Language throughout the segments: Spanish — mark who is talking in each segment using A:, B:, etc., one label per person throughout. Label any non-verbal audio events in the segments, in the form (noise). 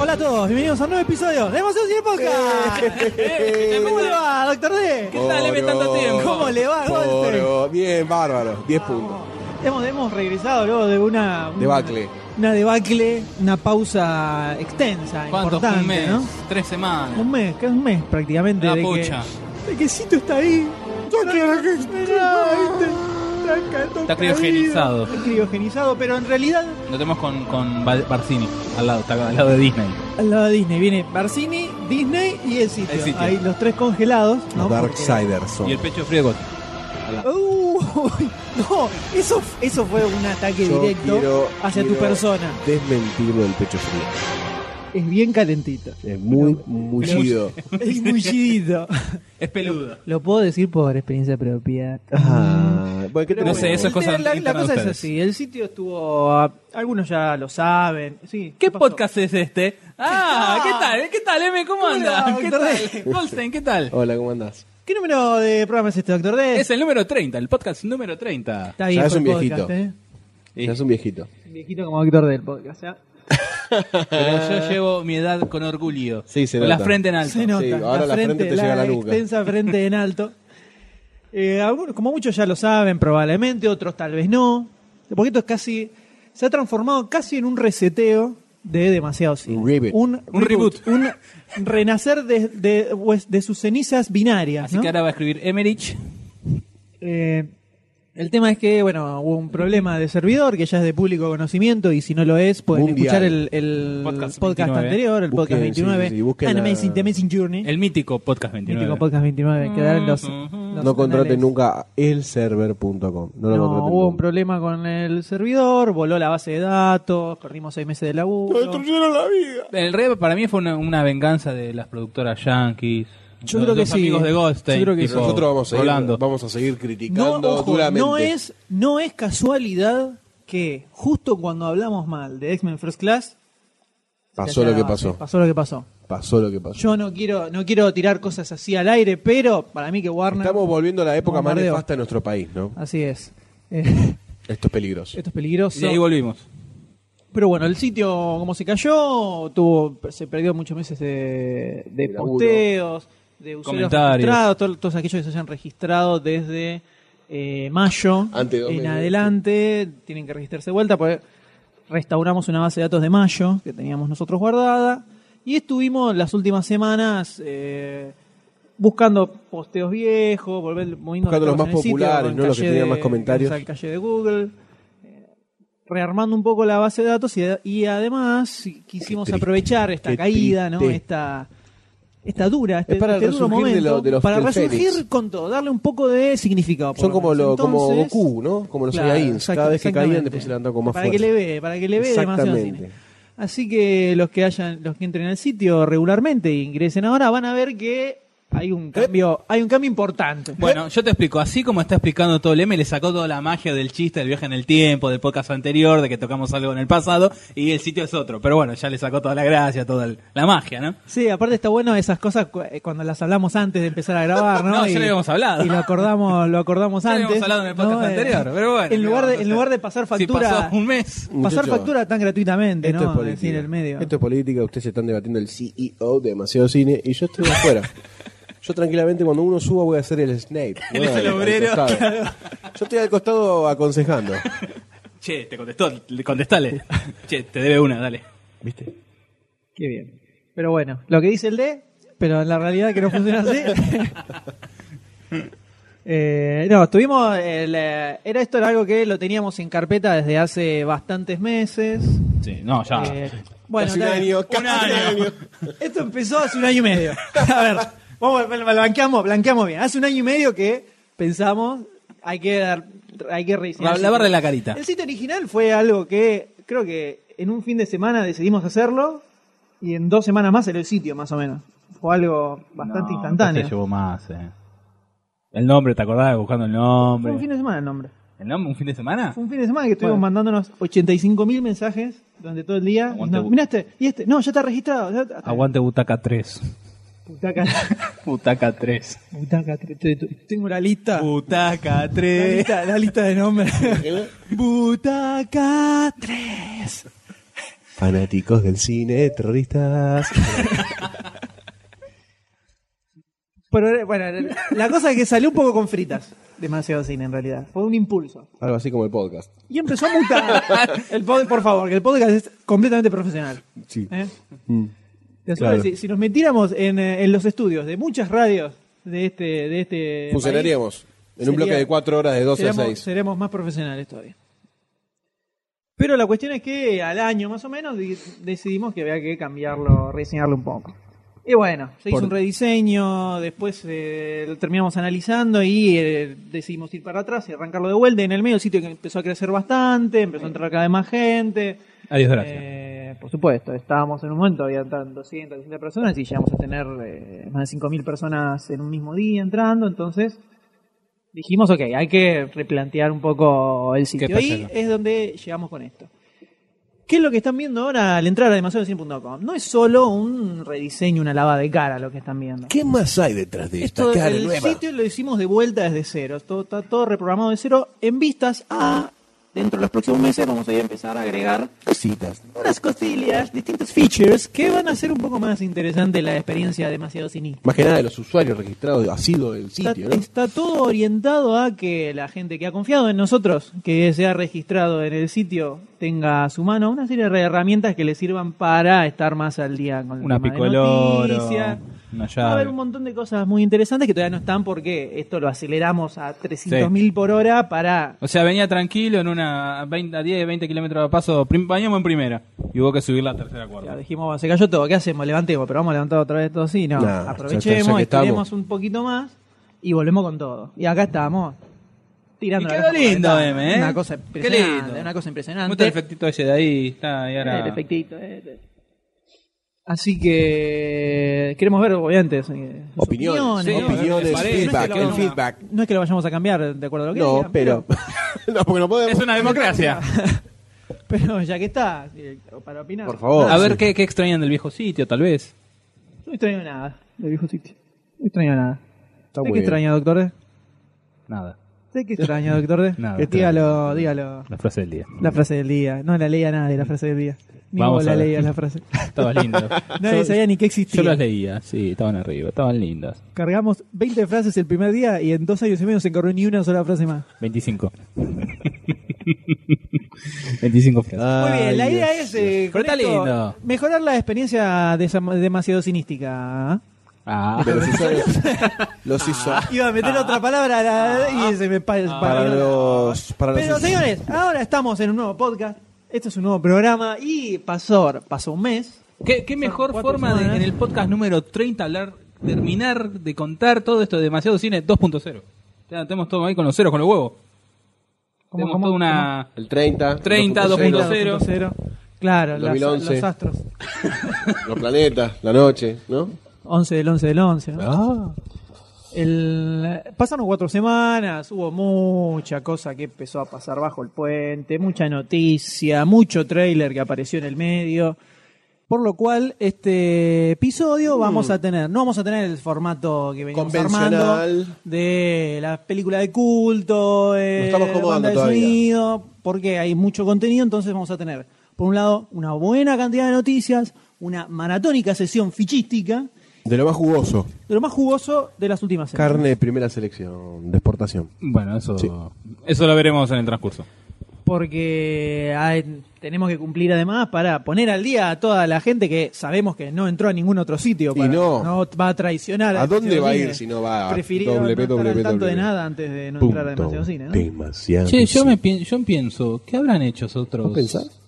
A: Hola a todos, bienvenidos a un nuevo episodio de Demasiado Cine Podcast.
B: (laughs) Eh,
A: ¿Cómo le va, doctor D?
C: ¿Qué tal, Eve, tanto tiempo?
A: ¿Cómo le va, Goldstein?
B: Oro. eh, Bien, bárbaro. 10 puntos.
A: Hemos, hemos regresado luego de una, una
B: Debacle.
A: Una debacle, una pausa extensa,
C: ¿Cuántos?
A: importante,
C: un mes,
A: ¿no?
C: tres semanas.
A: Un mes, que es un mes prácticamente.
C: La
A: de
C: pucha.
A: Que, de que Cito está ahí. Yo quiero que
C: Está criogenizado.
A: Está criogenizado, pero en realidad
C: Lo tenemos con, con Bar- Barcini al lado, está al lado de Disney.
A: al lado de Disney viene Barcini, Disney y el sitio.
C: El Sitio.
A: Ahí los tres congelados. ¿no?
B: Los
A: Porque-
B: Darksiders
C: Y
B: son.
C: el pecho frío de Gotti.
A: Uh, no, eso, eso fue un ataque
B: Yo
A: directo
B: quiero-
A: hacia tu
B: quiero
A: persona.
B: Desmentirlo del pecho frío.
A: Es bien calentito.
B: Es muy
A: (laughs)
B: mullido.
A: Es mullidito.
C: Es peludo.
A: (laughs) Lo puedo decir por experiencia propia.
B: Ah, bueno, ¿qué te
C: No
B: puedo
C: sé, eso es
B: contar?
C: cosa
A: la, la
C: interna de
A: cosa es
C: ustedes.
A: así. El sitio estuvo. ah, algunos ya lo saben. Sí,
C: ¿Qué
A: pasó?
C: podcast es este? Ah, ¿qué tal? ¿Qué tal, M? ¿Cómo
A: ¿Cómo le va,
C: andas? ¿Qué
A: doctor
C: tal? Goldstein, ¿qué tal?
B: Hola, ¿cómo andás?
A: ¿Qué número de programa es este, doctor D?
C: Es el número 30, el podcast número 30.
A: Está bien
B: es un
A: por el podcast,
B: viejito.
A: ¿eh?
B: Ya es un viejito.
A: Un viejito como Doctor D del podcast. ¿eh? ¿ya?
C: Pero yo llevo mi edad con orgullo.
B: Sí, se
C: Con la
B: nota.
C: frente en alto.
A: Se nota.
B: Sí, ahora la frente te llega a la nuca.
A: extensa frente en
B: (laughs)
A: alto. Eh, algunos, como muchos ya lo saben, probablemente, otros tal vez no. Porque esto es casi. Se ha transformado casi en un reseteo de demasiado cine.
B: Un reboot.
A: Un,
C: Un
A: reboot. Un renacer de, de- pues, de sus cenizas binarias.
C: Así
A: ¿no?
C: que ahora va a escribir Emerich.
A: Eh, el tema es que, bueno, hubo un problema de servidor que ya es de público conocimiento y si no lo es, pueden escuchar
B: Mundial.
A: el, el podcast,
C: Podcast 29.
A: anterior, el podcast
B: Busquen, sí,
A: 29,
B: sí, sí, busquen
A: An
B: la-
A: Amazing, The Amazing Journey.
C: El mítico podcast 29.
A: Mítico Podcast 29, quedaron los, los
B: No contraten
A: canales.
B: nunca elserver.com. No lo
A: No,
B: contraten
A: hubo un
B: nunca.
A: problema con el servidor, voló la base de datos, corrimos seis meses de laburo.
B: la vida.
C: El rey para mí fue una, una venganza de las productoras yankees.
A: Yo
C: los,
A: creo que
C: los
A: sí. eh.
C: amigos de Goldstein.
A: Yo creo que
C: tipo
A: sí.
B: Nosotros vamos a,
C: Rolando.
B: seguir, vamos a seguir
A: No,
B: criticando
A: ojo,
B: duramente.
A: no es, no es casualidad que justo cuando hablamos mal de X-Men First Class...
B: Pasó lo que pasó.
A: Pasó lo que pasó.
B: Pasó lo que pasó.
A: Yo no quiero, no quiero tirar cosas así al aire, pero para mí que Warner...
B: Estamos volviendo a la época más
A: Bombardeo.
B: nefasta de nuestro país, ¿no?
A: Así es. Eh, (laughs)
B: Esto es peligroso.
A: esto es peligroso.
C: Y ahí volvimos.
A: Pero bueno, el sitio como se cayó, tuvo, se perdió muchos meses de, de
B: De laburo.
A: posteos, de usuarios
C: Comentarios.
A: registrados, to- todos aquellos que se hayan registrado desde eh, mayo
B: Antes de dos
A: en
B: meses.
A: adelante, tienen que registrarse de vuelta, porque restauramos una base de datos de mayo que teníamos nosotros guardada y estuvimos las últimas semanas eh, buscando posteos viejos, volver moviendo
B: Buscando los
A: cosas
B: más
A: en el sitio,
B: populares,
A: en
B: ¿no? Los
A: calle
B: que tenían
A: de-
B: más comentarios.
A: en calle de Google rearmando un poco la base de datos y, y además quisimos
B: Qué triste,
A: aprovechar esta
B: qué
A: caída, ¿no?
B: triste.
A: Esta esta dura, este,
B: Es para
A: este
B: el
A: duro
B: resurgir
A: momento
B: de lo- de los-
A: para
B: del
A: resurgir
B: Fénix.
A: con todo, darle un poco de significado. Ah, por
B: Son como,
A: menos.
B: lo, como
A: Entonces,
B: Goku, ¿no? Como los
A: claro,
B: Saiyajins.
A: exacto-
B: Cada vez que caían,
A: exactamente.
B: después se levantaban con más
A: para
B: fuerza.
A: que le ve, para que le ve demasiado cine.
B: Exactamente.
A: Así que los que hayan, los que entren al sitio regularmente e ingresen ahora van a ver que hay
B: ¿Eh?
A: un cambio, hay un cambio importante.
C: Bueno, yo te explico. Así como está explicando todo el M, le sacó toda la magia del chiste del viaje en el tiempo, del podcast anterior, de que tocamos algo en el pasado, y el sitio es otro. Pero bueno, ya le sacó toda la gracia, toda el- la magia, ¿no?
A: Sí, aparte está bueno esas cosas cu- eh, cuando las hablamos antes de empezar a grabar, ¿no?
C: (laughs) No, ya lo habíamos hablado.
A: Y lo acordamos, lo acordamos
C: Ya lo
A: antes.
C: habíamos hablado en el podcast
A: ¿no? Eh,
C: anterior, pero bueno.
A: En
C: ¿qué
A: lugar de,
C: vamos a
A: en
C: hacer?
A: lugar de pasar
C: Si
A: factura,
C: pasó un mes.
A: pasar
B: Muchacho,
A: factura tan gratuitamente,
B: Esto
A: ¿no?
B: es política.
A: Decir el medio.
B: Esto es política. Ustedes se están debatiendo el CEO de demasiado cine y yo
A: (laughs)
B: estoy afuera. Yo tranquilamente cuando uno suba voy a hacer el Snape.
C: Él
B: Voy
C: es el
B: al- al
C: obrero,
B: costado.
C: claro.
B: Yo estoy al costado aconsejando.
C: Che, te contestó,
A: (laughs)
C: le- contestale. che, te debe una, dale.
B: ¿Viste?
A: Qué bien. Pero bueno, lo que dice el D, pero en la realidad que no funciona
B: (laughs)
A: así. Eh, no, estuvimos. el, eh, era esto era algo que lo teníamos en carpeta desde hace bastantes meses.
C: Sí, no, ya.
A: Eh, bueno,
B: casi un
A: la-
B: año, casi
C: un año.
A: esto empezó hace un año y medio. A ver, vamos, blanqueamos, blanqueamos bien. Hace un año y medio que pensamos, hay que dar, hay que rediseñar.
C: Ra- lavarle la carita.
A: El sitio original fue algo que creo que en un fin de semana decidimos hacerlo y en dos semanas más salió el sitio, más o menos. Fue algo bastante
C: No,
A: instantáneo.
C: se llevó más, eh. El nombre, ¿te acordás? Buscando el nombre.
A: Fue un fin de semana el nombre.
C: ¿El nombre? ¿Un fin de semana?
A: Fue un fin de semana que estuvimos mandándonos 85.000 mensajes durante todo el día. Y
C: Aguante
A: nos-
C: bu-
A: Miraste, y este, no, ya está registrado. ya está-
C: Aguante Butaca 3.
A: Butaca,
C: Butaca 3.
A: butaca, te- te- te- tengo la
C: Uh,
A: lista.
C: Butaca 3.
A: lista, la lista de (laughs) nombres.
C: Butaca 3.
B: Fanáticos del cine, terroristas.
A: (laughs) Pero bueno, la cosa es que salió un poco con fritas. Demasiado cine en realidad. Fue un impulso.
B: Algo así como el podcast.
A: Y empezó a mutar. el pod, por favor, que el podcast es completamente profesional.
B: Sí.
A: ¿eh?
B: Mm.
A: Te aseguro
B: Claro.
A: que si, si nos metiéramos en, eh, en los estudios de muchas radios de este, de este
B: Funcionaríamos en un
A: Sería-
B: bloque de cuatro horas de 12 a
A: país, seremos,
B: 6.
A: seremos más profesionales todavía. Pero la cuestión es que al año más o menos di- decidimos que había que cambiarlo, rediseñarlo un poco. Y bueno, se hizo
C: Por-
A: un rediseño, después eh, lo terminamos analizando y eh, decidimos ir para atrás y arrancarlo de vuelta. Y en el medio el sitio que empezó a crecer bastante, empezó a entrar cada vez más gente.
C: Adiós, gracias.
A: Eh, por supuesto, estábamos en un momento, había tan 200, 300 personas y llegamos a tener eh, más de 5.000 personas en un mismo día entrando, entonces dijimos, ok, hay que replantear un poco el sitio.
C: ¿Qué pasa
A: Ahí
C: acá?
A: es donde llegamos con esto. ¿Qué es lo que están viendo ahora al entrar a demasiadocine.com? No es solo un rediseño, una lava de cara lo que están viendo.
B: ¿Qué más hay detrás de
A: Esto, el sitio lo hicimos de vuelta desde cero. Todo, está todo reprogramado de cero en vistas a... Dentro de los próximos meses vamos a ir a empezar a agregar
B: Cositas.
A: unas cosillas, distintos features que van a hacer un poco más interesante la experiencia demasiado cinismo.
B: Más que nada de los usuarios registrados, ha sido el
A: Está,
B: sitio, ¿no?
A: está todo orientado a que la gente que ha confiado en nosotros, que se ha registrado en el sitio, tenga a su mano una serie de herramientas que le sirvan para estar más al día con el
C: Una
A: tema de
C: picoloro.
A: noticias.
C: Una
A: Va a haber
C: llave.
A: un montón de cosas muy interesantes que todavía no están porque esto lo aceleramos a 300.000 por hora para...
C: O sea, venía tranquilo en una 20, a 10, 20 kilómetros de paso. prim- Bañamos en primera. Y hubo que subir la tercera
A: Ya
C: cuarta.
A: dijimos, bueno, se cayó todo, ¿qué hacemos? Levantemos, pero vamos a levantar otra vez todo así. No,
B: Nah, ya está, ya
A: aprovechemos,
B: que estamos.
A: estiremos un poquito más y volvemos con todo. Y acá estamos tirando
C: Y
A: la
C: quedó
A: caja por la
C: lindo,
A: ventana.
C: M, ¿eh?
A: Una cosa
C: Qué
A: impresionante,
C: lindo.
A: una cosa
C: Muestra
A: impresionante.
C: el efectito ese de ahí. Está, y ahora...
A: El efectito, eh. Así que queremos ver, obviamente, sus
B: Opiniones,
C: sí,
B: opiniones,
C: me parece,
B: feedback,
C: lo
B: el
C: vamos a-
B: feedback.
A: No es que lo vayamos a cambiar de acuerdo a lo que
B: No,
A: digan,
B: pero... (laughs) no, porque no podemos.
C: Es
A: (laughs)
C: una democracia.
A: pero ya que está, eh, para opinar.
B: Por favor.
C: A ver qué, qué extrañan del viejo sitio, tal vez.
A: No extraño nada del viejo sitio. No extraño nada. ¿Sabes
B: Está muy
A: qué
B: bien.
A: extraño, doctor? D?
C: Nada.
A: ¿Sabes qué extraño, doctor? D?
C: (laughs) Nada,
A: Que dígalo,
C: extraño.
A: dígalo.
C: La frase
A: (laughs)
C: del día.
A: La frase del día. No la leía nadie, la frase del día. Ni
C: Vamos
A: vos la
C: a ver.
A: leías la
C: (laughs)
A: frase.
C: Estaba lindo.
A: Nadie
C: Yo-
A: sabía ni que existía.
C: Yo las leía, sí, estaban arriba, estaban lindas.
A: Cargamos 20 frases el primer día y en dos años y medio no se corrió ni una sola frase más.
C: 25. 25 frases.
A: Muy bien, la
B: Ay,
A: idea es
B: Dios.
A: eh, con
C: Pero está
A: esto,
C: lindo.
A: mejorar la experiencia desa- demasiado cinística.
C: Ah,
B: Pero los
A: (laughs)
B: usuarios... los hizo...
A: Iba a meter otra palabra
C: Ah.
A: la- y se me pa-
B: Para
A: Ah, para-
B: los... Para los
A: Pero señores, ahora estamos en un nuevo podcast. Esto es un nuevo programa y pasó, pasó un mes.
C: ¿Qué, qué mejor
A: cuatro
C: forma de,
A: semanas.
C: en el podcast número 30 hablar, terminar de contar todo esto de demasiado cine 2.0? Ya tenemos todo ahí con los ceros, con los huevos.
A: ¿Cómo,
C: tenemos
A: cómo,
C: toda una.
B: El 30.
C: 30,
B: 2.0,
C: 2.0.
A: 2.0. Claro, las-
B: 2011.
A: los astros.
B: Los planetas, la noche, ¿no?
A: 11 del 11 del 11. ¿no?
B: Ah.
A: El- pasaron cuatro semanas, hubo mucha cosa que empezó a pasar bajo el puente, mucha noticia, mucho trailer que apareció en el medio. Por lo cual, este episodio vamos a tener, no vamos a tener el formato que venimos
B: Mm. Convencional.
A: armando de la película de culto, eh,
B: estamos acomodando
A: banda de
B: todavía.
A: sonido, porque hay mucho contenido, entonces vamos a tener, por un lado, una buena cantidad de noticias, una maratónica sesión fichística,
B: De lo más jugoso.
A: de lo más jugoso de las últimas semanas.
B: Carne de primera selección, de exportación.
C: Bueno, eso,
B: Sí.
C: eso lo veremos en el transcurso.
A: porque hay- tenemos que cumplir además para poner al día a toda la gente que sabemos que no entró a ningún otro sitio.
B: Y
A: para-
B: no.
A: va a traicionar.
B: ¿A dónde
A: Demasiado
B: va a ir
A: Cine.
B: si no va a
A: Prefirió no
B: www.?
A: estar al tanto de nada antes de no entrar a demasiado cine. ¿no?
B: Demasiado
C: Che, yo,
B: cine.
C: me pien- yo pienso, ¿qué habrán hecho esos otros,
B: ¿Vos pensás?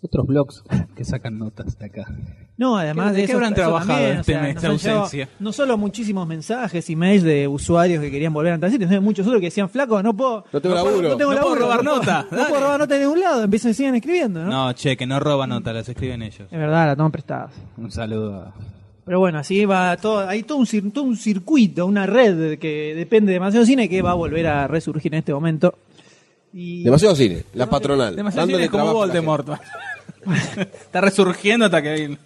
C: otros blogs que sacan notas de acá?
A: No, además
C: ¿De
A: de,
C: qué
A: eso-
C: habrán
A: eso
C: trabajado
A: también,
C: este
A: o sea,
C: mes,
A: nos
C: esta
A: han llegado
C: ausencia?
A: No solo muchísimos mensajes, emails de usuarios que querían volver a entrar al sitio, sino muchos otros que decían, flaco, no puedo...
B: No
A: puedo-
B: tengo laburo.
A: No, tengo
C: No puedo
A: laburo,
C: robar
A: no
C: nota,
A: No
C: dale.
A: puedo robar nota de ningún lado. Empiezan, siguen escribiendo, ¿no?
C: No, che, que no roban notas, las escriben ellos.
A: Es verdad, la toman prestadas.
C: Un saludo a...
A: Pero bueno, así va todo, hay todo un, cir- todo un circuito, una red que depende de demasiado cine que va a volver a resurgir en este momento. Y
B: Demasiado cine, la patronal.
C: Demasiado
B: dándole
C: cine como
B: trabajo a la
C: Voldemort. (laughs) Está resurgiendo hasta que...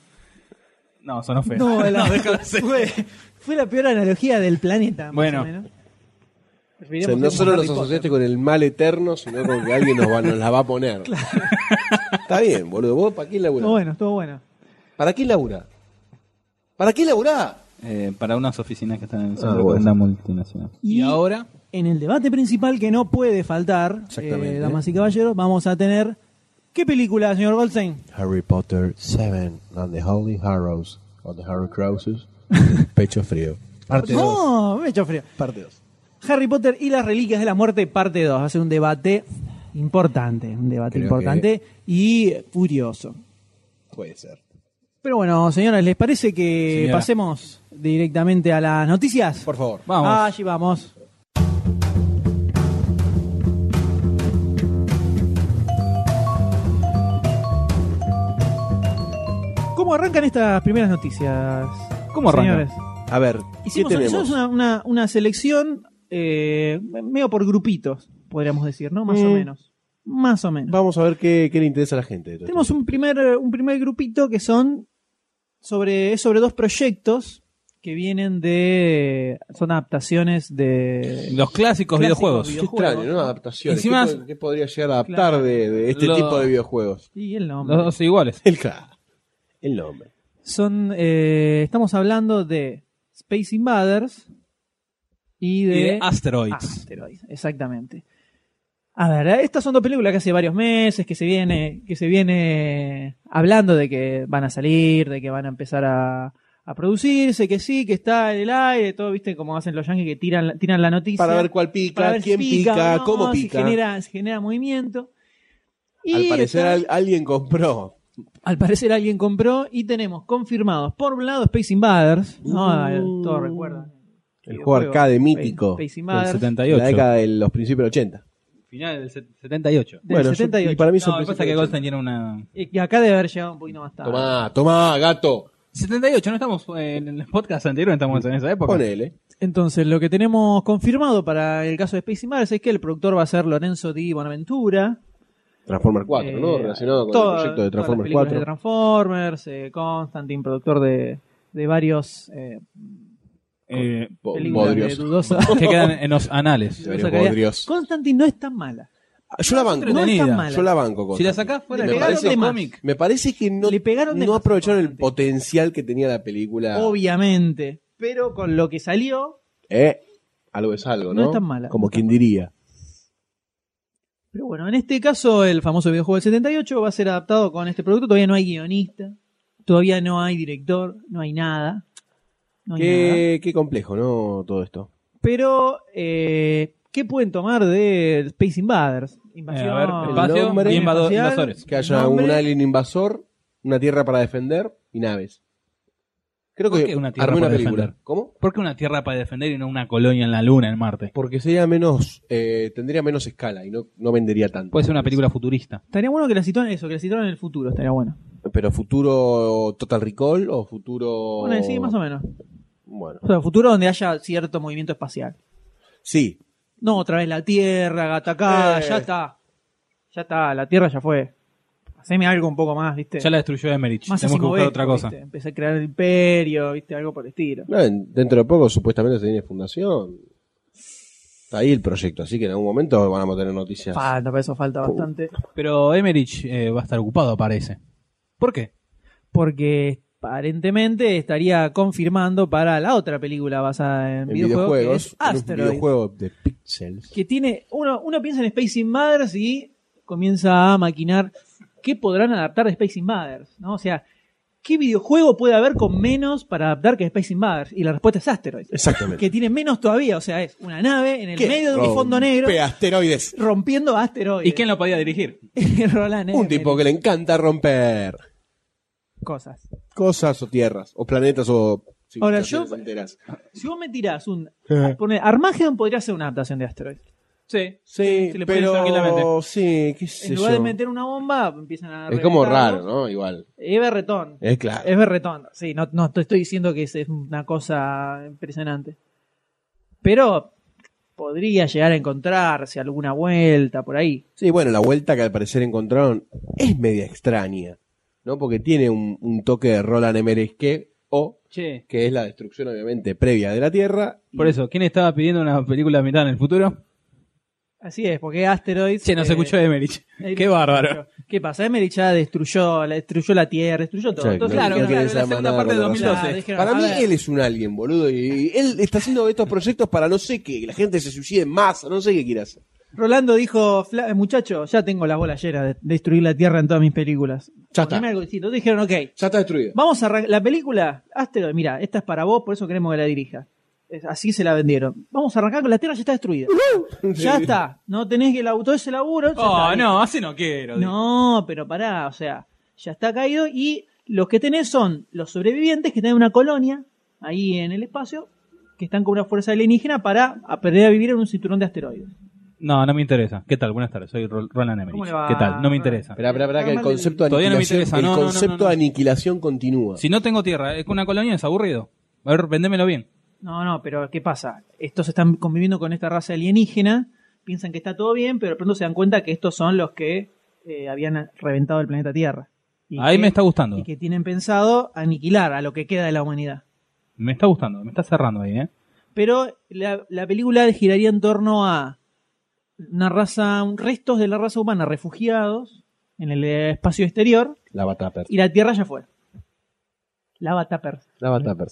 C: No, sonó feo. (laughs)
A: No, la-
C: déjalo así.
A: fue, fue la peor analogía del planeta. más
C: Bueno.
A: o menos.
B: gente. O sea, no solo nos asociaste con el mal eterno, sino con que alguien nos, va- nos la va a poner. (laughs) Está bien, boludo. ¿Vos para qué laburás?
A: Estuvo bueno, estuvo bueno.
B: ¿Para qué laburá? ¿Para qué laburá?
C: Eh, para unas oficinas que están en el centro
B: Ah,
C: de
B: bueno.
C: una multinacional.
A: Y,
C: ahora?
A: En el debate principal que no puede faltar,
B: Exactamente.
A: eh, damas y caballeros, vamos a tener. ¿Qué película, señor Goldstein?
B: Harry Potter 7 and the Holy Harrows o the Harry (laughs) Crosses Pecho Frío parte 2
A: No, me echó frío.
B: parte 2
A: Harry Potter y las Reliquias de la Muerte, parte 2. Va a ser un debate importante, un debate
B: Creo
A: importante y furioso.
B: puede ser
A: Pero bueno, señores, ¿les parece que
C: Señora.
A: pasemos directamente a las noticias? Ah,
B: por favor
C: Vamos.
A: Allí vamos. ¿Cómo arrancan estas primeras noticias?
C: ¿Cómo arrancan?
A: señores?
B: a ver ¿qué
A: Hicimos
B: tenemos?
A: hicimos una, una- una selección eh, medio por grupitos, podríamos decir, ¿no? Más o
B: Mm.
A: menos. Más o menos.
B: vamos a ver qué, qué le interesa a la gente de todo
A: Tenemos un primer, eh, un primer grupito que son sobre, es sobre dos proyectos que vienen de. son adaptaciones de.
C: Los clásicos
A: Clásicos
C: videojuegos.
B: esto.
A: video-
B: qué extraño ¿no?
A: videojuegos.
B: adaptaciones
C: Encima-
B: ¿Qué, po- qué podría llegar a adaptar
A: Claro.
B: de, de este
C: Lo-
B: tipo de videojuegos?
A: Y el nombre.
C: Los dos iguales.
B: (laughs) el claro el nombre
A: Son. eh, estamos hablando de Space Invaders y
C: Y
A: de.
C: de Asteroids.
A: Asteroids, Ah, exactamente. A ver, eh, estas son dos películas que hace varios meses que se viene, que se viene hablando de que van a salir, de que van a empezar a, a producirse, que sí, que está en el aire, todo, viste, como hacen los yankees que tiran, la- tiran la noticia.
B: para ver cuál pica
A: para ver si
B: quién pica,
A: no,
B: cómo
A: si
B: pica
A: genera, si genera movimiento. Y
B: al parecer
A: está-
B: al- alguien compró
A: al parecer alguien compró y tenemos confirmados, por un lado, Space Invaders, ¿no?
B: Uh,
A: Todos recuerdan.
B: el juego arcade mítico
A: Space
C: Del
A: Invaders.
C: 78.
B: la década de los principios del 80
C: Final del set- 78.
A: Del
B: yo-
A: 78.
B: y para mí son
C: No, me
B: principios
C: pasa que
B: del 80.
C: Goldstein tiene una...
A: Y que acá debe haber llegado un poquito más tarde.
B: Tomá, tomá, gato.
C: 78, no estamos eh, en el podcast anterior, no estamos en esa época.
B: Ponele.
A: Entonces, lo que tenemos confirmado para el caso de Space Invaders es que el productor va a ser Lorenzo Di Bonaventura.
B: Transformer 4,
A: Eh,
B: ¿no? Relacionado con
A: toda-
B: el proyecto de
A: todas las
B: Transformer
A: películas
B: 4.
A: de Transformers, eh, Constantine, productor de, de varios eh,
C: Eh,
B: Bo-
A: películas de
B: Bodrios. (laughs)
A: dudosa.
C: que quedan en los anales.
B: De varios
A: dudosa calidad.
B: bodrios.
A: Constantine no es tan mala.
B: Ah, Yo la banco.
A: No es
C: Entretenida.
A: tan mala.
B: Yo la banco. Con
C: Si la sacás fuera
B: Me
C: del
B: parece-
C: pedazo de
A: más.
C: cómic,
B: Me parece que no,
A: Le pegaron
B: no
A: demasiado
B: aprovecharon el
A: bastante.
B: potencial que tenía la película.
A: Obviamente. Pero con lo que salió.
B: Eh, algo es algo, ¿no?
A: No es tan mala.
B: Como quien diría.
A: Pero bueno, en este caso, el famoso videojuego del 78 va a ser adaptado con este producto. Todavía no hay guionista. Todavía no hay director. No hay nada. No hay nada.
B: Qué, qué complejo, ¿no? Todo esto.
A: Pero, eh, ¿qué pueden tomar de Space Invaders? Invasión.
C: Eh, a ver,
B: El
C: espacio,
B: nombre-
C: y invado-
A: espacial,
C: invasores.
B: Que haya
A: nombre,
B: un alien invasor, una tierra para defender y naves. Creo
C: ¿Por
B: que
C: qué una tierra
B: armé una
C: para
B: película.
C: defender?
B: ¿Cómo?
C: ¿Por qué una tierra para defender y no una colonia en la luna en Marte?
B: Porque sería menos, eh, tendría menos escala y no, no vendería tanto.
A: Pues-
C: Puede ser una película futurista.
A: Estaría bueno que la situaran eso, que la situaran en el futuro, estaría bueno.
B: Pero futuro Total Recall o futuro.
A: Bueno, sí, más o menos.
B: Bueno.
A: O sea, futuro donde haya cierto movimiento espacial.
B: Sí.
A: No, otra vez la Tierra, Gataká,
B: Eh.
A: ya está. Ya está, la Tierra ya fue. Haceme algo un poco más, ¿viste?
C: Ya la destruyó Emerich.
A: más
C: Tenemos que buscar
A: asimovesco,
C: otra cosa.
A: E, ¿viste? Empecé a crear el imperio, ¿viste? Algo por el estilo.
B: No, en- dentro de poco supuestamente se tiene fundación. Está ahí el proyecto, así que en algún momento van a tener noticias.
A: Falta, para eso falta bastante.
C: Pero Emerich eh, va a estar ocupado, parece. ¿Por qué?
A: porque aparentemente estaría confirmando para la otra película basada en,
B: en
A: videojuegos, que
B: videojuegos.
A: es
B: en un
A: Asteroid.
B: videojuego de pixels.
A: Que tiene, uno, uno piensa en Space Invaders y comienza a maquinar qué podrán adaptar de Space Invaders, ¿no? O sea, ¿qué videojuego puede haber con menos para adaptar que Space Invaders? Y la respuesta es Asteroid.
B: Exactamente.
A: Que tiene menos todavía, o sea, es una nave en el medio
B: Oh,
A: de un fondo negro
B: asteroides.
A: rompiendo asteroides.
C: ¿Y quién lo podía dirigir?
A: (laughs) Roland
B: Un tipo que le encanta romper
A: Cosas.
B: cosas o tierras, o planetas o
A: Ahora,
B: civilizaciones
A: yo-
B: enteras.
A: Si vos me tirás un... poné, Armageddon podría ser una adaptación de Asteroid.
C: Sí.
B: Sí,
C: se le puede ir tranquilamente.
B: pero sí, qué
A: En
B: sé
A: lugar de
B: yo.
A: meter una bomba, empiezan a...
B: Es como
A: reventarlos.
B: raro, ¿no? Igual.
A: Es berretón.
B: Es claro.
A: Es berretón. Sí, no, no te estoy diciendo que es, es una cosa impresionante. Pero podría llegar a encontrarse alguna vuelta por ahí.
B: Sí, bueno, la vuelta que al parecer encontraron es media extraña, ¿no? Porque tiene un, un toque de Roland Emmerich que, o
C: Che.
B: que es la destrucción obviamente previa de la Tierra. y-
C: Por eso, ¿quién estaba pidiendo una película ambientada en el futuro?
A: Así es, porque Asteroids.
C: Che, nos
A: eh,
C: escuchó
A: (laughs)
C: Emerich.
A: eh,
C: Qué bárbaro.
A: ¿Qué pasa? Emery ya destruyó, la- destruyó la Tierra, destruyó todo.
B: Sí,
A: Entonces,
B: no-
C: claro,
B: no
C: claro,
B: quiere
C: la
B: saber más
C: segunda
B: nada
C: parte de
B: con la
C: 2012.
B: razón.
A: Ah, dijeron,
B: Para
A: a
B: mí
A: ver.
B: él es un alien, boludo, y él está haciendo estos proyectos para no sé qué, que la gente se suicide más, no sé qué quiere hacer.
A: Rolando dijo, "Fla- eh, muchacho, ya tengo las bolas llenas de destruir la Tierra en todas mis películas.
B: Ya
A: Poneme
B: está.
A: algo distinto. Entonces dijeron, ok,
B: Ya está destruido.
A: vamos a arran- la película, Asteroid, mira, esta es para vos, por eso queremos que la dirija. Es- Así se la vendieron. Vamos a arrancar con la Tierra, ya está
B: (laughs)
A: destruida. ya está, no tenés que el auto ese laburo. ya
C: Oh,
A: está.
C: no, así no quiero.
A: No, pero pará, o sea, ya está caído y los que tenés son los sobrevivientes que tienen una colonia ahí en el espacio que están con una fuerza alienígena para aprender a vivir en un cinturón de asteroides.
C: No, no me interesa. ¿Qué tal? Buenas tardes, soy Ro- Roland Emmerich.
A: ¿Cómo le va,
C: ¿Qué tal? No me
A: Roland?
C: interesa.
B: Esperá, esperá, esperá, que el
A: Está mal
B: concepto de
C: Todavía no me
B: aniquilación,
C: interesa, no,
B: el
C: no, no,
B: concepto
C: no, no.
B: de aniquilación continúa.
C: Si no tengo tierra, es que una colonia es aburrido. A ver, vendémelo bien.
A: No, no, pero ¿qué pasa? Estos están conviviendo con esta raza alienígena, piensan que está todo bien, pero de pronto se dan cuenta que estos son los que eh, habían reventado el planeta Tierra. Y
C: Ahí
A: que-
C: me está gustando.
A: Y que tienen pensado aniquilar a lo que queda de la humanidad.
C: Me está gustando, me está cerrando ahí, ¿eh?
A: pero la, la película giraría en torno a una raza, un- restos de la raza humana refugiados en el eh, espacio exterior
B: La Bataper.
A: y la Tierra ya fue. La Bataper.
B: La Bataper.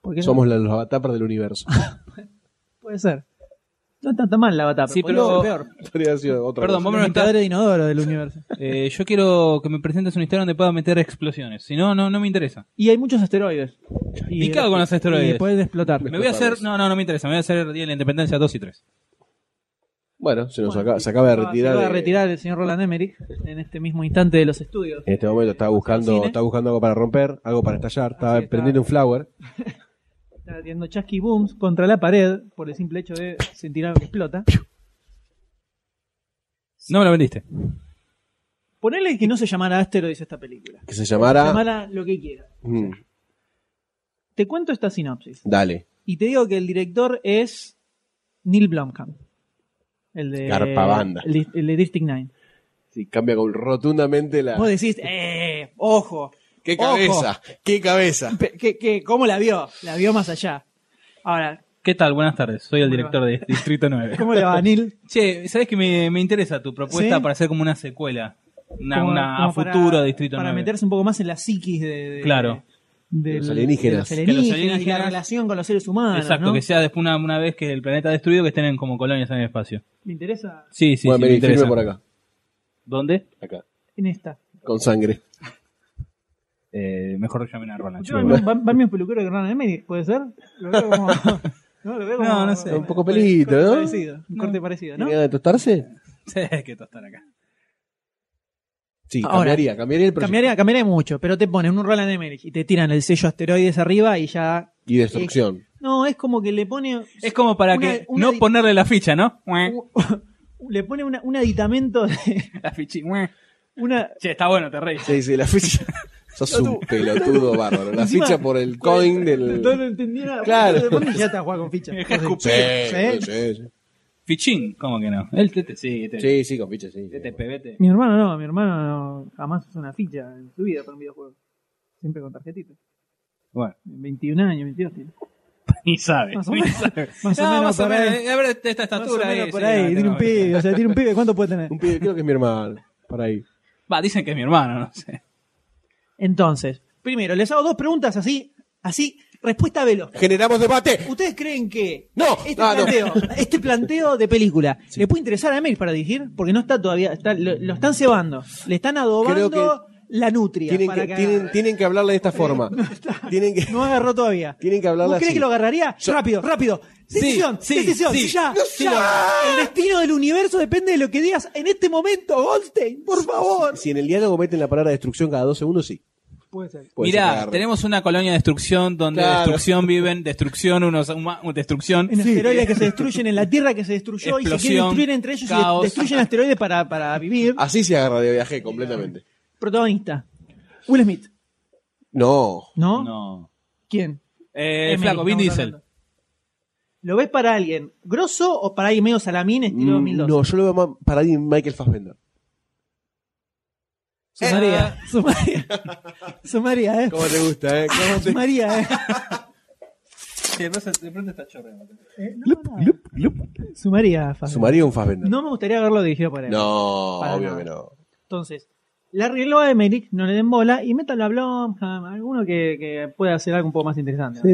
A: Porque
B: Somos la- los Bataper del universo.
A: puede ser. No está tan mal la Bataper.
B: (laughs)
C: Sí,
A: podría ser
C: pero-
A: peor.
B: Podría haber sido otra
C: Perdón,
B: cosa.
C: vos me lo
A: Los
C: estás-
A: inventadores de inodoro del universo.
C: Eh, yo quiero que me presentes una historia donde pueda meter explosiones. Si no, no, no me interesa.
A: Y hay muchos asteroides.
C: ¿Y qué hago con los asteroides?
A: Y pueden explotar.
C: Me voy a hacer. No, no, no me interesa. Me voy a hacer Día de la Independencia 2 y 3.
B: Bueno, se nos
A: Bueno,
B: acaba, se acaba de
A: se
B: retirar.
A: acaba de
B: de-
A: retirar el señor Roland Emmerich en este mismo instante de los estudios.
B: En este momento está buscando,
A: Cine.
B: está buscando algo para romper, algo para estallar,
A: Así
B: está
A: está.
B: prendiendo un flower.
A: Está haciendo chasqui booms contra la pared por el simple hecho de sentir algo que explota.
C: No me lo vendiste.
A: Ponele que no se llamara Asteroids esta película.
B: Que se llamara.
A: Llamara lo que quiera.
B: Mm,
A: Te cuento esta sinopsis.
B: dale.
A: Y te digo que el director es Neil Blomkamp. El de,
B: Garpa banda.
A: El, de- el de District 9.
B: Sí, cambia con- rotundamente la.
A: Vos decís, eh, ojo.
B: ¡Qué
A: ojo,
B: cabeza! ¡Qué cabeza!
A: pe- que- que- ¿Cómo la vio? La vio más allá. Ahora,
C: ¿Qué tal? Buenas tardes. Soy el
A: Bueno.
C: director de
A: (laughs)
C: Distrito 9.
A: ¿cómo le va a Neil?
C: Che, ¿sabes que me, me interesa tu propuesta
A: ¿Sí?
C: para hacer como una secuela? (laughs) Una,
A: Como-
C: una a
A: como para-
C: futuro de Distrito
A: Para
C: 9.
A: meterse un poco más en la psiquis de... de-
C: Claro.
A: de
B: Los alienígenas.
A: de los
C: Que los
A: alienígenas y la
C: alienígenas-
A: relación con los seres humanos.
C: Exacto,
A: ¿no?
C: que sea después una, una vez que el planeta destruido que estén en- como colonias en el espacio.
A: Me interesa
C: Sí, sí,
B: bueno,
C: sí,
B: me
C: me
B: firme
C: interesa.
B: por acá.
C: ¿Dónde?
B: Acá.
A: en esta.
B: Con sangre.
C: Eh, mejor llamen a Roland.
A: Yo, va, va- va mi peluquero de Ronald Emmerich, ¿puede ser? Lo veo
B: (laughs)
A: como. No, lo veo como-
C: No, no sé,
B: un poco
A: puede-
B: pelito,
A: corte
B: ¿no?
A: Parecido, un corte parecido, ¿no?
B: ¿Tiene ganas de tostarse?
C: (laughs) Sí, que tostar acá.
B: Sí,
A: Ahora,
B: cambiaría, cambiaría el proyecto.
A: Cambiaría, cambiaría mucho, pero te ponen un Roland Emmerich y te tiran el sello asteroides arriba y ya.
B: Y destrucción.
A: No, es como que le pone.
C: Es como para
A: Una-
C: que
A: una
C: no
A: di-
C: ponerle la ficha, ¿no?
A: (laughs) Le pone una- un aditamento de.
C: La fichita.
A: Una,
C: Che, está bueno, te reís.
B: Sí, sí, la ficha. (laughs) Sos un pelotudo bárbaro. La
A: Encima-
B: ficha por el coin del.
A: No lo entendí nada.
B: Claro.
A: Le pone y ya está jugando con
C: (laughs)
A: ficha.
C: Dejá
B: Sí,
A: ¿Eh?
B: sí, sí.
C: Fichín, ¿cómo que no? El TT, sí, Este TT.
B: Sí, sí, con ficha, sí.
C: TTPBT.
A: Mi hermano no, mi hermano no, jamás usó una ficha en su vida para un videojuego. Siempre con tarjetita.
C: Bueno,
A: 21 años, 22 tiene.
C: ni sabe. (laughs)
A: Más o
C: ni
A: menos.
C: sabe.
A: Más o
C: No,
A: menos
C: más o
A: por
C: menos.
A: ahí.
C: A ver, esta esta estatura
A: Más o menos
C: ahí,
A: por
C: sí,
A: ahí,
C: no,
A: tiene
C: no,
A: un pibe, o sea, tiene un pibe, ¿cuánto puede tener?
B: Un pibe, creo que es mi hermano. Por ahí.
C: Va, dicen que es mi hermano, no sé.
A: Entonces, primero, les hago dos preguntas así, así, Respuesta veloz.
B: Generamos debate.
A: ¿Ustedes creen que
B: No,
A: este,
B: ah, no.
A: planteo, este planteo de película le puede interesar a Emil para dirigir? Porque no está todavía, está- lo, lo están cebando, le están adobando
B: Creo que
A: la nutria.
B: Tienen
A: para
B: que,
A: que
B: tienen,
A: agarre.
B: tienen que hablarle de esta forma. Tienen que,
A: No agarró todavía.
B: tienen que hablarle
A: ¿Vos crees
B: así.
A: que lo agarraría?
B: Yo-
A: Rápido, rápido. Decisión,
C: sí,
A: decisión,
C: sí.
A: ya, ya. El destino del universo depende de lo que digas en este momento, Goldstein, por favor.
B: (laughs) Si en el diálogo meten la palabra destrucción cada dos segundos, sí.
A: Puede ser.
B: Puede ser que
C: Mirá,
B: agarre.
C: tenemos una colonia de destrucción donde
B: Claro.
C: destrucción viven, destrucción, unos huma- destrucción.
A: En asteroides que se destruyen, en la Tierra que se destruyó y se quieren
C: Explosión,
A: destruir entre ellos
C: caos.
A: y destruyen asteroides para, para vivir.
B: Así se agarra de viaje completamente.
A: Protagonista. Will Smith.
B: No.
A: ¿No?
C: No.
A: ¿Quién?
C: Eh,
A: Emily,
C: flaco, Vin
A: estamos
C: Diesel.
A: hablando. ¿Lo ves para alguien grosso o para alguien medio salamín estilo 2002?
B: Mm, No, yo lo veo más para alguien Michael Fassbender.
C: Eh,
A: Sumaría. Sumaría. Sumaría, eh.
B: ¿Cómo te gusta, eh? ¿Cómo (laughs) te...
A: Sumaría, eh. Eh, no, no. Sumaría, Fassbender.
B: Sumaría un Fassbender.
A: No me gustaría verlo dirigido por él.
B: No,
A: Para
B: obvio
A: nada.
B: que no.
A: Entonces, la arregló a Emmerich, no le den bola y métalo a Blomham, alguno que, que pueda hacer algo un poco más interesante. ¿no?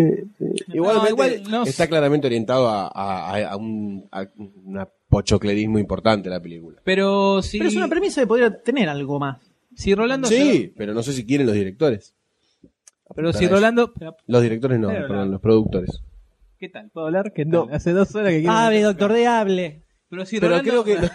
B: Igualmente,
C: igual no-
B: está claramente orientado a, a- a- a un a una pochoclerismo importante la película.
C: Pero si,
A: Pero es una premisa que podría tener algo más.
C: si Rolando
B: sí, pero no sé si quieren los directores.
C: se- pero si
B: Para
C: Rolando
B: Los directores no,
C: Pero
B: perdón,
C: no.
B: los productores.
C: ¿Qué tal? ¿Puedo hablar? ¿Qué
B: No.
C: tal? Hace dos horas que quiero.
A: Hable, doctor de hable.
C: Pero si
B: Pero creo
C: Rolando- (laughs)
B: que... (laughs)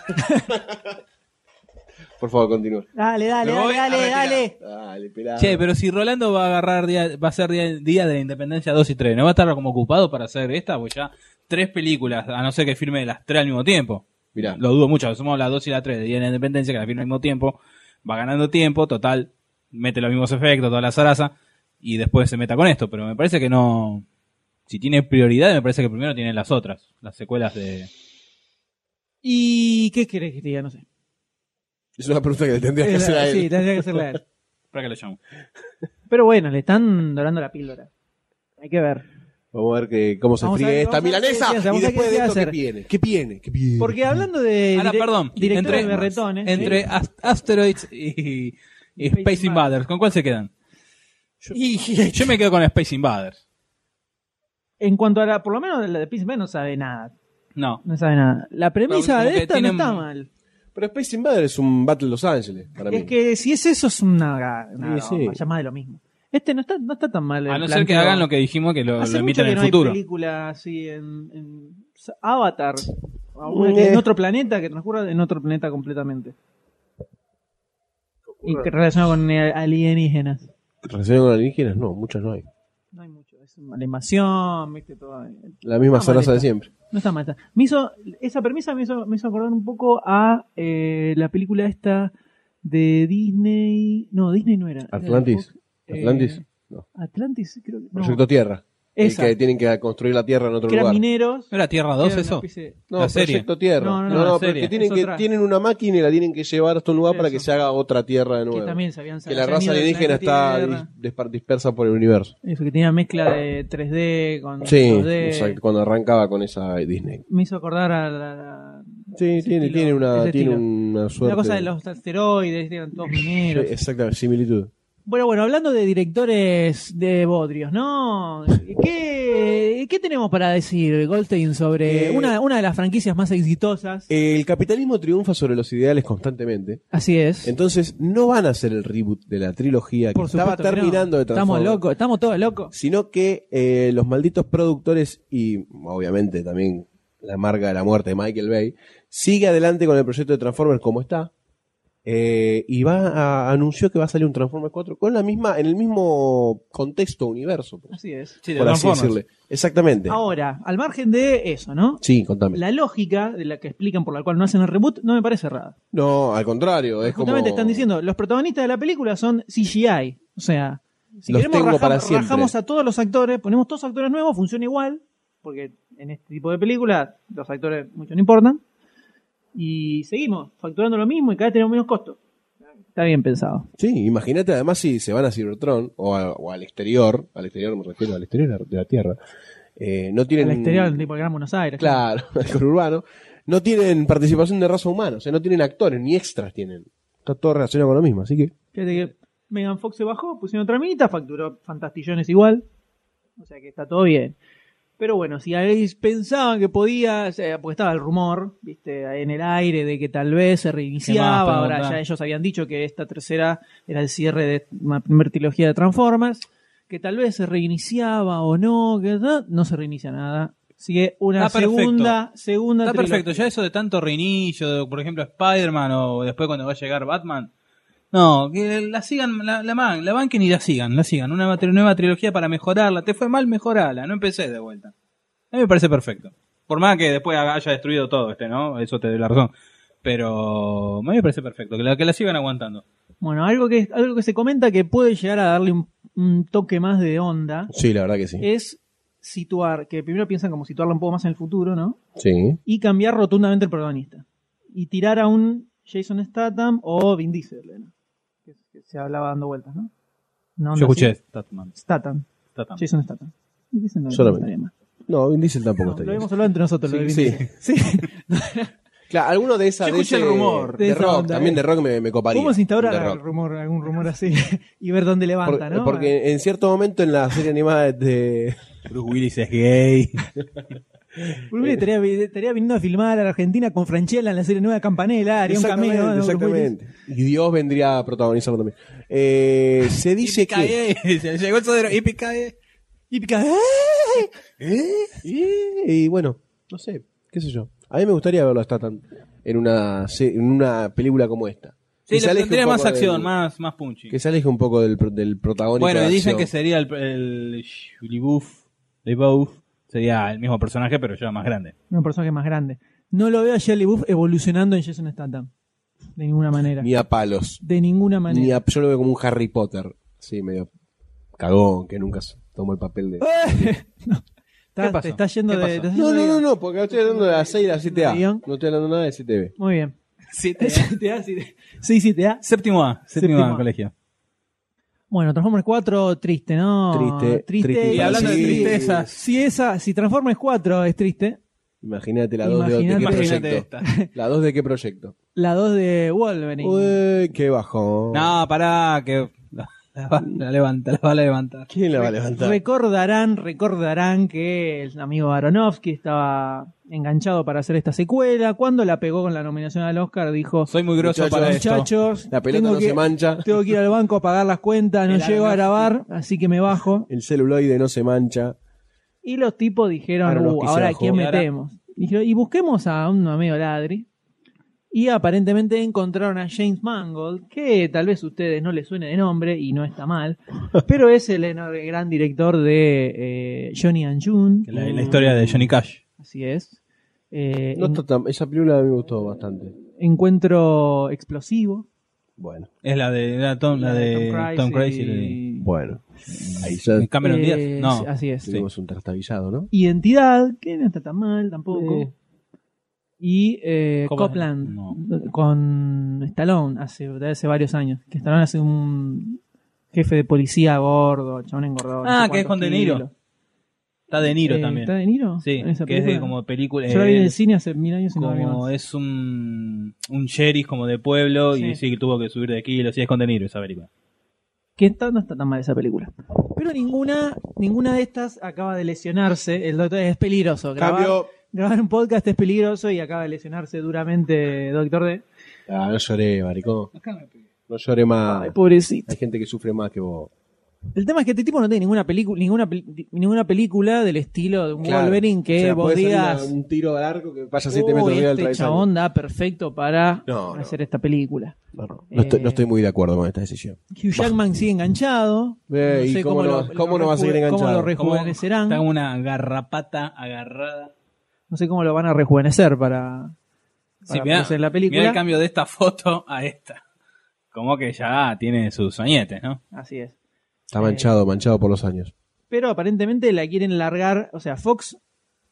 B: Por favor, continúa.
A: Dale, dale,
C: Me voy
A: dale,
C: a
A: dale,
C: retirar.
A: dale.
B: Dale, esperá.
C: Che, pero si Rolando va a agarrar día, va a ser día, día de la Independencia 2 y 3, ¿no va a estar como ocupado para hacer esta? Pues ya tres películas, a no ser que firme las tres al mismo tiempo.
B: Mirá.
C: Lo dudo mucho, somos las 2 y la 3 de Día de la Independencia, que la firma al mismo tiempo, va ganando tiempo, total, mete los mismos efectos, toda la zaraza, y después se meta con esto, pero me parece que no... Si tiene prioridad, me parece que primero tiene las otras, las secuelas de...
A: ¿Y qué querés que te diga? No sé.
B: Es una pregunta que le tendrías que
A: Eh,
B: hacer a él.
A: Sí, tendría que hacerle a él.
C: ¿Para que lo llamo?
A: Pero bueno, le están dorando la píldora. Hay que ver.
B: Vamos a ver que, cómo se
A: Vamos a ver,
B: fríe
A: vamos
B: esta
A: a ver
B: milanesa.
A: qué decías,
B: y
A: vamos a ver
B: después
A: qué
B: de esto,
A: decías
B: ¿qué
A: hacer.
B: viene? ¿Qué viene? ¿Qué viene?
A: Porque hablando de
C: Ahora,
A: direc-
C: perdón,
A: directores eh,
C: entre-
A: berretones,
C: Entre
A: ¿sí?
C: As- Asteroids y, y Space Invaders, ¿con cuál se quedan?
A: (laughs) Y-
C: Yo me quedo con Space Invaders.
A: en cuanto a la, por lo menos la de Pittsburgh no sabe nada,
C: No.
A: no sabe nada. La premisa
C: Pero como
A: de
C: que
A: esta
C: tiene
A: no
C: un-
A: está mal.
B: Pero Space Invader es un Battle Los Ángeles, para
A: Es
B: mí.
A: que si es eso es una, una
B: Sí, sí.
A: vaya más de lo mismo. Este no está, no está tan mal.
C: A
A: el
C: no ser que
A: planteo.
C: hagan lo que dijimos que lo,
A: Hace
C: lo
A: mucho
C: inviten
A: que
C: en el
A: no
C: futuro.
A: hay películas así en, en Avatar, alguna que
B: Eh.
A: en otro planeta, que transcurra en otro planeta completamente. Y que relacionado con eh, alienígenas.
B: Relacionado con alienígenas, no, muchas no hay.
A: No hay mucho, es la invasión, viste todo.
B: La misma
A: Ah,
B: zaraza
A: maleta.
B: de siempre.
A: No está mal. está. Me hizo, esa premisa me hizo, me hizo acordar un poco a eh, la película esta de Disney. No, Disney no era. Era
B: Atlantis.
A: Fox. Eh,
B: Atlantis. no.
A: Atlantis, creo que. No,
B: Proyecto Tierra. El
A: esa,
B: que tienen que construir la Tierra en otro
A: que eran
B: lugar.
A: mineros.
C: ¿No era Tierra 2
A: que era una
C: eso?
A: especie-
B: No,
C: La serie.
B: Proyecto Tierra.
A: No, no,
B: No, no, pero
C: la serie.
B: que tienen,
A: Es
B: que
A: otra.
B: tienen una máquina y la tienen que llevar hasta un lugar para que
A: Eso.
B: se haga otra Tierra de
A: que
B: nuevo.
A: también se habían
B: Que la
A: se
B: raza
A: habían ido del
B: alienígena
A: planeta
B: está
A: Tierra.
B: dis- dispar- dispersa por el universo.
A: Eso que tenía mezcla de 3D con
B: Sí,
A: 2D.
B: exacto, cuando arrancaba con esa Disney.
A: Me hizo acordar a la, la-
B: Sí,
A: ese
B: tiene,
A: estilo,
B: tiene, una,
A: ese
B: tiene
A: estilo.
B: una suerte.
A: la cosa de los asteroides, eran todos
B: Sí,
A: mineros.
B: Exactamente, similitud.
A: Bueno, bueno, hablando de directores de Bodrios, ¿no? ¿Qué, qué tenemos para decir, Goldstein, sobre
B: Eh,
A: una, una de las franquicias más exitosas?
B: El capitalismo triunfa sobre los ideales constantemente.
A: Así es.
B: Entonces, no van a hacer el reboot de la trilogía que
A: Por
B: estaba
A: supuesto que no.
B: terminando de
A: Estamos
B: transformar.
A: locos, estamos todos locos.
B: Sino que eh, los malditos productores y, obviamente, también la marca de la muerte de Michael Bay, sigue adelante con el proyecto de Transformers como está. eh, y va a- anunció que va a salir un Transformers 4 con la misma, en el mismo contexto, universo, por,
A: Así es.
C: Sí, de
B: por así
C: Transformers.
B: decirle. Exactamente.
A: Ahora, al margen de eso, ¿no?
B: Sí, contame.
A: La lógica de la que explican por la cual no hacen el reboot no me parece errada.
B: No, al contrario, es
A: Justamente
B: como...
A: están diciendo, los protagonistas de la película son CGI. O sea, si
B: Los
A: queremos
B: tengo
A: rajar-
B: para siempre.
A: rajamos a todos los actores, ponemos todos actores nuevos, funciona igual, porque en este tipo de películas los actores mucho no importan. Y seguimos facturando lo mismo y cada vez tenemos menos costo. Está bien pensado.
B: Sí, imagínate además si se van a Cybertron o, a- o al exterior, al exterior me refiero, al exterior de la Tierra, eh, no tienen...
A: El exterior, tipo el Gran Buenos Aires.
B: Claro, (laughs) el conurbano, no tienen participación de raza humana, o sea, no tienen actores, ni extras tienen. Está todo relacionado con lo mismo, así que...
A: Fíjate que Megan Fox se bajó, pusieron otra minita, facturó fantastillones igual. O sea que está todo bien. Pero bueno, si ahí pensaban que podía, o sea, porque estaba el rumor, viste, ahí en el aire de que tal vez se
C: ¿Qué más
A: reiniciaba.
C: podemos
A: Ahora
C: dar?
A: ya ellos habían dicho que esta tercera era el cierre de una primera trilogía de Transformers, que tal vez se reiniciaba o no, que no, no se reinicia nada. Sigue una
C: Está perfecto.
A: segunda, segunda
C: Está
A: trilogía.
C: perfecto, ya eso de tanto reinicio, de, por ejemplo Spider-Man o después cuando va a llegar Batman. No, que la sigan, la, la, man- la banquen y la sigan, la sigan. Una matri- nueva trilogía para mejorarla. Te fue mal, mejorala, no empecé de vuelta. A mí me parece perfecto. Por más que después haya destruido todo este, ¿no? Eso te doy la razón. Pero a mí me parece perfecto, que la, que la sigan aguantando.
A: Bueno, algo que, algo que se comenta que puede llegar a darle un, un toque más de onda
B: Sí, la verdad que sí.
A: es situar, que primero piensan como situarla un poco más en el futuro, ¿no?
B: Sí.
A: Y cambiar rotundamente el protagonista. Y tirar a un Jason Statham o Vin Diesel, ¿no? que, que se hablaba dando vueltas, ¿no? No,
C: Yo
A: no, sí.
C: escuché Statman.
A: Statham,
C: Statham.
A: Jason Statham. Vin Diesel no, no
B: Solamente.
A: estaría mal.
B: No, Vin Diesel tampoco
A: No,
B: está
A: lo
B: bien.
A: hemos hablado entre nosotros. lo de Vin
B: Sí,
A: Diesel. Sí.
B: (laughs) Claro, alguno de esas.
C: Yo
B: de
C: escuché el rumor.
B: De,
A: De esa
B: rock,
A: onda,
B: también
A: eh.
B: de rock me, me coparía.
A: ¿Cómo se instaura
B: De rock.
A: algún rumor, algún rumor así (laughs) y ver dónde levanta,
B: Por-
A: no?
B: Porque en cierto momento en la serie animada de.
C: Bruce Willis es gay.
A: Bruce
B: eh,
A: Willis estaría, estaría viniendo a filmar a la Argentina con Franchella en la serie nueva de Campanella, haría un
B: Exactamente,
A: cameo. ¿no?
B: exactamente. Y Dios vendría a protagonizarlo también. Eh, se dice que.
C: (laughs) Llegó el sodero. Y picae.
A: Y pica, ¡eh!
B: Eh, Y bueno, no sé, qué sé yo. A mí me gustaría verlo hasta tan, en una se- en una película como esta.
C: Sí,
B: Que se
C: le
B: aleje un
C: tendría
B: poco
C: más acción,
B: del-
C: más, más punchy.
B: Que se aleje un poco del, pro- del protagónico.
C: Bueno,
B: de
C: y dicen
B: acción.
C: que sería el, el Shulibuf, Lebeuf, sería el mismo personaje, pero ya
A: (laughs)
C: más grande.
A: Un personaje más grande. No lo veo a Shelley Buff evolucionando en Jason Statham. De ninguna manera.
B: Ni a palos.
A: De ninguna manera.
B: Ni a- yo lo veo como un Harry Potter. Sí, medio cagón, que nunca se tomó el papel de.
A: (laughs) Está-
C: ¿Qué pasó?
A: Te estás yendo
C: ¿Qué
A: de.
C: pasó?
A: te estás
B: No,
A: yendo
B: no,
A: de-
B: no, no, porque estoy hablando de la 6 y la 7A.
A: Guión.
B: No estoy hablando nada de 7B.
A: Muy bien.
C: Sí,
A: (laughs) 7A, 7A. Sí, 7A.
C: séptimo A, séptimo,
A: Séptimo
C: A
A: A.
C: colegio.
A: Bueno, Transformers 4, triste, ¿no?
B: Triste, triste.
C: Y hablando de
A: sí.
C: tristezas.
A: Si, esa, si Transformers 4 es triste,
B: Imagínate la 2 de, de qué
A: Imagínate.
C: Imagínate
B: proyecto.
C: esta.
B: La 2 de qué proyecto.
A: la 2 de Wolverine.
B: Uy, qué bajón.
C: No, pará, que la, la va- la levanta, la va a levantar.
B: ¿Quién la va a levantar?
A: Recordarán, recordarán que el amigo Aronofsky estaba enganchado para hacer esta secuela. Cuando la pegó con la nominación al Oscar, dijo:
C: Soy muy grosso
B: Muchachos,
C: para esto.
A: Muchachos,
B: La pelota
A: tengo
B: no
A: que-
B: se mancha.
A: Tengo que ir al banco a pagar las cuentas, no
C: El
A: llego a
C: Aronofsky.
A: grabar, así que me bajo.
B: El celuloide no se mancha.
A: Y los tipos dijeron, "Uh,
B: Aronofsky se
A: ahora a
B: bajó.
A: quién
C: Y ahora-
A: metemos. Dijeron, y busquemos a un amigo ladri. Y aparentemente encontraron a James Mangold, que tal vez a ustedes no les suene de nombre y no está
C: (laughs)
A: mal, pero es el enorme gran director de eh, Johnny and June.
C: Que La, la historia de Johnny Cash.
A: Así es. Eh,
B: No
A: en-
B: está tan- esa película a mí me gustó bastante.
A: encuentro explosivo.
B: Bueno,
C: Es la de, la Tom, la de Tom Cruise y de-
B: bueno. Ahí ya
C: de Cameron
A: Eh,
C: Díaz. No,
A: Así es.
B: tuvimos un trastabillado, ¿no?
A: Identidad, que no está tan mal tampoco.
B: Eh.
A: Y eh,
C: ¿Cómo es?
A: Copland
C: No.
A: con Stallone hace, de hace varios años. Que Stallone hace un jefe de policía gordo, chabón engordado. no
C: Ah,
A: sé
C: que es
A: cuántos
C: con De Niro.
A: kilos.
C: está De Niro
A: Eh,
C: también.
A: ¿Está De Niro?
C: Sí,
A: en esa
C: que es de
A: película?
C: como película.
A: Yo la vi en
C: eh,
A: el cine hace mil años y no la vi
C: como
A: más.
C: es un, un sheriff como de pueblo y
A: Sí.
C: sí que tuvo que subir de kilos y es contenido esa película.
A: Que está- no está tan mal esa película. Pero ninguna, ninguna de estas acaba de lesionarse. El doctor es peligroso. Grabar,
B: Cambio.
A: grabar un podcast es peligroso y acaba de lesionarse duramente Doctor D.
B: Ah, no lloré, maricón. No lloré más.
A: Ay, pobrecito.
B: Hay gente que sufre más que vos.
A: El tema es que este tipo no tiene ninguna película, ninguna, peli- ninguna película del estilo de un Wolverine que
B: O sea,
A: vos
B: puede salir
A: digas.
B: una- Un tiro al arco que pasa 7 metros
A: "Uy,
B: arriba del
A: este
B: travesaño.
A: chabón da perfecto para
B: No, no.
A: hacer esta película.
B: No, no, no estoy,
A: Eh,
B: no estoy muy de acuerdo con esta decisión.
A: Hugh Jackman sigue enganchado.
B: Eh, ¿y cómo no- cómo no va a seguir
A: rejuve-
B: enganchado?
A: cómo lo
C: Como-
A: rejuvenecerán.
C: Está como una garrapata agarrada.
A: No sé cómo lo van a rejuvenecer para,
C: Sí,
A: para
C: mirá,
A: hacer la
C: mirá el
A: película.
C: cambio de esta (laughs) foto a esta. Como que ya tiene sus añetes, ¿no?
A: Así es.
B: Está
A: Eh.
B: manchado, manchado por los años.
A: Pero aparentemente la quieren largar. O sea, Fox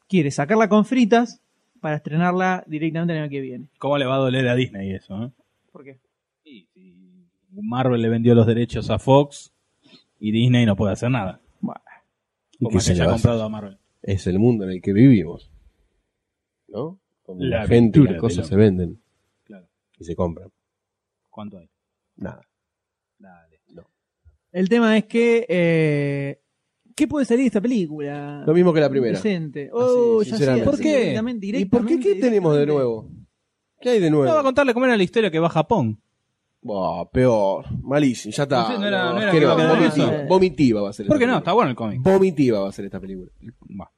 A: quiere sacarla con fritas para estrenarla directamente el año que viene.
C: ¿Cómo le va a doler a Disney eso? eh?
A: ¿Por qué?
C: Marvel le vendió los derechos a Fox y Disney no puede hacer nada.
A: Bueno.
B: ¿Y
C: Como
B: qué
C: que
B: se le
C: haya
B: va a hacer?
C: comprado a Marvel.
B: Es el mundo en el que vivimos. ¿No? Como
C: La
B: la, gente y
C: aventura
B: las
C: del
B: cosas
C: hombre.
B: se venden
C: Claro.
B: y se compran.
C: ¿Cuánto hay?
B: Nada.
C: Dale.
A: El tema es que eh, ¿Qué puede salir de esta película?
B: Lo mismo que la primera.
A: Indecente. Oh, ya sé,
B: sinceramente.
A: ¿Por
C: ¿Por qué?
A: qué?
B: ¿Y por qué qué tenemos de nuevo? ¿Qué hay de
C: No, va a
B: nuevo?
C: contarle cómo era la historia que va a Japón.
B: Buah, peor, malísimo, ya está.
C: No sé, no era- no era
B: asqueroso,
A: que iba a quedar
B: vomitiva,
A: nada.
B: vomitiva va a ser.
C: ¿Por
B: esta
C: qué no? Está
B: película.
C: bueno el cómic.
B: Vomitiva va a ser esta película.
C: Va.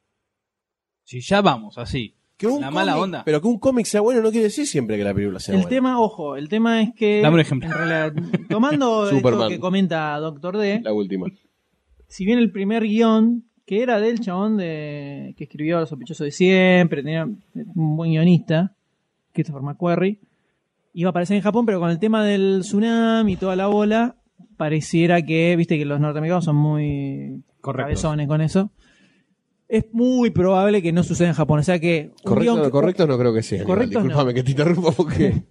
C: Si ya vamos así.
B: Que un
C: La mala
B: cómic-
C: onda.
B: Pero que un cómic sea bueno no quiere decir siempre que la película sea
A: El
B: buena.
A: tema, ojo, el tema es que.
C: Dame un ejemplo.
A: en realidad, tomando esto
B: (laughs) Superman.
A: que comenta Doctor D,
B: La última.
A: si bien el primer guión, que era del chabón de, que escribió Los Sospechosos de Siempre, tenía un buen guionista, Christopher McQuarrie, iba a aparecer en Japón, pero con el tema del tsunami y toda la bola, pareciera que, viste que los norteamericanos son muy
C: Correcto.
A: cabezones con eso. Es muy probable que no suceda en Japón. O sea que. un
B: Correcto,
A: guión que-
B: correcto no creo que sea.
A: Correcto no.
B: Disculpame que te
A: (laughs)
B: interrumpa porque.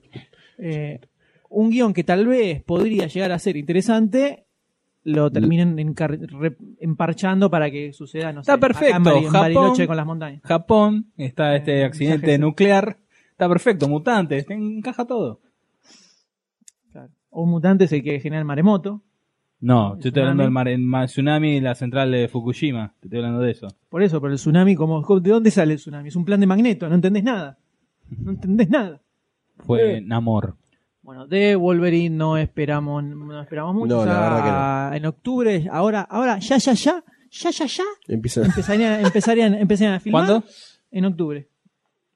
A: eh, un guión que tal vez podría llegar a ser interesante, lo terminan encar- re- emparchando para que suceda, no sé,
C: Está perfecto,
A: acá en Bari- en
C: Japón.
A: Bariloche con las montañas.
C: Japón, está este
A: Eh,
C: accidente
A: mensaje.
C: nuclear. Está perfecto, mutantes, te encaja todo.
A: O un mutante es el que genera el maremoto.
C: No,
A: El
C: yo estoy hablando
A: tsunami.
C: del mar- el ma- tsunami y la central de Fukushima. Te estoy hablando de eso.
A: Por eso, por el tsunami, como, ¿de dónde sale el tsunami? Es un plan de magneto, no entendés nada. No entendés nada.
C: Fue
A: Eh.
C: Namor.
A: Bueno, de Wolverine no esperamos, no esperamos mucho.
B: No, la
A: Ya
B: verdad
A: En octubre, ahora, ahora, ya, ya, ya, ya, ya, ya,
B: Empieza.
A: empezarían, empezarían, empezarían a filmar.
C: ¿Cuándo?
A: en octubre.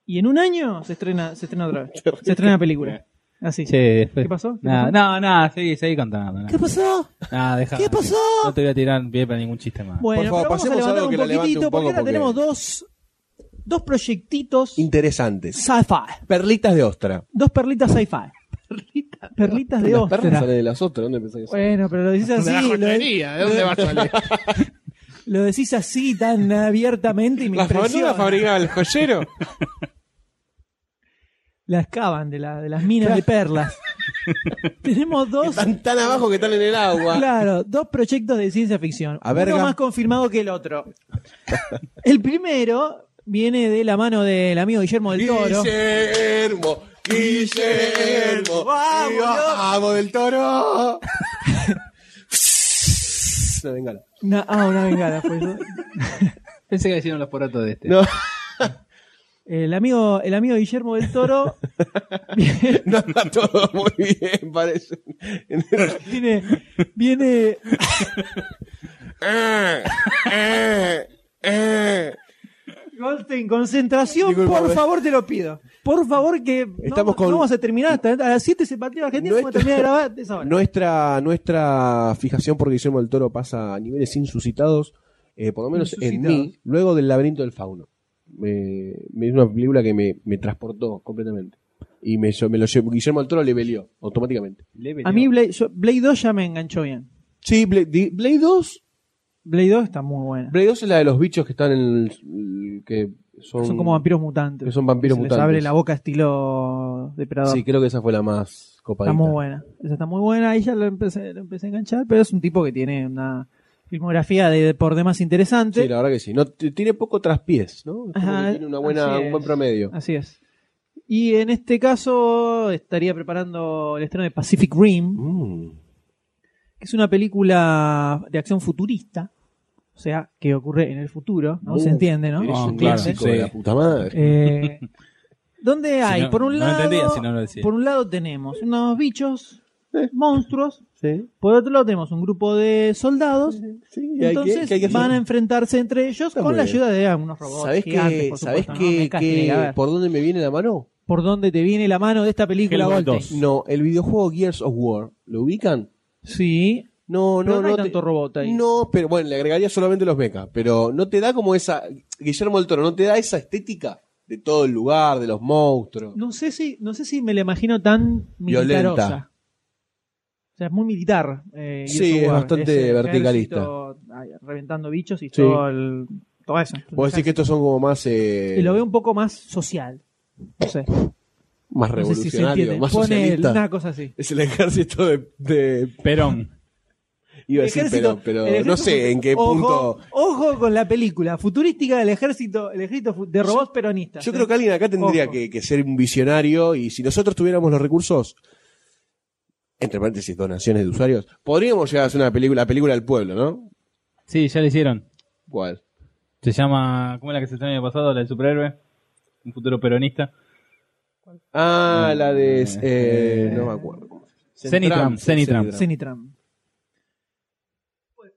A: Y en un año se estrena, se estrena otra
B: (laughs)
A: vez. Se estrena la película. Así. ¿Qué pasó? ¿Qué
C: Nada,
A: pasó?
C: no, nada, seguí, seguí contando. nada.
A: pasó?
C: Nada, deja.
A: ¿Qué pasó?
C: No te voy a tirar pie para ningún chiste más.
A: Bueno,
B: Por favor,
A: pero vamos a
B: pasemos
A: levantar
B: algo
A: un
B: que la levante
A: poquitito
B: un
A: porque
B: poco,
A: ahora
B: porque-
A: tenemos dos, dos proyectitos
B: Interesantes.
A: sci-fi.
B: Perlitas de ostra.
A: Dos perlitas sci-fi. Perlitas de
B: Las perlas
A: ostra.
B: salen de las ostras. ¿Dónde pensás que salen?
A: Bueno, pero lo decís
D: De la
A: así, lo,
D: joyería, ¿de dónde va a salir?
A: lo decís así tan abiertamente y me
E: ¿La
A: impresiona.
E: fabricaba fabricaba el joyero?
A: Las cavan de, la, de las minas de
B: (laughs)
A: perlas. tenemos dos
B: (laughs) Están tan abajo que están en el agua.
A: Claro, dos proyectos de ciencia ficción.
B: Ah. A verga.
A: Uno más confirmado que el otro. El primero viene de la mano del amigo Guillermo del Toro.
B: Guillermo, Guillermo,
A: Vamos,
B: y vamos del toro. (laughs) no, vengala.
A: Una- ah, una bengala fue eso.
C: Pensé que hicieron los porotos de este.
B: No,
A: El amigo, el amigo Guillermo del Toro (laughs) viene,
B: (laughs) no anda todo muy bien, (laughs) parece.
A: viene- viene-
B: Eh,
A: Goldstein, concentración,
B: Disculpa,
A: por
B: güey.
A: favor te lo pido. Por favor que no-
B: Estamos
A: no,
B: con-
A: vamos a terminar hasta a las 7 se patea la gente
B: No
A: vamos a
B: está-
A: terminar de grabar esa hora.
B: Nuestra, nuestra fijación por Guillermo del Toro pasa a niveles insuscitados, eh, por lo menos en
A: Insuscitados.
B: mí, luego del laberinto del fauno. Me, me- es una película que me, me transportó completamente. Y me, yo- me lo llevo- Guillermo del Toro le velió automáticamente.
A: A mí Blade, yo- Blade 2 ya me enganchó bien.
B: Sí, Blade, di- Blade 2.
A: Blade 2 está muy buena.
B: Blade 2 es la de los bichos que están en. el- que son,
A: Son como vampiros mutantes.
B: que son vampiros
A: Se les
B: mutantes.
A: abre la boca estilo depredador.
B: Sí, creo que esa fue la más copadita.
A: está muy buena. Esa está muy buena. Ahí ya lo empecé, lo empecé a enganchar, pero es un tipo que tiene una filmografía de, por demás interesante.
B: Sí, la verdad que sí. No, t- tiene poco traspiés, ¿no? Es como
A: Ajá,
B: que tiene una buena,
A: así
B: un buen
A: es. Ah.
B: promedio.
A: Así es. Y en este caso estaría preparando el estreno de Pacific Rim,
B: Mm.
A: que es una película de acción futurista, o sea, que ocurre en el futuro, ¿no?
B: Uh,
A: Se entiende, ¿no?
B: Eres
C: No,
B: un
C: Ah, claro,
B: clásico
C: sí.
B: de la puta madre.
A: Eh, ¿Dónde hay?
C: no-
A: por un
C: no
A: lado,
C: entendía si no lo decía.
A: por un lado tenemos unos bichos, monstruos,
B: Sí,
A: Por otro lado tenemos un grupo de soldados.
B: sí, y hay que-
A: Entonces
B: que hay que hacer-
A: van a enfrentarse entre ellos
B: Está
A: con
B: muy
A: la
B: bien.
A: ayuda de algunos robots.
B: ¿Sabés
A: gigantes,
B: que,
A: por
B: ¿sabés
A: supuesto, ¿no?
B: que,
A: Mechas
B: que-
A: tiene que haber. por...
B: por dónde me viene la mano?
A: dónde te viene la mano de esta película,
C: Hellboy
A: Goldstein?
C: 2.
B: No, el videojuego Gears of War, ¿lo ubican?
A: Sí,
B: No,
A: Pero
B: no,
A: no hay
B: te-
A: tanto robot ahí.
B: No, pero bueno, le agregaría solamente los mechas, pero no te da como esa Guillermo del Toro, no te da esa estética de todo el lugar, de los monstruos.
A: no sé si no sé si me la imagino tan
B: Violenta.
A: militarosa. O sea, es muy militar. eh, Gears
B: Sí,
A: of
B: es
A: War.
B: bastante
A: el
B: verticalista.
A: ejército, ay, Reventando bichos y
B: Sí.
A: todo, el- todo eso.
B: Vos decís que estos son como más eh,
A: Y lo veo un poco más social. No sé,
B: más
A: no sé si se
B: revolucionarios,
A: entiende.
B: más
A: Pone
B: socialistas.
A: una cosa así.
B: Es el ejército de, de-
C: Perón.
B: iba a decir
A: Ejército-
B: Perón, pero,
A: el ejército
B: no sé en qué
A: fut-
B: punto.
A: Ojo, ojo con la película futurística del ejército, el ejército fu- de robots peronistas.
B: Yo
A: ¿eh?
B: creo que alguien acá tendría
A: Ojo.
B: que, que ser un visionario y si nosotros tuviéramos los recursos, entre paréntesis, donaciones de usuarios, podríamos llegar a hacer una película, la película del pueblo, ¿no?
C: Sí, ya lo hicieron.
B: ¿Cuál?
C: Se llama. ¿Cómo es la que se estrenó el año pasado? La del superhéroe. Un futuro peronista.
B: Ah, la de.
C: Eh,
B: eh,
C: eh,
B: no me acuerdo cómo se
C: Zenitram, Zenitram.
A: Zenitram.
B: Puede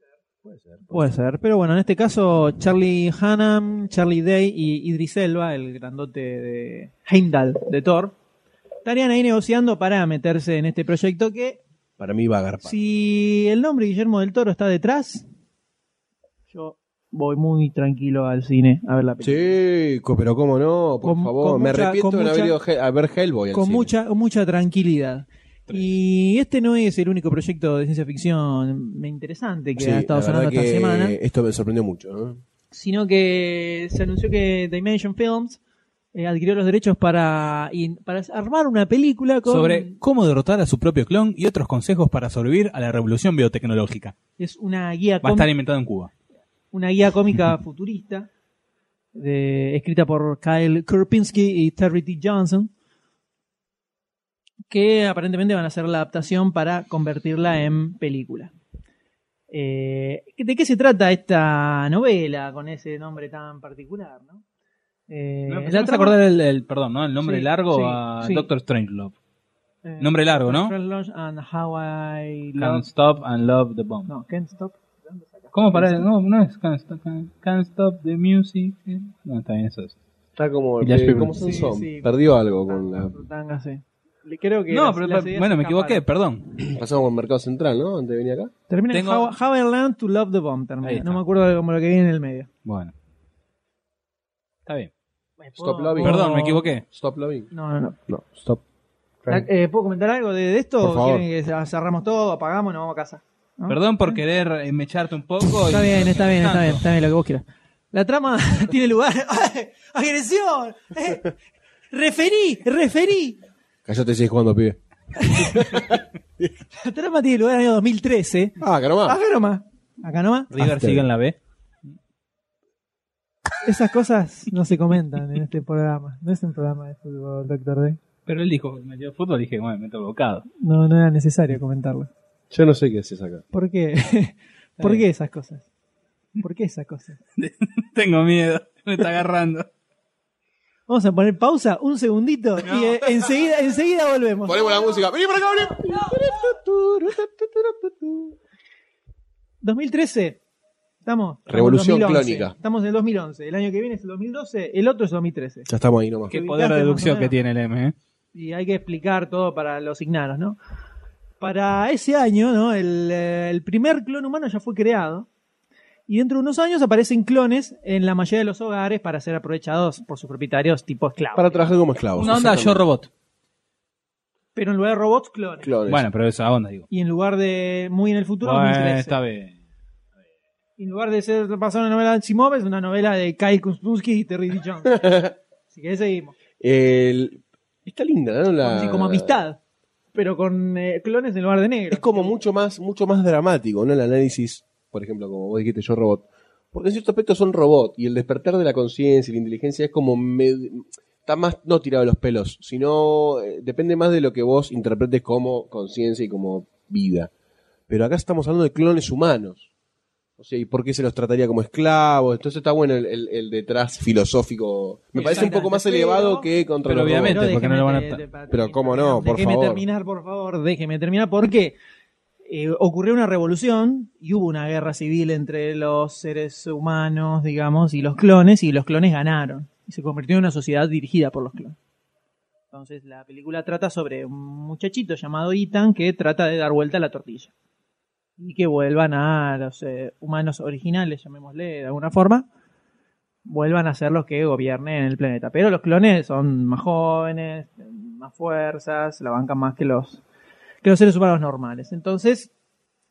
B: ser.
A: Puede ser, pero bueno, en este caso Charlie Hannam, Charlie Day y Idris Elba, el grandote de Heimdall de Thor, estarían ahí negociando para meterse en este proyecto que
B: Para mí va a agarpar.
A: si el nombre Guillermo del Toro está detrás, yo voy muy tranquilo al cine a ver la película.
B: Sí, co- pero cómo no, por
A: Con-
B: favor.
A: con
B: Me
A: mucha-
B: arrepiento
A: con
B: de no haber
A: mucha-
B: ido a Hel- a ver Hellboy. al
A: con
B: cine.
A: mucha mucha tranquilidad. Y este no es el único proyecto de ciencia ficción interesante que
B: Sí,
A: ha estado
B: la verdad
A: sonando esta
B: que
A: semana.
B: Esto me sorprendió mucho. ¿no?
A: sino que se anunció que Dimension Films eh, adquirió los derechos para, in- para armar una película con
C: Sobre cómo derrotar a su propio clon y otros consejos para sobrevivir a la revolución biotecnológica.
A: es una guía
C: Va a
A: com-
C: estar inventado en Cuba.
A: una guía (laughs) cómica futurista de- escrita por Kyle Kurpinski y Terry T. Johnson que aparentemente van a hacer la adaptación para convertirla en película. Eh, ¿De qué se trata esta novela con ese nombre tan particular? ¿no? Eh,
C: Me
A: la
C: empezamos a
A: trama-
C: acordar el, el- perdón, ¿no? El nombre
A: Sí,
C: largo
A: sí,
C: a
A: sí.
C: Doctor Strangelove.
A: Eh,
C: Nombre largo, ¿no?
A: Friend Launch and How I
C: Can't
A: Love-
C: stop and love the bomb.
A: No, Can't Stop.
C: ¿Cómo para? No, no es can't stop, can't, Can't Stop the music. No, está bien, eso es.
B: Está como.
C: Y Flash
B: eh,
C: People.
B: como Son
A: Sí,
B: Son.
A: sí.
B: Perdió algo con la.
A: Tanga, sí. Le- Creo que
C: No,
A: las-
C: pero
A: las
C: pa-
A: ideas
C: bueno,
A: se
C: me equivoqué,
A: escaparon.
C: perdón.
B: Pasamos por Mercado Central, ¿no? Antes de venir acá.
A: Termina en How,
C: Tengo-
A: How I Learned to Love the Bomb.
C: Ahí
A: Termina.
C: está.
A: No me acuerdo de cómo lo que viene en el medio.
C: Bueno. Está bien.
B: Stop Loving.
C: Perdón, me equivoqué.
B: Stop loving.
A: No, no, no.
B: No, stop.
A: Eh, ¿Puedo comentar algo de, de esto?
B: Por favor.
A: ¿Quieren que cer- cerramos todo, apagamos y nos vamos a casa? ¿No?
C: Perdón por querer eh, mecharte un poco.
A: Está
C: y-
A: bien, está bien, está
C: tanto.
A: bien, está bien, lo que vos quieras. La trama (laughs) tiene
B: (laughs)
A: lugar. ¡Ay! ¡Agresión! ¡Eh! ¡Referí! ¡Referí!
B: Callate si jugando, pibe.
A: La trama tiene lugar en el año 2013.
B: Ah, que nomás.
A: Acá nomás. Acá nomás.
C: River
B: After.
C: sigue en la B.
A: Esas cosas no se comentan en este programa. No es un programa de fútbol, doctor D.
C: Pero él dijo, me dio fútbol, dije, bueno, me he equivocado.
A: No, no era necesario comentarlo.
B: Yo no sé qué haces acá.
A: ¿Por qué? (laughs) ¿Por qué esas cosas? ¿Por qué esas cosas?
C: (laughs) Tengo miedo, me está agarrando.
A: Vamos a poner pausa un segundito y eh, enseguida, enseguida volvemos.
B: Ponemos la música. Vení para acá, vení.
A: 2013. Estamos. estamos en
B: Revolución
A: 2011.
B: clónica.
A: Estamos en el 2011. El año que viene es el 2012. El otro es 2013.
B: Ya estamos ahí nomás.
C: Qué
A: Ubicaste
C: poder de
A: más o
C: deducción que
A: menos.
C: tiene el M, ¿eh?
A: y hay que explicar todo para los ignaros, ¿no? Para ese año, ¿no? El, eh, el primer clon humano ya fue creado. Y dentro de unos años aparecen clones en la mayoría de los hogares para ser aprovechados por sus propietarios tipo esclavos.
B: Para trabajar como esclavos.
C: Una onda yo
B: exactamente.
C: robot.
A: Pero en lugar de robots, clones.
B: Clones.
C: Bueno, pero esa onda, digo.
A: Y en lugar de muy en el futuro,
C: Bueno,
A: 2013.
C: está bien.
A: Y en lugar de ser pasar una novela de Simov, es una novela de Kyle Kuspinski y Terry D. Jones. Así que ahí seguimos.
B: El- Está linda, ¿no? La...
A: Así como amistad, pero con eh, clones en lugar de negros.
B: Es como mucho más, mucho más dramático, ¿no? El análisis, por ejemplo, como vos dijiste, yo robot. Porque en cierto aspecto son robot y el despertar de la conciencia y la inteligencia es como. med- Está más, no tirado de los pelos, sino eh, depende más de lo que vos interpretes como conciencia y como vida. Pero acá estamos hablando de clones humanos. O sea, ¿y por qué se los trataría como esclavos? Entonces está bueno el, el- el detrás filosófico. Me parece un poco más
A: Exactamente,
B: elevado
A: pero-
B: que contra
C: pero
B: los robots.
C: obviamente, porque no lo van a-
B: Pero cómo no, por
A: déjeme
B: favor.
A: terminar, por favor, déjeme terminar, porque eh, ocurrió una revolución y hubo una guerra civil entre los seres humanos, digamos, y los clones, y los clones ganaron. Y se convirtió en una sociedad dirigida por los clones. Entonces la película trata sobre un muchachito llamado Ethan que trata de dar vuelta a la tortilla. Y que vuelvan a los eh, humanos originales, llamémosle de alguna forma, vuelvan a ser los que gobiernen el planeta. Pero los clones son más jóvenes, tienen más fuerzas, la bancan más que los, que los seres humanos normales. Entonces,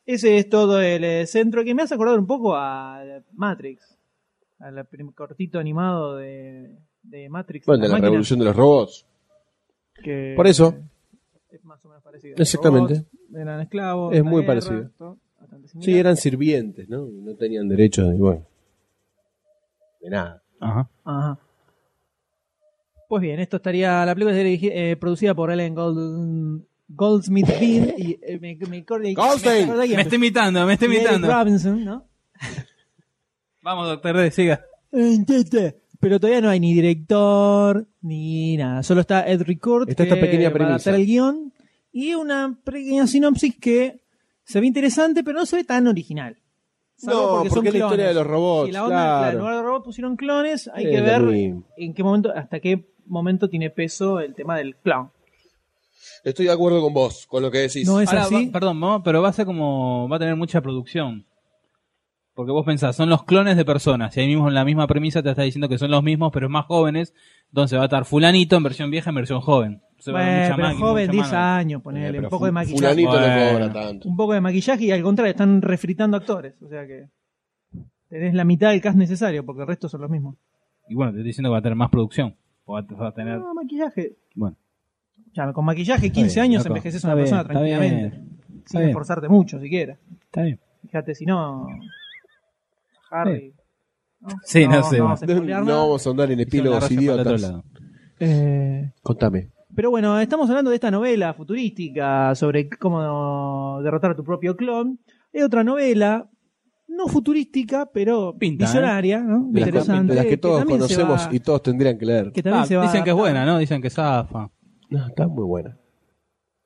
A: ese es todo el eh, centro que me hace acordar un poco a Matrix, al prim- cortito animado de, de Matrix.
B: Bueno, de la
A: máquina,
B: revolución de los robots.
A: que
B: Por eso.
A: Es más o menos parecido.
B: Exactamente.
A: Robots, eran esclavos.
B: Es
A: la
B: muy
A: guerra,
B: parecido.
A: todo bastante similar.
B: Sí, eran sirvientes, ¿no? No tenían derechos de, bueno, de nada.
C: Ajá.
A: Ajá. Pues bien, esto estaría. La película sería dirigi- eh, producida por Ellen Gold- Goldsmith Bean y eh, me, me acordé-
B: Goldstein.
A: acordé que-
C: Me está imitando, me está
A: y Eric
C: imitando.
A: Robinson, ¿no?
C: Vamos, doctor D, siga.
A: Pero todavía no hay ni director, ni nada. Solo está Ed Record.
B: Está esta
A: que
B: pequeña
A: va a
B: premisa.
A: adaptar el guión y una pequeña sinopsis que se ve interesante, pero no se ve tan original. Salvo
B: No, porque es la
A: clones.
B: historia de los robots,
A: Y la onda,
B: claro.
A: en lugar de robots pusieron clones. Hay
B: Eh,
A: que
B: lo
A: ver
B: mismo.
A: en qué momento, hasta qué momento tiene peso el tema del clown.
B: Estoy de acuerdo con vos, con lo que decís.
A: No es
C: Ahora,
A: así.
C: va- perdón, ¿no? pero va a ser como. Va a tener mucha producción. Porque vos pensás, son los clones de personas. Y ahí mismo en la misma premisa te está diciendo que son los mismos, pero más jóvenes. Entonces va a estar Fulanito en versión vieja, en versión joven. Se va a dar
A: Bueno,
C: mucha
A: pero
C: maqui-
A: joven, ah.
C: mucha
A: 10
C: mano.
A: años,
B: Eh,
A: ponerle
B: pero
A: un poco de
B: fu-
A: maquillaje.
B: Fulanito no
C: Bueno.
B: cobra tanto.
A: un poco de maquillaje y al contrario, están refritando actores. O sea que tenés la mitad del cast necesario porque el resto son los mismos.
C: Y bueno, te estoy diciendo que va a tener más producción. O Va va a tener.
A: No, maquillaje.
C: Bueno.
A: Ya, con maquillaje 15
C: bien,
A: años
C: loco.
A: envejeces
C: Está
A: a una
C: bien,
A: persona
C: está
A: tranquilamente. sin
C: Está bien.
A: esforzarte mucho siquiera.
C: Está bien.
A: Fíjate, si no. Harry. ¿no?
C: Sí, no sé.
A: vamos a spoilear
B: No
A: nada.
B: vamos a andar en epílogos
C: Hizo una raya para el
B: idiotas.
C: otro lado.
A: Eh,
B: Contame.
A: Pero bueno, estamos hablando de esta novela futurística sobre cómo derrotar a tu propio clon. Hay otra novela, no futurística, pero
C: Pinta,
A: visionaria, ¿no?
B: ¿eh? De las,
A: interesante.
B: de las que todos
A: también se
B: conocemos
A: va-
B: y todos tendrían que leer.
A: que también
C: Ah,
A: se va
C: dicen que es
A: adaptando.
C: buena, ¿no? Dicen que zafa.
B: No, está muy buena.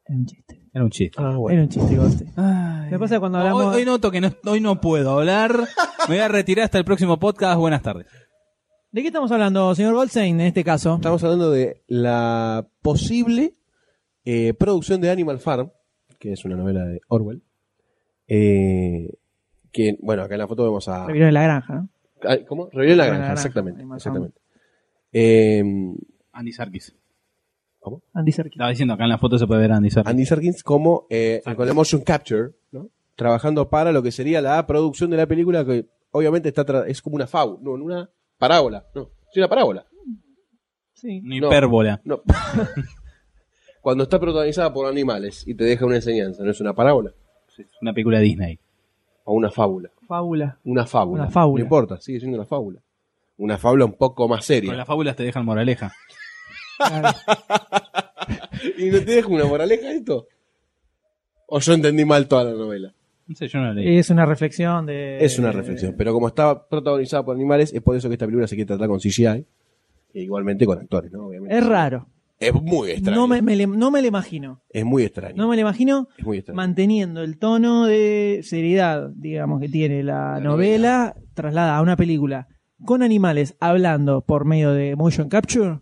A: Era un chiste.
C: Era un chiste.
B: Ah,
A: Era un chiste, Goste.
C: Ay.
A: Me pasa cuando
C: No,
A: hablamos-
C: Hoy, hoy noto que no, hoy no puedo (laughs) hablar. Me voy a retirar hasta el próximo podcast. Buenas tardes.
A: ¿De qué estamos hablando, señor Goldstein, en este caso?
B: Estamos hablando de la posible eh, producción de Animal Farm, que es una novela de Orwell. eh, que, bueno, acá en la foto vemos a.
A: Reviro de la granja, ¿no?
B: Ah, ¿Cómo? Rebelión en la
A: Rebelión en la
B: Granja,
A: Granja,
B: exactamente.
A: Animal Farm.
B: exactamente. Eh,
C: Andy Sarkis.
A: Andy Serkis.
C: Estaba diciendo acá en la foto se puede ver a Andy Serkis.
B: Andy Serkins como eh, con la motion capture, ¿no? trabajando para lo que sería la producción de la película, que obviamente está tra- es como una fau, no, una parábola, no, es una parábola.
A: Sí.
C: Una
B: No.
C: hipérbola.
B: No. (laughs) Cuando está protagonizada por animales y te deja una enseñanza, no es una parábola
C: Una película Disney.
B: o una fábula. (laughs)
A: Fábula.
B: Una fábula.
A: Una fábula.
B: No importa, sigue siendo una fábula. Una fábula un poco más
C: Con
B: seria.
C: las fábulas te dejan moraleja.
A: Claro.
B: (laughs) ¿Y no te deja una moraleja esto? ¿O yo entendí mal toda la novela?
C: No sé, yo no la leí.
A: es una reflexión de.
B: Es una reflexión, pero como está protagonizada por animales, es por eso que esta película se quiere tratar con CGI, e igualmente con actores, ¿no? Obviamente.
A: Es raro.
B: Es muy extraño.
A: No me, me le- no me lo imagino.
B: Es muy extraño.
A: No me lo imagino.
B: Es muy extraño.
A: manteniendo el tono de seriedad, digamos, que tiene la,
B: La
A: novela, traslada a una película con animales hablando por medio de motion capture.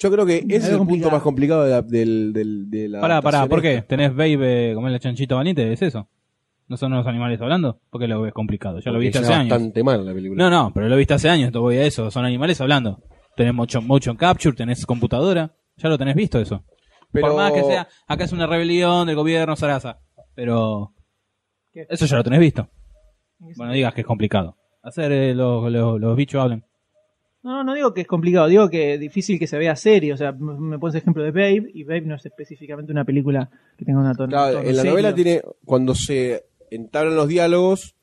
B: Yo creo que ese es el punto
A: complicado.
B: más complicado de la, del, del- de la
C: Pará, pará,
B: adaptación
C: ¿por qué?
B: esta.
C: ¿Tenés Babe como es la chanchita valiente? ¿Es eso? ¿No son los animales hablando? ¿Por qué lo ves complicado? Ya lo
B: Porque
C: viste hace
B: está
C: años.
B: bastante mal la película.
C: No, no, pero lo viste hace años, te voy a eso. Son animales hablando. Tenés motion, motion capture, tenés computadora. Ya lo tenés visto eso.
B: pero
C: Por más que sea, acá es una rebelión del gobierno Sarasa. Pero.
A: ¿Qué?
C: Eso ya lo tenés visto. Bueno, digas que es complicado. Hacer eh, los, los- los bichos hablen.
A: No, no, no digo que es complicado, digo que es difícil que se vea serio. O sea, m- me pones ejemplo de Babe, y Babe no es específicamente una película que tenga una tono.
B: Claro,
A: tono
B: en la
A: serio.
B: novela tiene, cuando se entablan los diálogos,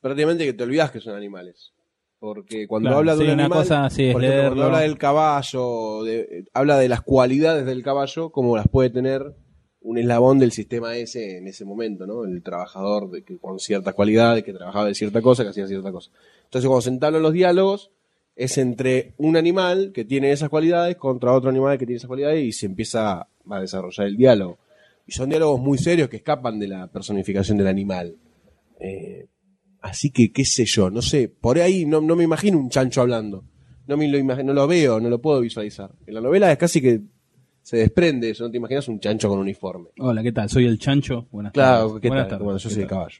B: prácticamente que te olvidas que son animales. Porque cuando
C: Claro,
B: habla de
C: sí,
B: un
C: una
B: animal,
C: cosa, sí, es
B: por ejemplo, cuando
C: leerlo.
B: habla del caballo, de- eh, habla de las cualidades del caballo, como las puede tener un eslabón del sistema ese en ese momento, ¿no? El trabajador de que, con ciertas cualidades, que trabajaba de cierta cosa, que hacía cierta cosa. Entonces, cuando se entablan los diálogos, es entre un animal que tiene esas cualidades contra otro animal que tiene esas cualidades y se empieza a desarrollar el diálogo. Y son diálogos muy serios que escapan de la personificación del animal. Eh, así que, qué sé yo, no sé, por ahí no, no me imagino un chancho hablando. No, me lo imag- no lo veo, no lo puedo visualizar. En la novela es casi que se desprende eso, no te imaginas un chancho con uniforme.
C: Hola, ¿qué tal? Soy el chancho. Buenas
B: Claro,
C: tardes.
B: ¿qué
C: Buenas
B: tal?
C: tardes.
B: Bueno, yo
C: ¿Qué
B: soy el
C: tal?
B: caballo.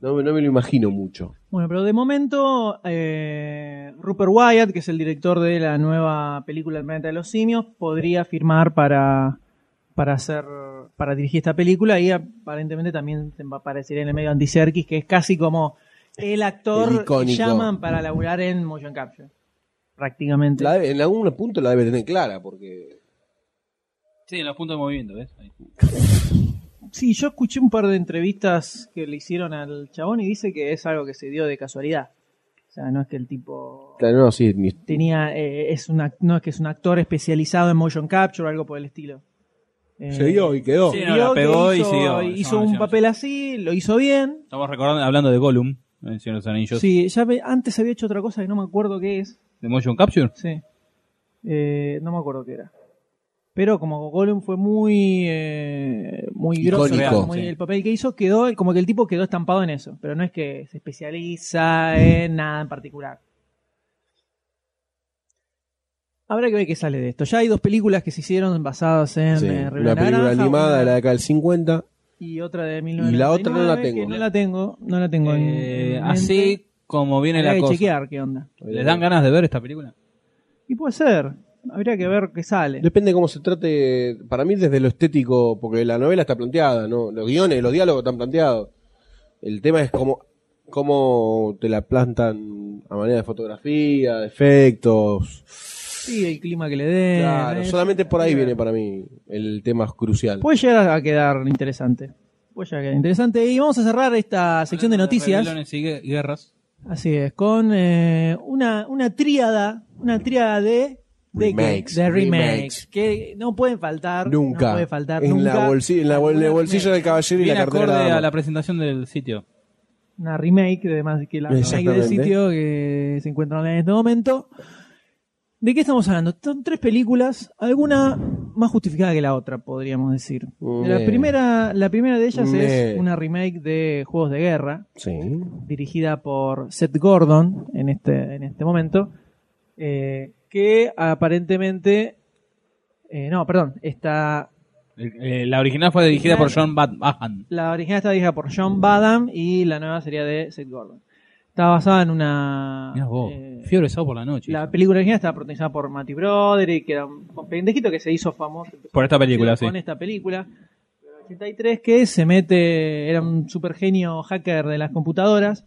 B: No, me- no me lo imagino mucho.
A: Bueno, pero de momento, eh, Rupert Wyatt, que es el director de la nueva película El planeta de los simios, podría firmar para, para hacer para dirigir esta película y aparentemente también te va a aparecer en el medio Andy Serkis, que es casi como el
B: El
A: actor que
B: icónico.
A: llaman para laburar en motion capture. Prácticamente.
B: La debe- en algún punto la debe tener clara, porque
C: Sí, en los puntos de movimiento, ¿ves? Ahí.
A: Sí, yo escuché un par de entrevistas que le hicieron al chabón y dice que es algo que se dio de casualidad. O sea, no es que el tipo...
B: Claro, no, sí, ni-
A: tenía eh, es una no es que es un actor especializado en motion capture o algo por el estilo Eh,
B: se dio y quedó.
C: Sí,
A: se
C: no,
A: dio
C: la
A: que
C: pegó y
A: hizo,
C: siguió.
A: hizo
C: No,
A: un
C: sí, no,
A: papel así lo hizo bien
C: Estamos recordando, hablando de Gollum. El Señor de los Anillos.
A: Sí, ya ve- antes había hecho otra cosa que no me acuerdo qué es.
C: ¿De Motion Capture?
A: Sí. Eh, no me acuerdo qué era. Pero como Gollum fue muy eh, muy grosso,
B: Icónico.
A: digamos, muy-
C: Sí.
A: el papel que hizo quedó como que el tipo quedó estampado en eso, pero no es que se especializa en nada en particular. Habrá que ver qué sale de esto. Ya hay dos películas que se hicieron basadas en
B: Sí,
A: eh,
B: Una
A: Rebelde
B: película
A: Naranja,
B: animada,
A: una-
B: la de acá del 50.
A: y otra de
B: Y la otra no la
A: 1999,
B: tengo.
A: que No la tengo, no la tengo. en-
C: Eh,
A: en mente.
C: así como viene
A: Habrá
C: la
A: que
C: cosa.
A: chequear qué onda.
C: ¿Les dan ganas de ver esta película?
A: Y puede ser. Habría que ver qué sale.
B: Depende cómo se trate, para mí desde lo estético, porque la novela está planteada, ¿no? Los guiones, los diálogos están planteados. El tema es cómo, cómo te la plantan a manera de fotografía, de efectos.
A: Sí, el clima que le den.
B: Claro,
A: eh,
B: solamente por ahí
A: bien.
B: viene para mí el tema crucial.
A: Puede llegar a quedar interesante. Puede llegar a quedar interesante. Y vamos a cerrar esta sección de noticias.
C: Rebeliones y gue- guerras.
A: Así es, con eh, una, una tríada, una tríada de, de,
B: Remakes,
A: de remakes,
B: remakes.
A: que no pueden faltar.
B: Nunca.
A: No puede faltar
B: en La
A: nunca.
B: bolsi- en la bol- en el
A: Una
B: bolsillo
A: remake.
B: del caballero y
C: Viene
B: la
C: acorde
B: cartera. de
C: a
B: dama.
C: la presentación del sitio.
A: una remake, además de que la remake del
B: Exactamente.
A: sitio que se encuentra online en este momento. ¿De qué estamos hablando? Son tres películas, alguna más justificada que la otra, podríamos decir. La
B: Mm.
A: primera, la primera de ellas es
B: Mm.
A: una remake de Juegos de Guerra,
B: Sí.
A: dirigida por Seth Gordon en este, en este momento, eh, que aparentemente... eh, no, perdón, está
C: El- eh, la original fue dirigida por John Bat- Bahan.
A: La original está dirigida por John Badham y la nueva sería de Seth Gordon. Está basada en una.
C: Mirá vos,
A: eh,
C: fiebre sábado por la noche.
A: la película original estaba protagonizada por Matty Broderick, que era un pendejito que se hizo famoso
C: Por esta película, sí.
A: con esta película. El 83 que se mete, era un super genio hacker de las computadoras,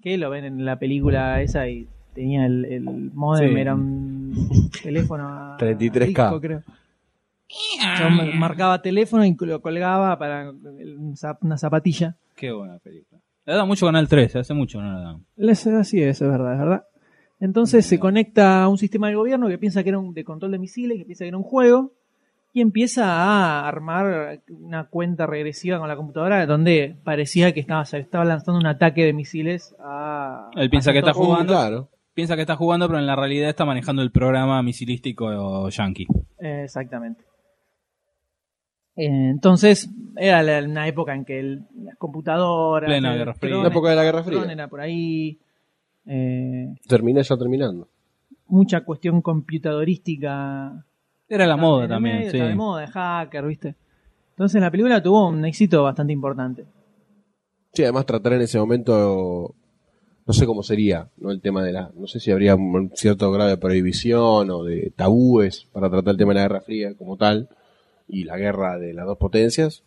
A: que lo ven en la película esa y tenía el, el modem,
C: Sí.
A: era
C: (laughs)
A: un teléfono a
B: 33K.
A: disco, creo. Yo mar- marcaba teléfono y lo colgaba para el- un zap- una zapatilla.
C: Qué buena película. La dan mucho Canal 13, hace mucho no la dan.
A: Les- Así es, es verdad, es verdad. Entonces se conecta a un sistema del gobierno que piensa que era un de control de misiles, que piensa que era un juego, y empieza a armar una cuenta regresiva con la computadora donde parecía que estaba, se estaba lanzando un ataque de misiles a...
C: Él piensa
A: a
C: que está
A: sectores-
C: jugando.
B: Claro.
C: Piensa que está jugando, pero en la realidad está manejando el programa misilístico yankee.
A: Eh, Exactamente. Eh, Entonces, era la- una época en que el- las computadoras...
C: Plena
A: el
C: Guerra Fría.
A: dron-
B: La época de la Guerra
A: el dron
B: Fría.
A: era por ahí. eh,
B: Terminé ya terminando.
A: mucha cuestión computadorística
C: Era la
A: Está
C: moda
A: en el medio,
C: también, sí.
A: está de moda, de hacker, ¿viste? Entonces la película tuvo un éxito bastante importante.
B: Sí, además tratar en ese momento, no sé cómo sería, ¿no? El tema de la, no sé si habría un cierto grado de prohibición o de tabúes para tratar el tema de la Guerra Fría como tal y la guerra de las dos potencias,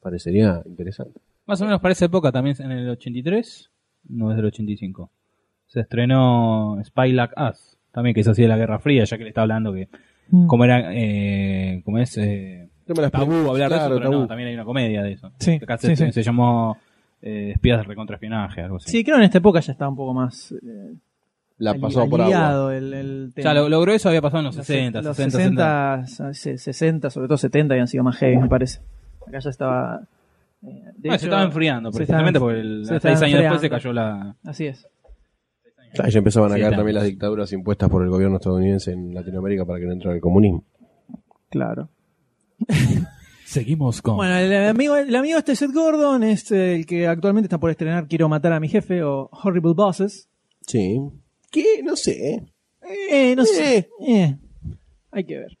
B: parecería interesante.
C: Más o menos para esa época también en el 83, no es del 85. Se estrenó Spy Like Us, también que es así de la Guerra Fría, ya que le está hablando que
A: Mm.
C: como era eh, como es eh,
B: El tema de las
C: tabú hablar
B: claro,
C: de eso, pero
B: tabú.
C: no, también hay una comedia de eso.
A: Sí,
C: Acá
A: sí,
C: se,
A: sí.
C: se llamó eh, Espías de recontraespionaje, algo así.
A: Sí, creo que en esta época ya estaba un poco más eh,
B: La
A: ali-
B: pasó por agua.
A: aliviado el, el tema.
C: Ya lo, logró eso había pasado en los,
A: Los
C: 60,
A: se- los
C: 60,
A: 60, se- 60, sobre todo 70 habían sido más heavy, me parece. Acá ya estaba... eh, de
C: Bueno,
A: hecho,
C: se Ah, estaba enfriando,
A: se
C: precisamente
A: estaba-
C: porque el,
A: se
C: seis
A: estaba
C: años después se
A: enfriando.
C: cayó la...
A: Así es.
B: Claro, ya empezaban a
C: Sí,
B: caer
C: claro.
B: también las dictaduras impuestas por el gobierno estadounidense en Latinoamérica para que no entrara el comunismo.
A: Claro.
C: Seguimos con...
A: Bueno, el amigo, el amigo este Seth Gordon es eh, el que actualmente está por estrenar Quiero matar a mi jefe o Horrible Bosses.
B: Sí. ¿Qué? No sé.
A: Eh, no sé. Eh, hay que ver.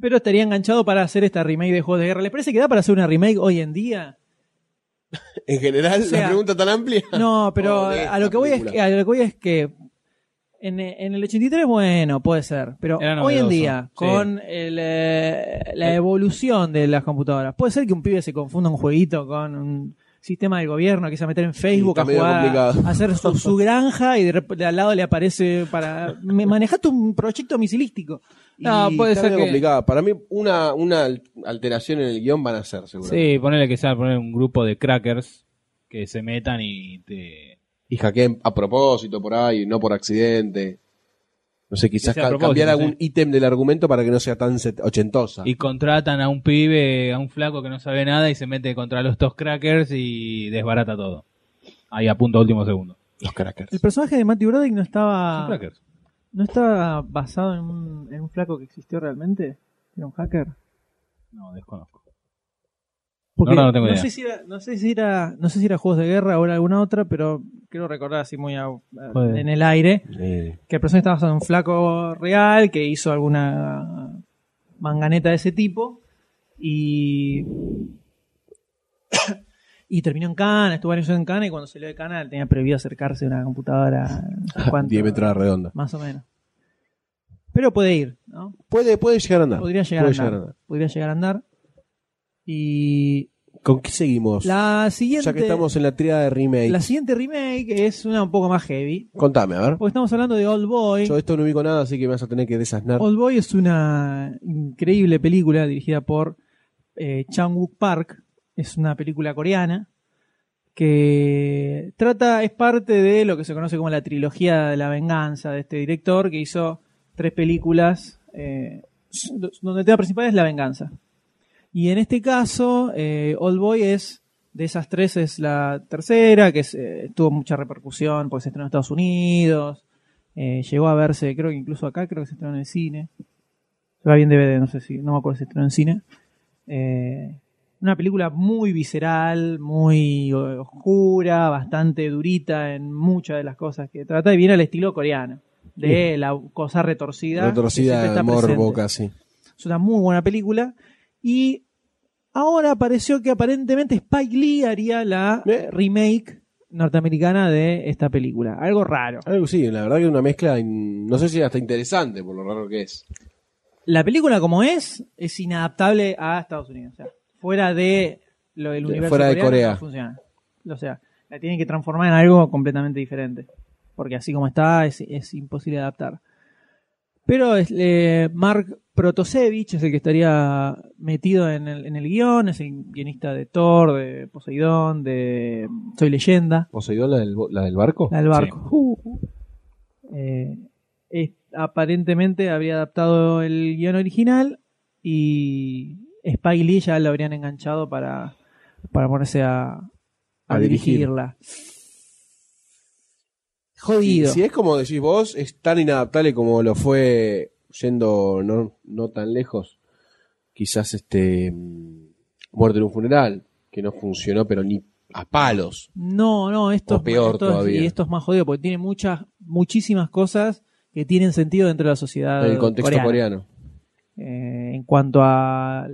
A: Pero estaría enganchado para hacer esta remake de Juegos de Guerra. ¿Les parece que da para hacer una remake hoy en día?
B: En general,
A: O sea,
B: la pregunta tan amplia.
A: No, pero
B: Oh, de
A: a, lo que
B: esta
A: voy es
B: película.
A: que, a lo que voy es que en, en el 83, bueno, puede ser. Pero
C: Era
A: hoy en
C: novedoso,
A: día,
C: sí.
A: con el, eh, la evolución de las computadoras, puede ser que un pibe se confunda un jueguito con un sistema del gobierno que se va a meter en Facebook
B: está
A: a
B: medio
A: jugar, a
B: complicado.
A: hacer su,
B: (laughs)
A: su granja y de, rep- de al lado le aparece para... Me manejaste un proyecto misilístico.
C: No,
B: Y
C: puede
B: está
C: ser
B: medio
C: que-
B: complicada. Para mí, una, una al- alteración en el guión van a ser, seguramente.
C: Sí, ponele que sea poner un grupo de crackers que se metan y te...
B: Y hackeen a propósito por ahí, no por accidente. No sé, quizás
C: Que sea a
B: ca-
C: propósito,
B: cambiar algún
C: sí.
B: ítem del argumento para que no sea tan set- ochentosa.
A: Ah.
C: Y contratan a un pibe, a un flaco que no sabe nada y se mete contra los dos crackers y desbarata todo. ahí a punto último segundo.
B: Los crackers.
A: El personaje de Matthew Broderick no estaba.
C: Son crackers.
A: ¿No estaba basado en un, en un flaco que existió realmente? ¿Era un hacker?
C: No, desconozco.
A: Porque
C: No, no, no tengo idea.
A: Sé si era, no, sé si era, no sé si era juegos de guerra o era alguna otra, pero quiero recordar así muy a- a-
C: Puede.
A: en el aire
B: Eh,
A: que el personaje estaba basado en un flaco real que hizo alguna manganeta de ese tipo y. (coughs) Y terminó en Cana, estuvo varios años en Cana y cuando salió de Cana él tenía prohibido acercarse a una computadora. no
B: (laughs)
A: sé cuánto,
B: 10 metros a la redonda.
A: Más o menos. Pero puede ir, ¿no?
B: Puede, puede llegar a andar.
A: Podría llegar,
B: Puede
A: a andar. Podría llegar a andar. Y
B: ¿Con qué seguimos?
A: la siguiente,
B: ya que estamos en la tríada de remake.
A: la siguiente remake es una un poco más heavy.
B: Contame, a ver.
A: Porque estamos hablando de Old Boy.
B: Yo esto no ubico nada, así que me vas a tener que desasnar.
A: Old Boy es una increíble película dirigida por eh, Chang Wook Park. Es una película coreana que trata, es parte de lo que se conoce como la trilogía de la venganza de este director que hizo tres películas eh, donde el tema principal es la venganza. Y en este caso, eh, Old Boy es, de esas tres es la tercera, que es, eh, tuvo mucha repercusión, pues se estrenó en Estados Unidos, eh, llegó a verse, creo que incluso acá, creo que se estrenó en el cine. Se va bien DVD, no sé si, no me acuerdo si se estrenó en cine. Eh, una película muy visceral, muy eh, oscura, bastante durita en muchas de las cosas que trata y viene al estilo coreano, de la cosa retorcida. que siempre
B: Retorcida,
A: está
B: morbo,
A: presente.
B: casi.
A: Es una muy buena película. Y ahora pareció que aparentemente Spike Lee haría la
B: Eh.
A: remake norteamericana de esta película. Algo raro.
B: Algo sí, la verdad que es una mezcla, in- no sé si hasta interesante, por lo raro que es.
A: La película como es es inadaptable a Estados Unidos. O sea, fuera de lo del
B: De-
A: universo
B: fuera de
A: coreano,
B: Corea.
A: no funciona. O sea, la tienen que transformar en algo completamente diferente. Porque así como está es, es imposible adaptar. Pero es, eh, Mark Protosevich es el que estaría metido en el, en el guión, es el guionista de Thor, de Poseidón, de Soy Leyenda.
B: ¿Poseidón la del, bo- la del barco?
A: La del barco. Uh, uh. Eh, es- aparentemente habría adaptado el guión original y Spike Lee ya lo habrían enganchado para, para ponerse a, a
B: A dirigir.
A: dirigirla.
B: Si,
A: Jodido.
B: si es como decís vos, es tan inadaptable como lo fue yendo no, no tan lejos. Quizás este. mm, Muerte en un funeral, que no funcionó, pero ni a palos.
A: No, no, esto,
B: O
A: es-
B: peor
A: esto es-
B: todavía.
A: y esto es más jodido porque tiene muchas, muchísimas cosas que tienen sentido dentro de la sociedad.
B: En el contexto
A: coreana.
B: coreano.
A: eh, en cuanto a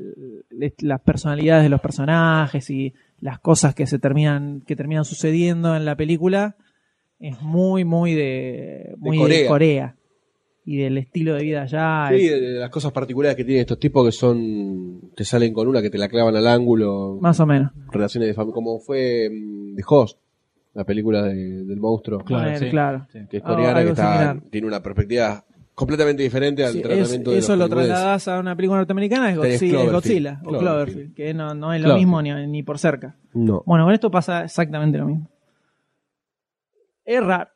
A: l- las personalidades de los personajes y las cosas que se terminan que terminan sucediendo en la película es muy muy de muy de Corea,
B: Corea.
A: y del estilo de vida allá Ah,
B: Sí,
A: es-
B: de- de las cosas particulares que tienen estos tipos que son. te salen con una que te la clavan al ángulo.
A: más o menos
B: Relaciones de familia. Como fue mm, The Host, la película de- del monstruo.
C: Claro,
A: Poner,
C: sí.
A: claro.
C: Sí.
B: que es
A: Ah,
B: coreana,
A: algo
B: que está,
A: similar.
B: tiene una perspectiva completamente diferente al
A: Sí, es-
B: tratamiento de
A: eso
B: los
A: lo
B: hollywoodenses.
A: trasladas a una película norteamericana es Godzilla,
B: Tenés
A: es
B: Cloverfield.
A: Godzilla o
B: Cloverfield.
A: Cloverfield que no, no es lo
C: Cloverfield.
A: mismo ni, ni por cerca
B: No,
A: bueno con esto pasa exactamente lo mismo es raro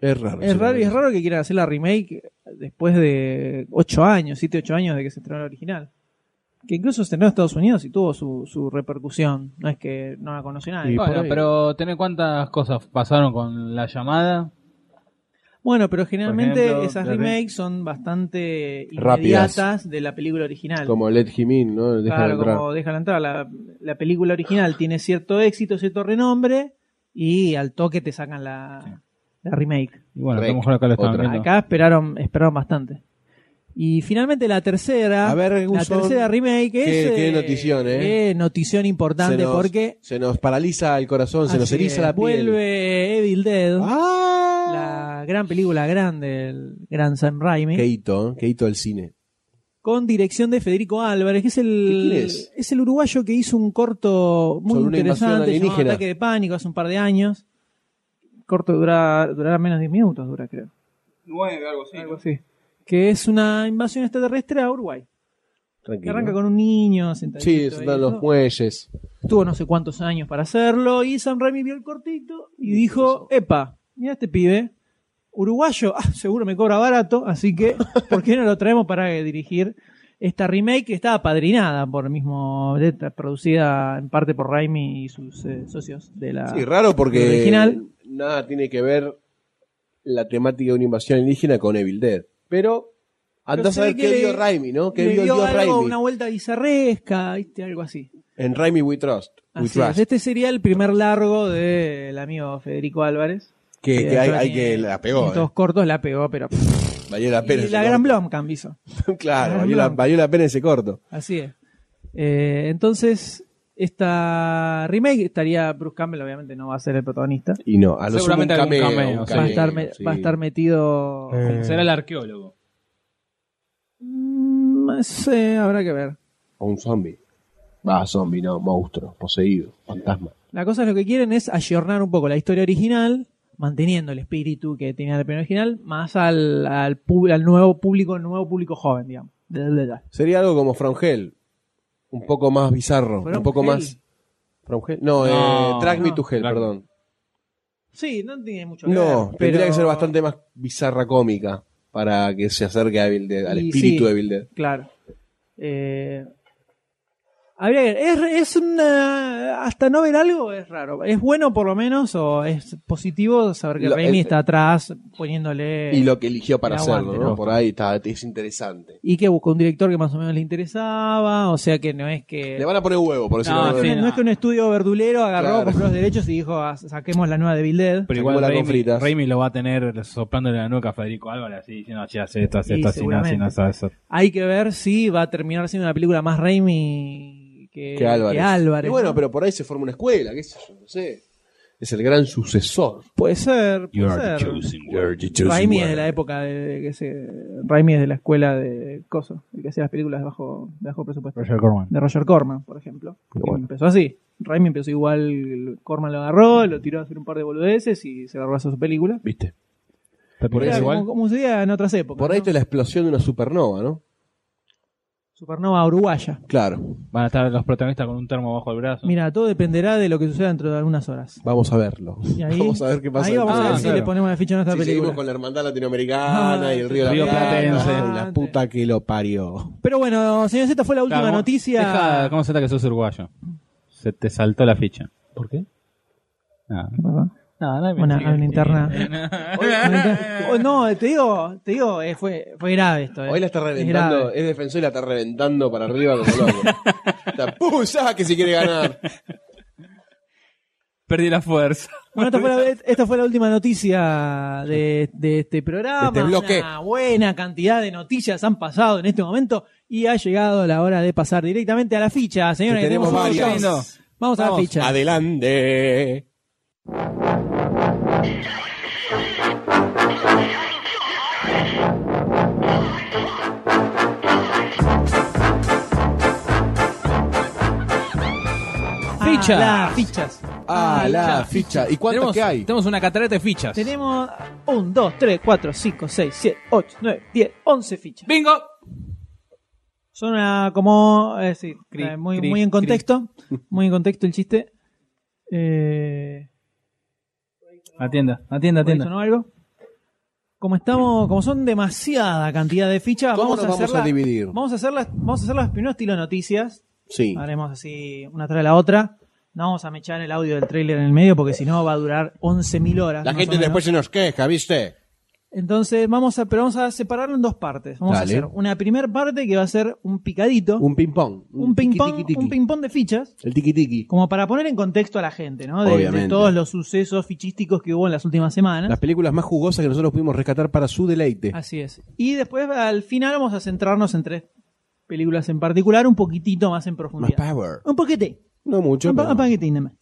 B: es raro.
A: Es
B: sí,
A: raro, y es raro que quieran hacer la remake después de 8 años, 7, 8 años de que se estrenó la original. Que incluso se estrenó en Estados Unidos y tuvo su, su repercusión. No es que no la conoció nadie.
B: Y-
C: Bueno,
B: por ahí-
C: pero tener cuántas cosas pasaron con la llamada.
A: Bueno, pero generalmente
C: Por ejemplo,
A: esas
C: la re-
A: remakes son bastante
B: Rápidas.
A: inmediatas de la película original.
B: Como Let Him In, ¿no? Deja
A: claro,
B: de entrar.
A: como déjala entrar. La, la película original tiene cierto éxito, cierto renombre y al toque te sacan la, la remake.
C: Y bueno,
B: Rec,
C: a lo mejor acá lo estaban
B: otra.
C: viendo.
A: Acá esperaron, esperaron bastante. Y finalmente la tercera.
B: A ver,
A: La
B: Guzón,
A: tercera remake
B: Qué-
A: es.
B: qué
A: eh,
B: notición, ¿eh?
A: qué notición importante
B: se nos,
A: porque.
B: se nos paraliza el corazón, se nos
A: así
B: eriza
A: es,
B: la piel.
A: Vuelve Evil Dead,
B: ¡Ah!
A: la gran película grande, el gran Sam Raimi,
B: Keito, ¿eh? Keito del cine.
A: con dirección de Federico Álvarez, que es el,
B: ¿Qué- quién es?
A: el uruguayo que hizo un corto muy
B: Sobre una invasión
A: interesante llamado
B: alienígena.
A: Ataque de Pánico hace un par de años. Corto dura, durará menos de 10 minutos, dura creo.
C: Nueve, algo así.
A: Algo así. Que es una invasión extraterrestre a Uruguay. Que
B: Tranquilo.
A: arranca con un niño sentadito.
B: Sí,
A: ahí,
B: están los
A: ¿no?
B: muelles.
A: Tuvo no sé cuántos años para hacerlo y Sam Raimi vio el cortito y dijo, epa, mira este pibe, (laughs) uruguayo, ah, seguro me cobra barato, así que, ¿por qué no lo traemos para dirigir esta remake que está apadrinada por el mismo, está producida en parte por Raimi y sus eh, socios de la...
B: Sí, raro porque
A: El original.
B: nada tiene que ver la temática de una invasión indígena con Evil Dead. Pero
A: Pero
B: andás
A: se
B: a ver
A: ve
B: qué
A: que
B: vio Raimi, ¿no? Qué
A: le
B: vio
A: dio
B: Dios
A: algo,
B: Raimi.
A: una vuelta bizarresca, ¿viste? algo así.
B: En Raimi We Trust. We
A: Así es.
B: Trust.
A: Este sería el primer largo del amigo Federico Álvarez.
B: Que, que hay,
A: después
B: hay que
A: tiene
B: la pegó.
A: Todos
B: eh.
A: cortos la pegó, pero...
B: Valió la pena.
A: y
B: ese
A: la
B: corto.
A: Gran Blomkamp hizo.
B: (laughs) claro,
A: Gran
B: valió la,
A: Blom.
B: valió la pena ese corto.
A: Así es. Eh, entonces, esta remake estaría Bruce Campbell, obviamente no va a ser el protagonista.
B: Y no, a lo sumo un
C: Seguramente algún
B: cameo.
C: cameo,
B: un
C: sí.
A: va, a
B: cameo,
A: estar me-
B: sí.
A: va a estar metido.
B: Eh.
C: Será el arqueólogo.
A: Mm, No sé, habrá que ver.
B: O un zombie. Va, zombie, no, monstruo, poseído, fantasma.
A: La cosa es lo que quieren es ayornar un poco la historia original, manteniendo el espíritu que tenía la primera original, más al, al, pub- al nuevo público, nuevo público joven, digamos. Bla, bla, bla.
B: Sería algo como From Hell. Un poco más bizarro,
A: From
B: un poco
A: Hell.
B: más. ¿From Hell? No,
C: No,
B: eh, Track Me
A: no.
B: to Hell,
C: Drag-
B: perdón.
A: Sí, no tiene mucho que
B: No,
A: ver,
B: tendría
A: pero-
B: que ser bastante más bizarra cómica para que se acerque a Evil Dead, al
A: Y
B: espíritu
A: sí.
B: de Evil Dead.
A: Claro. Eh, habría que ver. Es, es una. Hasta no ver algo es raro. ¿Es bueno por lo menos o es positivo saber que
B: Lo-
A: Raimi
B: el-
A: está atrás poniéndole.
B: Y lo que eligió para
A: Eh, el
B: hacerlo,
A: aguante,
B: ¿no?
A: ¿no?
B: Por ahí está, es interesante.
A: Y que buscó un director que más o menos le interesaba. O sea que no es que.
B: Le van a poner huevo, por decirlo
C: No,
B: de
A: no,
C: sí,
A: es- no es que un estudio verdulero agarró,
B: Claro.
A: compró los derechos y dijo, "Ah, saquemos la nueva de Bill Dead.
B: Sacó
C: Pero igual
B: la con
C: Raimi,
B: fritas.
C: Raimi lo va a tener soplándole la nuca a Federico Álvarez así diciendo, che, hace esto, hace
A: Y
C: esto, así, no, así, no,
A: seguramente.
C: hace eso.
A: Hay que ver si va a terminar siendo una película más Raimi que,
B: Que Álvarez.
A: que Álvarez,
B: Y bueno,
A: ¿no?
B: pero por ahí se forma una escuela, qué sé yo, no sé. Es el gran sucesor.
A: Puede ser, puede
C: You are
A: ser.
C: the chosen one.
A: Raimi es de la época de que se. Raimi es de la escuela de Coso, el que hacía las películas de bajo, de bajo presupuesto.
C: Roger Corman.
A: De Roger Corman, por ejemplo. que
B: Bueno.
A: Empezó así. Raimi empezó igual, Corman lo agarró, lo tiró a hacer un par de boludeces y se agarró a hacer su película.
B: ¿Viste?
C: ¿Te
B: Por ahí
C: parece
A: Era
B: es
C: igual?
A: Como, como sería en otras épocas.
B: Por ahí
A: ¿no?
B: está la explosión de una supernova, ¿no?
A: Supernova uruguaya.
B: Claro,
C: Van a estar los protagonistas con un termo bajo el brazo.
A: Mira, todo dependerá de lo que suceda dentro de algunas horas.
B: vamos a verlo.
A: Y ahí,
B: (laughs) Vamos a ver qué pasa.
A: ahí vamos a
C: Ah,
A: ver si
C: claro.
A: le ponemos la ficha a nuestra
B: Si seguimos
A: película.
B: con la hermandad latinoamericana
A: Ah,
B: y el río,
C: Río
B: de la Plata.
C: Platense.
B: y La puta que lo parió.
A: Pero bueno, señores, esta fue la última
C: Claro, ¿cómo-
A: noticia.
C: Deja, ¿Cómo se nota que sos uruguayo? Se te saltó la ficha. Ah. ¿Por qué? Nada.
A: ¿Qué pasó?
C: Nada, nada,
A: Una-
C: mentira.
A: una interna.
C: Sí. (laughs)
A: Oh, no, te digo, te digo, eh, fue, fue grave esto. eh.
B: Hoy la está
A: Es
B: reventando,
A: grave.
B: es defensor y la está reventando para arriba como loco.
A: (laughs)
B: Está pusa que si quiere ganar.
C: Perdí la fuerza.
A: Bueno, esta fue,
B: (laughs)
A: la, esta fue la última noticia de, de este programa.
B: De este bloque.
A: Una buena cantidad de noticias han pasado en este momento y ha llegado la hora de pasar directamente a la ficha, señores.
B: Que tenemos
A: un
B: varias.
A: montón. Vamos, a la
C: Vamos.
A: ficha.
B: Adelante.
A: A
C: Fichas.
A: las fichas.
B: A la ficha. ¿Y cuántas
C: Tenemos,
B: que hay?
C: tenemos una catarata de fichas.
A: Tenemos 1, 2, 3, 4, 5, 6, 7, 8, 9, 10, 11 fichas.
C: ¡Bingo!
A: Son una- como. eh, sí,
C: Cri,
A: eh, muy,
C: cri,
A: muy en
C: cri. (laughs)
A: contexto. Muy en contexto el chiste. Eh,
C: Atienda, atienda,
A: ¿por ahí
C: atienda.
A: sonó algo? Como estamos, como son demasiada cantidad de fichas,
B: ¿Cómo
A: Ah, vamos
B: nos
A: a,
B: vamos a
A: hacerla-
B: dividir?
A: Vamos a hacerlas, vamos a hacerlas primero estilo noticias.
B: Sí.
A: Haremos así una tras la otra. No vamos a mechar el audio del trailer en el medio porque si no va a durar 11.000 horas.
B: La
A: más
B: gente
A: o menos.
B: después se nos queja, ¿viste?
A: Entonces vamos a, pero vamos a separarlo en dos partes. Vamos
B: Dale.
A: a hacer una primera parte que va a ser un picadito, un,
B: Un ping-pong.
A: ping
B: tiqui,
A: pong,
B: tiqui, tiqui.
A: un ping pong de fichas,
B: El tiki-tiki.
A: como para poner en contexto a la gente, ¿no? De- De,
B: Obviamente.
A: todos los sucesos fichísticos que hubo en las últimas semanas.
B: Las películas más jugosas que nosotros pudimos rescatar para su deleite.
A: Así es. Y después al final vamos a centrarnos en tres películas en particular, un poquitito más en
B: Más
A: profundidad.
B: power.
A: Un poquete,
B: No mucho.
A: un, pa-
B: pero-
A: un paquetín nomás.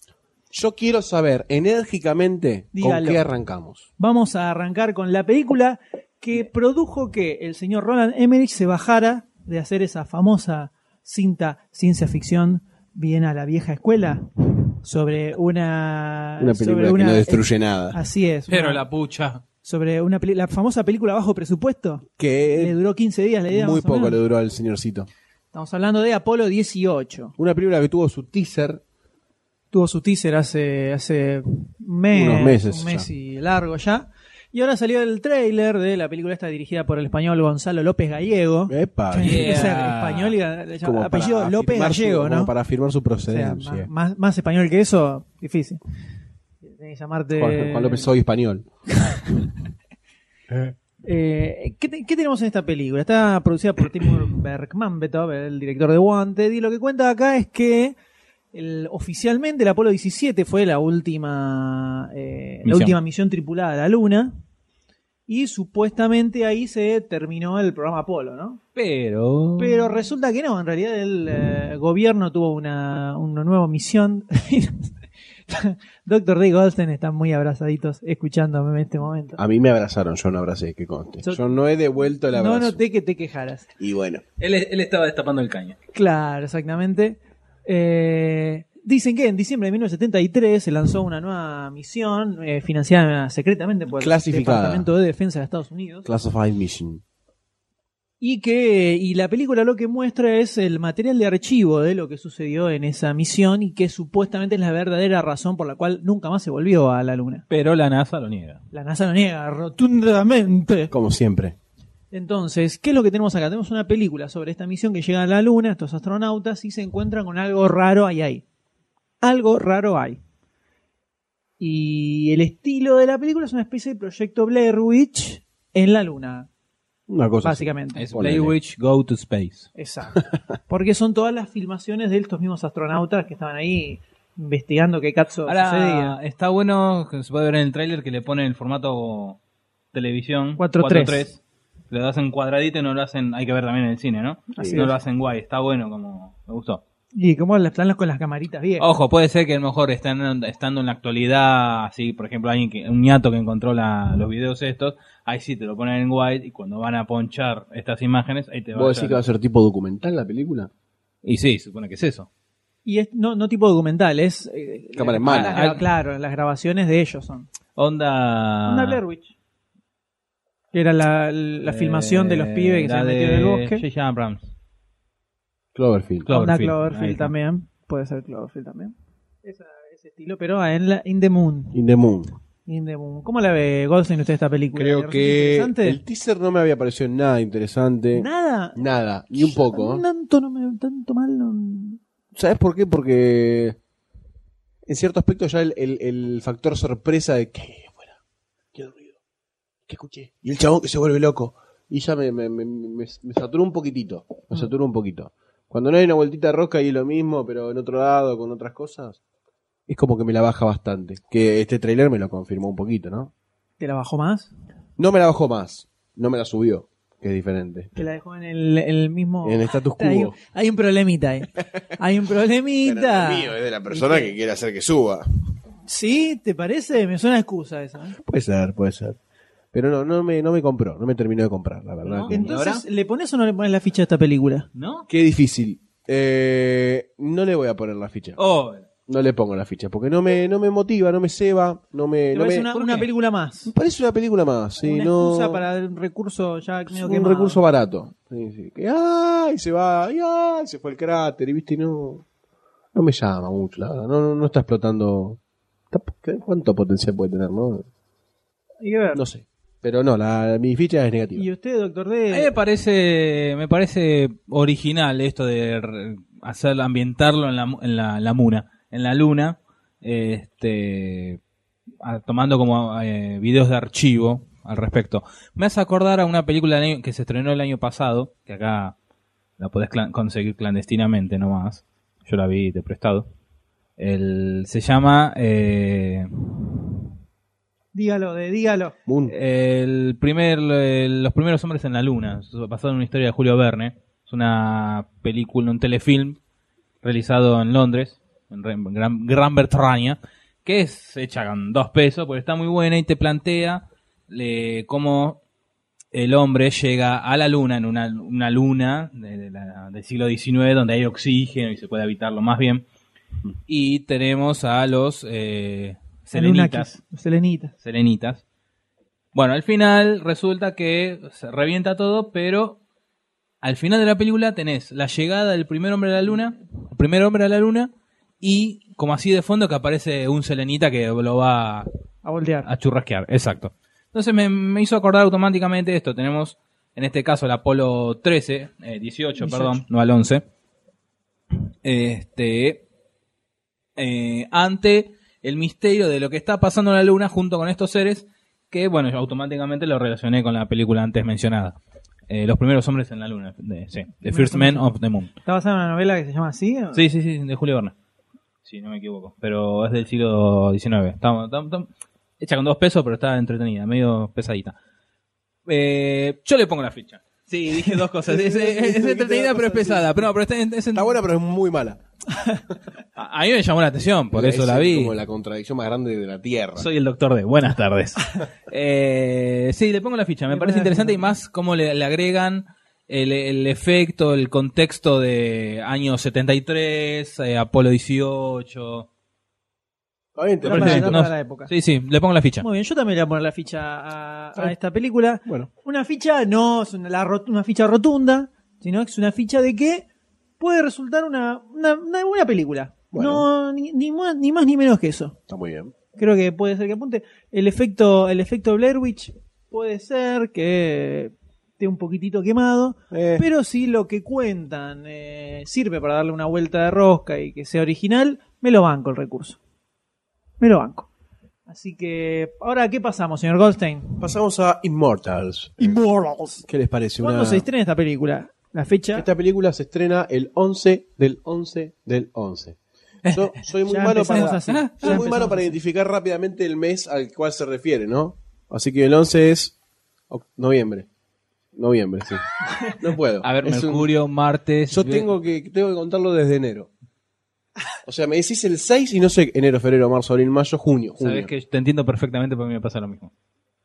B: Yo quiero saber enérgicamente
A: Dígalo.
B: con qué arrancamos.
A: Vamos a arrancar con la película que produjo que el señor Roland Emmerich se bajara de hacer esa famosa cinta ciencia ficción bien a la vieja escuela sobre una
B: Una película
A: Ah, sobre
B: que
A: una-
B: no destruye nada.
A: Así es.
C: Pero
A: una-
C: la pucha.
A: sobre una peli- la famosa película bajo presupuesto le
B: Que
A: duró 15 días la idea.
B: Eh, muy
A: más o
B: poco
A: menos.
B: le duró al señorcito.
A: Estamos hablando de Apolo 18.
B: Una película que tuvo su teaser.
A: Tuvo su teaser hace hace un mes,
B: Unos meses
A: un mes
B: ya.
A: y largo ya. Y ahora salió el tráiler de la película esta dirigida por el español Gonzalo López Gallego. (laughs)
B: Epa,
A: Tiene que
C: Yeah.
A: ser español y le llaman-
B: como para
A: apellido López
B: afirmar su-
A: Gallego,
B: como
A: ¿no?
B: Para afirmar su
A: O sea,
B: procedencia.
A: ma- más, más español que eso, difícil. Tenés que llamarte...
B: Juan, Juan López, soy español.
A: Eh, ¿qué, te- qué tenemos en esta película? Está producida por Timur
B: (coughs)
A: Bergman, el director de Wanted, y lo que cuenta acá es que el- oficialmente el Apolo 17 fue la última, eh, la
C: Misión.
A: última misión tripulada a la Luna, y supuestamente ahí se terminó el programa Apolo, ¿no?
C: Pero.
A: Pero resulta que no, en realidad el eh, gobierno tuvo una, una nueva misión. (laughs) Doctor D. Goldstein están muy abrazaditos escuchándome en este momento.
B: A mí me abrazaron, yo no abracé, que conste.
A: Yo-
B: Yo, no he devuelto el
A: No
B: abrazo.
A: noté que te quejaras.
B: Y bueno,
C: Él, él estaba destapando el caño.
A: Claro, exactamente. Eh, dicen que en diciembre de 1973 se lanzó una nueva misión eh, financiada secretamente por el
B: Clasificada.
A: Departamento de Defensa de Estados Unidos.
B: Classified Mission.
A: Y que y la película lo que muestra es el material de archivo de lo que sucedió en esa misión y que supuestamente es la verdadera razón por la cual nunca más se volvió a la Luna.
C: Pero la NASA lo niega.
A: La NASA lo niega rotundamente.
B: Como siempre.
A: Entonces, ¿qué es lo que tenemos acá? Tenemos una película sobre esta misión que llega a la Luna, estos astronautas, y se encuentran con algo raro ahí ahí. Algo raro hay. Y el estilo de la película es una especie de proyecto Blair Witch en la Luna,
B: Una cosa. así.
A: básicamente.
C: Es
B: Ponele.
C: Play Witch Go to Space.
B: (laughs)
A: Exacto. Porque son todas las filmaciones de estos mismos astronautas que estaban ahí investigando qué cazzo sucedía.
C: Ahora, está bueno, que se puede ver en el tráiler que le ponen el formato televisión.
A: 4:3.
C: 4:3. Lo hacen cuadradito y no lo hacen, hay que ver también en el cine, ¿no?
A: Así
C: no
A: es.
C: lo hacen guay, está bueno como me gustó.
A: Y como las planas con las camaritas viejas.
B: Oh.
C: Ojo, puede ser que a lo mejor estando, estando en la actualidad, así, por ejemplo, alguien que, un ñato que encontró la- los videos estos, ahí sí te lo ponen en guay y cuando van a ponchar estas imágenes, ahí te va
B: ¿Vos
C: a-
B: decís que va a ser tipo documental la película?
C: Y sí, supone que es eso.
A: Y es, no, no tipo documental, es... eh,
B: Cámara en
A: las-
B: mano.
A: las gra- Claro, las grabaciones de ellos son.
C: Onda...
A: Una Blair Witch. Que era la, la
C: Eh,
A: filmación de los pibes que se
C: la
A: metieron en el
C: de
A: bosque.
C: J.J. Abrams.
B: Cloverfield.
A: Onda
C: Cloverfield. Ahí
A: Cloverfield
C: está.
A: también. Puede ser Cloverfield también. Esa- ese estilo, pero ah, en la, In the Moon.
B: In the Moon.
A: In the Moon. ¿Cómo la ve Goldstein usted esta película? ¿Le
B: Creo
A: resulta
B: que
A: interesante?
B: el teaser no me había parecido nada interesante.
A: Nada.
B: Nada, ni un poco. ¿eh?
A: Tanto, no me, tanto mal. no-
B: ¿Sabes por qué? Porque en cierto aspecto ya el, el- el factor sorpresa de qué fuera, qué ruido, qué escuché. Y el chabón que se vuelve loco. Y ya me, me, me- me- me saturó un poquitito. Me saturó un poquito. Cuando no hay una vueltita de rosca y es lo mismo, pero en otro lado, con otras cosas, es como que me la baja bastante. Que este trailer me lo confirmó un poquito, ¿no?
A: ¿Te la bajó más?
B: No me la bajó más, no me la subió, que es diferente.
A: ¿Te la dejó en el, el mismo.?
B: En status
A: hay,
B: quo.
A: hay un problemita ahí. Hay
B: (laughs)
A: un problemita.
B: de la persona que quiere hacer que suba.
A: ¿Sí? ¿Te parece? Me suena excusa esa. ¿eh?
B: Puede ser, puede ser. Pero no, no me, no me compró, no me terminó de comprar, la verdad.
C: No.
B: que-
A: Entonces,
C: ahora?
A: ¿le pones o no le pones la ficha a esta película?
C: ¿No?
B: Qué difícil. Eh, no le voy a poner la ficha.
C: Oh,
B: No le pongo la ficha, porque no me, no me motiva, no me ceba, no me...
A: ¿Te
B: No
A: parece
B: me...
A: una,
C: ¿Por
A: una
C: qué?
A: película más?
B: me parece una película más, sí,
A: una
B: no...
A: excusa para el recurso ya
B: es
A: medio
B: un
A: quemado.
B: recurso barato. Sí, sí. Que, ¡ay! Se va, y ¡ay! Se fue el cráter, y viste, no... No me llama mucho, la verdad. No, no, no está explotando... ¿Qué- ¿Cuánto potencial puede tener, no?
A: Hay que ver.
B: No sé. Pero no, la, mi ficha es negativa.
A: ¿Y usted, doctor
C: A mí me
B: Eh.
A: D?
C: parece, me parece original esto de re- hacer ambientarlo en la, mu- en la, en la muna, en la luna, este, a- tomando como eh, videos de archivo al respecto. Me hace acordar a una película del año- que se estrenó el año pasado, que acá la podés clan- conseguir clandestinamente nomás. Yo la vi de prestado. El, se llama eh,
A: Dígalo, D, dígalo.
B: Moon.
C: El primer, el- los primeros hombres en la luna, basado en una historia de Julio Verne. Es una película, un telefilm realizado en Londres, en Re- en Gran, Gran Bretaña, que es hecha con dos pesos, pero está muy buena y te plantea le- cómo el hombre llega a la luna, en una, una luna de- de la- del siglo XIX donde hay oxígeno y se puede habitarlo más bien. Y tenemos a los eh, selenitas
A: Anunnakis, Selenitas.
C: selenitas. Bueno, al final resulta que se revienta todo, pero al final de la película tenés la llegada del primer hombre a la luna, el primer hombre a la luna, y como así de fondo que aparece un selenita que lo va
A: A voltear.
C: Ah. a churrasquear, exacto. Entonces me, me hizo acordar automáticamente esto. Tenemos, en este caso, el Apolo 13, eh, 18,
A: 18.
C: perdón, no al 11. Este, eh, ante el misterio de lo que está pasando en la Luna junto con estos seres, que bueno, yo automáticamente lo relacioné con la película antes mencionada. Eh, los primeros hombres en la Luna, de- sí, The First Men of the Moon.
A: ¿Está basada en una novela que se llama así?
C: Sí, sí, sí, de Julio Verne. Sí, no me equivoco. Pero es del siglo XIX. Está- está- está- hecha con dos pesos, pero está entretenida, medio pesadita. Eh, yo le pongo la ficha. Sí, dije dos cosas. Es, es- es entretenida, pero es pesada. Pero no, pero está, en- es en-
B: Está buena, pero es muy mala.
C: A a mí me llamó la atención, por eso
B: Es
C: la vi.
B: Como la contradicción más grande de la Tierra.
C: Soy el doctor D.
B: (laughs)
C: Buenas tardes. Eh, sí, le pongo la ficha. Me
A: Le
C: parece
A: pongo la
C: interesante
A: ficha.
C: y más cómo le, le agregan el, el efecto, el contexto de año 73, eh, Apolo 18.
B: Está bien, te
A: Está
C: Me
A: para,
B: parece bien.
C: parece
A: está
C: bien.
A: para la época.
C: Sí, sí, le pongo la ficha.
A: Muy bien, yo también le voy a poner la ficha a, a
B: Ahí.
A: esta película.
B: Bueno.
A: Una ficha no es una, la rot- una ficha rotunda, sino que es una ficha de que puede resultar una, una, una buena película.
B: Bueno.
A: No, ni, ni más, ni más ni menos que eso.
B: Está muy bien.
A: Creo que puede ser que apunte. El efecto, el efecto Blair Witch puede ser que esté un poquitito quemado.
B: Eh,
A: Pero si lo que cuentan eh, sirve para darle una vuelta de rosca y que sea original, me lo banco el recurso. Me lo banco. Así que, ahora, ¿qué pasamos, señor Goldstein?
B: pasamos a Immortals.
A: Immortals.
B: ¿Qué les parece?
A: ¿Cuándo
B: Una-
A: se estrena esta película? ¿La fecha?
B: Esta película se estrena el 11 del 11 del 11. (laughs) Yo soy muy
A: Ya
B: malo
A: empezamos
B: para,
A: así.
B: soy
A: Ya
B: muy
A: empezamos
B: malo para
A: así.
B: identificar rápidamente el mes al cual se refiere, ¿no? Así que el 11 es oc- noviembre. Noviembre, (laughs) sí. No puedo.
C: A ver,
B: Es un-
C: Mercurio, Marte.
B: yo tengo que, tengo que contarlo desde enero. O sea, me decís el 6 y no sé, enero, febrero, marzo, abril, mayo, junio.
C: Sabes
B: junio.
C: que te entiendo perfectamente porque me pasa lo mismo.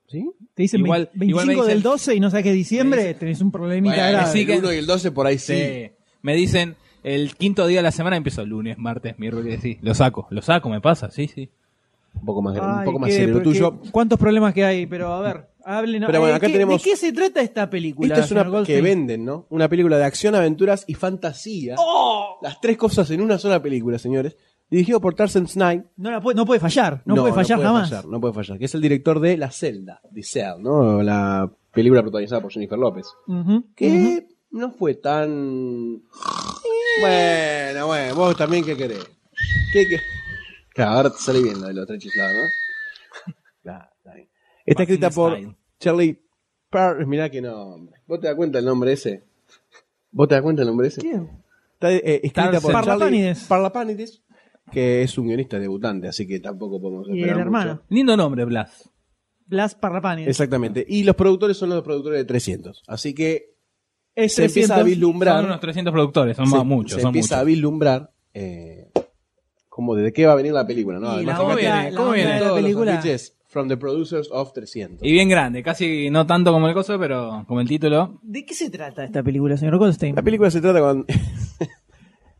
B: ¿Sí?
A: Te dicen
C: Igual-
A: 20 25
C: igual me dice
A: del
C: el-
A: 12 y no sabes que es diciembre,
C: me dice-
A: tenés un problemita
B: Bueno,
A: grave.
C: sí.
B: el 1 y el 12 por ahí sí.
C: Sí. Me dicen el quinto día de la semana empiezo lunes, martes, miércoles. Sí, lo saco, lo saco, me pasa. Sí, sí.
B: Un poco más, un
A: Ay,
B: poco más
A: qué-
B: serio lo
A: pero
B: tuyo.
A: qué- ¿Cuántos problemas que hay? Pero a ver, hablen.
B: Pero bueno,
A: eh,
B: acá
A: ¿qué-
B: tenemos-
A: ¿De qué se trata esta película?
B: Esta es
A: señor
B: una que
A: Goldstein?
B: venden, ¿no? Una película de acción, aventuras y fantasía.
A: ¡Oh!
B: Las tres cosas en una sola película, señores. Dirigido por Tarzan Snide.
A: No, la puede, no puede fallar, no, puede fallar jamás.
B: fallar, no puede fallar. Que es el director de La Celda, de Cell, ¿no? La película protagonizada por Jennifer López.
A: Ujú,
B: Que
A: ujú.
B: no fue tan. Bueno, bueno, vos también, ¿qué querés? ¿Qué, qué? Claro, ahora te sale bien lo de los tres chislados, ¿no? Claro, está bien. Está
C: Maxine
B: escrita por
C: Stein.
B: Charlie Parr. Mirá qué nombre. ¿Vos te das cuenta el nombre ese? ¿Vos te das cuenta el nombre ese?
A: ¿Quién?
B: Está eh, escrita
C: Tarzan.
B: por Charlie
A: Parlapánides.
B: Parlapánides, que es un guionista debutante, así que tampoco podemos
A: Y
B: esperar
A: el
B: mucho.
A: hermano.
C: Lindo nombre, Blas.
A: Blas Parrapanes.
B: Exactamente. Y los productores son los productores de 300. Así que
A: Es
B: se empieza a
A: 300.
B: vislumbrar.
C: Son unos 300 productores, son más
B: se,
C: muchos.
B: se
C: son
B: empieza a
C: muchos.
B: vislumbrar eh, como de qué va a venir la película, ¿no?
A: Y
B: Además,
A: la
B: acá
A: obra-
B: tiene
A: la
C: ¿Cómo
A: obra
C: viene?
A: de la
B: todos los
A: película.
B: afiches from the producers of 300.
C: Y bien grande, casi no tanto como el coso, pero como el título.
A: ¿De qué se trata esta película, señor Goldstein?
B: La película se trata con... (laughs)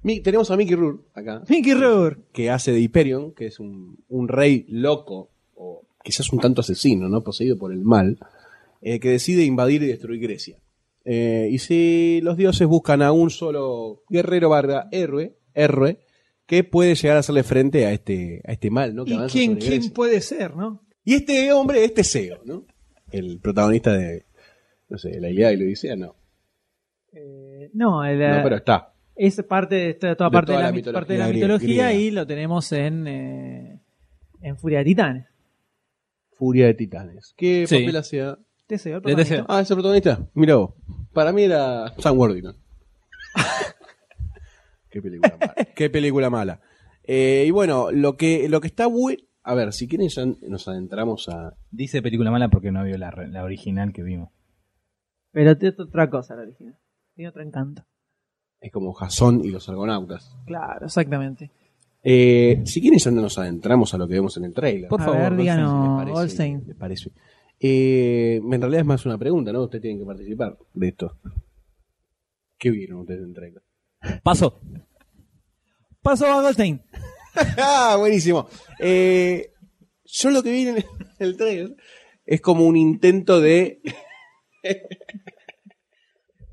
B: Mi- Tenemos a Mickey Rourke acá.
A: Mickey Rourke.
B: que hace de Hyperion, que es un, un rey loco, o quizás un tanto asesino, ¿no? Poseído por el mal, eh, que decide invadir y destruir Grecia. Eh, y si los dioses buscan a un solo guerrero barra héroe, héroe, que puede llegar a hacerle frente a este, a este mal, ¿no? Que
A: ¿Y
B: avanza
A: quién,
B: sobre
A: quién
B: Grecia.
A: puede ser, no?
B: Y este hombre es Teseo, ¿no? El protagonista de, no sé, la Ilíada y la Odisea, no.
A: Eh, no, el,
B: No, pero está.
A: es parte de, está toda
B: De
A: parte,
B: toda
A: de la,
B: la
A: mit- parte de
B: mitología
A: la
B: griega-
A: mitología
B: griega.
A: y lo tenemos en, eh, en Furia de Titanes.
B: Furia de Titanes. ¿Qué
C: Sí.
B: papel hacía?
A: Teseo, el
C: De Teseo.
A: Este protagonista.
B: Ah, ese protagonista. Mirá vos. Para mí era Sam Worthington. (laughs) Qué película mala. Qué película mala. Eh, y bueno, lo que, lo que está bueno. A ver, si quieren, ya nos adentramos a.
C: Dice película mala porque no vio la, re- la original que vimos.
A: Pero tiene otra cosa la original. Tiene otro encanto.
B: Es como Jason y los argonautas.
A: Claro, exactamente.
B: Eh, si quieren, ya nos adentramos a lo que vemos en el trailer.
C: Por
A: A
C: favor,
A: ver,
B: ¿Les
C: Goldstein,
A: díganos,
B: parece?
A: Goldstein.
B: ¿Les parece? Eh, en realidad es más una pregunta, ¿no? Ustedes tienen que participar de esto. ¿Qué vieron ustedes en el trailer?
C: Paso.
A: Paso a Goldstein.
B: ah, buenísimo. Eh, yo lo que vi en el- el trailer es como un intento de.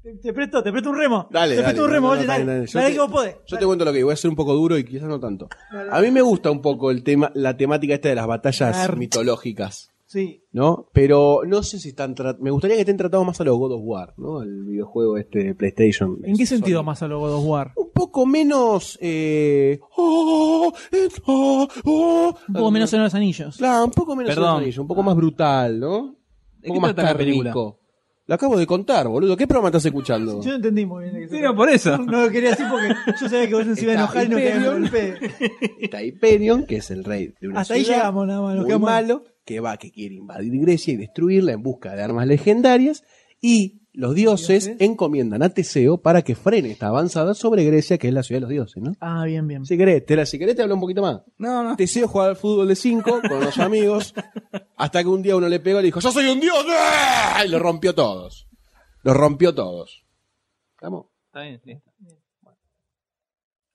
A: Te, te presto, te presto un remo.
B: Dale,
A: te
B: dale,
A: presto un
B: no,
A: remo,
B: no,
A: Goldstein,
B: no,
A: dale.
B: dale, dale. Yo
A: Dale
B: te-
A: que vos podés.
B: Yo te cuento lo que voy a ser un poco duro y quizás no tanto. A mí me gusta un poco el tema, la temática esta de las batallas
A: Ar-
B: mitológicas.
A: Sí,
B: ¿no? Pero no sé si están tra- me gustaría que estén tratados más a los God of War, ¿no? El videojuego este de PlayStation.
A: ¿En qué
B: Es-
A: sentido
B: son-
A: más a lo God of War?
B: Un poco menos eh, oh, eh, oh, oh.
A: Un poco menos en los anillos.
B: Claro, un poco menos
C: Perdón.
B: anillo, un poco más brutal, ¿no? Un
C: qué
B: poco más
C: trata la película?
B: cárnico. Lo acabo de contar, boludo. ¿Qué programa estás escuchando?
A: Yo no entendí muy bien. de qué se
C: Sí, no,
A: trata.
C: por eso.
A: No lo quería decir porque yo sabía que vos se iba a
B: Está
A: enojar y no quería que me
B: Imperium.
A: golpee.
B: Está Hyperion, que es el rey de una
A: Hasta ahí
B: ciudad
A: llegamos nada más. nos
B: muy
A: quedamos-
B: malo, que va, que quiere invadir Grecia y destruirla en busca de armas legendarias. Y los dioses
A: ¿Dioses?
B: encomiendan a Teseo para que frene esta avanzada sobre Grecia, que es la ciudad de los dioses, ¿no?
A: Ah, bien, bien.
B: Si querés, te la, si querés te hablo un poquito más.
C: No, no.
B: Teseo jugaba al fútbol de 5 con los amigos, hasta que un día uno le pegó y le dijo, yo soy un dios, ¡Ah! y lo rompió todos. Lo rompió todos. ¿Estamos?
C: Está bien, listo.
B: Y me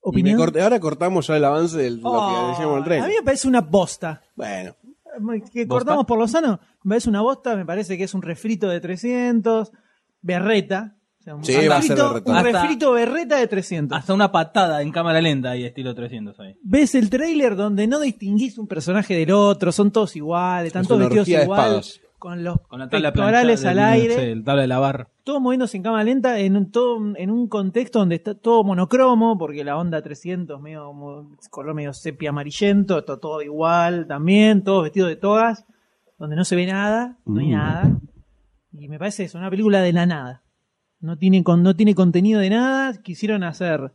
A: ¿Opinión?
B: corté- ahora cortamos ya el avance de lo
A: Oh,
B: que decíamos en el tren.
A: A mí me parece una bosta.
B: Bueno,
A: Que cortamos por lo sano. Me parece una bosta, me parece que es un refrito de 300. Berreta. O sea, un
B: Sí, va a ser
A: refrito-
B: berreta.
A: Un
C: Hasta-
A: refrito berreta de 300.
C: Hasta una patada en cámara lenta y estilo 300 ahí.
A: Ves el tráiler donde no distinguís un personaje del otro, son todos iguales, están
B: Es
A: todos
B: una
A: vestidos
B: orgía de
A: igual,
B: espadas.
A: con los
C: Con la tabla
A: pectorales al
C: planchada del-
A: aire,
C: sí, el tabla de lavar.
A: todos moviéndose en cámara lenta en un, todo, un- en un contexto donde está todo monocromo, porque la onda 300 medio como color medio sepia amarillento, está todo igual también, todos vestidos de togas, donde no se ve nada, no hay
B: Mm.
A: nada. Y me parece eso, una película de la nada. No tiene, con, no tiene contenido de nada, quisieron hacer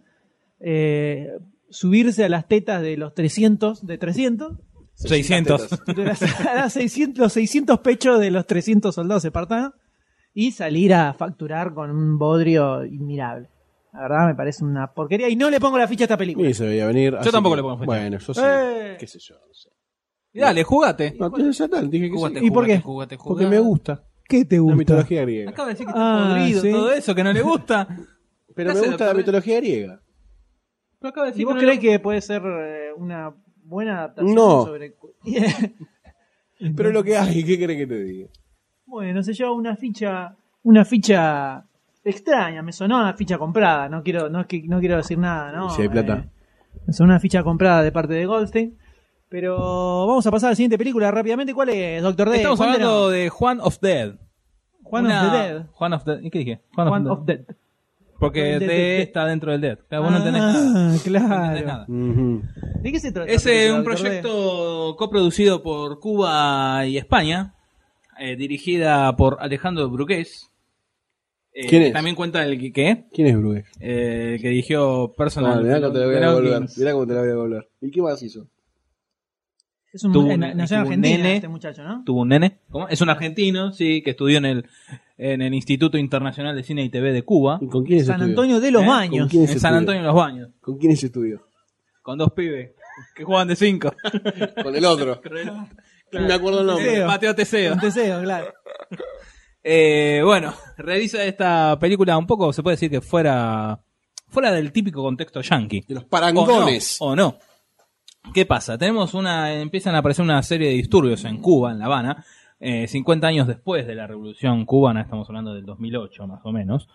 A: eh, subirse a las tetas de los 300, de 300,
C: 600.
A: de las- (laughs) a las 600, los 600 pechos de los 300 soldados espartanos y salir a facturar con un bodrio inmirable. La verdad me parece una porquería y no le pongo la ficha a esta película.
B: Y se veía venir. así
C: tampoco
B: que-
C: le pongo fecha.
B: Bueno, yo sé.
A: Eh.
B: ¿Qué sé yo? No, sé.
C: Y Dale, jugate.
B: No, pues ya está, dije que
C: Jugate,
B: sí.
A: ¿Y por
C: jugate,
A: qué?
C: jugate, jugate.
B: Porque me gusta
A: ¿Qué te
B: la
A: gusta?
B: mitología griega.
C: Acaba de decir que
A: Ah,
C: está podrido
A: sí.
C: todo eso, que no
A: (laughs)
C: le gusta.
B: Pero me
C: Hace
B: gusta la
C: doctor-
B: mitología griega.
C: Pero acaba de decir
A: ¿Y vos
C: no
A: crees
C: le-
A: que puede ser eh, una buena adaptación
B: No.
A: sobre... (laughs)
B: Pero lo que hay, ¿qué crees que te diga?
A: Bueno, se lleva una ficha, una ficha extraña, me sonó una ficha comprada, no quiero, no es que no quiero decir nada, ¿no?
B: Si hay plata.
A: Eh, me sonó una ficha comprada de parte de Goldstein. Pero vamos a pasar a la siguiente película rápidamente. ¿Cuál es, Doctor D?
C: Estamos
A: Cuéntenos.
C: hablando de Juan of Dead.
A: Juan
C: Una-
A: of the Dead.
C: Juan of Dead. ¿Y qué dije?
A: Juan of Dead.
C: Porque
A: Dead,
C: D
A: Dead, Dead.
C: está dentro del Dead. Claro, vos no entendés nada.
A: ah,
C: No entendés
A: claro.
C: nada.
A: ¿De qué se trata?
C: Es
A: la
C: eh,
A: película,
C: un
A: Doctor D?
C: proyecto coproducido por Cuba y España, eh, dirigida por Alejandro Brugués. Eh,
B: ¿Quién es?
C: que También cuenta el que- ¿qué?
B: ¿Quién es Bruges?
C: Eh, el que dirigió
B: Ah,
C: Personal.
B: mirá cómo te la voy a
C: Belongings.
B: devolver. Mirá cómo te la voy a devolver. ¿Y qué más hizo?
A: Es un,
C: Tuvo
A: eh,
C: un-
A: nació en
C: tuvo un
A: Argentina
C: nene.
A: este muchacho, ¿no?
C: Tuvo un nene. ¿Cómo? Es un argentino, sí, que estudió en el, en el Instituto Internacional de Cine y TV de Cuba.
B: ¿Y con quién se
A: San
B: estudió?
A: Antonio de los
C: ¿Eh?
A: Baños.
B: ¿Con quién
C: En
B: se
C: San
B: estudió?
C: Antonio de los Baños.
B: ¿Con quién se estudió?
C: Con dos pibes que juegan de cinco.
B: Con el
A: (laughs)
B: otro. No me acuerdo el nombre.
A: Teseo.
C: Mateo Teseo.
A: Con Teseo, claro.
C: Eh, bueno, realiza esta película un poco, se puede decir que fuera, fuera del típico contexto yankee.
B: De los
C: O no,
B: parangones.
C: o no. ¿Qué pasa? Tenemos una, empiezan a aparecer una serie de disturbios en Cuba, en La Habana, eh, 50 años después de la Revolución Cubana, estamos hablando del 2008 más o menos,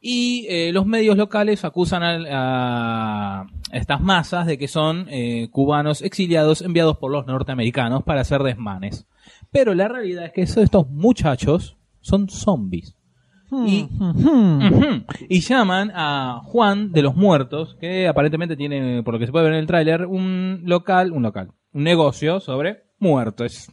C: y eh, los medios locales acusan al- a, estas masas de que son eh, cubanos exiliados enviados por los norteamericanos para hacer desmanes. Pero la realidad es que eso- estos muchachos son zombies. Y-
A: Hmm,
C: Ujú. Y llaman a Juan de los Muertos, que aparentemente tiene, por lo que se puede ver en el tráiler, un local, un local, un negocio sobre muertos.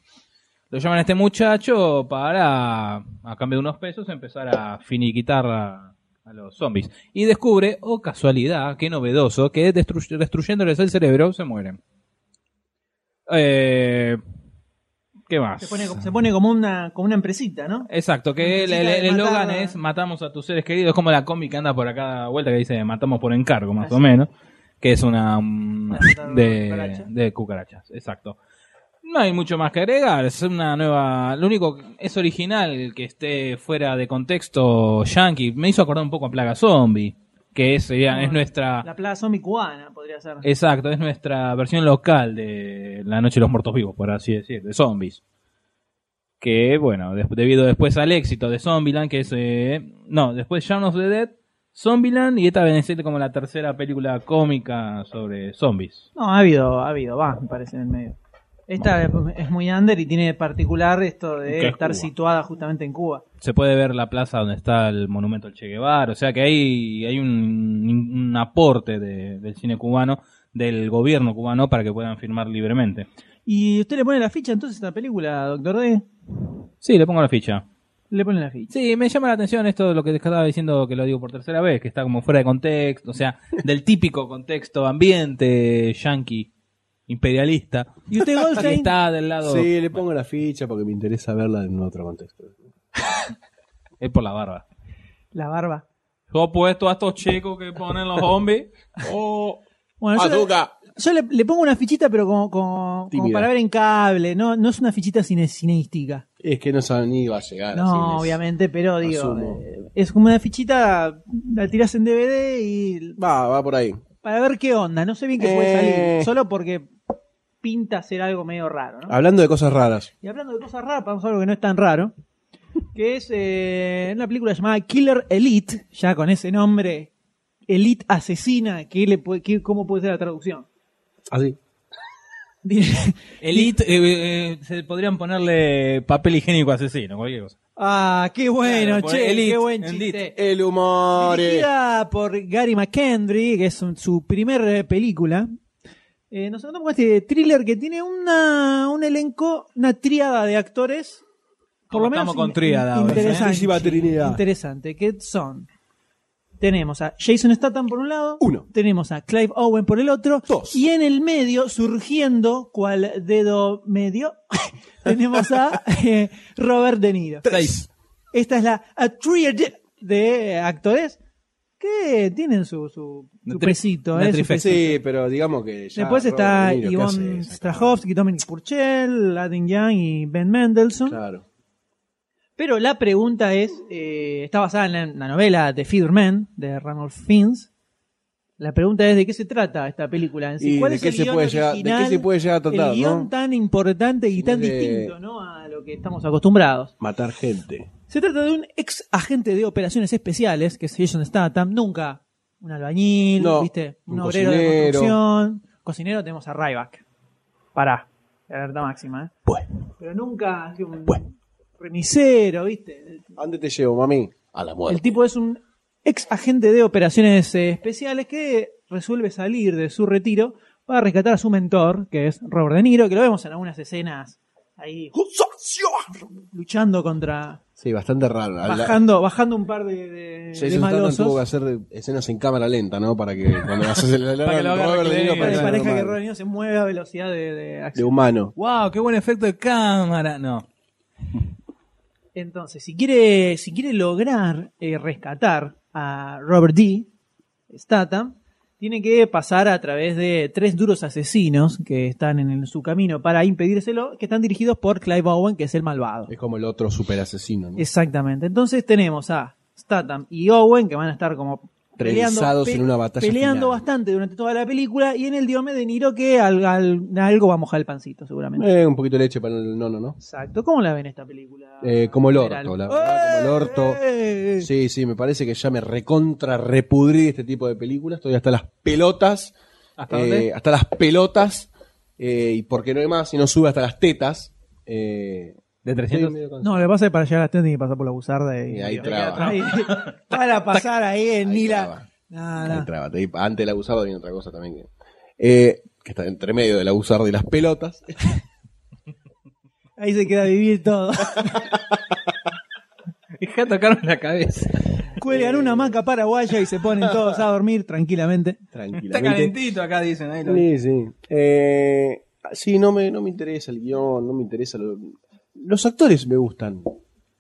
C: Lo llaman a este muchacho para, a cambio de unos pesos, empezar a finiquitar a, a los zombies. Y descubre, oh casualidad, qué novedoso, que destru- destruyéndoles el cerebro se mueren. Eh, ¿Qué más?
A: Se pone, se pone como una, como una empresita, ¿no?
C: Exacto, que el- el-
A: Necesita
C: el eslogan
A: matar-
C: es matamos a tus seres queridos, es como la cómica anda por acá vuelta que dice matamos por encargo, más
A: Así.
C: o menos, que es una mm,
A: matar
C: de,
A: cucarachas.
C: de cucarachas, exacto. No hay mucho más que agregar, es una nueva, lo único que es original que esté fuera de contexto yankee, me hizo acordar un poco a Plaga Zombie, que es, sería- es
A: Ah,
C: nuestra
A: La plaza zombie cubana podría ser.
C: Exacto, es nuestra versión local de La Noche de los Muertos Vivos, por así decir, de Zombies. Que, bueno, des- debido después al éxito de Zombieland, que es... eh, no, después Shaun of the Dead, Zombieland, y esta viene a ser como la tercera película cómica sobre zombies.
A: No, ha habido, ha habido, va, me parece en el medio. Esta es muy under y tiene de particular esto de
C: Que es
A: estar
C: Cuba.
A: situada justamente en Cuba.
C: se puede ver la plaza donde está el monumento al Che Guevara, o sea que ahí hay un, un aporte de- del cine cubano, del gobierno cubano, para que puedan filmar libremente.
A: ¿Y usted le pone la ficha entonces a esta película, Doctor D?
C: Sí, le pongo la ficha.
A: Le pone la ficha.
C: Sí, me llama la atención esto de lo que estaba diciendo, que lo digo por tercera vez, que está como fuera de contexto, o (laughs) sea, del típico contexto ambiente yankee, imperialista. (laughs)
A: ¿Y usted,
C: Y
A: Goldstein?
C: está del lado,
B: Sí, le pongo la ficha porque me interesa verla en otro contexto.
C: es por la barba.
A: La barba.
C: Yo puesto a estos chicos que ponen los zombies, o
A: Bueno, Ah,
B: Ah,
C: Ah,
A: yo, le, yo le- le pongo una fichita, pero como, como- como
B: Tímida.
A: para ver en cable. No, no es una fichita cine, cineística.
B: Es que no saben ni va a llegar.
A: No,
B: así les-
A: obviamente, pero digo,
B: asumo.
A: eh, es como una fichita, la tiras en DVD y
B: Va, va por ahí.
A: para ver qué onda. No sé bien qué puede
B: Eh. Ah.
A: salir, solo porque pinta ser algo medio raro, ¿no?
B: Hablando de cosas raras.
A: Y hablando de cosas raras, vamos a algo que no es tan raro, que es eh, una película llamada Killer Elite, ya con ese nombre, Elite Asesina, ¿qué le puede- qué- ¿cómo puede ser la traducción? (laughs)
B: Así.
A: Dice-
C: Elite, eh, eh, se podrían ponerle papel higiénico asesino, cualquier cosa.
A: Ah, qué bueno,
C: Claro, por
A: che,
C: Elite,
A: qué buen
C: Elite.
A: chiste.
B: El humor. eh.
A: Dirigida por Gary McKendry, que es un- su primera película. Eh, nos encontramos con este thriller que tiene una, un elenco, una tríada de actores. Por
C: Como
A: lo menos
C: estamos con
A: in-
C: tríada ahora, ¿eh?
A: interesante,
B: Exclusiva trinidad.
A: interesante. Que son. Tenemos a Jason Statham por un lado.
B: Uno.
A: Tenemos a Clive Owen por el otro.
B: Dos.
A: Y en el medio, surgiendo, cual dedo medio, (laughs) tenemos a (laughs) eh, Robert De Niro.
C: Seis.
A: Esta es la a triad de eh, actores que tienen su, su,
C: Una
A: su
C: tri-
A: pesito.
C: una
A: eh, su
C: trifecta.
A: pesito.
B: Sí, pero digamos que ya.
A: Después está
B: Robert De Niro, ¿qué hace
A: Ivonne
B: esa
A: Strahovski, Dominic Purcell, Adin Young y Ben Mendelssohn.
B: cara? Claro.
A: Pero la pregunta es, eh, está basada en la, en la novela The Feeder Man de Ranulph Fiennes. La pregunta es de qué se trata esta película en sí.
B: ¿Y
A: ¿Cuál
B: de
A: es
B: qué
A: el
B: se
A: guión
B: puede llegar- de
A: original,
B: qué se puede llegar a tratar,
A: El guión
B: no?
A: tan importante y tan
B: De-
A: distinto ¿no? a lo que estamos acostumbrados.
B: Matar gente.
A: Se trata de un ex agente de operaciones especiales, que es Jason Statham, nunca un albañil,
B: No,
A: ¿viste? Un,
B: un
A: obrero de
B: cocinero.
A: construcción. Cocinero tenemos a Ryback. Pará, la verdad máxima, ¿eh?
B: Pues.
A: Pero nunca así, un
B: Pues.
A: remisero, ¿viste?
B: ¿A dónde te llevo, mami? A la
A: El tipo es un ex agente de operaciones eh, especiales que resuelve salir de su retiro para rescatar a su mentor, que es Robert De Niro, que lo vemos en algunas escenas ahí
B: ¡Oh!
A: luchando contra
B: Sí, bastante raro. La- la-
A: bajando, bajando un par de, de, de
B: Jason Statham
A: malosos.
B: tuvo que hacer escenas en cámara lenta, ¿no? Para que cuando haces el
C: Para que lo agarre
B: Robert De Niro
A: Para
C: que-
B: parece
A: que parezca que
B: normal.
A: Rodrigo se mueve a velocidad de, de
B: De
A: acción.
B: humano.
C: ¡Wow! ¡Qué buen efecto de cámara! No.
A: Entonces, si quiere, si quiere lograr eh, rescatar a Robert D. Statham, tiene que pasar a través de tres duros asesinos que están en el- su camino para impedírselo, que están dirigidos por Clive Owen, que es el malvado.
B: Es como el otro super asesino, ¿no?
A: Exactamente. Entonces tenemos a Statham y Owen que van a estar como peleando,
B: Trenzados
A: pe-
B: en una batalla
A: peleando
B: final.
A: bastante durante toda la película y en el diome de Niro que al- al- algo va a mojar el pancito seguramente.
B: Eh, un poquito de leche para el nono, ¿no?
A: Exacto. ¿Cómo la ven esta película?
B: Eh, como el orto,
A: General.
B: la verdad, como el orto.
A: ¡Eh!
B: Sí, sí, me parece que ya me recontra repudrí de este tipo de películas. Estoy hasta las pelotas.
C: ¿Hasta
B: eh,
C: dónde?
B: Hasta las pelotas. eh, y porque no hay más, si no sube hasta las tetas. Eh,
C: De
B: estoy
C: 300.
B: medio cansado.
A: No, lo que pasa es que para llegar a las tiendas tiene que pasar por la buzarda y,
B: Y ahí
A: y-
B: traba.
A: ahí- (laughs) para pasar ahí en
B: Ahí
A: Nila.
B: traba.
A: No,
B: Ahí
A: no.
B: traba, te- Antes de la usarda viene otra cosa también. Que, eh, que está entre medio de la usarda y las pelotas.
A: Ahí se queda vivir todo.
C: (laughs)
B: (laughs)
C: Deja tocarme la cabeza.
B: Eh.
A: Cuelgan una hamaca paraguaya y se ponen todos a dormir tranquilamente.
C: Está
B: Tranquilamente.
C: calentito acá, dicen. Ahí lo-
B: Sí, sí. Eh, sí, no me, no me interesa el guión, no me interesa. lo- los actores me gustan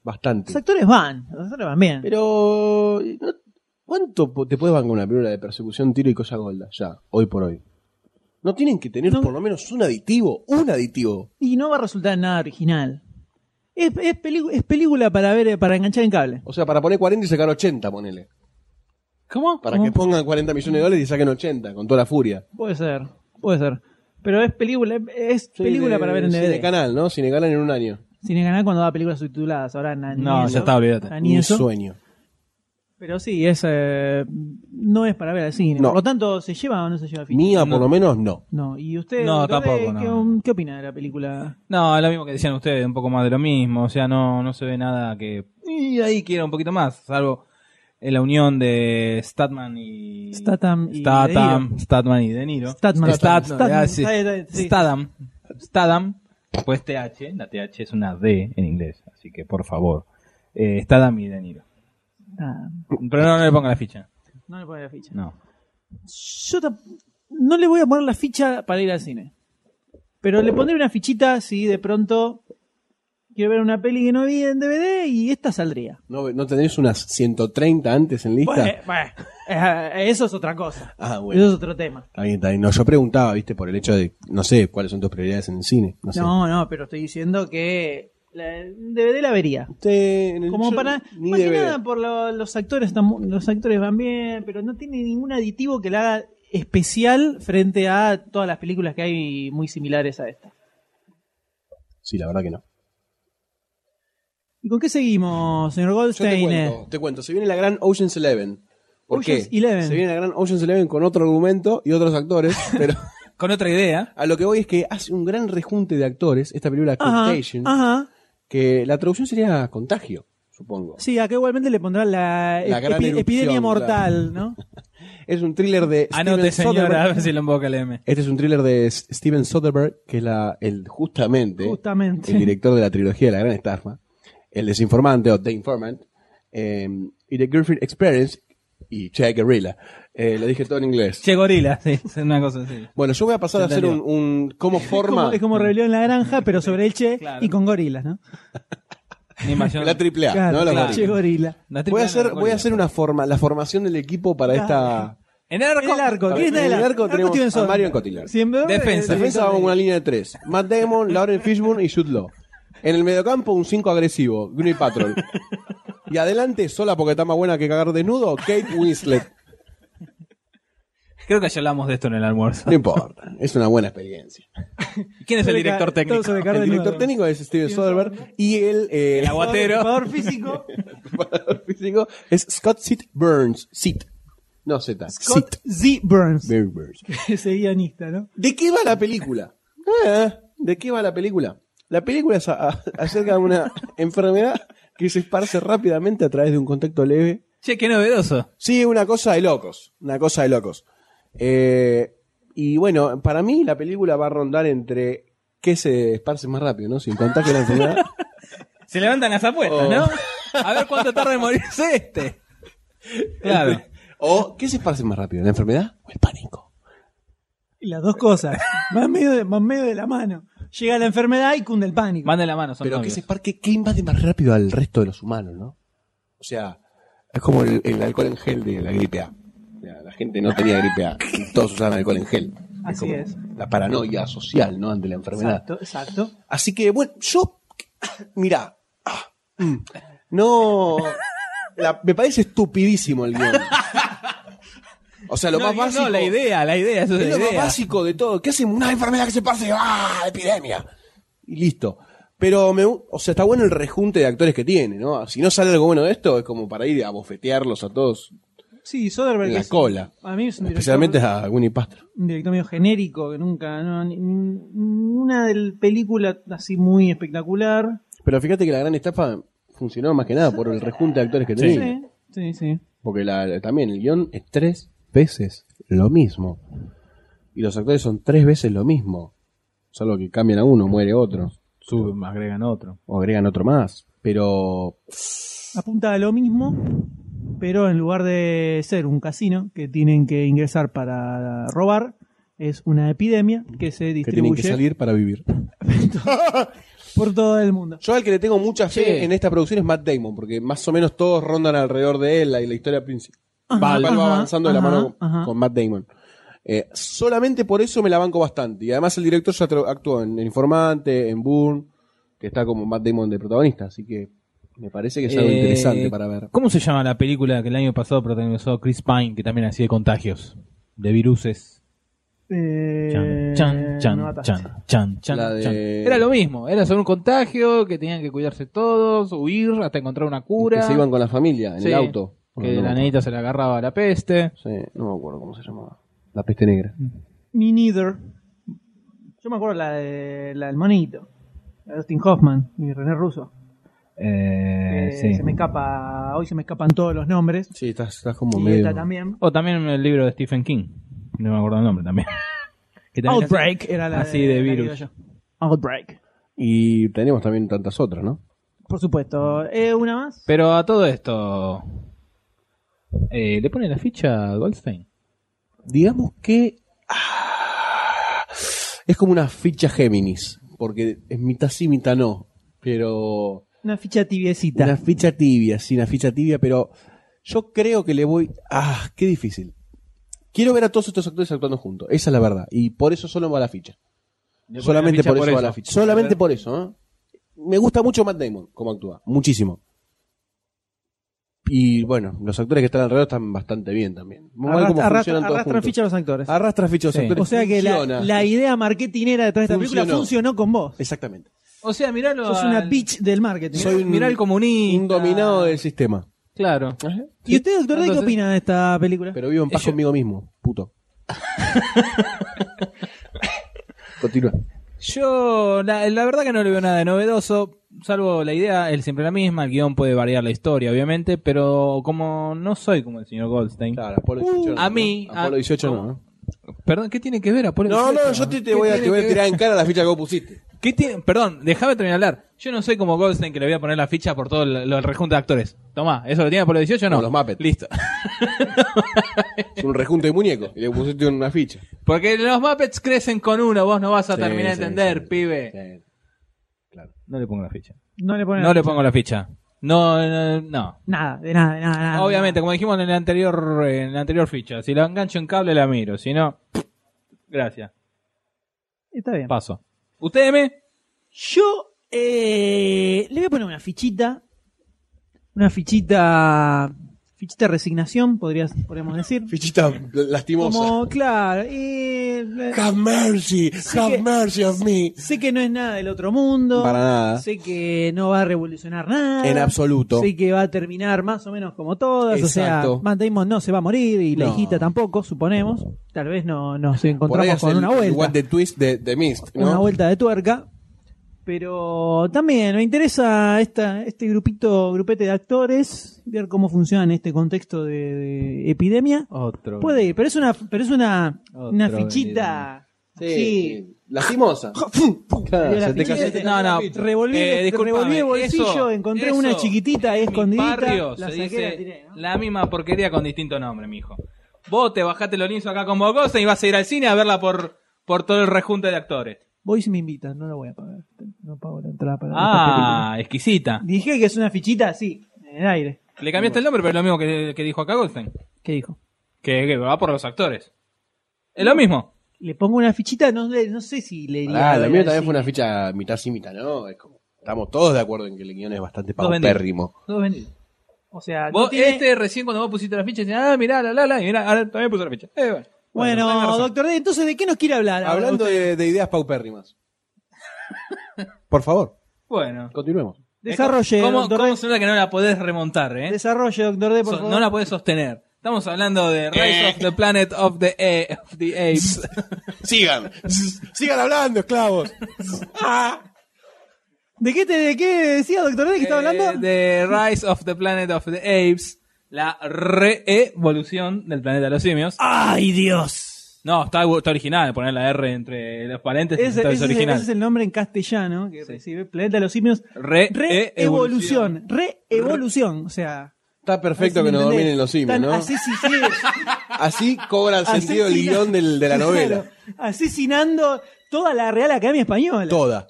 B: bastante.
A: Los actores van, los actores van bien.
B: Pero. ¿no? ¿Cuánto po- te puedes bancar una película de persecución, tiro y cosa golda? Ya, hoy por hoy. No tienen que tener
A: No.
B: por lo menos un aditivo, un aditivo.
A: Y no va a resultar en nada original. Es, es, pelicu- es película para ver, eh, para enganchar en cable.
B: O sea, para poner 40 y sacar 80, ponele.
C: ¿Cómo?
B: Para que pongan 40 millones de dólares y saquen 80, con toda la furia.
A: Puede ser, puede ser. Pero es película, es
B: Sí,
A: película
B: de-
A: para ver en
B: Cine
A: DVD.
B: canal, ¿no? Cine canal en un año.
A: Sin ganar cuando da películas subtituladas, ahora na- ni
C: No,
A: eso.
C: ya está, olvídate.
A: Ah, ni
B: Ni
A: eso.
B: sueño.
A: Pero sí, es, eh, no es para ver al cine.
B: No.
A: Por lo tanto, ¿se lleva o no se lleva al cine?
B: Mía,
C: No.
B: por lo menos, no.
A: No, y usted,
C: No,
A: doctor D,
C: tampoco,
A: ¿qué,
C: no.
A: um, qué opina de la película?
C: No, lo mismo que decían ustedes, un poco más de lo mismo. O sea, no, no se ve nada que. Y ahí quiero un poquito más, salvo eh, la unión de Statman y.
A: Statham y De
C: Statham, Statman y De Niro.
A: Statman.
C: Stat-
A: Statman.
C: ah, sí.
A: Está bien, está bien, sí.
C: Statham. Statham. Pues TH. La TH es una D en inglés. Así que por favor. Eh, Statham y De Niro.
A: Ah,
C: Pero no, no le ponga la ficha.
A: no le pone la ficha.
C: No.
A: Yo tam- no le voy a poner la ficha para ir al cine. Pero le pondré una fichita si de pronto quiero ver una peli que no vi en DVD y esta saldría.
B: ¿No, no tenés unas 130 antes en lista?
A: Bueno, eh, bueno, eh, eso es otra cosa.
B: ah, bueno.
A: Eso es otro tema.
B: Está bien, está bien. No, yo preguntaba, viste, por el hecho de, no sé, cuáles son tus prioridades en el cine. No sé.
A: No, no, pero estoy diciendo que la- en DVD la vería.
B: Usted, en el-
A: Como
B: Eh, yo-
A: para,
B: ni
A: más que
B: de ver.
A: nada por lo- los actores, están mu- los actores van bien, pero no tiene ningún aditivo que la haga especial frente a todas las películas que hay muy similares a esta.
B: Sí, la verdad que no.
A: ¿Y con qué seguimos, señor
B: Yo te
A: Goldstein?
B: cuento, te cuento, se viene la gran Ocean's Eleven. ¿Por
A: Ocean's
B: qué?
A: Eleven.
B: Se viene la gran Ocean's Eleven con otro argumento y otros actores, (laughs) pero
C: Con otra idea.
B: a lo que voy es que hace un gran rejunte de actores, esta película
A: Ajá,
B: Contagion,
A: ajá.
B: que la traducción sería contagio, supongo.
A: Sí, acá igualmente le pondrán la,
B: La gran
A: epi-
B: erupción,
A: epidemia
B: claro.
A: mortal, ¿no?
B: Es un thriller de
C: Anote,
B: Steven
C: Ah, señora, a
B: Soderbergh.
C: ver si lo invoca el M.
B: Este es un thriller de S- Steven Soderbergh, que es la, el, justamente,
A: (laughs) Justamente.
B: el director de la trilogía de la gran estafa, El Desinformante o The Informant, eh, y The Girlfriend Experience y Che Guerrilla. Eh, lo dije todo en inglés.
C: Che Gorila, sí, es una cosa así.
B: Bueno, yo voy a pasar a hacer un, un- cómo
A: Es como,
B: forma
A: es como rebelión en la granja, pero sobre el Che
C: Claro.
A: y con gorilas, ¿no?
C: Una invasión.
B: la triple A, ¿no? La
C: claro.
B: gorilas.
A: Che gorila.
C: La
B: Voy a
C: triple A de
B: hacer,
C: los
B: voy a
C: gorilas.
B: hacer una forma, la formación del equipo para esta.
C: En el arco.
A: El arco,
B: A
A: ¿quién
B: ver,
A: está
B: en
A: el
B: el arco
A: arco?
B: tenemos
A: Steven
B: a
A: Soderbergh.
B: Marion Cotillard.
A: Siempre-
C: Defensa.
A: el
B: Defensa
A: director
B: vamos
A: de-
B: con una línea de tres. Matt Damon, Lauren Fishburne y Jude Law. En el mediocampo, un 5 agresivo, Green Patrol. Y adelante, sola porque está más buena que cagar desnudo, Kate Winslet.
C: Creo que ya hablamos de esto en el almuerzo.
B: No importa, es una buena experiencia.
C: ¿Quién es el
A: Todo sobre-
C: director
A: todo
C: técnico?
A: sobre Carlos
B: El director
A: Nuevo.
B: técnico es Steven Soderbergh y el, eh,
C: El
B: (laughs)
C: aguatero.
A: Jugador físico.
B: preparador físico es Scott Sit Burns. Sit. No Z.
A: Scott
B: Sit.
A: Z. Burns.
B: Very Burns.
A: (laughs) Ese guionista, ¿no?
B: ¿De qué va la película? Ah, ¿De qué va la película? La película es a- a- acerca de una enfermedad que se esparce rápidamente a través de un contacto leve.
C: Che, qué novedoso.
B: Sí, una cosa de locos. Una cosa de locos. Eh, y bueno, para mí la película va a rondar entre qué se esparce más rápido, ¿no? Sin contagio de la enfermedad.
C: Se levantan las apuestas,
B: Oh.
C: ¿no? A ver cuánto tarda en morirse este. Claro.
B: O qué se esparce más rápido, la enfermedad o el pánico.
A: Y las dos
B: (laughs)
A: cosas. Más medio de, más medio de la mano. Llega la enfermedad y cunde el pánico.
C: Manden la mano, son
B: Pero que
C: novios.
B: ese parque, ¿qué invade más rápido al resto de los humanos, no? O sea, es como el, el alcohol en gel de la gripe A. O sea, la gente no tenía gripe
C: (laughs)
B: A, y todos usaban alcohol en gel.
A: Así
B: como
A: es.
B: La paranoia social, ¿no? Ante la enfermedad.
A: Exacto, exacto.
B: Así que, bueno, yo. (coughs) Mirá. ah, mm, No. la- me parece estupidísimo el
C: (laughs)
B: guión. O sea, lo
C: No,
B: más
C: digo, no,
B: básico.
C: la idea, la idea, eso es,
B: Es lo
C: la
B: más
C: idea.
B: básico de todo. ¿Qué hacemos? Una enfermedad que se pase. ¡Ah! Epidemia. Y listo. Pero, me, o sea, está bueno el rejunte de actores que tiene, ¿no? Si no sale algo bueno de esto, es como para ir a bofetearlos a todos
A: Sí, Soderbergh.
B: en la
A: es-
B: cola.
A: A mí es un director-
B: Especialmente a Winnie Pastro.
A: un director medio genérico que nunca no, ni- ni una del película así muy espectacular
B: Pero fíjate que la gran estafa funcionó más que nada por el rejunte de actores que
A: sí
B: tenía.
A: sí sí
B: Porque la- también el guión es tres veces lo mismo. Y los actores son tres veces lo mismo. Salvo que cambian a uno, muere otro.
C: Suben, agregan otro.
B: O agregan otro más. Pero
A: apunta a lo mismo pero en lugar de ser un casino que tienen que ingresar para robar es una epidemia que se
B: que tienen
A: distribuye
B: que salir para vivir.
A: por todo el mundo
B: Yo al que le tengo mucha fe
C: Sí.
B: en esta producción es Matt Damon, porque más o menos todos rondan alrededor de él y la historia principal
A: Ajá,
B: va
A: ajá,
B: avanzando de la
A: ajá,
B: mano
A: ajá.
B: con Matt Damon. Eh, solamente por eso me la banco bastante. Y además el director ya tra- actuó en El Informante, en Boone, que está como Matt Damon de protagonista, así que me parece que es algo
C: Eh,
B: interesante para ver.
C: ¿Cómo se llama la película que el año pasado protagonizó Chris Pine, que también hacía de contagios? De viruses.
A: Eh,
C: Chan, chan,
A: me
C: chan,
A: mataste.
C: chan, chan, chan,
B: La de-
C: chan.
B: Eh,
C: Era lo mismo, era sobre un contagio, que tenían que cuidarse todos, huir hasta encontrar una
B: Que
C: cura.
B: se iban con la familia en
C: Sí.
B: el auto.
C: Que
B: No,
C: la
B: no.
C: nenita se la agarraba a la peste.
B: Sí, no me acuerdo cómo se llamaba. La peste negra.
A: Me neither. Yo me acuerdo la, de, la del monito. La de Dustin Hoffman y René Russo.
C: Eh,
A: Eh,
C: sí.
A: Se me escapa, hoy se me escapan todos los nombres.
B: Sí, estás, estás como
A: Y
B: medio.
A: esta también.
C: O también el libro de Stephen King. No me acuerdo el nombre también. Que también
A: Outbreak era la
C: Así de
A: la que
C: virus.
A: iba yo. Outbreak.
B: Y tenemos también tantas otras, ¿no?
A: Por supuesto. Eh, una más.
C: Pero a todo esto. eh, ¿Le pone la ficha a Goldstein?
B: Digamos que. ah, es como una ficha Géminis. Porque es mitad sí, mitad no. Pero.
A: Una ficha tibiecita.
B: Una ficha tibia, sí, una ficha tibia, pero yo creo que le voy. ¡Ah! ¡Qué difícil! Quiero ver a todos estos actores actuando juntos, esa es la verdad. Y por eso solo va la ficha. Solamente por, eso, va la ficha. Solamente por eso, ¿eh? Me gusta mucho Matt Damon, cómo actúa. Muchísimo. Y bueno, los actores que están alrededor están bastante bien también. Muy mal
A: Arrastra-
B: cómo
A: arrastra-
B: funcionan todos
A: arrastran
B: juntos.
A: ficha a los actores.
B: Arrastra ficha los
C: Sí.
B: actores.
A: o sea que la,
B: Funciona.
A: la idea marketinera detrás de esta película
B: Funcionó.
A: funcionó con vos.
B: Exactamente.
C: O sea, miralo.
A: Sos
C: al-
A: una bitch del marketing.
B: Soy un-
C: Mirá al comunista.
B: Un dominado del sistema.
C: Claro.
A: ¿Y usted, doctor, D, qué
C: Entonces-
A: opina de esta película?
B: Pero vivo en paz
C: Ellos-
B: conmigo mismo,
A: (laughs)
B: puto. Continúa.
C: Yo, la, la verdad que no le veo nada de novedoso, salvo la idea es siempre la misma, el guión puede variar la historia, obviamente, pero como no soy como el señor Goldstein.
B: Claro, Apolo
A: Uh,
B: 18 no,
C: a
B: ¿no?
C: mí,
B: Apolo
C: a-
B: 18 no.
C: ¿cómo?
B: ¿no?
C: Perdón, ¿qué tiene que ver Apolo
B: No,
C: 18?
B: no, yo te, te voy a,
C: ¿Qué
B: te voy a
C: tiene que
B: tirar
C: ver?
B: en cara la ficha que vos pusiste.
C: ¿Qué tiene- Perdón, déjame terminar de hablar. Yo no soy como Goldstein que le voy a poner la ficha por todo el, lo- el rejunte de actores. Tomá, ¿eso lo tiene Apolo 18 o no?
B: Como los Muppets.
C: Listo.
B: Es un rejunto de muñecos y le pusiste una ficha.
C: Porque los Muppets crecen con uno, vos no vas a
B: Sí,
C: terminar de
B: sí,
C: entender,
B: sí,
C: pibe.
B: sí. Claro.
C: No le pongo la ficha.
A: No le ponen
C: No le pongo la ficha. No, no, no.
A: nada, de nada, de nada, de nada.
C: Obviamente, como dijimos en el anterior, eh, en la anterior ficha, si la engancho en cable la miro, si no, gracias,
A: Está bien.
C: paso. ¿Usted me?
A: Yo eh, le voy a poner una fichita. Una fichita. Fichita de resignación, podrías, podríamos decir.
B: Fichita lastimosa.
A: Como, claro. eh,
B: Have mercy, have
A: que-
B: mercy of me.
A: sé que no es nada del otro mundo.
B: Para nada.
A: Sé que no va a revolucionar nada.
B: En absoluto.
A: Sé que va a terminar más o menos como todas. O
B: Exacto.
A: sea, Matt Damon no se va a morir y la
B: No.
A: hijita tampoco, suponemos. Tal vez no nos encontramos
B: hace
A: con
B: el-
A: una
B: Igual
A: vuelta.
B: de twist de, de Mist, ¿no?
A: una vuelta de tuerca. Pero también me interesa esta, este grupito, grupete de actores, ver cómo funciona en este contexto de, de epidemia.
C: Otro.
A: Puede ir, pero es una, pero es una,
C: Otro
A: una fichita. así.
B: Lastimosa. Claro,
A: Salió la
B: se te
A: fichita,
B: cayó- este
A: te-
C: No, no.
A: Revolví,
C: Eh,
A: el-
C: disculpame,
A: revolví el bolsillo,
C: eso,
A: encontré
C: eso,
A: una chiquitita ahí
C: en mi
A: escondidita.
C: barrio
A: la
C: se
A: saqué,
C: dice
A: la tiré, ¿no?
C: la misma porquería con distinto nombre, mijo. Vos te bajaste los lienzos acá como cosa y vas a ir al cine a verla por, por todo el rejunte de actores.
A: Voy si me invitan, no la voy a pagar. No pago la entrada para
C: Ah, exquisita.
A: esta película. Dije que es una fichita así, en el aire.
C: Le cambiaste el nombre, pero es lo mismo que, que dijo acá Goldstein.
A: ¿Qué dijo?
C: Que, que va por los actores. Es lo mismo.
A: Le pongo una fichita, no, le- no sé si le diría.
B: Ah, la
A: al
B: mía también
A: cine.
B: fue una ficha mitad sí, mitad no. Es como, estamos todos de acuerdo en que el guión es bastante
C: Dos vendidos.
B: paupérrimo.
A: Todos vendidos. O sea, no
C: Vos,
A: tiene-
C: este recién cuando vos pusiste la ficha, decías, ah, mirá, la, la, la, y mirá, ahora también puso la ficha. Eh, bueno,
A: Bueno,
C: tenés razón.
A: doctor D, entonces, ¿de qué nos quiere hablar? ahora
B: Hablando
A: usted?
B: de, de ideas paupérrimas. Por favor,
C: Bueno.
B: continuemos.
A: Desarrolle,
C: ¿Cómo,
A: doctor
C: cómo
A: D.
C: se nota que no la podés remontar, eh?
A: Desarrolle, doctor D, por
C: So-
A: favor.
C: no la podés sostener. Estamos hablando
A: Eh.
C: de Rise of the Planet of the, A- of the Apes.
B: Sigan, sigan hablando, esclavos.
A: ¿De qué te de (laughs) qué decía, doctor D, que estaba hablando?
C: Eh, de Rise of the Planet of the Apes. La re-evolución del planeta de los simios.
A: ¡Ay,
C: (laughs)
A: Dios!
C: No, está, está original, poner la R entre los paréntesis.
A: Ese,
C: está-
A: ese
C: es
A: es el-
C: original.
A: ese es el nombre en castellano que recibe Planeta de los Simios.
C: Re-evolución.
A: Re-evolución. Re-evolución. O sea.
B: Está perfecto
A: a ver si
B: que
A: me
B: nos
A: entendés.
B: dominen los simios,
A: Tan-
B: ¿no? (laughs)
A: asesinados.
B: Así cobra el sentido el
A: Asesina-
B: guión del- de la
A: Claro,
B: novela.
A: Asesinando toda la Real Academia Española.
B: Toda.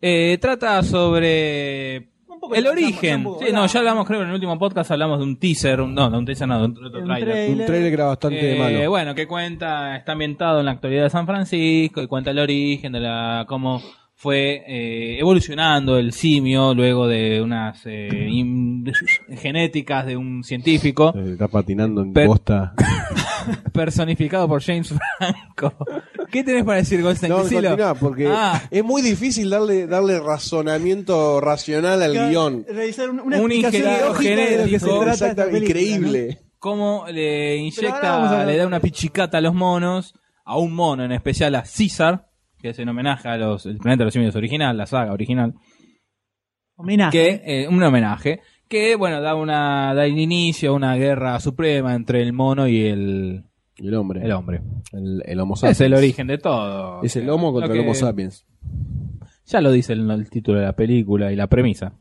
C: Eh, trata sobre
A: Un poco
C: el
A: ya hablamos, ya
C: origen.
A: un poco
C: Sí, no,
A: hablamos.
C: ya hablamos, creo, en el último podcast hablamos de un teaser, un- no, de un teaser, no, de un, de otro
A: Un
C: tráiler.
A: tráiler.
B: Un trailer que era bastante
C: Eh,
B: malo.
C: Bueno, que cuenta, está ambientado en la actualidad de San Francisco y cuenta el origen de la, cómo fue eh, evolucionando el simio luego de unas eh, in- genéticas de un científico
B: Está Eh, patinando en
C: Pero-
B: costa.
C: personificado por James (laughs) Franco. ¿Qué tenés para decir,
B: (laughs)
C: Goldstein?
B: No,
C: Decilo.
B: continúa, porque
C: Ah,
B: es muy difícil darle, darle razonamiento racional al guión.
A: Realizar un, una
C: Un
A: explicación
C: ingeniero
A: lógica de lo que se
C: genético.
A: trata esta
B: Exactamente,
A: película,
B: increíble.
C: cómo
A: ahora
C: le
A: vamos
C: inyecta,
A: a-
C: le da una pichicata a los monos, a un mono, en especial a César, que es en homenaje a los, el planeta de los simios original, la saga original.
A: ¿no?
B: Ah.
A: Homenaje.
C: que eh, un homenaje que bueno da una da el inicio a una guerra suprema entre el mono y el,
B: El hombre.
C: el hombre
B: El, el homo
C: es
B: sapiens.
C: el origen de todo
B: Es el homo contra
C: Lo
B: el homo
C: que-
B: sapiens.
C: ya lo dice el, el título de la película y la premisa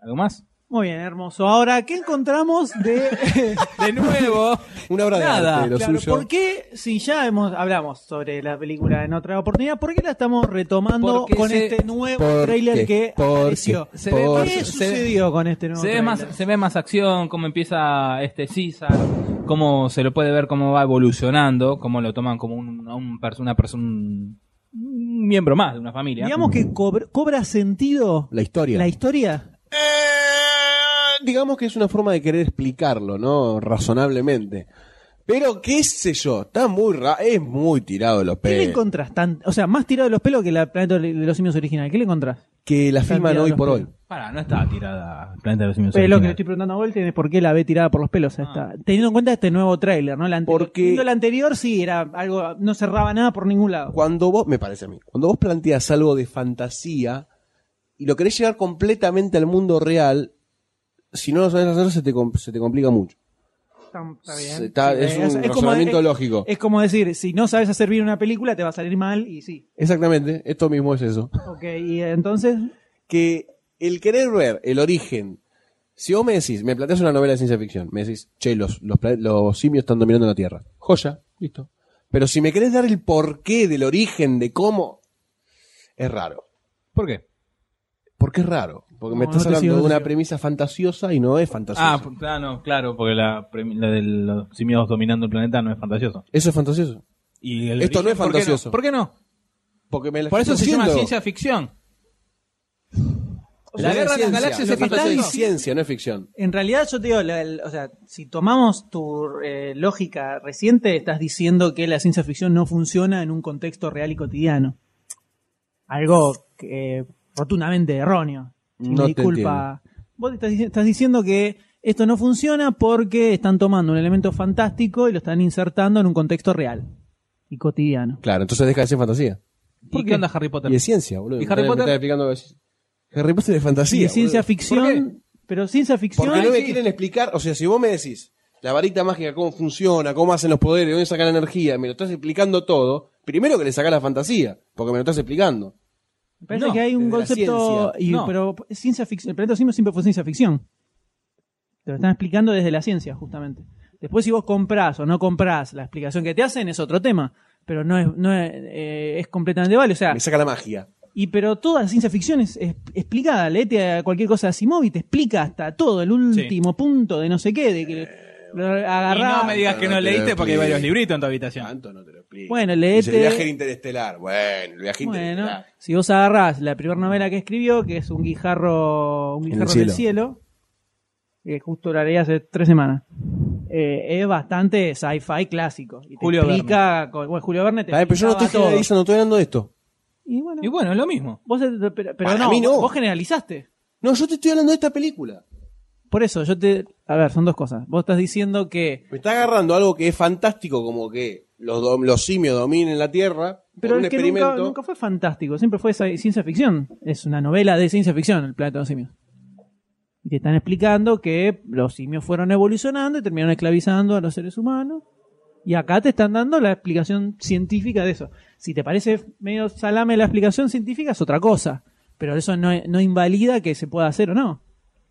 C: algo más
A: Muy bien, hermoso. Ahora, ¿qué encontramos
B: (laughs)
A: de... este
C: de nuevo
B: Una obra Ah, de
C: Nada,
B: arte, lo
A: Claro,
B: suyo.
A: ¿por qué, si ya hemos hablamos sobre la película en otra oportunidad, por qué la estamos retomando
C: Porque
A: con
C: se-
A: este nuevo
B: porque-
A: trailer que
B: porque-
A: apareció?
C: se
B: ve
A: ¿Qué
B: por-
C: se-
A: sucedió con este nuevo
C: se ve
A: tráiler?
C: más se ve más acción cómo empieza este César cómo se lo puede ver cómo va evolucionando cómo lo toman como un, un perso- una persona un un miembro más de una familia
A: Digamos que cobr- cobra sentido
B: La historia.
A: la historia.
B: Eh, digamos que es una forma de querer explicarlo, ¿no? Razonablemente. Pero qué sé yo, está muy ra- es muy tirado de los
A: ¿Qué le
B: pelos.
A: encontrás? tan- o sea, más tirado de los pelos que la planeta de los simios original. ¿Qué le encontrás?
B: Que la firman
A: tirado
B: hoy
A: los
B: por hoy.
A: pelos.
C: Pará, no está tirada Planeta de los Simios.
A: Pero Eh, lo que le
C: original.
A: estoy preguntando a Volten es por qué la ve tirada por los pelos. esta- Teniendo en cuenta este nuevo tráiler, ¿no? La anterior,
B: Porque-
A: viendo la anterior sí era algo, no cerraba nada por ningún lado.
B: Cuando vos, me parece a mí, cuando vos planteas algo de fantasía y lo querés llevar completamente al mundo real, si no lo sabes hacer se te, com- se te complica mucho.
A: Está, está bien.
B: Se- está-
A: Sí,
B: es un
A: como-
B: razonamiento
A: es-
B: lógico.
A: Es como decir, si no sabes hacer bien una película, te va a salir mal y sí.
B: Exactamente, esto mismo es eso.
A: Ok, y entonces.
B: que el querer ver el origen. Si vos me decís, me planteas una novela de ciencia ficción, me decís, che, los, los, pla- los simios están dominando la Tierra. Joya, listo. Pero si me querés dar el porqué del origen, de cómo, es raro.
C: ¿Por qué?
B: Porque es raro. Porque me
A: No,
B: estás
A: no te
B: hablando
A: sigo, no
B: de
A: te
B: una
A: sigo.
B: premisa fantasiosa y no es fantasiosa.
C: Ah, p- ah, no, claro, porque la, premi- la de los simios dominando el planeta no es fantasioso.
B: Eso es fantasioso.
C: Y el
B: Esto no es
C: ¿por qué
B: fantasioso.
C: ¿Por qué no?
B: Porque me la
C: Por eso
B: estoy
C: se llama
B: diciendo.
C: ciencia ficción.
B: O sea,
C: La
B: es
C: guerra de las
B: ciencia.
C: galaxias
B: Lo
C: es
B: que estás
C: fantasioso.
B: es ciencia, no es ficción.
A: En realidad, yo te digo, la- el- o sea, si tomamos tu eh, lógica reciente, estás diciendo que la ciencia ficción no funciona en un contexto real y cotidiano. Algo que, eh, rotundamente erróneo. Si
B: No
A: me
B: te
A: disculpa. Vos estás, dici- estás diciendo que esto no funciona porque están tomando un elemento fantástico y lo están insertando en un contexto real y cotidiano.
B: Claro, entonces deja de ser fantasía.
C: ¿Por qué onda Harry Potter?
B: Y es ciencia, boludo.
C: ¿Y
B: Me
C: Harry
B: estás- me
C: Potter?
B: estás explicando que es- Harry Potter es fantasía.
A: Y de ciencia
B: boludo.
C: ¿Por
A: ficción, pero ciencia ficción.
B: Porque no me
A: sí.
B: quieren explicar, o sea, si vos me decís la varita mágica, cómo funciona, cómo hacen los poderes, dónde sacan la energía, me lo estás explicando todo, primero que le sacás la fantasía, porque me lo estás explicando.
A: Me parece
C: No,
A: que hay un
B: desde la
A: concepto.
B: ciencia.
A: y-
C: No.
A: Pero ciencia ficción. El planeta de los simios siempre fue ciencia ficción. Te lo están explicando desde la ciencia, justamente. Después, si vos comprás o no comprás la explicación que te hacen, es otro tema. Pero no es, no es, eh, es completamente vale. O sea,
B: Me saca la magia.
A: y pero toda la ciencia ficción es, es explicada. Leete a cualquier cosa de Asimov y te explica hasta todo, el último punto de no sé qué, de que lo
C: Eh, Y
A: agarrá-
C: no me digas que
B: No
C: no
B: te lo
C: leíste porque hay varios
B: explico.
C: libritos en tu habitación.
B: Tanto no te lo explico.
A: Bueno, leete-
B: Dice, El viaje interestelar. Bueno, el viaje
A: Bueno,
B: interestelar.
A: si vos agarrás la primera novela que escribió, que es Un guijarro, un
B: En el
A: guijarro del
B: cielo.
A: cielo, que justo la leí hace tres semanas, eh, es bastante sci-fi clásico. Y te
C: Julio
A: explica, con- bueno, Julio Verne te
B: A ver, pero yo no estoy
A: explicaba todo.
B: generalizando, estoy hablando de esto.
A: Y bueno,
C: Y bueno, es lo mismo.
A: vos, pero, pero
B: Para
A: no,
B: Ah, mí no.
A: vos generalizaste.
B: No, yo te estoy hablando de esta película.
A: Por eso, yo te... A ver, son dos cosas. Vos estás diciendo que...
B: Me está agarrando algo que es fantástico, como que los, dom- los simios dominen la Tierra.
A: Pero
B: por un
A: es que
B: experimento.
A: nunca, nunca fue fantástico, siempre fue sci- ciencia ficción. Es una novela de ciencia ficción, El planeta de los simios. Y te están explicando que los simios fueron evolucionando y terminaron esclavizando a los seres humanos. Y acá te están dando la explicación científica de eso. Si te parece medio salame la explicación científica, es otra cosa. Pero eso no, no invalida que se pueda hacer o no.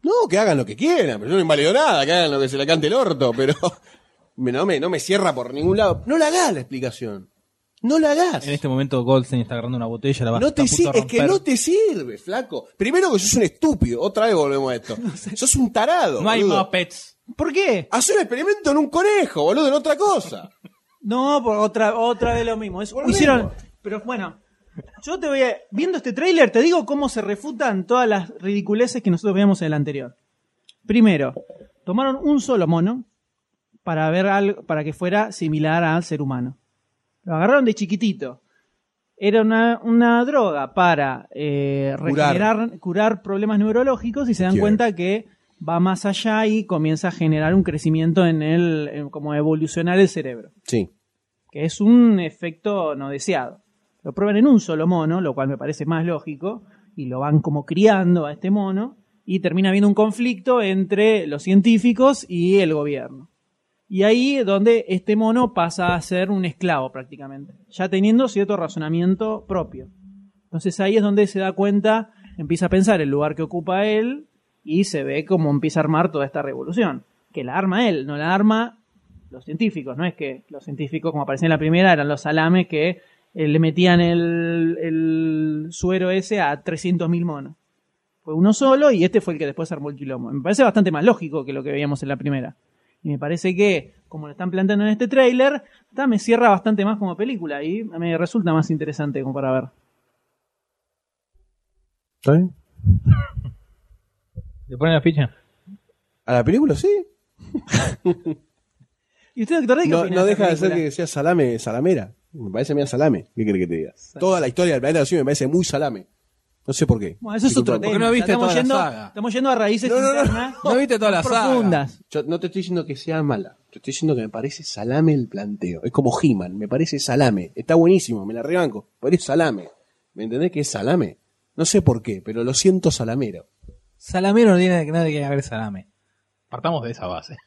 B: No, que hagan lo que quieran, pero yo no invalido nada, que hagan lo que se le cante el orto, pero (laughs) me- no, me, no me cierra por ningún lado. No la hagas la explicación. No la hagas.
C: En este momento Goldstein está agarrando una botella, la va
B: No
C: está
B: te
C: a punto
B: sir-
C: de
B: es que
C: romper.
B: no te sirve, flaco. Primero que sos un estúpido, otra vez volvemos a
C: (laughs)
B: esto. Sos un tarado.
C: No hay
B: boludo.
C: Muppets.
A: ¿Por qué?
B: Haz un experimento en un conejo, boludo, en otra cosa.
A: No, por otra, otra vez lo mismo. Es-
B: Volvemos.
A: hicieron. Pero bueno, yo te voy a. Viendo este tráiler, te digo cómo se refutan todas las ridiculeces que nosotros veíamos en el anterior. Primero, tomaron un solo mono para ver algo, para que fuera similar al ser humano. Lo agarraron de chiquitito. Era una, una droga para eh,
B: Curar.
A: regenerar, curar problemas neurológicos y se dan
B: Cure.
A: cuenta que va más allá y comienza a generar un crecimiento en el, en como evolucionar el cerebro
B: Sí.
A: que es un efecto no deseado. Lo prueban en un solo mono, lo cual me parece más lógico, y lo van como criando a este mono, y termina habiendo un conflicto entre los científicos y el gobierno. Y ahí es donde este mono pasa a ser un esclavo prácticamente, ya teniendo cierto razonamiento propio. Entonces ahí es donde se da cuenta, empieza a pensar el lugar que ocupa él y se ve cómo empieza a armar toda esta revolución. Que la arma él, no la arma los científicos. No es que los científicos, como aparecía en la primera, eran los salames que eh, le metían el, el suero ese a 300.000 monos. Fue uno solo y este fue el que después armó el quilombo. Me parece bastante más lógico que lo que veíamos en la primera. Y me parece que, como lo están planteando en este tráiler, ta, me cierra bastante más como película y me resulta más interesante como para ver.
B: ¿Está bien?
C: ¿Le ponen la ficha?
B: ¿A la película sí?
A: ¿Y usted, doctor D, qué
B: No,
A: opina
B: no
A: de
B: deja
A: esta
B: de ser
A: película?
B: que sea salame, salamera. Me parece medio salame. ¿Qué crees que te diga? Toda la historia del planeta de los simios me parece muy salame. No sé por qué.
A: Bueno, eso es otro
B: Disculpame.
A: tema.
C: no viste
A: estamos,
C: toda la
A: yendo,
C: saga?
A: estamos yendo a raíces
B: No, no, no.
A: internas
C: ¿No viste toda la saga?
A: profundas.
B: Yo no te estoy diciendo que sea mala. Te estoy diciendo que me parece salame el planteo. Es como He-Man. Me parece salame. Está buenísimo. Me la rebanco. Pero es salame. ¿Me entendés que es salame? No sé por qué, pero lo siento salamero.
C: Salamero no tiene nada que ver salame.
D: Partamos de esa base.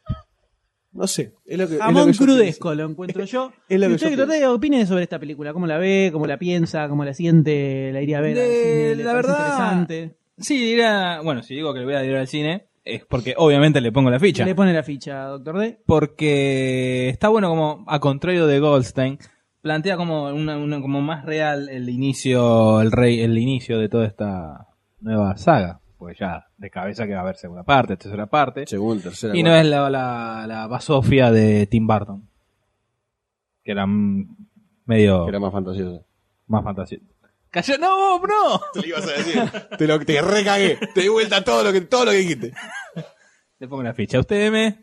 B: No sé. Es lo que, es lo
A: Jamón
B: que yo
A: crudesco lo encuentro yo.
B: (laughs) Es lo
A: ¿Y
B: que
A: usted,
B: yo
A: doctor D, opine sobre esta película? ¿Cómo la ve? ¿Cómo la piensa? ¿Cómo la siente? ¿La iría a ver? al
C: De-
A: cine? ¿Le
C: la
A: parece
C: verdad,
A: Interesante?
C: Sí, era. Bueno, si digo que le voy a ir al cine, es porque obviamente le pongo la ficha.
A: Le pone la ficha, doctor D.
C: porque está bueno como, a contrario de Goldstein, plantea como una, una- como más real el inicio, el rey, el inicio de toda esta nueva saga. Pues ya, de cabeza que va a haber segunda parte, tercera parte.
B: pienso. Segunda, tercera.
C: y no es la, la, la basofia de Tim Burton. Que era mm, medio
B: Que era más fantasioso.
C: más fantasioso. ¡Cayó! ¡No, no!
B: Te lo ibas a decir. te, lo, te recagué. Te di vuelta todo lo que, todo lo que dijiste.
C: Le pongo la ficha. ¿Usted me?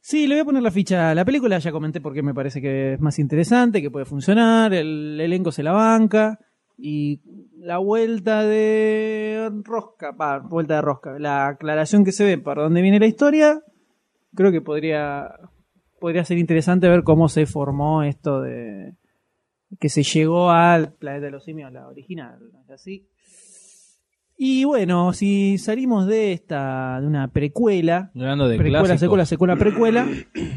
A: Sí, le voy a poner la ficha a la película. Ya comenté porque me parece que es más interesante, que puede funcionar. El elenco se la banca. Y la vuelta de rosca, va, vuelta de rosca. La aclaración que se ve para dónde viene la historia, creo que podría, podría ser interesante ver cómo se formó esto de que se llegó al planeta de los simios, la original, ¿no es así? Y bueno, si salimos de esta, de una precuela,
C: Hablando de
A: precuela,
C: clásicos.
A: secuela, secuela, precuela.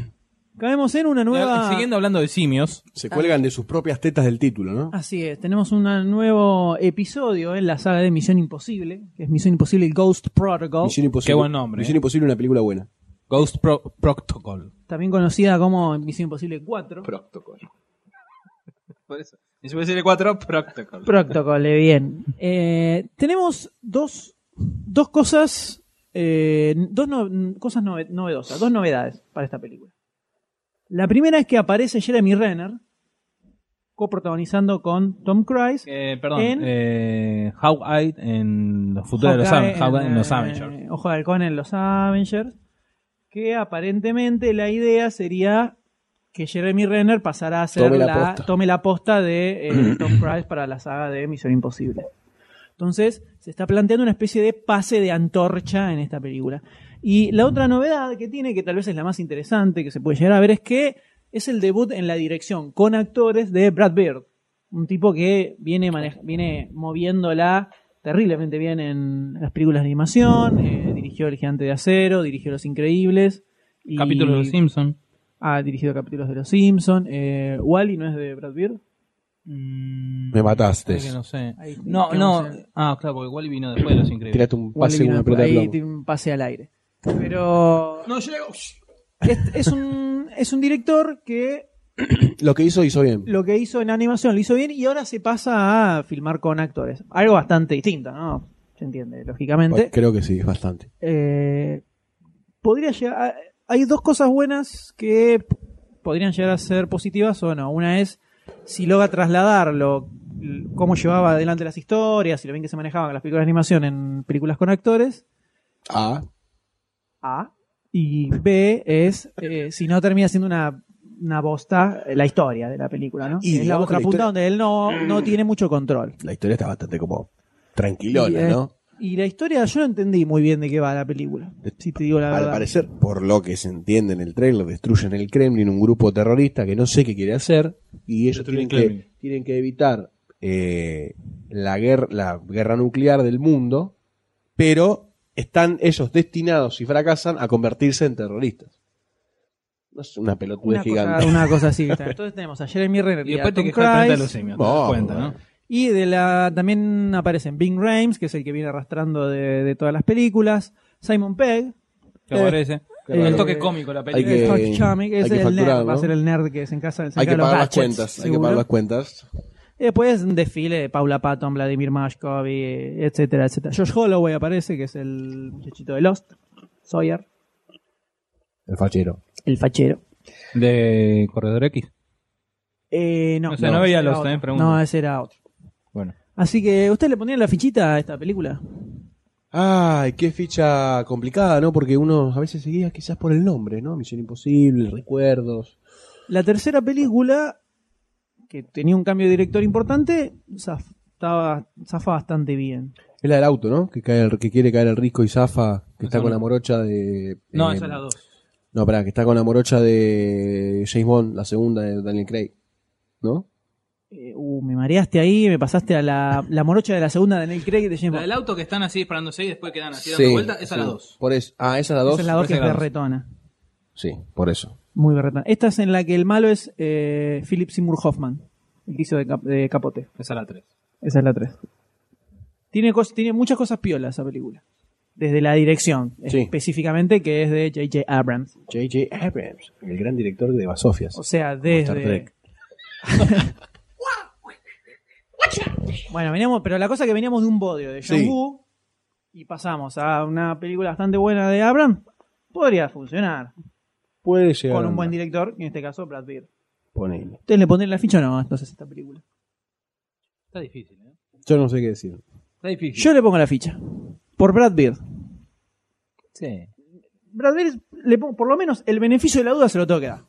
C: (coughs)
A: Caemos en una nueva.
C: Siguiendo hablando de simios.
B: Se cuelgan de sus propias tetas del título, ¿no?
A: Así es, tenemos un nuevo episodio en la saga de Misión Imposible, que es Misión Imposible Ghost Protocol,
B: Misión Imposible.
C: Qué buen nombre,
B: Misión
C: eh.
B: Imposible, una película buena.
C: Ghost Pro- Protocol.
A: también conocida como Misión Imposible 4.
B: Protocol.
C: Por eso. Y si fuese el 4, Protocol.
A: Protocol, eh, bien. Eh, tenemos dos, dos cosas, eh, dos no- cosas nove- novedosas, dos novedades para esta película. La primera es que aparece Jeremy Renner, coprotagonizando con Tom Cruise.
C: Eh, perdón.
A: En-
C: Eh, Hawkeye en los futuros de los,
A: Hawkeye
C: Aven- Hawkeye en los
A: eh,
C: Avengers.
A: Ojo de Halcón en los Avengers. Que aparentemente la idea sería que Jeremy Renner pasará a ser
B: Tome la
A: la,
B: posta.
A: tome la posta de eh, (clears throat) Tom Cruise para la saga de Misión Imposible. Entonces, se está planteando una especie de pase de antorcha en esta película. Y la otra novedad que tiene, que tal vez es la más interesante que se puede llegar a ver, es que es el debut en la dirección con actores de Brad Bird, un tipo que viene, manej- viene moviéndola terriblemente bien en las películas de animación, eh, dirigió El Gigante de Acero, dirigió Los Increíbles. y-
C: Capítulo de los Simpsons.
A: Ha dirigido capítulos de Los Simpsons. Eh, Wally no es de Brad Bird. mm,
B: Me mataste.
C: No sé.
A: Ahí-
C: No,
A: tenemos
C: no.
A: el-
C: Ah, claro, porque Wally vino después de los increíbles.
B: Eh, Tírate un
A: Wall-E
B: pase con
A: vino
B: una pelota de
A: ahí,
B: plomo.
A: tiene un pase al aire. Pero
C: No llego.
A: es, es un, es un director que
B: Lo que hizo, hizo bien.
A: lo que hizo en animación lo hizo bien y ahora se pasa a filmar con actores. Algo bastante distinto, ¿no? Se entiende, lógicamente.
B: Creo que sí, bastante.
A: Eh, podría llegar. Hay dos cosas buenas que p- podrían llegar a ser positivas o no. Una es si logra trasladarlo, l- cómo llevaba adelante las historias y lo bien que se manejaban las películas de animación en películas con actores.
B: Ah,
A: A. Y B es eh, si no termina siendo una una bosta eh, la historia de la película, ¿no?
B: Y
A: es la
B: digamos
A: otra
B: que la
A: punta
B: historia- Mm.
A: donde él no, no tiene mucho control.
B: La historia está bastante como
A: y,
B: tranquilona,
A: eh,
B: ¿no?
A: y la historia yo no entendí muy bien de qué va la película. Si te digo la
B: Al
A: verdad.
B: parecer, por lo que se entiende en el trailer, destruyen el Kremlin, un grupo terrorista que no sé qué quiere hacer, y ellos
C: Destruyen
B: tienen
C: el
B: que,
C: Kremlin.
B: tienen que evitar eh, la, guerra, la guerra nuclear del mundo, pero están ellos destinados, si fracasan, a convertirse en terroristas. No es una pelotudez
A: una,
B: gigante.
A: cosa, una cosa así.
B: (laughs)
A: ¿viste? Entonces tenemos a Jeremy Renner
C: Y
A: y, a
C: después te
A: Tom
C: quejas frente a
A: Cruise.
C: los simios, te
B: Vamos,
C: das cuenta, ¿no?
A: Y de la también aparecen Bing Rames, que es el que viene arrastrando de, de todas las películas, Simon Pegg,
C: ¿Te parece?
B: Qué
A: Eh,
C: El
B: raro.
C: toque cómico la
B: Hay
C: película.
B: que-
A: el Huck Charming, es
B: hay que
A: el nerd,
B: facturar,
A: va a
B: ¿no?
A: ser el nerd que se encarga, se
B: Hay que
A: encarga de los
B: pagar las
A: gadgets,
B: cuentas, hay que
A: seguro.
B: pagar las cuentas.
A: Y después un desfile de Paula Patton, Vladimir Mashkovich, etcétera, etcétera. Josh Holloway aparece, que es el muchachito de Lost, Sawyer,
B: El fachero.
A: el fachero.
C: De Corredor X.
A: Eh, no,
C: O sea, no veía
A: ese era
C: Lost,
A: otro.
C: eh, pregunto.
A: No, ese era otro.
C: Bueno.
A: Así que, ¿usted le ponía la fichita a esta película?
B: Ay, qué ficha complicada, ¿no? Porque uno a veces seguía quizás por el nombre, ¿no? Misión Imposible, Recuerdos.
A: La tercera película, que tenía un cambio de director importante, zaf- estaba, zafa bastante bien.
B: Es la del auto, ¿no? Que, cae el- que quiere caer el risco y zafa, que está
C: Esa
B: con
C: no.
B: la morocha de...
C: No,
B: eh,
C: esa es la 2.
B: No, pará, que está con la morocha de James Bond, la segunda de Daniel Craig, ¿no?
A: Eh, uh, me mareaste ahí, me pasaste a la, la morocha de la segunda de Neil Craig de James Bond.
C: La del auto que están así disparándose y después quedan así dando vuelta, esa es la
B: sí.
C: 2.
B: Por eso. Ah, esa es la dos.
A: Esa es la dos que es
C: Esa es la dos.
A: berretona.
B: Sí, por eso.
A: Muy berretona. Esta es en la que el malo es eh, Philip Seymour Hoffman, el que hizo de, cap- de Capote.
C: Esa es la 3.
A: Esa es la 3. Tiene, cos- tiene muchas cosas piolas esa película. Desde la dirección,
B: Sí.
A: específicamente, que es de J.J. Abrams.
B: J.J. Abrams, el gran director de Basofias.
A: O sea,
B: Star
A: desde.
B: Trek.
A: (laughs) bueno, veníamos, pero la cosa es que veníamos de un bodrio de John
B: Sí.
A: Woo y pasamos a una película bastante buena de Abrams, podría funcionar
B: Puede llegar
A: con
B: a
A: un buen
B: andar,
A: director, en este caso Brad Pitt.
B: ponele.
A: ¿Ustedes le ponen la ficha o no? Entonces, esta película.
C: Está difícil, ¿eh?
B: Yo no sé qué decir.
C: Está difícil.
A: Yo le pongo la ficha. Por Brad Pitt.
C: Sí.
A: Brad Pitt, le pongo, por lo menos el beneficio de la duda se lo tengo que dar.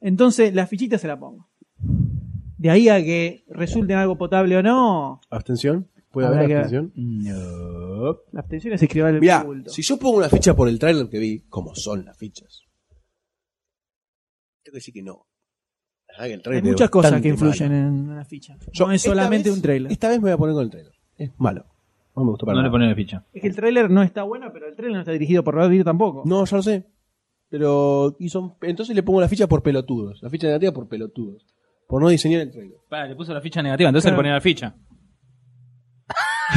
A: Entonces, la fichita se la pongo. De ahí a que resulte en algo potable o no,
B: ¿Abstención? ¿Puede
A: Habrá
B: haber
A: que ver.
B: abstención?
C: No.
A: la abstención es escribir el
B: Mirá,
A: culto.
B: si yo pongo una ficha por el tráiler que vi, como son las fichas? Tengo que decir que no. La verdad que el
A: Hay
B: tráiler
A: muchas
B: es
A: cosas
B: bastante
A: que influyen
B: malo.
A: en la ficha.
B: Yo
A: no es
B: esta
A: solamente
B: vez-
A: un trailer.
B: Esta vez me voy a poner con el tráiler. Es malo. No me gustó para
C: No le
B: nada.
C: ponen la ficha.
A: Es que el trailer no está bueno, pero el trailer no está dirigido por Brad Pitt tampoco.
B: No, ya lo sé. Pero y son- entonces le pongo la ficha por pelotudos. La ficha negativa por pelotudos. Por no diseñar el tráiler.
C: Para, le puso la ficha negativa, entonces
A: Claro.
C: le ponía la ficha. (laughs)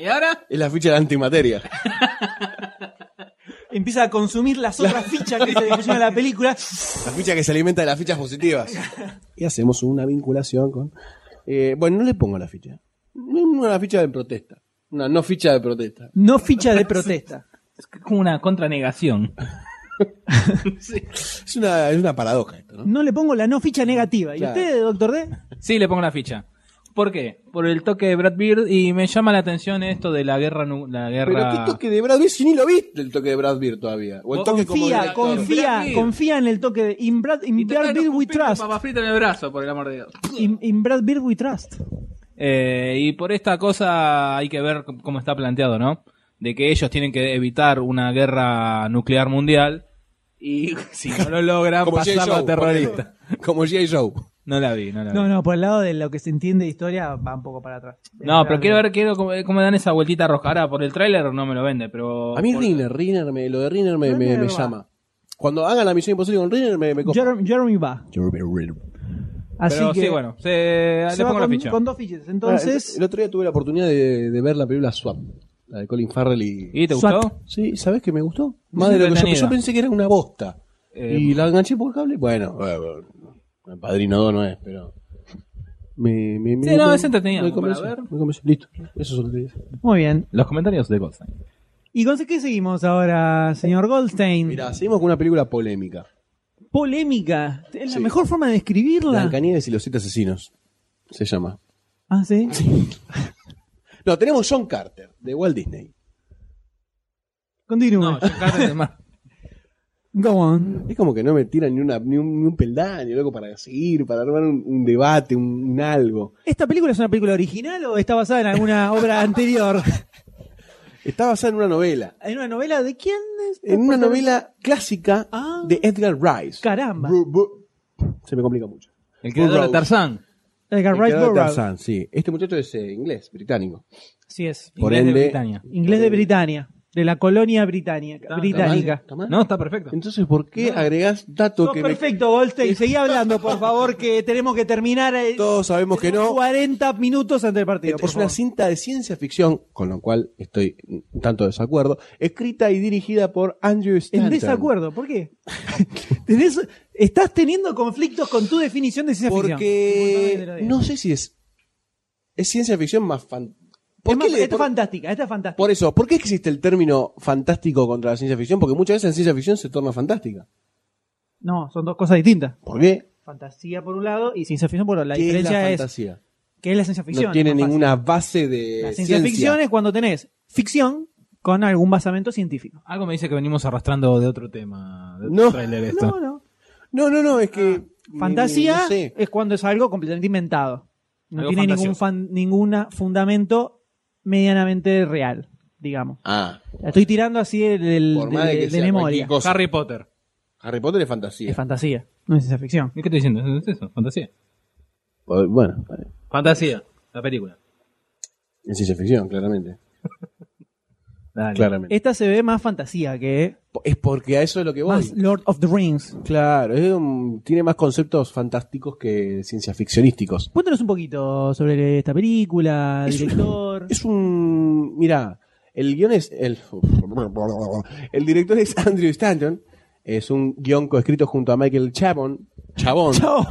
C: ¿Y ahora?
B: Es la ficha de antimateria.
A: Empieza a consumir las otras fichas que se le pusieron a la película.
B: La ficha que se alimenta de las fichas positivas. Y hacemos una vinculación con. Eh, bueno, no le pongo la ficha. No, no la ficha de protesta. Una no ficha de protesta.
A: No ficha de protesta.
C: Es como una contranegación.
B: Es una, es una paradoja esto, ¿no?
A: No le pongo la no ficha negativa.
B: Claro.
A: ¿Y usted, doctor D?
C: Sí, le pongo la ficha. ¿Por qué? Por el toque de Brad Beard y me llama la atención esto de la guerra... nu- La
B: Pero
C: guerra...
B: qué toque de Brad Beer si ni lo viste el toque de Brad Beer todavía. O el
C: Vos
B: toque como
A: Confía,
B: director.
A: confía,
C: Brad Pitt.
A: confía en el toque de In Brad, in
C: Y te
A: Brad
C: traen
A: Pitt
C: un
A: We
C: pupito de
A: Trust.
C: papa frita en el brazo, por el amor de Dios.
A: In, in Brad Pitt We Trust.
C: Eh, y por esta cosa hay que ver c- cómo está planteado, ¿no? De que ellos tienen que evitar una guerra nuclear mundial y (laughs) si no lo logran
B: Como G.I.
C: pasarlo
B: Joe.
C: a terrorista.
B: Como G.I. Joe.
C: No la vi, no la vi.
A: No, no, por el lado de lo que se entiende de historia va un poco para atrás.
C: No, pero quiero ver quiero cómo, cómo dan esa vueltita roja. Ahora por el tráiler no me lo vende, pero...
B: A mí
C: por-
B: Riner, Riner, me, lo de Riner me, me-
A: Riner
B: me
A: va.
B: llama. Cuando hagan la misión imposible con Riner me, me copa.
A: Jeremy, Jeremy va.
B: Jeremy Renner.
A: Así
C: pero
A: que
C: sí, bueno, se,
A: se
C: le
A: va
C: pongo la
A: con,
C: ficha.
A: con dos fichas. Entonces,
B: El otro día tuve la oportunidad de, de ver la película Swap. La de Colin Farrell y...
C: ¿Y te
A: Swat.
C: gustó?
B: Sí, ¿sabés que me gustó? Más de lo que yo,
C: entretenida.
B: yo pensé que era una bosta.
C: Eh,
B: y la enganché por cable. Bueno, bueno, bueno, Padrino 2 no es, pero. Me, me, me-
C: Sí, no,
B: me-
C: es entretenida,
B: me
C: como para
B: convenció,
C: ver.
B: me convenció. Listo, eso solo te digo.
A: muy bien.
C: Los comentarios de Goldstein.
A: ¿Y con qué seguimos ahora, señor Goldstein?
B: Mirá, seguimos con una película polémica:
A: Polémica. Es la
B: Sí.
A: mejor forma de describirla.
B: Blancanieves y los siete asesinos. Se llama.
A: Ah, sí.
B: No, tenemos John Carter, de Walt Disney.
A: Continúa.
C: No, John Carter es más.
A: Go on.
B: Es como que no me tiran ni, una, ni, un, ni un peldaño, loco, para seguir, para armar un, un debate, un, un algo.
A: ¿Esta película es una película original o está basada en alguna obra anterior? (laughs)
B: Está basada en una novela.
A: ¿En una novela de quién? es?
B: En una novela clásica
A: Ah.
B: de Edgar Rice.
A: Caramba.
B: Bru- bru- se me complica mucho.
C: El creador de
B: Burroughs.
C: Tarzán.
A: Edgar
B: El
A: Wright
B: creador de
A: Burroughs.
B: Tarzán, sí. Este muchacho es eh, inglés, británico.
A: Así es.
B: Por
C: Inglés de
B: ende-
C: Britania.
A: Inglés de Britania. De la colonia británica.
C: Está-
A: británica.
B: ¿Está mal?
C: No, está perfecto.
B: Entonces, ¿por qué agregás dato
A: Sos
B: que me-
A: perfecto, Goldstein. Seguí hablando, por favor, que tenemos que terminar. el-
B: todos sabemos que no? Eh,
A: 40 minutos antes del partido. por
B: es una
A: favor.
B: cinta de ciencia ficción, con lo cual estoy un tanto desacuerdo, escrita y dirigida por Andrew
A: En
B: Stanton.
A: desacuerdo, ¿por
B: (laughs)
A: qué? Tenés- estás teniendo conflictos con tu definición de ciencia ficción. Disculpame, te lo
B: Porque
A: digo.
B: no sé si es es ciencia ficción más fan. ¿Por
A: Es
B: qué
A: más,
B: le-
A: esta es
B: por-
A: fantástica, esta es fantástica.
B: por eso, ¿por qué existe el término fantástico contra la ciencia ficción? Porque muchas veces en ciencia ficción se torna fantástica.
A: No, son dos cosas distintas.
B: ¿Por qué?
A: Fantasía por un lado y ciencia ficción por otro. La
B: ¿Qué es la
A: diferencia es,
B: fantasía?
A: que es la ciencia ficción.
B: no tiene
A: es más fácil.
B: ninguna base
C: Eh,
B: de
A: La ciencia, ficción es cuando tenés ficción con algún basamento científico.
C: Algo me dice que venimos arrastrando de otro tema. De
B: No.
C: otro trailer esto.
A: No, no.
B: No, no, no, es que
A: Ah, Fantasía
B: no sé.
A: es cuando es algo completamente inventado. No
C: Algo
A: tiene ningún fan- ninguna fundamento medianamente real, digamos.
B: Ah,
A: La estoy tirando así el, el-
B: por
A: de,
B: más de que
A: de
B: sea
A: memoria.
B: cualquier cosa. Harry,
C: Harry Potter.
B: Potter es fantasía.
A: Es fantasía, no es ciencia ficción.
C: ¿Y ¿Qué estoy diciendo? ¿Es eso? Fantasía.
B: Pod- bueno, vale.
C: Fantasía. La película.
B: es ciencia ficción, claramente.
C: Dale.
B: claramente.
A: Esta se ve más fantasía que
B: Es porque a eso es lo que voy.
A: más Lord of the Rings.
B: Claro, es un- tiene más conceptos fantásticos que ciencia ficcionísticos.
A: Cuéntanos un poquito sobre esta película,
B: Es un- (laughs)
A: director.
B: Es un. Mira, el guión es. El, el director es Andrew Stanton. Es un guión coescrito junto a Michael Chabon. Chabon.
A: Chao.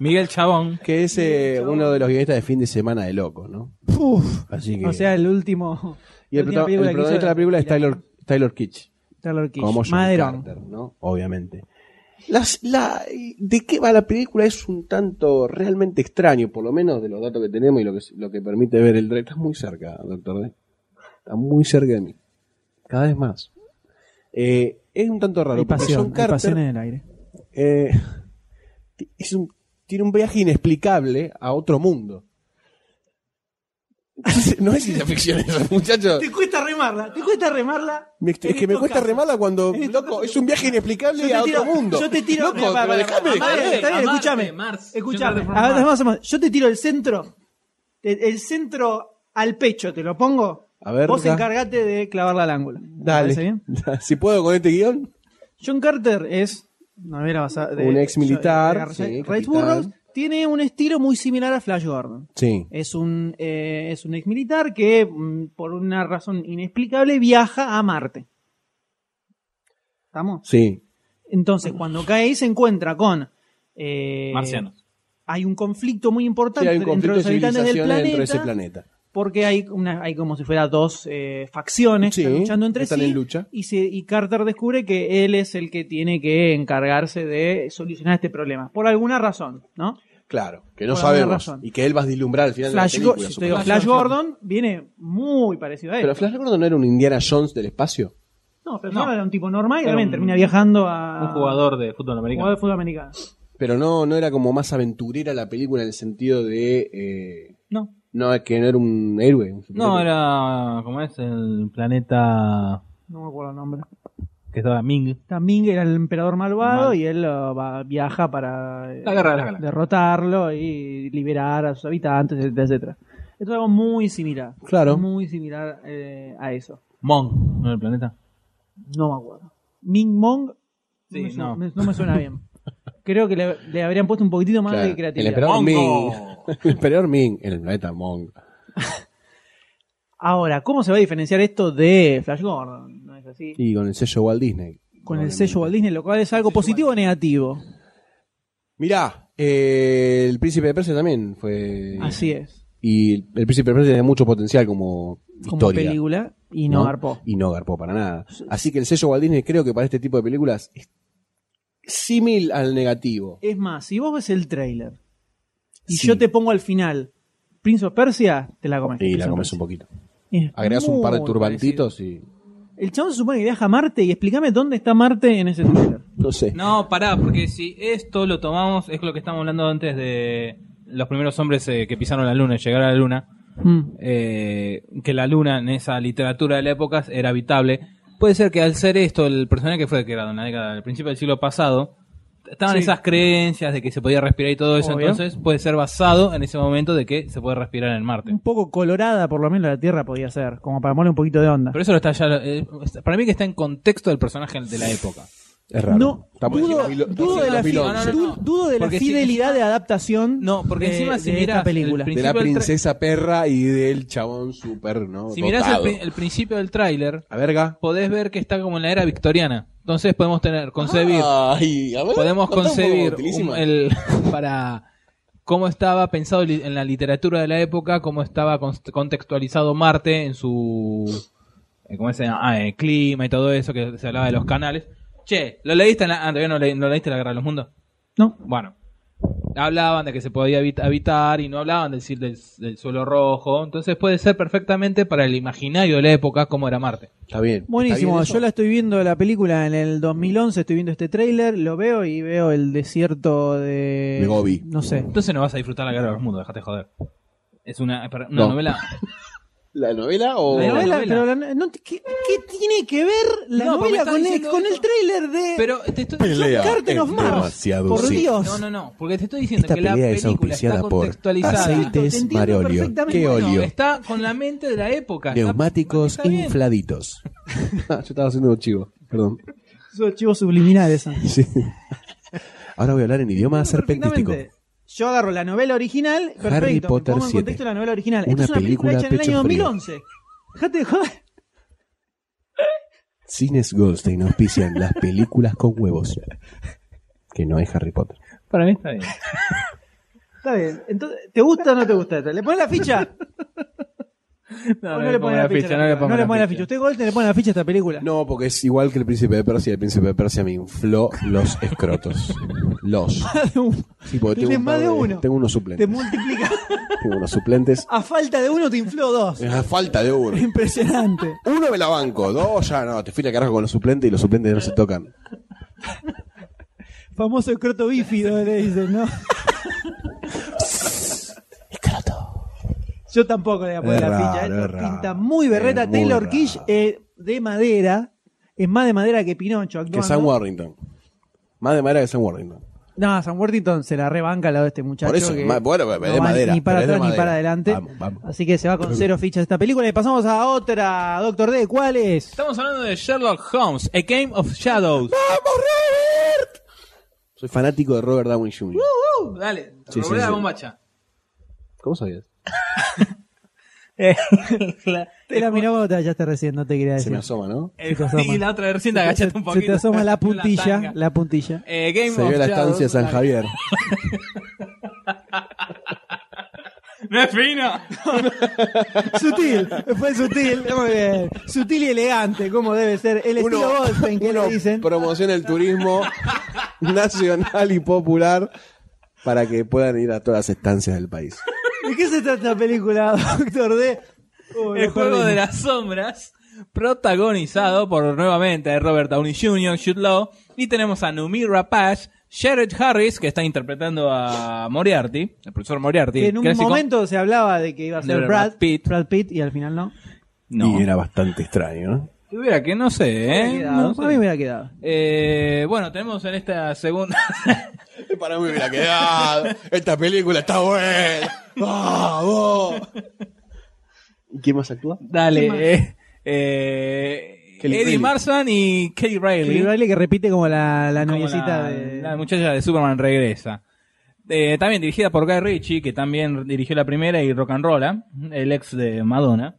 C: Miguel Chabón.
B: Que es eh, uno de los guionistas de fin de semana de loco, ¿no?
A: Uf.
B: Así que.
A: O sea, el último.
B: y el,
A: la última
B: prota- el
A: película que
B: protagonista
A: hizo-
B: de la película es
A: Mira,
B: Tyler, Tyler Kitsch.
A: Taylor Kitsch.
B: como John
A: Maderón.
B: Carter, ¿no? Obviamente. Las- la- ¿De qué va la película? Es un tanto realmente extraño, por lo menos de los datos que tenemos y lo que, lo que permite ver el trailer. Está muy cerca, doctor D. Está muy cerca de mí. Cada vez más. Eh, es un tanto raro.
A: Hay
B: porque
A: pasión,
B: John
A: hay
B: Carter,
A: pasión en el aire.
B: eh, ti- es un- tiene un viaje inexplicable a otro mundo. no es (laughs) ciencia ficción eso, muchachos.
A: Te cuesta remarla, te cuesta remarla.
B: Me- es que me cuesta remarla cuando,
A: En estos
B: loco,
A: casos-
B: es un viaje inexplicable a otro mundo.
A: Yo te tiro.
B: Loco,
A: Mira, para,
B: pero
A: para,
B: déjame,
A: para,
B: déjame.
A: está bien,
C: Amarte,
A: escúchame.
C: Mars.
A: Escúchame.
C: Yo no te
A: A ver,
C: formo
A: vamos, vamos. Yo te tiro el centro. El, el centro al pecho, ¿te lo pongo?
B: A ver,
A: Vos
B: da-
A: encargate de clavarla al ángulo. ¿Te parece
B: Dale. (laughs)
A: bien?
B: Si puedo con este guión.
A: John Carter es una novela basada de-
B: Un ex
A: de-
B: militar,
A: de-
B: sí,
A: Ray
B: capitán.
A: Burroughs tiene un estilo muy similar a Flash Gordon.
B: Sí.
A: Es un, eh, es un ex militar que, mm, por una razón inexplicable, viaja a Marte. ¿Estamos?
B: Sí.
A: Entonces, cuando cae ahí, se encuentra con. eh,
C: Marcianos.
A: Hay un conflicto muy
B: Sí,
A: importante
B: hay un
A: entre
B: conflicto de
A: los habitantes del
B: civilización
A: planeta.
B: dentro de ese planeta.
A: Porque hay, una, hay como si fuera dos eh, facciones que
B: Sí,
A: están luchando entre
B: están
A: sí.
B: en lucha.
A: Y, se- y Carter descubre que él es el que tiene que encargarse de solucionar este problema. Por alguna razón, ¿no?
B: Claro, que no
A: Por alguna
B: sabemos.
A: razón.
B: Y que él va a deslumbrar al final
A: Flash,
B: de
A: Go-
B: la
A: yo
B: película.
A: te digo,
B: supongo.
A: Flash Gordon viene muy parecido a él.
B: Pero Flash Gordon no era un Indiana Jones del espacio.
A: no, Flash
C: No.
A: Gordon era un tipo normal y
C: Era
A: también
C: un-
A: termina viajando a.
C: Un jugador de fútbol
A: jugador
C: americano.
A: de fútbol americano.
B: Pero no, no era como más aventurera la película en el sentido de. eh,
C: No.
B: no, es que no era un héroe. un
C: No,
B: superhéroe.
C: era. ¿Cómo es? El planeta.
A: No me acuerdo el nombre.
C: Que estaba Ming.
A: También era el emperador malvado
C: Mal.
A: y él lo va- viaja para eh,
C: La guerra de las galaxias.
A: derrotarlo y liberar a sus habitantes, etcétera, etcétera. Esto es algo muy similar.
B: Claro.
A: Muy similar eh, a eso.
C: Mong. ¿No era el planeta?
A: No me acuerdo. Ming Mong
C: Sí,
A: me suena-
C: no.
A: me- me suena (laughs) bien. Creo que le, le habrían puesto un poquitito más
B: Claro,
A: de
B: El
A: creatividad.
B: emperador Ming.
C: Mongo.
B: (laughs) El emperador Ming en el planeta Mong.
A: Ahora, ¿cómo se va a diferenciar esto de Flash Gordon? ¿No es así?
B: Y con el sello Walt Disney.
A: Con el sello Walt Disney, lo cual es algo positivo o negativo.
B: Mirá, eh, el príncipe de Persia también fue.
A: Así es.
B: Y el, el príncipe de Persia tiene mucho potencial como,
A: Como
B: historia.
A: película y no, garpó.
B: Y no garpó para nada. Así que el sello Walt Disney creo que para este tipo de películas es símil al negativo.
A: Es más, si vos ves el trailer y
B: Sí.
A: yo te pongo al final Prince of Persia, te la comes.
B: Y
A: Prince
B: la
A: of
B: comes un
A: Persia.
B: poquito.
A: Es
B: Agregás un par de
A: muy
B: turbantitos y.
A: parecido. El chabón se supone que viaja a Marte y explícame dónde está Marte en ese Twitter.
B: No sé.
C: No, pará, porque si esto lo tomamos, es lo que estábamos hablando antes de los primeros hombres eh, que pisaron la luna y llegaron a la luna,
B: Mm.
C: eh, que la luna en esa literatura de la época era habitable. Puede ser que al ser esto, el personaje que fue creado en la década del principio del siglo pasado, estaban
A: Sí.
C: esas creencias de que se podía respirar y todo eso,
A: Obvio.
C: entonces puede ser basado en ese momento de que se puede respirar en Marte.
A: Un poco colorada, por lo menos la Tierra podía ser, como para ponerle un poquito de onda.
C: Pero eso lo está ya. eh, para mí que está en contexto del personaje de la época.
B: Es raro.
A: No,
B: Estamos en
A: dudo,
B: 2000,
A: dudo de la, fi-
B: 2011.
C: No, no, no.
A: du- dudo de la
C: Porque si-
A: fidelidad de adaptación
C: No, porque
A: de,
C: encima si
A: de
C: miras
A: esta película.
B: De la
C: el principio del tra-
B: princesa perra y del chabón super, ¿no?
C: Si mirás el,
B: Dotado.
C: pri- el principio del tráiler,
B: A verga.
C: podés ver que está como en la era victoriana. Entonces podemos tener, concebir,
B: Ay, a ver,
C: podemos
B: Ah, ¿eh? contá un poco,
C: concebir
B: utilísima.
C: un- el, (laughs) para cómo estaba pensado li- en la literatura de la época, cómo estaba con- contextualizado Marte en su eh, ¿cómo se llama? Ah, eh, clima y todo eso que se hablaba de los canales. Che, ¿lo leíste en la, ah, todavía no, le- no leíste la Guerra de los Mundos?
A: No.
C: Bueno, hablaban de que se podía habit- habitar y no hablaban del, sil- del, del suelo rojo. Entonces puede ser perfectamente para el imaginario de la época cómo era Marte.
B: Está bien.
A: Buenísimo,
B: ¿Está
A: yo
B: bien
A: la estoy viendo la película en el 2011, estoy viendo este tráiler, lo veo y veo el desierto de...
B: De Gobi.
A: No sé.
C: Entonces no vas a disfrutar la Guerra de los Mundos, déjate joder. Es una, para- una
B: No.
C: novela.
B: eso? ¿La novela o.?
A: Oh. La
C: La
A: novela,
C: novela.
A: pero la no- no- ¿qué, qué tiene que ver la
C: No,
A: novela
C: porque está
A: con el,
C: diciendo
A: con
C: eso.
A: el tráiler de...
C: Pero te
B: (laughs)
C: estoy...
B: Pelea
A: Carten
B: es
A: of Mars,
B: demasiado
A: por
B: simple.
A: Dios.
C: No, no, no, porque te estoy diciendo
B: Esta
C: que la
B: pelea es
C: película
B: auspiciada
C: está
B: por
C: contextualizada.
A: Te
B: aceites
A: entiendo
B: Mareolio.
A: perfectamente.
B: ¿Qué
A: Bueno,
B: olio?
C: Está con la mente de la época. está-
B: Neumáticos
C: está bien. (laughs)
B: infladitos. Ah, yo estaba haciendo un chivo, perdón.
A: Esos archivos subliminales. son.
B: Sí. Ahora voy a hablar en idioma serpentístico.
A: Perfectamente. Yo agarro la novela original, perfecto. me
B: Potter
A: pongo en
B: 7.
A: contexto la novela original.
B: Una
A: Esto es una película,
B: película
A: hecha en el año
B: pecho frío.
A: 2011. Dejate de joder.
B: Cines Goldstein auspician las películas con huevos. Que no es Harry Potter.
C: Para mí (laughs) está bien.
A: Está bien. Entonces, ¿te gusta o no te gusta esta? ¿Le pones la ficha? ¿O
C: No, le pongo la ficha, no le pongo
A: No le pones la ficha. Usted Golden le pone la ficha a esta película. (laughs)
B: No, porque es igual que el príncipe de Persia. El príncipe de Persia me infló los escrotos. Los. Sí, porque
A: Tenés
B: tengo, un
A: más
B: par
A: de uno.
B: tengo unos
A: Te
B: suplentes.
A: multiplica.
B: Tengo unos suplentes.
A: A falta de uno te infló dos.
B: (laughs) A falta de uno.
A: Impresionante.
B: Uno me la banco, dos ya no, te fui la carajo con los suplentes y los suplentes no se tocan.
A: Famoso escroto bífido le dicen, ¿no?
B: (laughs) Escroto.
A: Yo tampoco le voy a poner
B: Es
A: la
B: raro,
A: ficha. ¿eh?
B: es raro.
A: Pinta muy berreta.
B: Es muy
A: Taylor
B: raro.
A: Kish eh, de madera. Es más de madera que Pinocho
B: Que
A: actuando.
B: Sam Warrington. Más de madera que Sam Warrington.
A: No, Sam Worthington se la rebanca al lado de este muchacho.
B: Por eso,
A: que
B: ma- bueno, de
A: no va
B: madera,
A: Ni para
B: pero es de
A: atrás ni
B: madera.
A: para adelante.
B: Vamos, vamos.
A: Así que se va con cero fichas de esta película. Y pasamos a otra, Doctor D. ¿Cuál es?
C: Estamos hablando de Sherlock Holmes, A Game of
A: (laughs)
C: Shadows.
B: Soy fanático de Robert Downey Jr.
A: Uh-huh.
C: Uh, dale,
B: Sí,
C: robé
B: sí,
C: la
B: sí.
C: bombacha.
B: ¿Cómo sabías?
C: Eh, (laughs)
A: Te la miró otra, ya está recién, no te quería
B: Se
A: decir.
B: me asoma, ¿no?
A: Se te asoma.
C: Eh, y la otra versión te
A: se,
C: agachaste un
A: se
C: poquito.
A: te
C: (laughs)
A: asoma la puntilla,
C: tanga.
A: la, puntilla.
C: Eh, Game
B: Se
C: of
B: vio la
C: Shadows.
B: estancia de San Javier.
C: (laughs) No es fino.
A: sutil, fue sutil, muy bien. Sutil y elegante, como debe ser. El estilo Goldstein que
B: uno
A: le dicen.
B: promociona el turismo (laughs) nacional y popular para que puedan ir a todas las estancias del país.
A: ¿De qué se trata esta película, (laughs) Doctor D? Oh,
C: El
A: lo
C: juego
A: perdimos.
C: de las sombras, protagonizado por nuevamente Robert Downey Jr., Jude Law, y tenemos a Numi Rapace, Jared Harris, que está interpretando a Moriarty, el profesor Moriarty.
A: Que en un
C: clásico.
A: momento se hablaba de que iba a
C: De
A: ser Brad,
C: Brad Pitt.
A: Brad Pitt y al final no.
C: No.
B: Y era bastante extraño, ¿no?
C: Tuviera que no sé,
A: Me
C: ¿eh?
A: hubiera quedado.
C: No sé.
A: A mí me hubiera quedado.
C: Eh, bueno, tenemos en
A: (laughs)
C: esta segunda.
B: Eh, Para mí me la quedado. Esta película está buena. ¡Vamos! ¿Quién más actúa?
C: Dale. eh, eh,
B: Kelly
C: Eddie
B: Reilly.
C: Marsden y Kelly Riley.
A: Kelly Riley que repite como la, la
C: como
A: noviecita
C: la,
A: de.
C: la muchacha de Superman regresa. Eh, también dirigida por Guy Ritchie, que también dirigió la primera y Rock and Rolla, el ex de Madonna.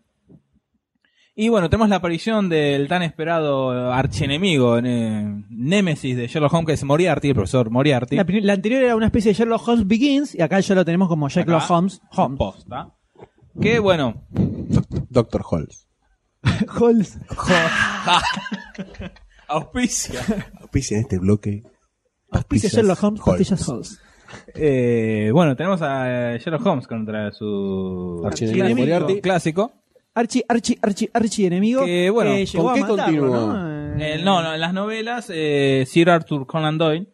C: Y bueno, tenemos la aparición del tan esperado archienemigo, eh, némesis de Sherlock Holmes, que es Moriarty, el profesor Moriarty.
A: La, pri- la anterior era una especie de Sherlock Holmes Begins y acá ya lo tenemos como Sherlock
C: Acá,
A: Holmes. Holmes.
C: Posta. Que bueno,
B: Doctor Holmes.
A: (laughs) Holmes. (laughs)
C: auspicia.
B: Auspicia en este bloque.
A: Auspicia
B: Auspicias
A: Sherlock Holmes,
B: Holmes.
A: pastillas Holmes.
C: Eh, bueno, tenemos a Sherlock Holmes contra su
B: Archienemigo Moriarty.
C: clásico.
A: archi, archi, archi, archi enemigo.
C: Que, bueno,
A: que llegó
B: ¿con
A: a
B: qué
A: matarlo,
B: continúa?
A: ¿no? Eh,
C: Eh, no, no, en las novelas, eh, Sir Arthur Conan Doyle,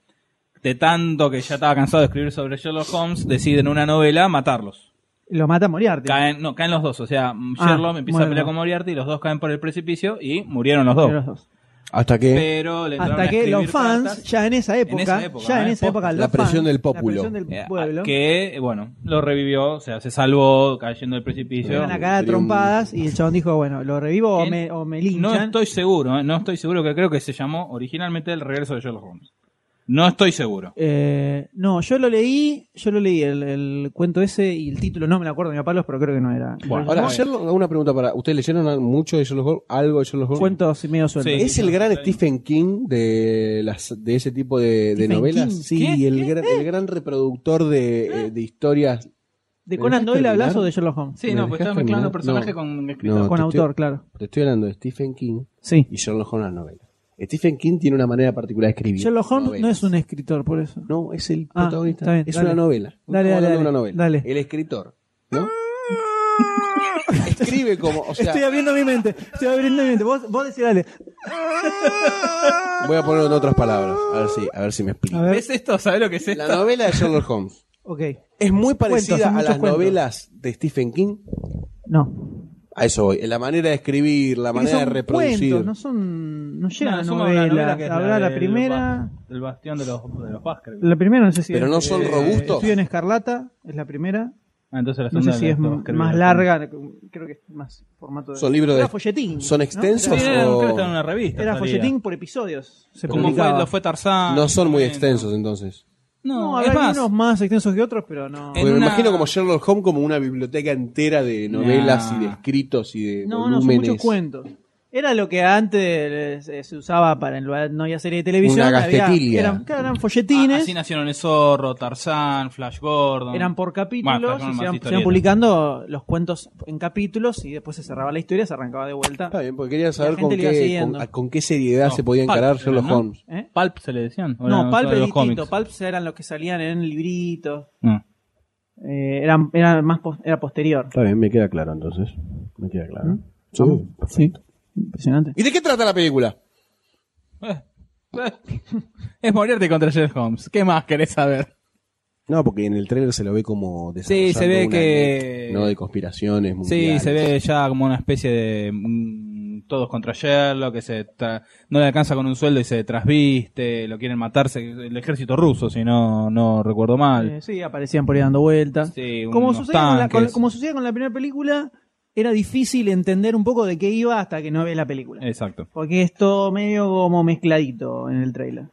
C: de tanto que ya estaba cansado de escribir sobre Sherlock Holmes, decide en una novela matarlos.
A: Lo mata Moriarty.
C: Caen, no, caen los dos, o sea, mm,
A: Ah,
C: Sherlock empieza a
A: muere
C: pelear
A: los dos.
C: con Moriarty y los dos caen por el precipicio y murieron los dos.
A: Los dos.
B: Hasta que
C: Pero le entraron
A: Hasta
C: a
A: que
C: escribir
A: los fans,
C: cartas,
A: ya en esa época,
C: esa época,
A: ya en
C: ¿eh?
A: esa época,
B: La
A: los
B: presión
A: fans,
B: del populo.
A: La presión del
C: eh,
A: pueblo.
C: que, eh, bueno, lo revivió, o sea, se salvó cayendo del
A: Le
C: precipicio.
A: dan la cara de
B: Sería un-
A: trompadas y el chabón dijo, bueno, lo revivo o
C: En-
A: me, o me
C: No
A: linchan.
C: estoy seguro, eh, no estoy seguro que creo que se llamó originalmente El regreso de Sherlock Holmes. No estoy seguro.
A: Eh, no, yo lo leí, yo lo leí el, el cuento ese y el título no me lo acuerdo ni a palos, pero creo que no era.
C: Bueno,
B: Ahora,
C: Muy
B: Sherlock, una pregunta para. ¿Ustedes leyeron mucho de Sherlock Holmes? ¿Algo de Sherlock Holmes?
A: Cuentos medio sueltos.
C: Sí.
B: ¿Es el gran Stephen King de las de ese tipo de, de
A: ¿Stephen
B: novelas?
A: King? Ah.
B: Sí,
C: ¿Qué?
B: El, gran, el gran reproductor de, eh, de historias.
A: ¿De
B: ¿Me
A: Conan
B: dejas
A: Doyle
B: terminar?
A: hablas o de Sherlock Holmes?
C: Sí,
B: ¿Me
C: no, pues
B: dejas
C: estaba mezclando
B: terminar?
C: personaje
B: No.
C: con escritor.
B: No,
A: Con
B: te
A: autor,
B: estoy-
A: claro.
B: Te estoy hablando de Stephen King
A: Sí.
B: y Sherlock Holmes en las novelas. Stephen King tiene una manera particular de escribir.
A: Sherlock Holmes no
B: novelas.
A: es un escritor, por eso.
B: No, es el
A: Ah,
B: protagonista.
A: está bien,
B: es
A: dale.
B: una novela.
A: Dale,
B: Estamos
A: dale,
B: hablando de
A: dale,
B: una novela.
A: dale.
B: El escritor,
A: (laughs)
B: ¿no? Escribe como, o sea,
A: Estoy abriendo mi mente, estoy abriendo mi mente. Vos, vos decís, dale.
B: voy a ponerlo en otras palabras, a ver si, a ver si me explico.
A: A ver.
C: ¿Ves esto? ¿Sabes lo que es
B: La
C: esto?
B: novela de Sherlock Holmes
A: Ok,
B: es muy parecida
A: Cuentos, son
B: a
A: muchos
B: las
A: cuentos.
B: novelas de Stephen King.
A: no.
B: A eso voy. La manera de escribir, la
A: Porque
B: manera de
A: son
B: reproducir.
A: cuentos, no son. No
C: No,
A: llegan a
C: somos
A: novela.
C: una novela que es
A: Habrá la
C: del
A: primera.
C: ba- El bastión de los, de los Baskerville.
A: La primera no sé si
B: Pero
A: es-
B: no son
A: eh,
B: robustos.
A: Estudio en Escarlata es la primera.
C: Ah, entonces la
A: No sé
C: segunda
A: si
C: de
A: es
C: los
A: m-
C: Baskerville.
A: más larga, creo que es más formato de.
B: Son libros de-
A: Era folletín.
B: son
A: ¿no?
C: Sí,
B: extensos.
C: era,
B: o-
C: creo que estaba en una revista.
A: Era, era
C: salía.
A: folletín por episodios. Se
B: Como
C: ¿Cómo fue,
A: publicaba.
C: lo fue Tarzán?
B: No son muy
C: Ah, Bueno.
B: extensos entonces.
A: No,
C: No, es
A: habrá
C: más. ah,
A: unos más Eh, extensos que otros, pero no.
C: En
B: Porque me
C: una-
B: imagino como Sherlock Holmes como una biblioteca entera de novelas
C: Nah.
B: y de escritos y de
A: No, no, son
B: volúmenes.
A: muchos cuentos. Era lo que antes eh, se usaba para en lugar no había serie de televisión.
B: Una
A: había-
B: gacetilla.
A: eran, claro, eran
C: Ah,
A: folletines,
C: así nacieron el zorro, Tarzán, Flash Gordon.
A: eran por capítulos,
C: Bueno, pero
A: y
C: son
A: se
C: más
A: iban, se iban
C: historietas.
A: publicando los cuentos en capítulos y después se cerraba la historia, se arrancaba de vuelta.
B: Está bien, porque quería saber
A: gente
B: con
A: le iba
B: qué,
A: siguiendo.
B: con, a- con qué seriedad
C: No,
B: se podía
C: Pulp
B: encarar
C: era,
B: Sherlock
C: ¿no?
B: Holmes.
A: ¿Eh?
C: Pulp se le decían. ¿O
A: No,
C: eran
A: Pulp
C: solo
A: es
C: los
A: distinto.
C: cómics?
A: Pulp eran los que salían en libritos. (laughs)
C: No.
A: Eh, eran, era más pos- era posterior.
B: Está bien, me queda claro entonces. Me queda claro.
A: ¿Mm? Sí. Impresionante.
B: ¿Y de qué trata la película?
C: Es morirte contra Sherlock Holmes. ¿Qué más querés saber?
B: No, porque en el trailer se lo ve como
C: Sí, se ve
B: desarrollando una
C: que-
B: net, No, de conspiraciones
C: Sí,
B: mundiales.
C: se ve ya como una especie de mm, todos contra Sherlock, que se tra- no le alcanza con un sueldo y se trasviste, lo quieren matarse, el ejército ruso, si no, no recuerdo mal.
A: Eh, sí, aparecían por ahí dando vueltas.
C: Sí,
A: como,
C: unos
A: sucede con la, con-
C: tanques.
A: como sucede con la primera película, era difícil entender un poco de qué iba hasta que no ves la película.
C: Exacto.
A: Porque es todo medio como mezcladito en el trailer.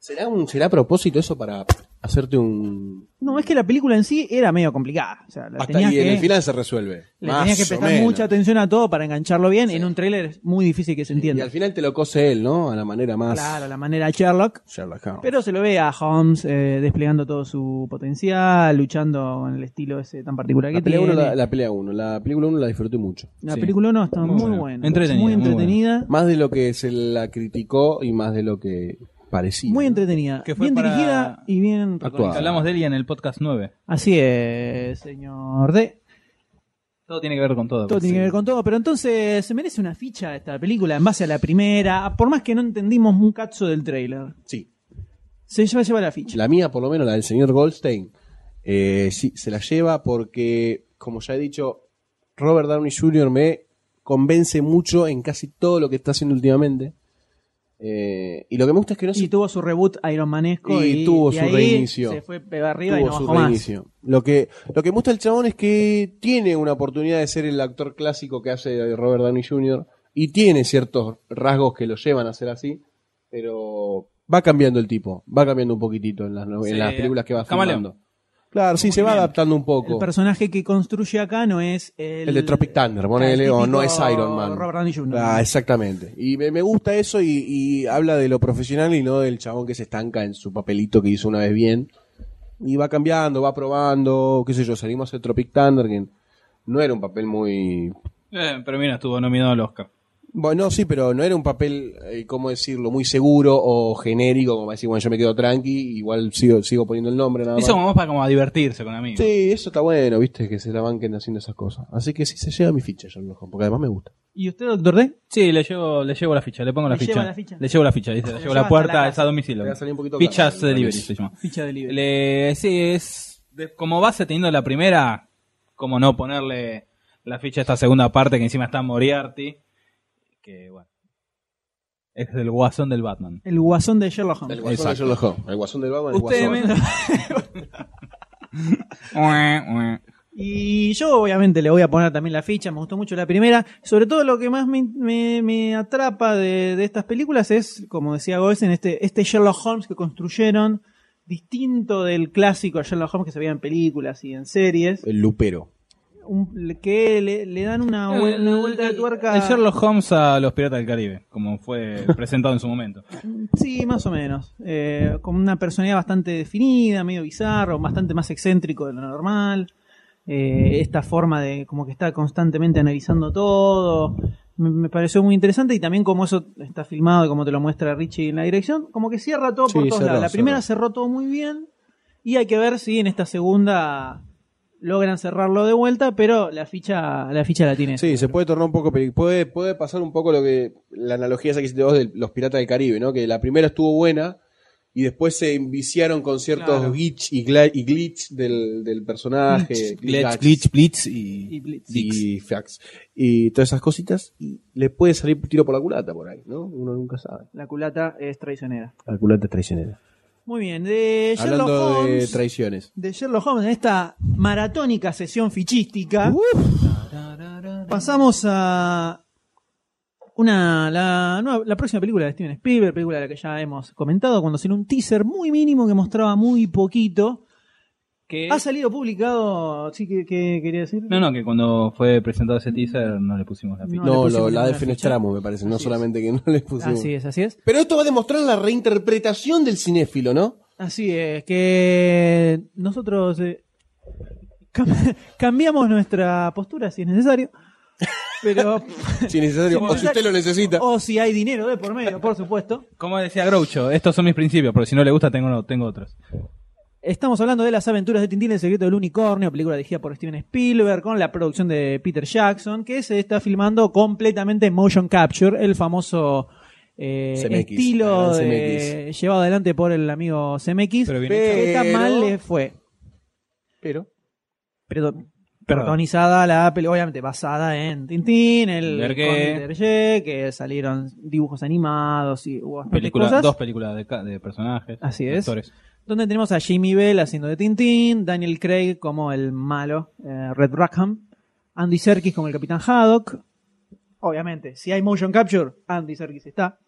B: ¿Será, un, ¿Será a propósito eso para hacerte un...
A: No, es que la película en sí era medio complicada. O sea, la
B: Hasta
A: tenías
B: ahí, en
A: que,
B: el final se resuelve.
A: le tenías que
B: Más o
A: prestar
B: menos.
A: mucha atención a todo para engancharlo bien. En un trailer es muy difícil que se
B: Y
A: entienda.
B: al final te lo cose él, ¿no? A la manera más...
A: Claro, la manera Sherlock.
B: Sherlock Holmes.
A: Pero se lo ve a Holmes eh, desplegando todo su potencial, luchando con el estilo ese tan particular que
B: la pelea
A: tiene.
B: 1 la, la pelea uno, la película 1 la disfruté mucho.
A: La
C: Sí.
A: película 1 está
C: Muy
A: muy,
C: buena.
A: buena.
C: Entretenida,
A: Muy
C: muy
A: entretenida.
B: Más de lo que se la criticó y más de lo que parecía.
A: Muy
B: ¿no?
A: entretenida.
C: Que fue
A: Bien
C: para-
A: dirigida y bien.
B: Actuada.
C: Hablamos de él y en el podcast 9.
A: Así es, señor D.
C: Todo tiene que ver con todo. pues,
A: Todo tiene que ver con todo. Pero entonces, ¿se merece una ficha esta película en base a la primera? Ah, Por más que no entendimos un cacho del trailer.
B: Sí.
A: Se lleva, lleva la ficha.
B: La mía, por lo menos, la del señor Goldstein, eh, sí, se la lleva porque, como ya he dicho, Robert Downey Jr. me convence mucho en casi todo lo que está haciendo últimamente. Eh, y lo que me gusta es que no se
A: Y tuvo su reboot Iron Manesco.
B: Y
A: Y,
B: tuvo
A: y
B: su
A: ahí
B: reinicio.
A: Se fue pega arriba y
B: tuvo
A: no
B: su
A: bajó más.
B: reinicio. Lo que, lo que me gusta el chabón es que tiene una oportunidad de ser el actor clásico que hace Robert Downey Jr. y tiene ciertos rasgos que lo llevan a ser así, pero va cambiando el tipo, va cambiando un poquitito en las, no- en
C: Sí,
B: las películas que va
C: camaleón.
B: filmando. Claro, sí, se va adaptando un poco.
A: El personaje que construye acá no es el.
B: El de Tropic Thunder, ponele,
A: el
B: o no es
A: típico
B: Iron Man.
A: Robert Downey Jr.
B: Ah, exactamente. Y me, me gusta eso y, y habla de lo profesional y no del chabón que se estanca en su papelito que hizo una vez bien. Y va cambiando, va probando, qué sé yo, salimos a Tropic Thunder, que no era un papel muy...
C: Eh, pero mira, estuvo nominado al Oscar.
B: Bueno, sí, pero no era un papel, eh, ¿cómo decirlo?, muy seguro o genérico, como para decir, bueno, yo me quedo tranqui, igual sigo, sigo poniendo el nombre nada más.
C: Eso como más para como a divertirse con amigos.
B: Sí, eso está bueno, viste, que se la banquen haciendo esas cosas. Así que sí se lleva mi ficha, John Lohan, porque además me gusta.
A: ¿Y usted, doctor D?
C: Sí, le llevo, le llevo la ficha, le pongo la
A: Le
C: ficha.
A: lleva la ficha.
C: Le llevo la ficha, dice, le
A: Le
C: llevo
A: lleva
C: la
A: hasta
C: puerta,
A: la
C: a
A: casa.
C: domicilio.
B: Le va a salir un poquito
C: Fichas
B: caro,
C: delivery
B: parece.
C: se llama.
A: Ficha de libre.
C: Le- sí, es de- como base teniendo la primera, como no ponerle la ficha a esta segunda parte que encima está Moriarty, que bueno, es del guasón del Batman.
A: El guasón de Sherlock Holmes.
B: El guasón de Sherlock Holmes, el guasón del Batman, el
C: Usted
B: guasón.
C: me-
A: (laughs) Y yo obviamente le voy a poner también la ficha, me gustó mucho la primera. Sobre todo lo que más me, me- me atrapa de, de estas películas es, como decía Goldstein, este, este Sherlock Holmes que construyeron, distinto del clásico Sherlock Holmes que se veía en películas y en series,
B: El lupero.
A: un- que le, le dan una, vuel- una vuelta de tuerca...
C: El Eh, Sherlock Holmes a los Piratas del Caribe, como (laughs) fue presentado en su momento.
A: Sí, más o menos. Eh, con una personalidad bastante definida, medio bizarro, bastante más excéntrico de lo normal. Eh, esta forma de como que está constantemente analizando todo. Me, me pareció muy interesante y también como eso está filmado y como te lo muestra Richie en la dirección, como que cierra todo por
B: Sí,
A: todos
B: cerró,
A: lados. La
B: cerró.
A: primera cerró todo muy bien y hay que ver si en esta segunda logran cerrarlo de vuelta, pero la ficha la ficha la tiene.
B: Sí, se puede tornar un poco, peli- puede, puede pasar un poco lo que la analogía esa que hiciste vos de los piratas del Caribe, ¿no? Que la primera estuvo buena y después se enviciaron con ciertos
A: Claro.
B: glitch y, gla- y glitch del, del personaje,
C: Glitch,
B: glitch,
C: Glitch, Blitz y...
A: Y Blitz.
B: y fax y todas esas cositas y le puede salir tiro por la culata por ahí, ¿no? Uno nunca sabe.
A: La culata es traicionera.
B: La culata es traicionera.
A: Muy bien, de Sherlock
B: Hablando de
A: Holmes.
B: traiciones.
A: de Sherlock Holmes en esta maratónica sesión fichística. Pasamos a una la, nueva- la próxima película de Steven Spielberg, película de la que ya hemos comentado, cuando salió un teaser muy mínimo que mostraba muy poquito.
C: Que-
A: Ha salido publicado, sí, que, que quería decir.
C: No, no, que cuando fue presentado ese teaser no le pusimos la ficha.
A: No,
B: No,
A: le pusimos
B: lo- la
A: ninguna
B: defenestramos, me parece, no
A: Así
B: solamente que no le pusimos.
A: Así es, así es.
B: Pero esto va a demostrar la reinterpretación del
A: (laughs)
B: cinéfilo, ¿no?
A: Así es, que nosotros eh, cam- (laughs) cambiamos nuestra postura si es necesario, pero
B: Si es necesario,
A: Si es
B: o si usted lo necesita.
A: o si hay dinero de por medio, por supuesto.
C: Como decía Groucho, estos son mis principios, pero si no le gusta tengo, tengo otros.
A: Estamos hablando de las aventuras de Tintín, el secreto del unicornio, película dirigida por Steven Spielberg, con la producción de Peter Jackson, que se está filmando completamente en motion capture, el famoso eh,
B: CMX,
A: estilo
B: el gran
A: de- llevado adelante por el amigo CMX,
C: Pero bien
B: hecho.
A: que tan
B: Pero-
A: mal le fue.
B: Pero
A: Pero, protagonizada la película, obviamente basada en Tintín, el
C: Vergé.
A: Conde Vergé, que salieron dibujos animados y hubo bastantes
C: Película-
A: cosas.
C: dos películas de, ca- de personajes.
A: Así
C: de
A: es.
C: actores.
A: donde tenemos a Jimmy Bell haciendo de Tintín, Daniel Craig como el malo, eh, Red Rackham, Andy Serkis como el Capitán Haddock. Obviamente, si hay motion capture, Andy Serkis está.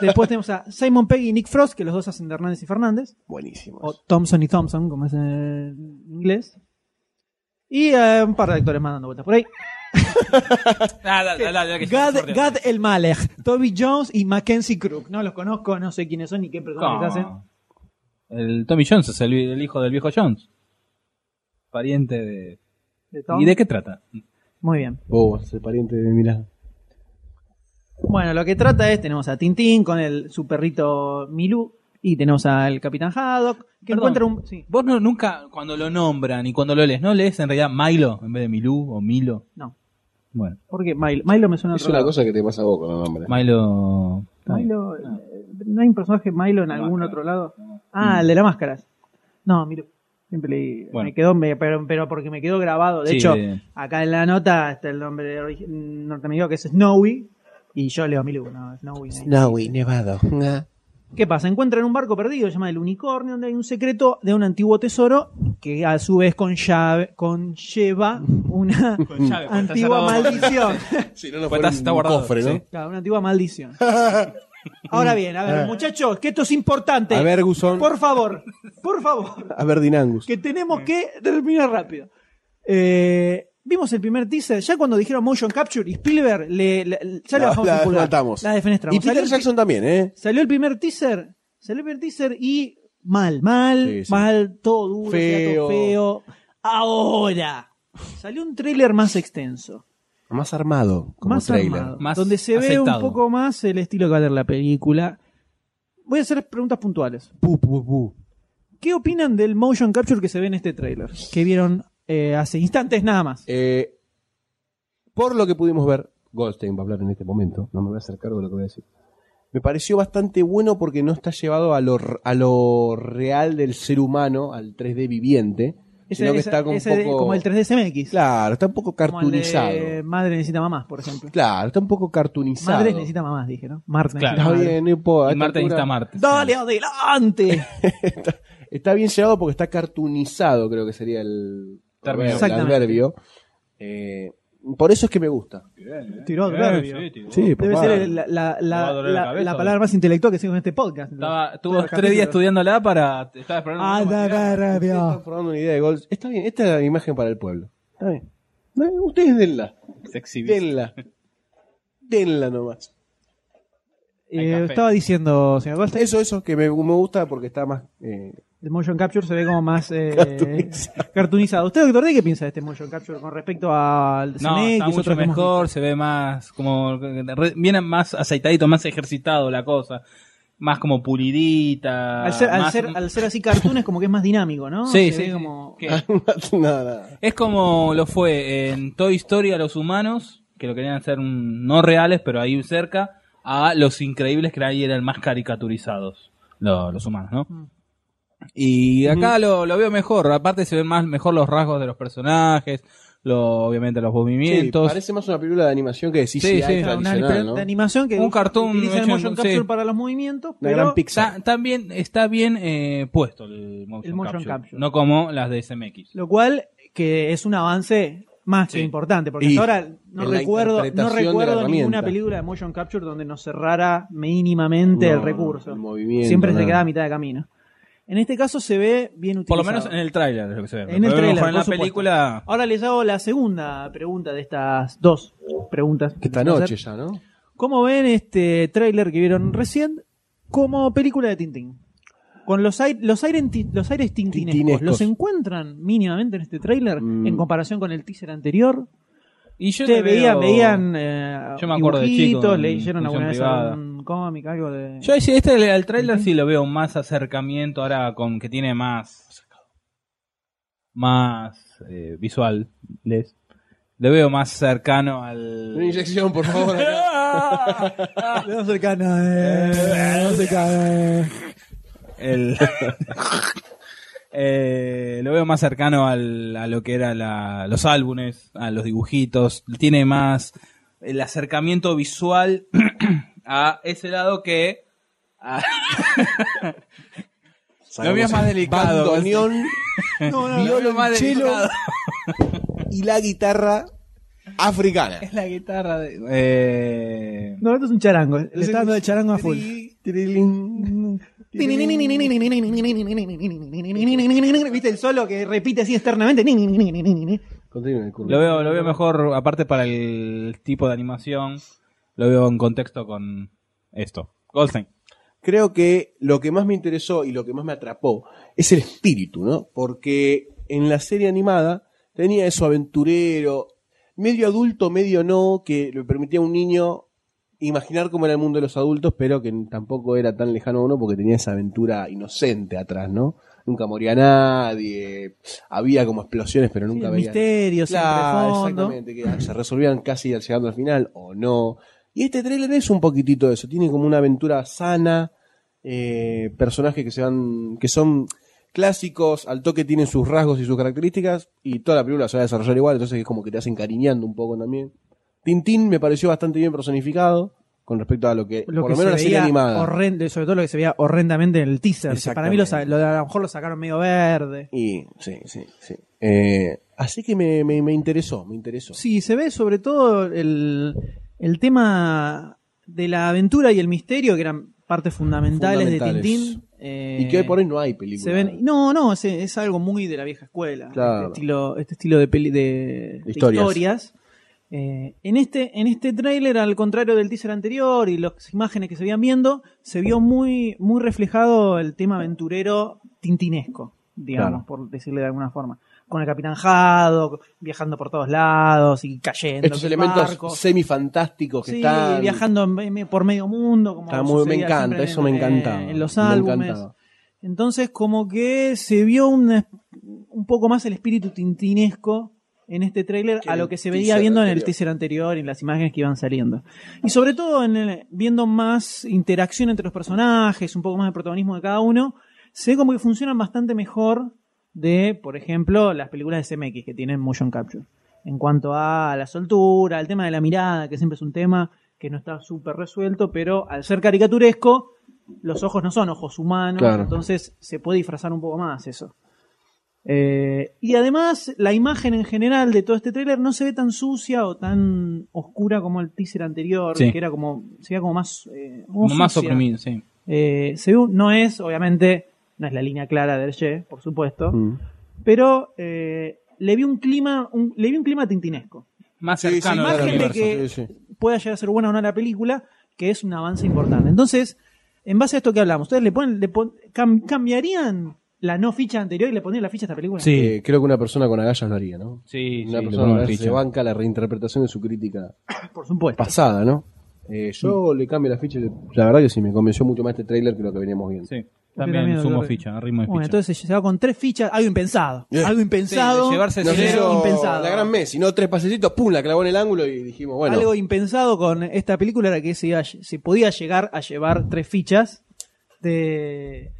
A: Después tenemos a Simon Pegg y Nick Frost, que los dos hacen de Hernández y Fernández,
B: Buenísimo.
A: o Thompson y Thompson, como es en inglés. Y eh, un par de actores más dando vueltas por ahí. Gad, Gad El Malek, Toby Jones y Mackenzie Crook. No los conozco, no sé quiénes son ni qué personajes hacen.
C: ¿Cómo? El Tommy Jones es el, el hijo del viejo Jones. Pariente de...
A: De Tom.
C: ¿Y de qué trata?
A: Muy bien.
B: Oh, es el pariente de Milán.
A: Bueno, lo que trata es, tenemos a Tintín con el, su perrito Milú y tenemos al Capitán Haddock que
C: Perdón.
A: encuentra un... Sí,
C: Vos no, nunca, cuando lo nombran y cuando lo lees, ¿no lees en realidad Milo en vez de Milú o Milo?
A: no,
C: Bueno,
A: porque Milo, Milo me suena a
B: Es
A: otro
B: una
A: lado.
B: cosa que te pasa a vos con los nombres.
C: Milo...
A: Milo, eh, ¿No hay un personaje Milo en algún
C: máscara.
A: otro lado? Ah, el de las máscaras. No, Milú. Siempre le-
C: Bueno.
A: me quedó, me- pero, pero porque me quedó grabado. De
C: Sí,
A: hecho,
C: de-
A: acá en la nota está el nombre ori- norteamericano que es Snowy y yo leo Milú. No, Snowy. no
B: Snowy, (laughs) nevado.
A: Ah. ¿Qué pasa? Encuentran un barco perdido, se llama el Unicornio, donde hay un secreto de un antiguo tesoro que a su vez conllave- conlleva
B: (laughs)
A: una
B: pues,
A: antigua maldición.
B: Si no, no
C: Pues está- está guardado, sí.
A: Claro, una antigua maldición.
B: (laughs)
A: Ahora bien, a ver, muchachos, que esto es importante.
B: Eh. A ver, Gusón.
A: Por favor, por favor,
B: A ver, Dinangus.
A: que tenemos que terminar rápido. Eh, Vimos el primer teaser, ya cuando dijeron motion capture y Spielberg, le, le- ya le
B: La-
A: bajamos
B: la
A: el pulgar.
B: matamos.
A: La defenestramos.
B: Y
A: Salió
B: Peter
A: el-
B: Jackson también, ¿eh?
A: Salió el primer teaser. Salió el primer teaser y mal, mal,
B: Sí, sí.
A: mal, todo duro,
B: Feo.
A: todo feo. Ahora. Salió un tráiler más extenso.
B: Más armado, como
A: más
B: trailer.
A: armado,
C: Más
A: donde se ve un
C: aceitado.
A: poco más el estilo que va a tener la película. Voy a hacer preguntas puntuales.
B: Pu, pu, pu.
A: ¿Qué opinan del motion capture que se ve en este trailer? Que vieron eh, hace instantes nada más.
B: Eh, por lo que pudimos ver, Goldstein va a hablar en este momento, no me voy a hacer cargo de lo que voy a decir. Me pareció bastante bueno porque no está llevado a lo, r- a lo real del ser humano, al 3D viviente,
A: Ese-
B: sino que
A: ese-
B: está un
A: ese de-
B: poco...
A: como el 3D CMX.
B: Claro, está un poco
A: Como el de
B: cartunizado.
A: Madre necesita mamás, por ejemplo.
B: Claro, está un poco cartunizado.
A: Madres necesita mamás, dije, ¿no? Marta
C: Claro.
A: necesita
B: Está
A: madres.
B: bien, no importa, a
C: Y
B: esta
C: Marte
B: altura-
C: insta a Marte.
A: ¡Dale
B: Eh,
A: adelante!
B: está, está bien llevado porque está cartunizado, creo que sería el,
C: Término.
B: el
A: Exactamente.
B: adverbio. Eh, por eso es que me gusta.
A: Tiró adverbio.
B: Sí,
A: Debe
B: papá.
A: ser el- la, la-
C: Me va
A: la-
C: a doler la
A: la-
C: cabeza,
A: la
C: ¿no?
A: palabra más intelectual que sigo en este podcast.
C: Estaba,
A: Todo
C: estuvo
A: el
C: tres
A: capítulo.
C: días estudiándola para. Estaba esperando.
A: Ah, da, da, rabia.
B: Están formando una idea de gols. Está bien, esta es la imagen para el pueblo. Está bien. No, Ustedes denla.
C: Se exhibió.
B: Denla. Denla nomás.
A: Eh,
C: café.
A: estaba diciendo, señor Goldstein,
B: Eso, eso, que me, me gusta porque está más. eh,
A: el motion capture se ve como más eh,
B: Cartunizado.
A: cartunizado. ¿Usted, doctor D, qué piensa de este motion capture con respecto al
C: No,
A: CMX?
C: está mucho
A: otros que hemos visto?
C: mejor, se ve más como re- viene más aceitadito, más ejercitado la cosa, más como pulidita.
A: Al ser, al
C: más-
A: ser- al ser así cartoon es como que es más dinámico, ¿no?
C: Sí,
A: Se ve
C: sí, sí. Ah,
A: como-
C: Que-
B: (laughs) nada, nada.
C: Es como lo fue en Toy Story a los humanos, que lo querían hacer un- no reales, pero ahí cerca, a los increíbles que ahí eran más caricaturizados, lo- los humanos, ¿no?
A: Mm.
C: Y acá lo, lo veo mejor, aparte se ven más mejor los rasgos de los personajes, lo, obviamente los
B: Sí,
C: movimientos.
B: parece más una película de animación que de CGI
C: Sí, sí.
A: Claro, una
B: tradicional, ¿no?
A: de animación que
C: Un cartoon
A: utiliza el
C: hecho en-
A: motion capture
C: sí.
A: para los movimientos,
B: Una
A: pero
B: gran pizza.
C: Está, está bien, está bien eh, puesto el motion,
A: El motion
C: capture,
A: capture.
C: No como las de SMX.
A: lo cual que es un avance más que
C: Sí.
A: importante, porque
B: Y
A: hasta ahora no
B: en la
A: recuerdo, no
B: interpretación de la
A: recuerdo ninguna
B: herramienta.
A: película de motion capture donde nos cerrara mínimamente el
B: No,
A: recurso.
B: el movimiento,
A: Siempre se
B: nada.
A: queda a mitad de camino. En este caso se ve bien
C: Por
A: utilizado.
C: lo
B: eh,
C: menos en el tráiler es lo que se ve.
A: En el
C: Pero a lo
A: tráiler,
C: mejor en
A: por
C: la
A: supuesto.
C: película.
A: Ahora les hago la segunda pregunta de estas dos preguntas.
B: Que esta
A: Vamos a
B: noche
A: hacer.
B: ya, ¿no?
A: ¿Cómo ven este tráiler que vieron recién como película de Tintín? Con los, ai- los, aires ti- los aires tintinescos,
B: Tintinescos.
A: ¿los encuentran mínimamente en este tráiler
B: Mm.
A: en comparación con el teaser anterior?
C: Y yo
A: Ustedes
C: le veo-
A: veían, veían eh,
C: Yo me acuerdo de
A: dibujitos,
C: chico, en
A: leyeron
C: función
A: alguna vez
C: privada.
A: algún cómic, algo de...
C: Yo sí, este el, el tráiler sí lo veo más acercamiento ahora con que tiene más más eh, visual, les le veo más cercano al
B: Una inyección, por favor. acá.
C: (laughs)
A: No se cana,
C: eh,
A: no se
C: el- (laughs) Eh, lo veo más cercano al- a lo que eran los álbumes, a los dibujitos, tiene más el acercamiento visual (clears throat) a ese lado que a- (laughs) Lo mío es más delicado. (laughs)
B: Bandoneón,
C: lo veo más
B: violonchelo
C: delicado.
B: y la guitarra africana.
C: Es la guitarra de. Eh...
A: No, esto es un charango, le está dando de charango a full. ¿Viste el solo que repite así externamente?
B: Continúa el curso.
C: Lo veo, lo veo mejor, aparte para el tipo de animación, lo veo en contexto con esto. Goldstein.
B: Creo que lo que más me interesó y lo que más me atrapó es el espíritu, ¿no? Porque en la serie animada tenía eso aventurero, medio adulto, medio no, que le permitía a un niño imaginar cómo era el mundo de los adultos, pero que tampoco era tan lejano a uno porque tenía esa aventura inocente atrás, ¿no? Nunca moría nadie, había como explosiones, pero nunca veía.
A: misterio,
B: Claro,
A: siempre fondo.
B: exactamente, que se resolvían casi al llegando al final o no. Y este tráiler es un poquitito eso, tiene como una aventura sana, eh, personajes que se van, que son clásicos, al toque tienen sus rasgos y sus características, y toda la película se va a desarrollar igual, entonces es como que te hacen cariñando un poco también. Tintín me pareció bastante bien personificado con respecto a lo que,
A: Lo
B: por
A: que
B: lo menos la
A: se
B: serie
A: veía
B: animada.
A: horrendo, sobre todo lo que se veía horrendamente en el teaser. que Para mí lo, sa-
B: Exactamente.
A: lo- a lo mejor lo sacaron medio verde.
B: Y sí, sí, sí. Eh, así que me, me, me interesó, me interesó.
A: Sí, se ve sobre todo el, el tema de la aventura y el misterio, que eran partes fundamentales,
B: Fundamentales.
A: de Tintín. eh,
B: y que hoy por hoy no hay película.
A: se ven, no, no, es, es algo muy de la vieja escuela.
B: Claro.
A: Este estilo, este estilo de, peli, de, de
B: Historias.
A: historias. Eh, en este, en este tráiler, al contrario del teaser anterior y las imágenes que se veían viendo, se vio muy, muy reflejado el tema aventurero tintinesco, digamos,
B: Claro.
A: por decirle de alguna forma. con el Capitán Haddock, viajando por todos lados y cayendo.
B: Estos
A: en
B: elementos
A: barcos.
B: semifantásticos que
A: Sí,
B: están.
A: viajando en- en- por medio mundo. Como
B: Está muy- me
A: sucedía
B: encanta,
A: siempre
B: eso
A: en-
B: me
A: eh,
B: encantaba.
A: En los
B: me
A: álbumes.
B: encantaba.
A: Entonces, como que se vio una- un poco más el espíritu tintinesco en este tráiler
B: Que
A: a
B: en
A: lo
B: el
A: que se venía
B: teaser
A: viendo en el
B: anterior.
A: teaser anterior y en las imágenes que iban saliendo. Y sobre todo en el- viendo más interacción entre los personajes, un poco más de protagonismo de cada uno, se ve como que funcionan bastante mejor de, por ejemplo, las películas de CMX que tienen motion capture. En cuanto a la soltura, el tema de la mirada, que siempre es un tema que no está súper resuelto, pero al ser caricaturesco, los ojos no son ojos humanos,
B: Claro.
A: entonces se puede disfrazar un poco más eso. Eh, y además, la imagen en general de todo este tráiler no se ve tan sucia o tan oscura como el teaser anterior,
C: Sí.
A: que era como, se veía como más, eh, como
C: Como más
A: sucia.
C: oprimido, sí.
A: Eh, se ve un- no es, obviamente, no es la línea clara de Hergé, por supuesto,
B: Mm.
A: pero eh, le vi un clima, un- le vi un clima tintinesco.
C: Más
B: Sí, sí,
C: cercano al
B: claro,
A: imagen de
C: universo.
A: que-
B: sí, sí.
A: Puede llegar a ser buena o no la película, que es un avance importante. Entonces, en base a esto que hablamos, ¿ustedes le ponen, le pon- cam- cambiarían la no ficha anterior y le pondrían la ficha a esta película?
C: Sí.
B: Eh, creo que una persona con agallas lo haría, ¿no?
C: Sí,
B: una
C: sí,
B: persona con
C: lo
B: agallas
C: dicho.
B: se banca la reinterpretación de su crítica
A: Por supuesto.
B: pasada, ¿no? Eh, yo le cambio la ficha. y le- La verdad que sí, me convenció mucho más este tráiler que lo que veníamos viendo.
C: Sí,
A: también
C: también sumo
A: Jorge.
C: ficha, ritmo de ficha.
A: Bueno, entonces se va con tres fichas, algo impensado.
B: Eh.
A: Algo
C: Sí,
A: impensado.
C: de llevarse
B: Nos
A: algo
C: cero,
B: hizo
A: impensado.
B: la gran Messi, no tres pasecitos, pum, la clavó en el ángulo y dijimos, bueno,
A: Algo impensado con esta película era que se, iba a lle- se podía llegar a llevar tres fichas de,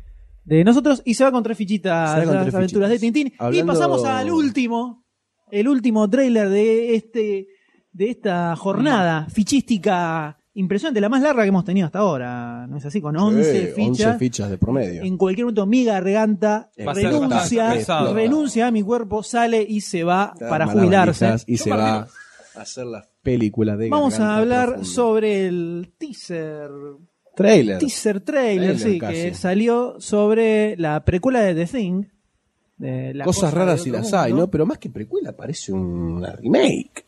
A: de nosotros y se va con tres fichitas
B: Se va con
A: las
B: tres
A: aventuras de
B: fichitas.
A: Tintín. Y
B: Hablando-
A: pasamos al último, el último trailer de este de esta
B: Mm.
A: jornada fichística impresionante, la más larga que hemos tenido hasta ahora, ¿no es así? Con 11
B: eh,
A: fichas.
B: 11 fichas Eh, de promedio.
A: En cualquier momento, mi garganta
B: Va a ser
A: renuncia,
B: bastante pesado.
A: renuncia a mi cuerpo, sale y se va
B: Está
A: para
B: malas
A: jubilarse.
B: valijas Y se va a hacer las películas de
A: Vamos
B: garganta
A: a hablar
B: profunda.
A: sobre el teaser,
B: Trailer.
A: teaser trailer,
B: Trailer,
A: sí,
B: casi.
A: que salió sobre la precuela de The Thing. de La
B: Cosas
A: Cosa de
B: raras
A: Otro
B: si las
A: Mundo.
B: hay, ¿no? Pero más que precuela, parece una remake.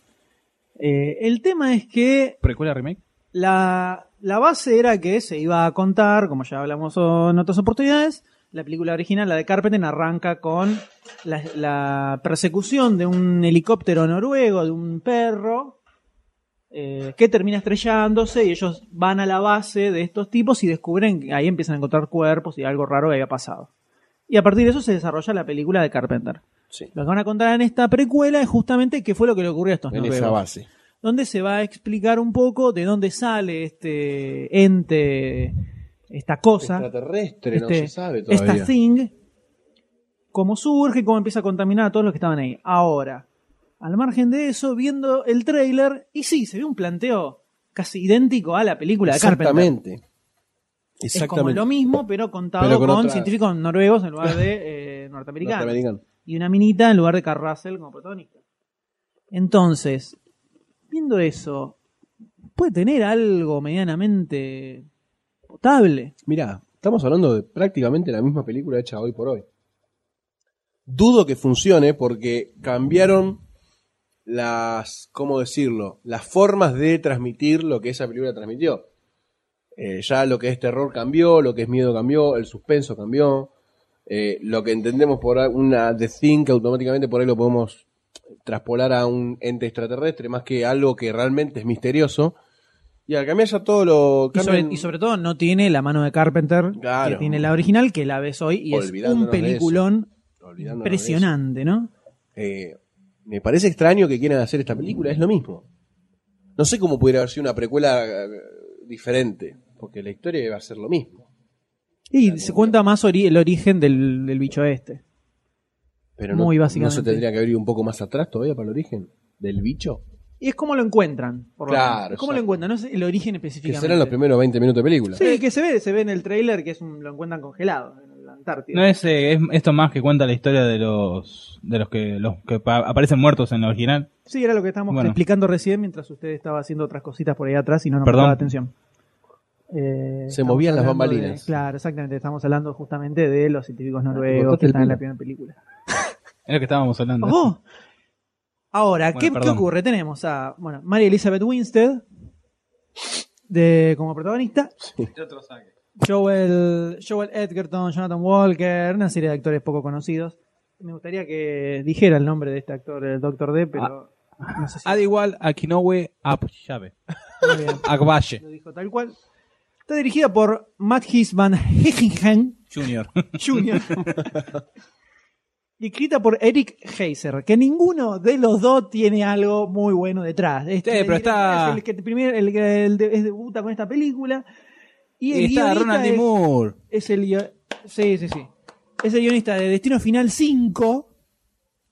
A: Eh, el tema es que
C: ¿Precuela remake?
A: la, la base era que se iba a contar, como ya hablamos o- en otras oportunidades, la película original, la de Carpenter, arranca con la, la persecución de un helicóptero noruego, de un perro, eh, que termina estrellándose y ellos van a la base de estos tipos y descubren, que ahí empiezan a encontrar cuerpos y algo raro que había pasado. Y a partir de eso se desarrolla la película de Carpenter.
B: Sí.
A: Lo que van a contar en esta precuela es justamente qué fue lo que le ocurrió a estos
B: En
A: noruegos
B: esa base.
A: donde se va a explicar un poco de dónde sale este ente, esta cosa,
B: Extraterrestre, no
A: este,
B: se sabe
A: esta
B: todavía.
A: thing, cómo surge, cómo empieza a contaminar a todos los que estaban ahí. Ahora, al margen de eso, viendo el tráiler, y sí, se ve un planteo casi idéntico a la película de Carpenter.
B: Exactamente.
A: Es como
B: Exactamente.
A: lo mismo, pero contado
B: Pero
A: con,
B: con otra-
A: científicos noruegos en lugar de eh, norteamericanos
B: Norteamericano.
A: y una minita en lugar de Carl Russell como protagonista. Entonces, viendo eso, puede tener algo medianamente potable.
B: Mirá, estamos hablando de prácticamente la misma película hecha hoy por hoy. Dudo que funcione porque cambiaron las, ¿cómo decirlo? Las formas de transmitir lo que esa película transmitió. Eh, ya lo que es terror cambió, lo que es miedo cambió, el suspenso cambió. eh, lo que entendemos por una The Thing que automáticamente por ahí lo podemos traspolar a un ente extraterrestre más que algo que realmente es misterioso. Y al cambiar ya todo lo...
A: Y sobre,
B: cambian-
A: y sobre todo no tiene la mano de Carpenter que
B: Claro.
A: tiene la original, que la ves hoy, y es un
B: Olvidándonos de eso.
A: peliculón
B: olvidándonos de eso.
A: impresionante, ¿no?
B: Eh, me parece extraño que quieran hacer esta película, es lo mismo. No sé cómo pudiera haber sido una precuela eh, diferente, porque la historia va a ser lo mismo.
A: Y
B: Claro,
A: se cuenta más ori- el origen del, del bicho este.
B: Pero no,
A: Muy básicamente.
B: ¿no se tendría que haber ido un poco más atrás todavía para el origen del bicho.
A: Y es como lo encuentran, por lo
B: Claro,
A: menos. ¿Cómo lo
B: exacto.
A: encuentran? No sé el origen
B: Que
A: específicamente.
B: serán los primeros 20 minutos de película.
A: Sí, que se ve, se ve en el trailer que es un- lo encuentran congelado en la Antártida.
C: No es, eh, es esto más que cuenta la historia de los de los que los que pa- aparecen muertos en la original.
A: Sí, era lo que estábamos
C: Bueno.
A: explicando recién mientras usted estaba haciendo otras cositas por ahí atrás y no nos
C: Perdón.
A: prestaba atención. Eh,
B: Se
A: estamos
B: movían las
A: hablando
B: bambalinas. Ah,
A: de- claro, exactamente. Estamos hablando justamente de los científicos noruegos
B: cortaste
A: que
B: el
A: están en
B: pelo.
A: la primera película.
C: Es lo que estábamos hablando.
A: ¡Ojo! Ahora,
C: Bueno,
A: ¿qué,
C: perdón.
A: qué ocurre? Tenemos a bueno, María Elizabeth Winstead de, como protagonista, Joel, Joel Edgerton, Jonathan Walker, una serie de actores poco conocidos. Me gustaría que dijera el nombre de este actor, el Doctor D, pero
C: Ah.
A: no sé si
C: Ad igual a Kinowe Apshave.
A: muy bien,
C: Akbaye
A: lo dijo tal cual. Está dirigida por Mathis van Heijingen
C: Junior. (laughs)
A: Jr. y escrita por Eric Heiser, que ninguno de los dos tiene algo muy bueno detrás. Este
C: Sí, pero está-
A: es el que primero, el que el de- es debuta con esta película. Y el guionista
C: está Ronald D.
A: es-
C: Moore.
A: es el guio- sí, sí, sí. Es el guionista de Destino Final 5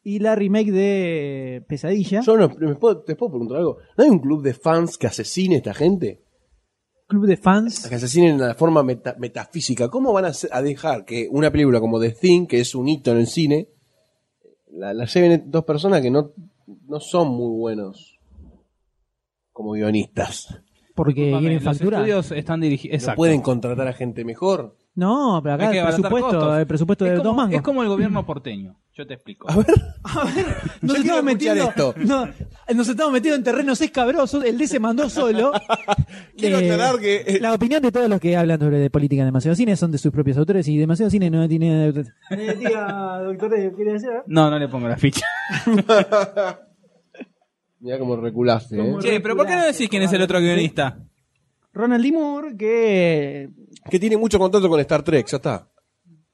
A: y la remake de Pesadilla.
B: Yo no, ¿me puedo- te puedo preguntar algo. ¿No hay un club de fans que asesine a esta gente?
A: Club de fans.
B: Que asesinen de la forma meta- metafísica. ¿Cómo van a, se- a dejar que una película como The Thing, que es un hito en el cine, la, la lleven dos personas que no, no son muy buenos como guionistas?
C: Eh,
A: Porque quieren
C: Los
A: facturar.
C: estudios están dirigidos.
B: ¿No
C: Exacto.
B: pueden contratar a gente mejor?
A: No, pero acá
C: Hay que
A: el
C: abaratar
A: presupuesto,
C: costos.
A: el presupuesto
C: es
A: de
C: como,
A: dos mangos.
C: Es como (laughs) el gobierno porteño. Yo te explico.
A: Nos
B: Yo quiero
A: estamos
B: escuchar
A: metiendo,
B: esto.
A: no, nos estamos metiendo en terrenos escabrosos. El D se mandó
C: (laughs)
A: solo.
B: Quiero
A: Eh,
B: aclarar que, eh,
A: la opinión de todos los que hablan sobre de política en demasiado cine son de sus propios autores y demasiado cine no tiene. doctor, ¿quería decir?
C: No, no le pongo la ficha.
B: Mirá cómo reculaste, ¿eh?
A: Como-
C: Che, pero ¿por qué no decís quién es el otro guionista?
A: Ronald D. Moore, que
B: Que tiene mucho contrato con Star Trek, ya está.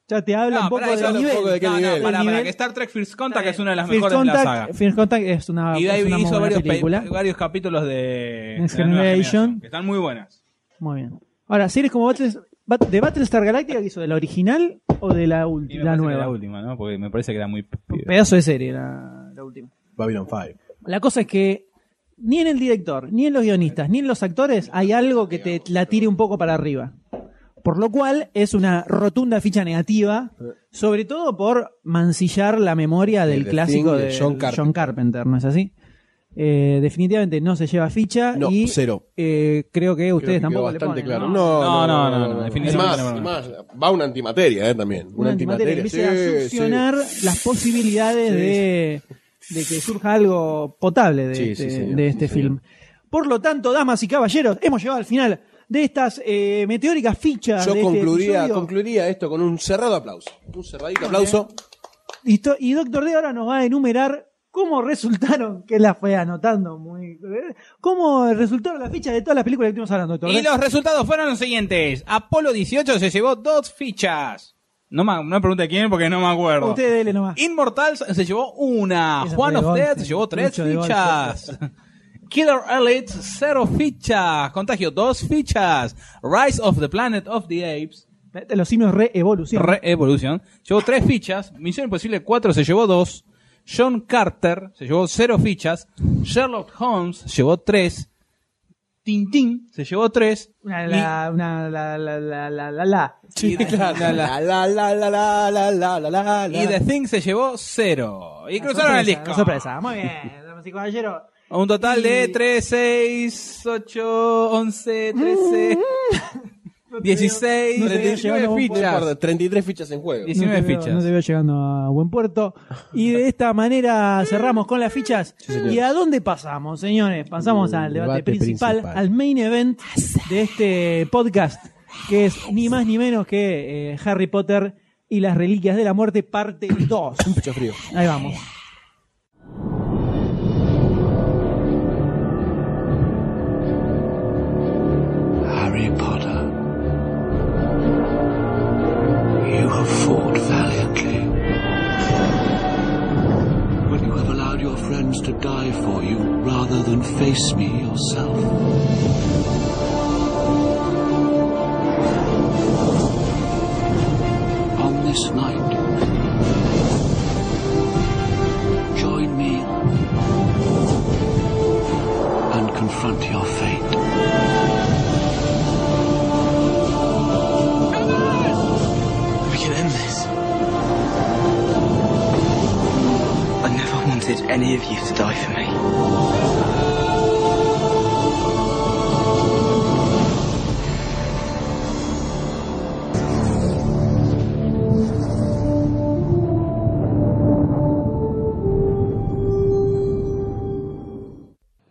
A: ya te habla
C: No,
A: un poco
C: pará,
A: del
C: eso habla un
A: nivel.
B: poco de qué
C: no,
B: nivel.
C: no, para,
A: Nivel.
C: que Star Trek First Contact es una de las
A: First
C: mejores de la
A: Contact-
C: saga.
A: First Contact es una,
C: Y
A: es
C: Dave
A: una muy
C: hizo
A: buena
C: varios, pe-
A: película.
C: varios capítulos de, de
A: Next
C: la nueva
A: Generation.
C: que están muy buenas.
A: Muy bien. Ahora, series como Battles- Bat- de Battlestar Galactica, ¿qué hizo? ¿De la original o de la,
C: Y
A: ulti-
C: me
A: la
C: parece que
A: nueva?
C: La última, ¿no? Porque me parece que era muy...
A: Un pedazo de serie, la, la última.
B: Babylon 5.
A: La cosa es que ni en el director, ni en los guionistas, ni en los actores hay algo que te la tire un poco para arriba. Por lo cual es una rotunda ficha negativa, sobre todo por mancillar la memoria del
B: El The
A: clásico
B: Thing
A: de
B: de John Carpenter.
A: Carpenter, ¿no es así? Eh, definitivamente no se lleva ficha
B: No,
A: y
B: cero.
A: eh, creo que ustedes
B: Creo que quedó
A: tampoco le
B: bastante
A: ponen,
B: claro.
A: ¿no?
B: No,
C: No, no, no, no,
B: Es
C: definitivamente
B: más,
C: no, no.
B: y más, va una antimateria, ¿eh? También. Una,
A: una antimateria que
B: antimateria,
A: empiece a
B: sí, sí.
A: succionar las posibilidades de, de que surja algo potable de
B: Sí,
A: este,
B: sí, señor,
A: de este
B: sí,
A: film. Por lo tanto, damas y caballeros, hemos llegado al final de estas eh, meteóricas fichas.
B: Yo
A: de este
B: concluiría,
A: episodio.
B: concluiría esto con un cerrado aplauso. Un cerradito aplauso.
A: y, to- y Doctor D ahora nos va a enumerar cómo resultaron, que la fue anotando muy... ¿Cómo resultaron las fichas de todas las películas que estuvimos hablando, Doctor
C: Y
A: D?
C: los resultados fueron los siguientes. Apolo 18 se llevó dos fichas. No me, no me pregunte quién porque no me acuerdo.
A: Usted dele nomás.
C: Inmortal se llevó una.
A: Esa fue
C: Juan
A: de
C: of
A: golpe,
C: Death se llevó tres
A: mucho de golpe.
C: fichas. Killer Elite, cero fichas. Contagio, dos fichas. Rise of the Planet of the Apes,
A: Los simios re-evolución.
C: Re-Evolution, llevó tres fichas. Misión Imposible 4 se llevó dos. John Carter se llevó cero fichas. Sherlock Holmes se llevó tres. Tintín se llevó tres.
A: una,
C: Y-
A: la, una, la, la, la, la, la, la.
C: y- la-
B: (laughs)
C: la-
B: La, la, la, la, la, la, la, la, la, la.
C: Y The Thing se llevó cero. Y
A: Una
C: cruzaron el
A: sorpresa,
C: disco.
A: una sorpresa, muy bien, damas y caballeros.
C: Un total de
A: Y-
C: 3, 6, 8, 11,
A: (laughs)
C: 13, 16,
A: no te veo
C: 19
A: llegando a un
B: Un par
C: fichas.
B: de 33 fichas en juego.
C: Y- 19
A: no te veo-
C: fichas.
A: no te veo llegando a buen puerto. Y de esta manera cerramos con las fichas.
B: señor.
A: ¿Y a dónde pasamos, señores? Pasamos al debate,
B: Debate
A: principal,
B: principal.
A: al main event de este podcast, que es ni más ni menos que eh, Harry Potter y las Reliquias de la Muerte, parte 2.
B: Mucho frío.
A: Ahí vamos.
E: Harry Potter, you have fought valiantly. But you have allowed your friends to die for you rather than face me yourself. On this night, join me and confront your fate.
F: We can end this. I never wanted any of you to die for me.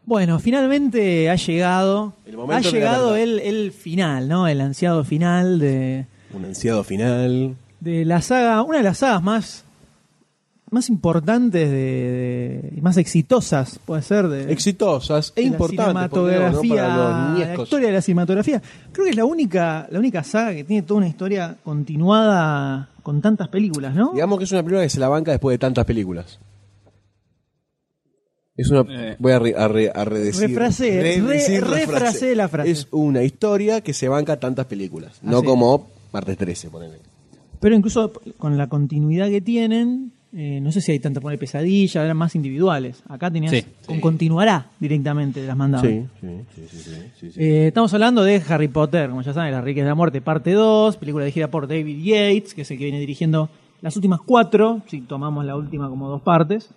A: Bueno, finalmente ha llegado.
B: El
A: ha
B: momento de la
A: llegado
B: verdad.
A: el, el final, ¿no? El ansiado final de,
B: Un ansiado final.
A: de la saga, una de las sagas más más importantes de- de- y más exitosas, puede ser, de,
B: Exitosas
A: de
B: e
A: la
B: importantes. ¿por qué no, no?
A: cinematografía,
B: Para los
A: la
B: ñecos.
A: historia de la cinematografía. Creo que es la única, la única saga que tiene toda una historia continuada con tantas películas, ¿no?
B: Digamos que es una película que se la banca después de tantas películas. Es una. Voy a, re, a, re- a redecir.
A: Refrasee, re-
B: redecir la
A: refrasee
B: frase.
A: la frase.
B: Es una historia que se banca tantas películas. No
A: Así es.
B: como Martes 13, ponele.
A: Pero incluso con la continuidad que tienen, eh, no sé si hay tanta poner pesadilla, eran más individuales. Acá tenías
C: Sí.
A: con continuará directamente de las mandaban.
B: sí, sí, sí, sí, sí, sí.
A: Eh, estamos hablando de Harry Potter, como ya saben, Las Riquezas de la Muerte, parte 2, película dirigida por David Yates, que es el que viene dirigiendo las últimas cuatro, si tomamos la última como dos partes,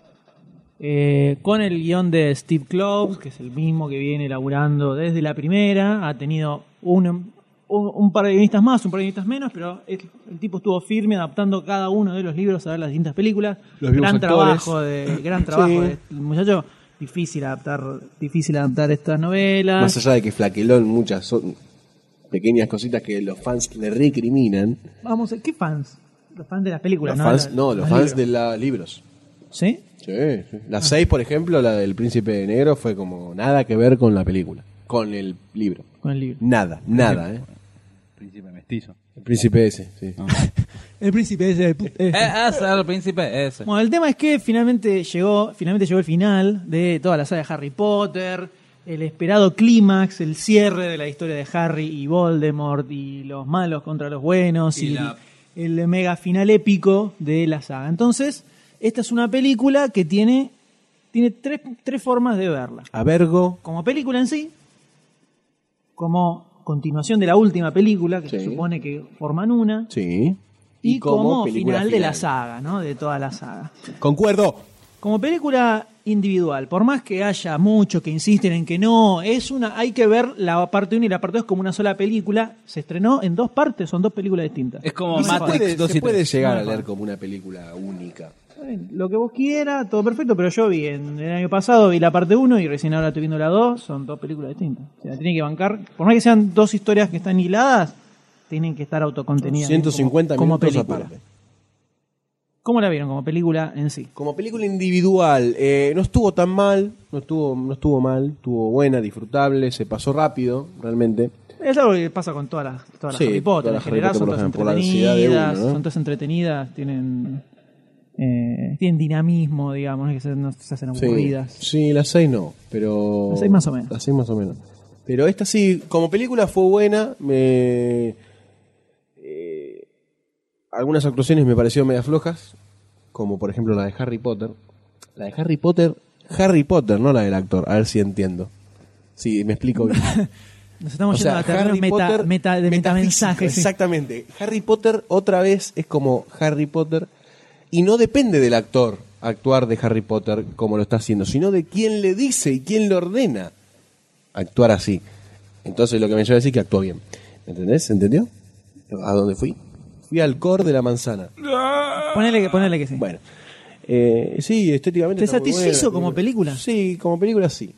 A: Eh, con el guión de Steve Kloves, que es el mismo que viene laburando desde la primera, ha tenido un, un, un par de guionistas más, un par de guionistas menos, pero es- el tipo estuvo firme adaptando cada uno de los libros a las distintas películas.
B: Los mismos
A: gran
B: actores.
A: trabajo de
B: (laughs)
A: gran trabajo
B: Sí.
A: de el muchacho. Difícil adaptar, difícil adaptar estas novelas.
B: Más allá de que flaquelón muchas son pequeñas cositas que los fans le recriminan.
A: Vamos, ¿qué fans? Los fans de las películas,
B: Los
A: ¿no?
B: fans,
A: Los-
B: no, los
A: los
B: fans de
A: libros.
B: los libros.
A: ¿Sí?
B: Sí, sí. La 6, por ejemplo, la del Príncipe Negro, fue como nada que ver con la película, con el libro.
A: Con el libro.
B: Nada, nada, ¿eh?
C: Príncipe mestizo.
B: El Príncipe ese, sí.
A: Ah. El príncipe ese de put-
C: Eh,
A: ese.
C: ese el príncipe ese.
A: Eh, Bueno, el tema es que finalmente llegó, finalmente llegó el final de toda la saga de Harry Potter, el esperado clímax, el cierre de la historia de Harry y Voldemort y los malos contra los buenos y,
C: Y la-
A: el mega final épico de la saga. Entonces, esta es una película que tiene, tiene tres, tres formas de verla.
B: A Vergo,
A: como película en sí, como continuación de la última película, que se
B: Sí.
A: supone que forman una,
B: sí.
A: y, como,
B: película
A: final de la saga, ¿no? De toda la saga.
B: Concuerdo.
A: Como película individual, por más que haya muchos que insisten en que no, es una hay que ver la parte 1 y la parte 2 como una sola película, se estrenó en dos partes, son dos películas distintas.
C: Es como
A: No se
B: Se
C: Matrix
B: puede,
C: 2 y
B: se puede
C: 3.
B: llegar a leer como una película única.
A: Está bien, Lo que vos quieras, todo perfecto, pero yo vi en el año pasado, vi la parte 1 y recién ahora estoy viendo la 2, son dos películas distintas. O sea, tienen que bancar, por más que sean dos historias que están hiladas, tienen que estar autocontenidas. bien,
B: 150
A: como, como
B: minutos
A: película.
B: aparte.
A: ¿Cómo la vieron como película en sí?
B: Como película individual, eh, no estuvo tan mal, no estuvo, no estuvo mal, estuvo buena, disfrutable, se pasó rápido, realmente.
A: Es algo que pasa con todas las, todas las
B: Sí,
A: Harry Potter,
B: todas
A: en
B: las Harry
A: general
B: Potter,
A: son
B: por
A: todas
B: ejemplo, la ansiedad de
A: entretenidas,
B: uno, ¿no?
A: son todas entretenidas, tienen, eh, tienen dinamismo, digamos, no es que se, no se hacen aburridas.
B: Sí, sí, las 6 no, pero...
A: Las seis más o menos.
B: Las seis más o menos. Pero esta sí, como película fue buena, me... eh, algunas actuaciones me parecieron media flojas, como por ejemplo la de Harry Potter. La de Harry Potter, Harry Potter, no la del actor, a ver si entiendo. Sí, me explico bien.
A: Nos estamos
B: O
A: yendo
B: sea,
A: a terrenos meta, meta, de
B: metafísico,
A: metamensajes. sí.
B: Exactamente. Harry Potter otra vez es como Harry Potter y no depende del actor actuar de Harry Potter como lo está haciendo, sino de quién le dice y quién le ordena actuar así. Entonces lo que me lleva a decir que actuó bien. ¿Me entendés? ¿Entendió? ¿A dónde fui? Fui al core de la manzana.
A: Ponele que, ponele que sí.
B: Bueno. Eh, sí, estéticamente.
A: ¿Te
B: está muy
A: satisfizo
B: buena.
A: como película?
B: Sí, como película sí.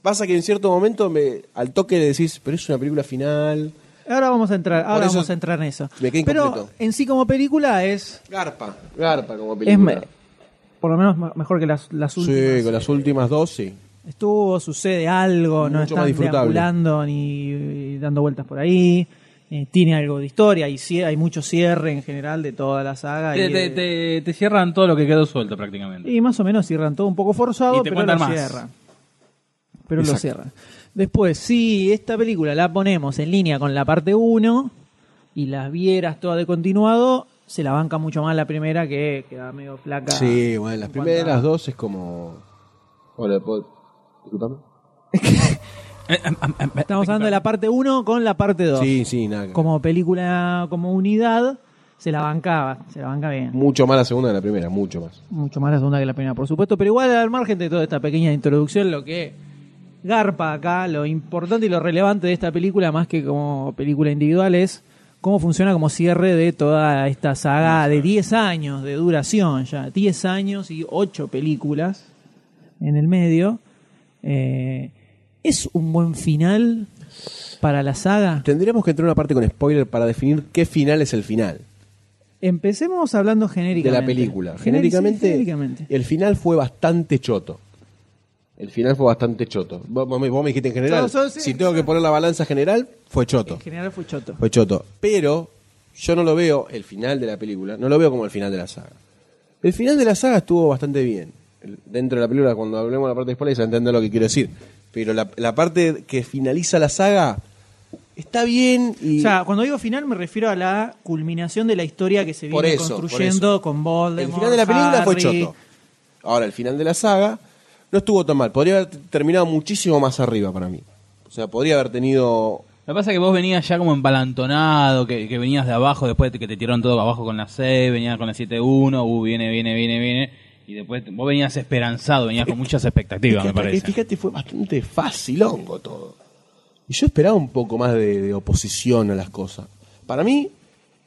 B: Pasa que en cierto momento me, al toque le decís, pero es una película final.
A: Ahora vamos a entrar, ahora
B: eso
A: vamos a entrar en eso.
B: me quedé
A: Pero
B: incompleto.
A: en sí como película es,
B: Garpa, garpa como
A: es
B: película.
A: me- por lo menos me- mejor que las, las últimas.
B: Sí, con las últimas dos sí.
A: Estuvo, sucede algo, no
B: Mucho
A: están
B: más disfrutable.
A: deambulando ni, ni dando vueltas por ahí. eh, tiene algo de historia, hay, cie- hay mucho cierre en general de toda la saga.
C: Te,
A: y,
C: te-
A: eh,
C: te- te cierran todo lo que quedó suelto prácticamente.
A: Y más o menos cierran todo un poco forzado,
C: Y te
A: pero lo
C: cuentan más.
A: cierran. Pero lo
B: Exacto.
A: cierran. Después, si esta película la ponemos en línea con la parte 1 y las vieras todas de continuado, se la banca mucho más la primera que queda medio flaca.
B: Sí, bueno, las
A: en cuanto
B: primeras
A: a-
B: dos es como. Hola, ¿puedo- disculpame?
A: Estamos hablando de la parte 1 con la parte 2.
B: Sí, sí, nada. que-
A: Como película, como unidad, se la bancaba, se la banca bien.
B: Mucho más la segunda de la primera, mucho más.
A: mucho más la segunda que la primera, por supuesto, pero igual al margen de toda esta pequeña introducción, lo que garpa acá, lo importante y lo relevante de esta película, más que como película individual, es cómo funciona como cierre de toda esta saga de 10 años de duración ya, 10 años y 8 películas en el medio. Eh, ¿Es un buen final para la saga?
B: Tendríamos que entrar en una parte con spoiler para definir qué final es el final.
A: Empecemos hablando
B: de
A: genéricamente.
B: la película.
A: Generi-
B: Genéricamente, eh,
A: sí, genéricamente.
B: el final fue bastante choto. El final fue bastante choto. Vos, vos me- vos me dijiste en general.
A: No, yo sí.
B: Si tengo que poner la balanza general, fue choto.
A: En general fue choto.
B: Fue choto. Pero yo no lo veo, el final de la película, no lo veo como el final de la saga. El final de la saga estuvo bastante bien. El- Dentro de la película, cuando hablemos de la parte de spoilers, entender lo que quiero decir. Pero la, la parte que finaliza la saga está bien y.
A: O sea, cuando digo final me refiero a la culminación de la historia que se viene
B: Por eso,
A: construyendo
B: por eso.
A: con Voldemort.
B: El final de la película fue
A: Harry.
B: choto. Ahora, el final de la saga no estuvo tan mal. Podría haber t- terminado muchísimo más arriba para mí. O sea, podría haber tenido.
C: Lo que pasa es que vos venías ya como embalantonado, que, que venías de abajo, después de que te tiraron todo abajo con la 6, venías con la 7-1, uh, viene, viene, viene, viene. Y después te- vos venías esperanzado, venías con muchas expectativas,
B: Es que
C: me
B: hasta ahí,
C: parece.
B: fíjate, fue bastante facilongo todo. Y yo esperaba un poco más de, de oposición a las cosas. Para mí,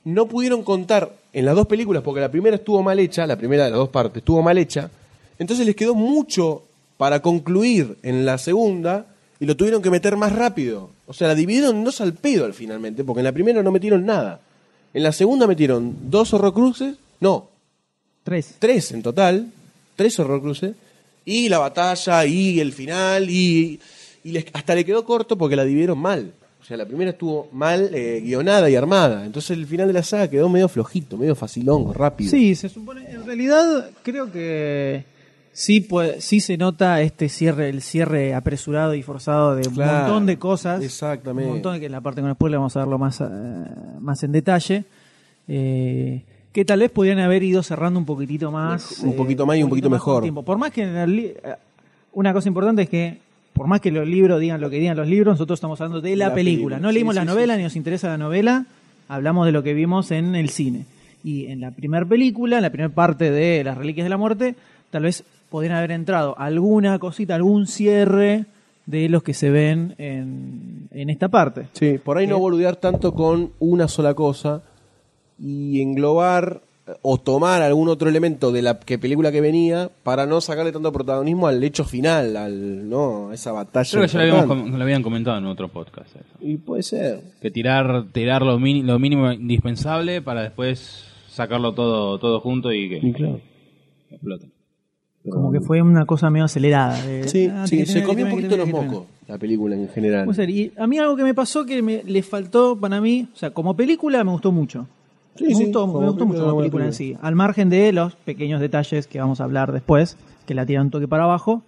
B: no pudieron contar en las dos películas, porque la primera estuvo mal hecha, la primera de las dos partes estuvo mal hecha. Entonces les quedó mucho para concluir en la segunda y lo tuvieron que meter más rápido. O sea, la dividieron en dos al pedo al finalmente, porque en la primera no metieron nada. En la segunda metieron dos horrocruces, no,
A: Tres.
B: tres en total, tres horrorcruces, y la batalla, y el final, y, y les- hasta le quedó corto porque la dividieron mal. O sea, la primera estuvo mal eh, guionada y armada. Entonces el final de la saga quedó medio flojito, medio facilongo, rápido.
A: Sí, se supone. En realidad, creo que sí, pues, sí se nota este cierre, el cierre apresurado y forzado de un
B: Claro,
A: montón de cosas.
B: exactamente.
A: Un montón de que la parte con spoiler vamos a verlo más, eh, más en detalle. Eh, que tal vez pudieran haber ido cerrando un poquitito más. eh,
B: Un poquito más y un poquito
A: más con
B: mejor.
A: tiempo. Por más que en el li- eh, una cosa importante es que. Por más que los libros digan lo que digan los libros, nosotros estamos hablando de la,
B: La
A: película.
B: película.
A: No
B: Sí,
A: leímos
B: sí,
A: la
B: sí,
A: novela, ni nos interesa la novela, hablamos de lo que vimos en el cine. Y en la primera película, en la primera parte de Las Reliquias de la Muerte, tal vez podrían haber entrado alguna cosita, algún cierre de los que se ven en, en esta parte.
B: Sí, por ahí no boludear tanto con una sola cosa y englobar eh, o tomar algún otro elemento de la que película que venía para no sacarle tanto protagonismo al hecho final, al no, a esa batalla.
C: Creo que ya lo, habíamos
B: importante.
C: com- lo habían comentado en otro podcast. eso.
B: Y puede ser.
C: Que tirar, tirar lo, mini- lo mínimo indispensable para después sacarlo todo, todo junto y que explote.
A: Como que fue una cosa medio acelerada. de,
B: Sí,
A: ah,
B: sí,
A: tiene que
B: se
A: tener,
B: comió
A: tiene
B: un
A: que
B: poquito
A: tener, tiene
B: los
A: que tener.
B: mocos la película en general.
A: Puede ser. Y a mí algo que me pasó que me, le faltó para mí, o sea, como película me gustó mucho.
B: Sí,
A: me
B: sí,
A: gustó,
B: como
A: me gustó
B: película,
A: mucho la
B: buena
A: película en sí. Al margen de los pequeños detalles que vamos a hablar después, que la tiran un toque para abajo.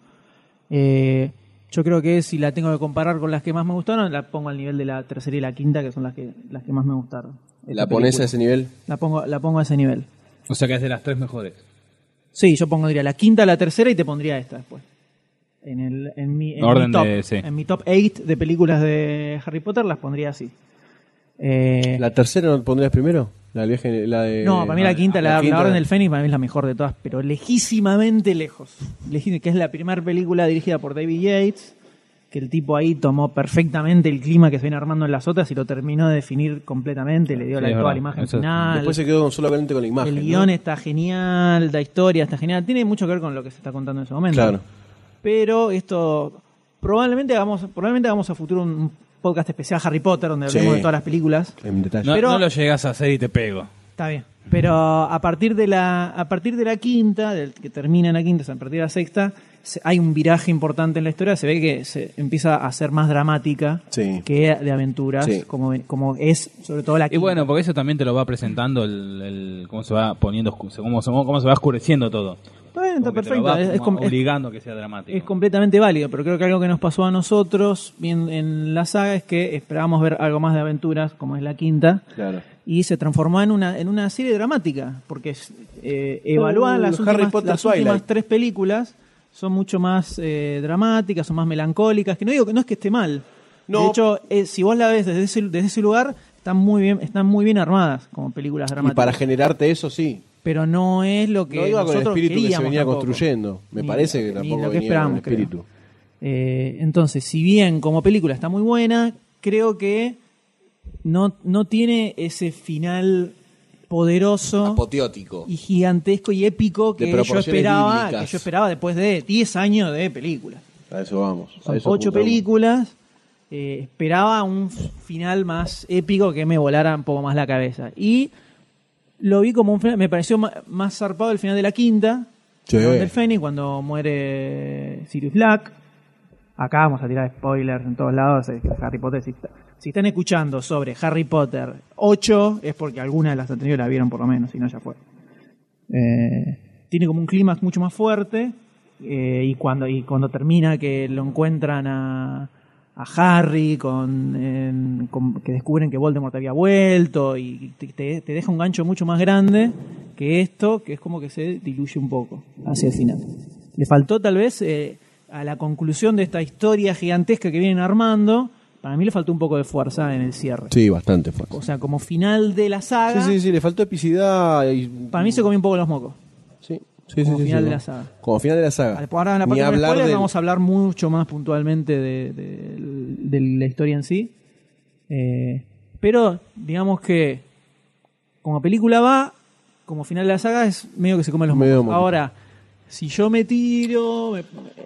A: Eh, yo creo que si la tengo que comparar con las que más me gustaron, la pongo al nivel de la tercera y la quinta, que son las que, las que más me gustaron.
B: la pones a ese nivel.
A: La pongo, la pongo a ese nivel.
C: O sea que es de las tres mejores.
A: Sí, yo pongo, diría, la quinta, la tercera y te pondría esta después. En, el, en, mi, en
C: Orden
A: mi top,
C: de- sí.
A: en mi top 8 de películas de Harry Potter las pondría así. Eh,
B: ¿La tercera no pondrías primero? La del viaje, la de. ah,
A: no, para mí la quinta, la, la
B: quinta.
A: Orden del Fénix, para mí es la mejor de todas, pero lejísimamente lejos. Lejísimamente, que es la primera película dirigida por David Yates, que el tipo ahí tomó perfectamente el clima que se viene armando en las otras y lo terminó de definir completamente, le dio
C: Sí,
A: la,
C: es
A: toda
C: verdad.
A: la imagen
C: Eso-
A: final.
B: Después se quedó con solamente con la imagen.
A: el
B: ¿no?
A: guión está genial, la historia está genial, tiene mucho que ver con lo que se está contando en ese momento.
B: Claro.
A: Pero esto probablemente hagamos, probablemente hagamos a futuro un podcast especial Harry Potter donde
B: Sí.
A: hablemos de todas las películas.
B: En detalle.
C: No,
A: Pero-
C: no lo llegas a hacer y te pego.
A: Está bien. Pero a partir de la, a partir de la quinta, del que termina en la quinta, o sea, a partir de la sexta, se- hay un viraje importante en la historia. Se ve que se empieza a ser más dramática
B: Sí.
A: que de aventuras,
B: Sí.
A: como, como es sobre todo la
C: Y
A: quinta.
C: bueno, porque eso también te lo va presentando el, el- cómo se va poniendo, oscu- cómo, se- cómo se va oscureciendo todo.
A: Está bien, está
C: Como que te lo
A: perfecto.
C: va
A: Es- es
C: como
A: com- es-
C: obligando a que sea dramático.
A: Es completamente válido, pero creo que algo que nos pasó a nosotros bien en la saga es que esperábamos ver algo más de aventuras, como es la quinta,
B: Claro.
A: y se transformó en una, en una serie dramática, porque es, eh, evaluar
B: Uh,
A: las,
B: Harry
A: últimas,
B: Potter
A: las últimas
B: Twilight.
A: tres películas son mucho más eh, dramáticas, son más melancólicas, que no digo que no es que esté mal.
B: No.
A: De hecho, eh, si vos la ves desde ese, desde ese lugar, están muy bien, están muy bien armadas como películas
B: Y para
A: dramáticas.
B: generarte eso, sí.
A: pero no es lo que
B: no iba con el
A: nosotros
B: espíritu que se
A: queríamos
B: venía
A: tampoco.
B: construyendo. Me
A: Ni-
B: parece que
A: ni lo
B: tampoco
A: que
B: venía
A: esperábamos,
B: con el espíritu.
A: creo. Eh, entonces, si bien como película está muy buena, creo que no, no tiene ese final poderoso
B: Apoteótico.
A: y gigantesco y épico
B: De
A: que yo
B: proporciones
A: esperaba,
B: bíblicas.
A: que yo esperaba después de 10 años de películas.
B: A eso vamos. a
A: Son
B: eso
A: ocho
B: apuntamos.
A: películas. eh, esperaba un final más épico que me volara un poco más la cabeza. Y lo vi como un final, me pareció ma- más zarpado el final de la quinta,
B: Sí.
A: del Fénix, cuando muere Sirius Black. Acá vamos a tirar spoilers en todos lados. eh, Harry Potter, si, está- si están escuchando sobre Harry Potter 8, es porque alguna de las anteriores la vieron por lo menos, si no ya fue. Eh, tiene como un clímax mucho más fuerte. eh, y cuando y cuando termina que lo encuentran a, a Harry con, en- con- que descubren que Voldemort había vuelto y te- te, te deja un gancho mucho más grande que esto que es como que se diluye un poco hacia el final le faltó tal vez eh, a la conclusión de esta historia gigantesca que vienen armando para mí le faltó un poco de fuerza en el cierre
B: Sí, bastante fue.
A: o sea como final de la saga
B: Sí, sí, sí, le faltó epicidad. Y...
A: para mí se comió un poco los mocos
B: Sí, sí,
A: como
B: sí, sí,
A: final
B: sí,
A: de la
B: no.
A: saga.
B: Como final de la saga.
A: pues, Ahora en la
B: Ni
A: parte de
B: hablar
A: spoilers
B: del-
A: vamos a hablar mucho más puntualmente de, de- de la historia en sí. Eh, pero digamos que como película va, como final de la saga es medio que se comen los
B: Medio
A: mocos.
B: moco.
A: Ahora, si yo me tiro, me-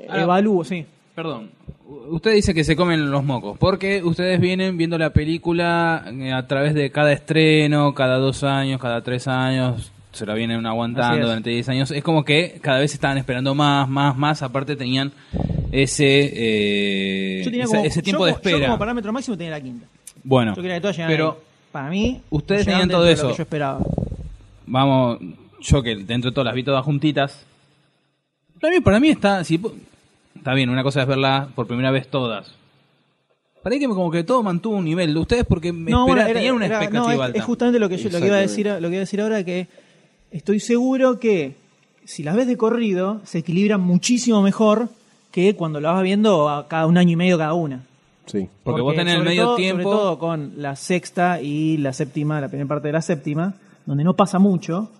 C: Ahora-
A: evalúo, sí.
C: Perdón. U- Usted dice que se comen los mocos, porque ustedes vienen viendo la película eh, a través de cada estreno, cada dos años, cada tres años, se la vienen
A: Así
C: aguantando
A: es.
C: durante diez años. Es como que cada vez estaban esperando más, más, más. Aparte tenían ese eh,
A: Yo tenía
C: esa-
A: como-
C: ese tiempo
A: yo
C: de
A: como- yo como
C: espera.
A: parámetro máximo tenía la quinta.
C: Bueno,
A: Yo quería que todas llegaran
C: pero
A: ahí. para mí,
C: ustedes
A: llegaron
C: tenían todo
A: dentro de lo
C: eso.
A: que yo esperaba.
C: vamos, yo que dentro de todas las vi todas juntitas. También para mí está, si, po- está bien, una cosa es verlas por primera vez todas. Para mí que como que todo mantuvo un nivel. Ustedes porque me espera-
A: bueno, era-
C: tenían una
A: era- no,
C: expectativa
A: es-
C: alta.
A: es, justamente lo que, yo, lo, que iba a decir,
B: Exactamente.
A: lo que iba a decir ahora, que estoy seguro que si las ves de corrido, se equilibran muchísimo mejor que cuando las vas viendo a cada un año y medio cada una.
B: Sí.
C: Porque vos tenés el
A: sobre
C: medio
A: todo-
C: tiempo-
A: Sobre todo con la sexta y la séptima, la primera parte de la séptima, donde no pasa mucho.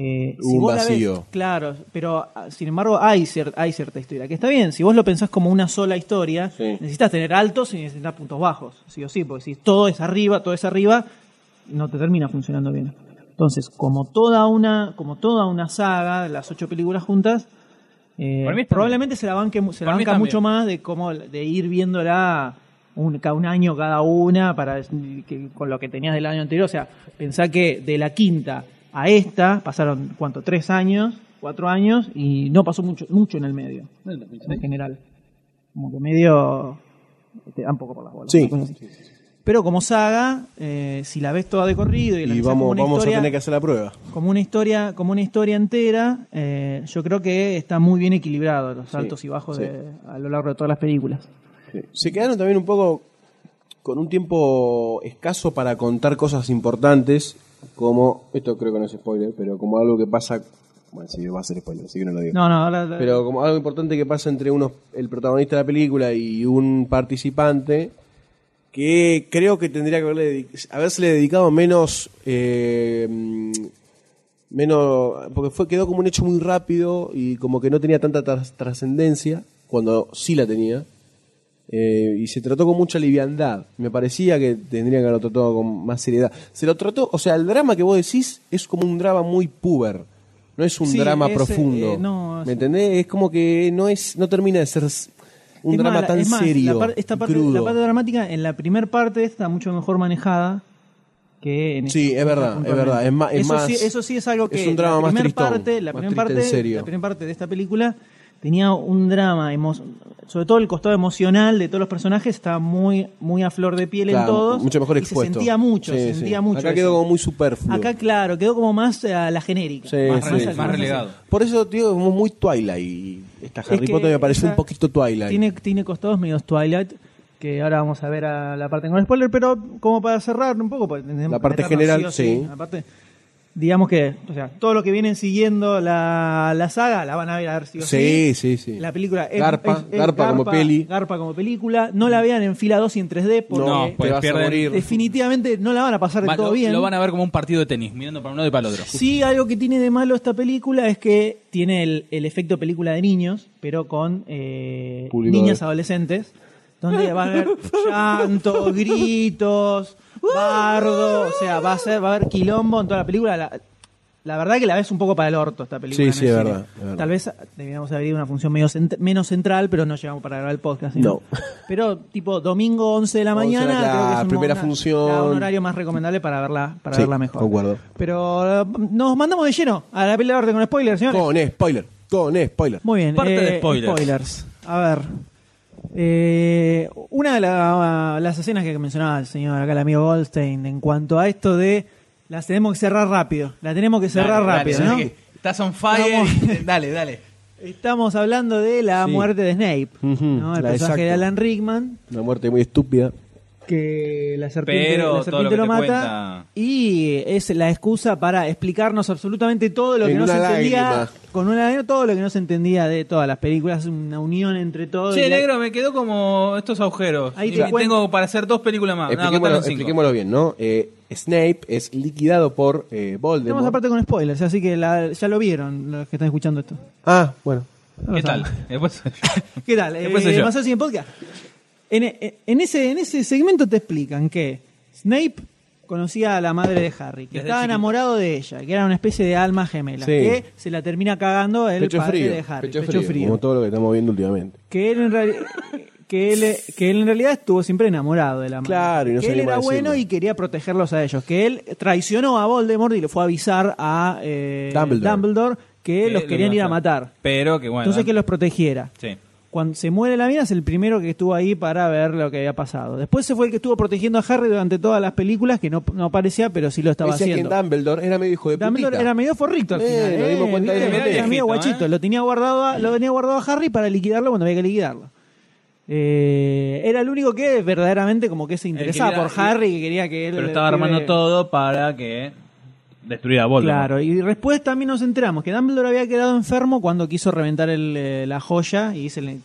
A: eh, si
B: Un
A: vos la ves-
B: vacío.
A: claro, pero ah, sin embargo hay, cier- hay cierta historia. Que está bien, si vos lo pensás como una sola historia,
B: Sí.
A: necesitas tener altos y necesitas puntos bajos, sí o sí, porque si todo es arriba, todo es arriba, no te termina funcionando bien. Entonces, como toda una, como toda una saga, las ocho películas juntas, eh,
C: Para mí está
A: probablemente se la banque, mu- se la
C: Para mí
A: banca
C: está
A: mucho
C: bien.
A: más de cómo de ir viéndola un, cada un año cada una para que- con lo que tenías del año anterior. O sea, pensá que de la quinta a esta pasaron cuánto, tres años, cuatro años, y no pasó mucho, mucho en el medio, en general. Como que medio te dan poco por las bolas.
B: Sí.
A: una cosa así. Pero como saga, eh, si la ves toda de corrido y, la
B: Y
A: analizás como
B: vamos,
A: una
B: vamos a
A: historia-
B: tener que hacer la prueba.
A: como una historia como una historia entera eh, yo creo que está muy bien equilibrado los altos y bajos
B: sí.
A: de- a lo largo de todas las películas
B: Se quedaron también un poco con un tiempo escaso para contar cosas importantes, como, esto creo que no es spoiler, pero como algo que pasa, bueno, sí, va a ser spoiler, así que no lo digo.
A: no no ahora ahora-
B: Pero como algo importante que pasa entre unos, el protagonista de la película y un participante, que creo que tendría que haberle, dedi- habérsele dedicado menos, eh, mm, menos, porque fue, quedó como un hecho muy rápido y como que no tenía tanta tras- trascendencia, cuando sí la tenía. Eh, y se trató con mucha liviandad. Me parecía que tendría que haberlo tratado con más seriedad. Se lo trató, o sea, el drama que vos decís es como un drama muy puber. No es un
A: Sí,
B: drama
A: ese,
B: profundo.
A: eh, no,
B: ¿Me entendés? Es como que no es no termina de ser s- un
A: Es más,
B: drama
A: la-
B: tan
A: es más, la
B: serio.
A: par- esta parte,
B: crudo.
A: la parte dramática en la primera parte está mucho mejor manejada que en
B: Sí,
A: esta-
B: es verdad,
A: puntualmente.
B: es verdad. Es más, es
A: eso,
B: más-
A: sí, eso sí es algo que
B: Es un drama más
A: primer
B: tristón,
A: parte, la
B: más
A: primera
B: triste en
A: parte,
B: serio.
A: la primera parte de esta película tenía un drama emo- sobre todo el costado emocional de todos los personajes estaba muy muy a flor de piel en
B: Claro,
A: todos
B: mucho mejor
A: y
B: expuesto.
A: se sentía mucho,
B: Sí,
A: se
B: sí.
A: sentía mucho
B: Acá
A: eso.
B: quedó como muy superfluo.
A: Acá, claro, quedó como más eh, a la genérica.
B: Sí,
C: más,
B: sí,
C: rele-
B: sí.
C: más
B: Más
C: relegado.
B: Por eso, tío, como muy Twilight. Y esta
A: Es
B: Harry
A: que
B: Potter me parece
A: esa-
B: un poquito Twilight.
A: Tiene, tiene costados medios Twilight, que ahora vamos a ver a la parte con spoiler, pero como para cerrar un poco, porque tenemos
B: La
A: que
B: parte
A: meternos
B: general, sí.
A: La parte- digamos que, o sea, todo lo que vienen siguiendo la, la saga la van a ver a ver si o
B: Sí, sí, sí.
A: La película es,
B: Garpa,
A: es- es
B: garpa como peli.
A: Garpa como película. No la vean en fila 2 y en 3D porque
C: No, pues
B: te vas
C: pierden-
B: a morir.
A: definitivamente no la van a pasar de
C: Va-
A: todo
C: lo,
A: bien.
C: lo van a ver como un partido de tenis, mirando para un lado y para el otro.
A: Sí, algo que tiene de malo esta película es que tiene el, el efecto película de niños, pero con eh,
B: Público
A: niñas
B: de-
A: adolescentes, donde va a haber llantos, gritos, bardo, o sea, va a, ser, va a haber quilombo en toda la película. La, La verdad que la ves un poco para el orto esta película.
B: Sí,
A: en
B: sí,
A: el
B: es
A: cine.
B: verdad, es verdad.
A: Tal vez deberíamos abrir una función medio cent- menos central, pero no llegamos para grabar el podcast. ¿sí?
B: No.
A: Pero tipo domingo 11 de la
B: 11 de la-
A: mañana, creo que es
B: claro,
A: un-
B: primera
A: una-
B: función.
A: claro, un horario más recomendable para verla, para
B: Sí,
A: verla mejor.
B: concuerdo.
A: Pero eh, nos mandamos de lleno a la pelea de orden con spoilers, señores.
B: Con spoiler, con spoiler.
A: Muy bien.
C: Parte de
A: eh,
C: spoilers.
A: A ver. eh, una de la- las escenas que mencionaba el señor acá, el amigo Goldstein, en cuanto a esto de las tenemos que cerrar rápido. La tenemos que cerrar rápido, ¿no?
D: Estás on fire.
A: Vamos.
C: (laughs)
D: y- dale, dale.
A: Estamos hablando de la
B: Sí.
A: muerte de Snape,
B: Ujú,
A: ¿no? El
B: la
A: personaje de
B: exacto.
A: Alan Rickman,
B: Una muerte muy estúpida.
A: que la serpiente,
C: Pero
A: la
C: todo
A: serpiente
C: lo
A: lo,
C: que te
A: mata.
C: cuenta.
A: Y es la excusa para explicarnos absolutamente todo lo que
B: En
A: no se
B: una
A: entendía.
B: lágrima.
A: Con una lágrima, todo lo que no se entendía de todas las películas, una unión entre todos.
C: Che,
A: y la-
C: negro, me quedó como estos agujeros.
A: Ahí
C: Y
A: te cuento.
C: tengo para hacer dos películas más. Ah, No,
B: expliquémoslo,
C: contaron cinco.
B: expliquémoslo bien, ¿no? Eh, Snape es liquidado por eh,
A: Estamos
B: Voldemort.
A: aparte con spoilers, así que la- ya lo vieron los que están escuchando esto.
B: Ah, bueno.
C: ¿Qué tal? Después-
A: ¿Qué tal?
C: Después soy
A: Eh,
C: yo.
A: más así en podcast. En, eh, en ese, en ese segmento te explican que Snape conocía a la madre de Harry, que
C: Desde
A: estaba
C: chiquito.
A: enamorado de ella, que era una especie de alma gemela,
B: Sí.
A: que se la termina cagando el
B: Pecho
A: padre
B: frío,
A: de Harry,
B: pecho, frío, Como todo lo que estamos viendo últimamente.
A: Que él en realidad... (laughs) Que él, que él en realidad estuvo siempre enamorado de la madre.
B: Claro, y no
A: que
B: se
A: él
B: anima
A: era
B: a decirlo.
A: bueno y quería protegerlos a ellos. Que él traicionó a Voldemort y le fue a avisar a eh,
B: Dumbledore.
A: Dumbledore que
C: Que
A: los
C: lo
A: querían
C: iban
A: ir a matar.
C: Pero que bueno.
A: Entonces que los protegiera.
C: Sí.
A: Cuando se muere la mina es el primero que estuvo ahí para ver lo que había pasado. Después se fue el que estuvo protegiendo a Harry durante todas las películas, que no, no aparecía, pero sí lo estaba
B: Decía que
A: haciendo.
B: Dumbledore era medio hijo de
A: Dumbledore
B: putita.
A: era medio forrito al
B: Eh,
A: final.
B: nos dimos
A: eh, ¿viste?
B: cuenta ahí
A: Era
B: de
A: medio
C: viejito,
A: guachito.
C: ¿eh?
A: Lo, tenía guardado a- lo tenía guardado a Harry para liquidarlo cuando había que liquidarlo. Eh, era el único que verdaderamente como que se interesaba
C: quería-
A: por Harry que quería que él...
C: Pero estaba
A: el pibe-
C: armando todo para que destruyera a Voldemort.
A: Claro, y después también nos enteramos que Dumbledore había quedado enfermo cuando quiso reventar el, eh, la joya y se le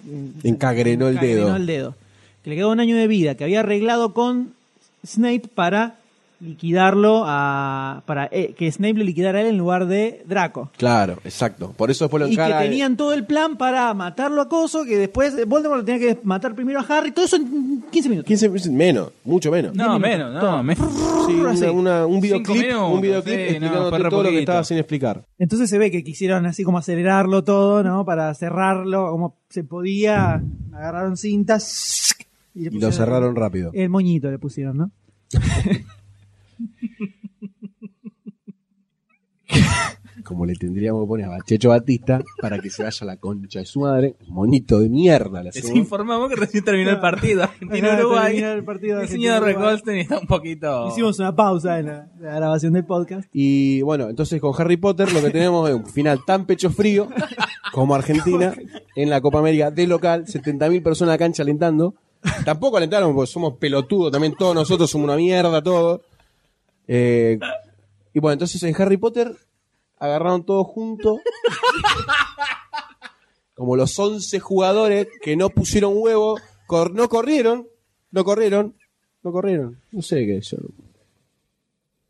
B: Encagrenó el
A: encagrenó
B: dedo.
A: el dedo. Que le quedó un año de vida, que había arreglado con Snape para liquidarlo a. para eh, que Snape lo liquidara a él en lugar de Draco.
B: Claro, exacto. Por eso después lo
A: Y que
B: encara.
A: tenían todo el plan para matarlo a Coso, que después Voldemort lo tenía que matar primero a Harry, todo eso en 15 minutos.
B: 15 menos, mucho menos.
C: No, menos, no, menos.
B: Sí, una-
A: así.
B: una- un
C: Cinco
B: videoclip, un
C: minutos,
B: videoclip
C: sí, no,
B: explicándote
C: fue re
B: todo lo que
C: poquito.
B: estaba sin explicar.
A: Entonces se ve que quisieron así como acelerarlo todo, ¿no? Para cerrarlo como se podía. Agarraron cintas le
B: Y lo
A: pusieron-
B: cerraron rápido.
A: El moñito le pusieron, ¿no?
B: Como le tendríamos que poner a Checho Batista para que se vaya a la concha de su madre. Monito de mierda. La
C: Les
B: hacemos.
C: informamos que recién terminó el
A: (laughs)
C: partido.
A: Acaba de
C: Argentina-Uruguay.
A: terminar el partido de
C: El señor
A: Argentina-Uruguay.
C: Goldstein está un
B: Oh.
C: poquito.
A: Hicimos una pausa en la, la grabación del podcast.
B: Y bueno, entonces con Harry Potter lo que tenemos es un final tan pecho frío como Argentina en la Copa América de local, 70.000 personas en la cancha alentando. Tampoco alentaron porque somos pelotudos, también todos nosotros somos una mierda, todos. Eh, y bueno, entonces en Harry Potter agarraron todos juntos como los 11 jugadores que no pusieron huevo, cor- no corrieron, no corrieron, no corrieron. No sé qué es eso.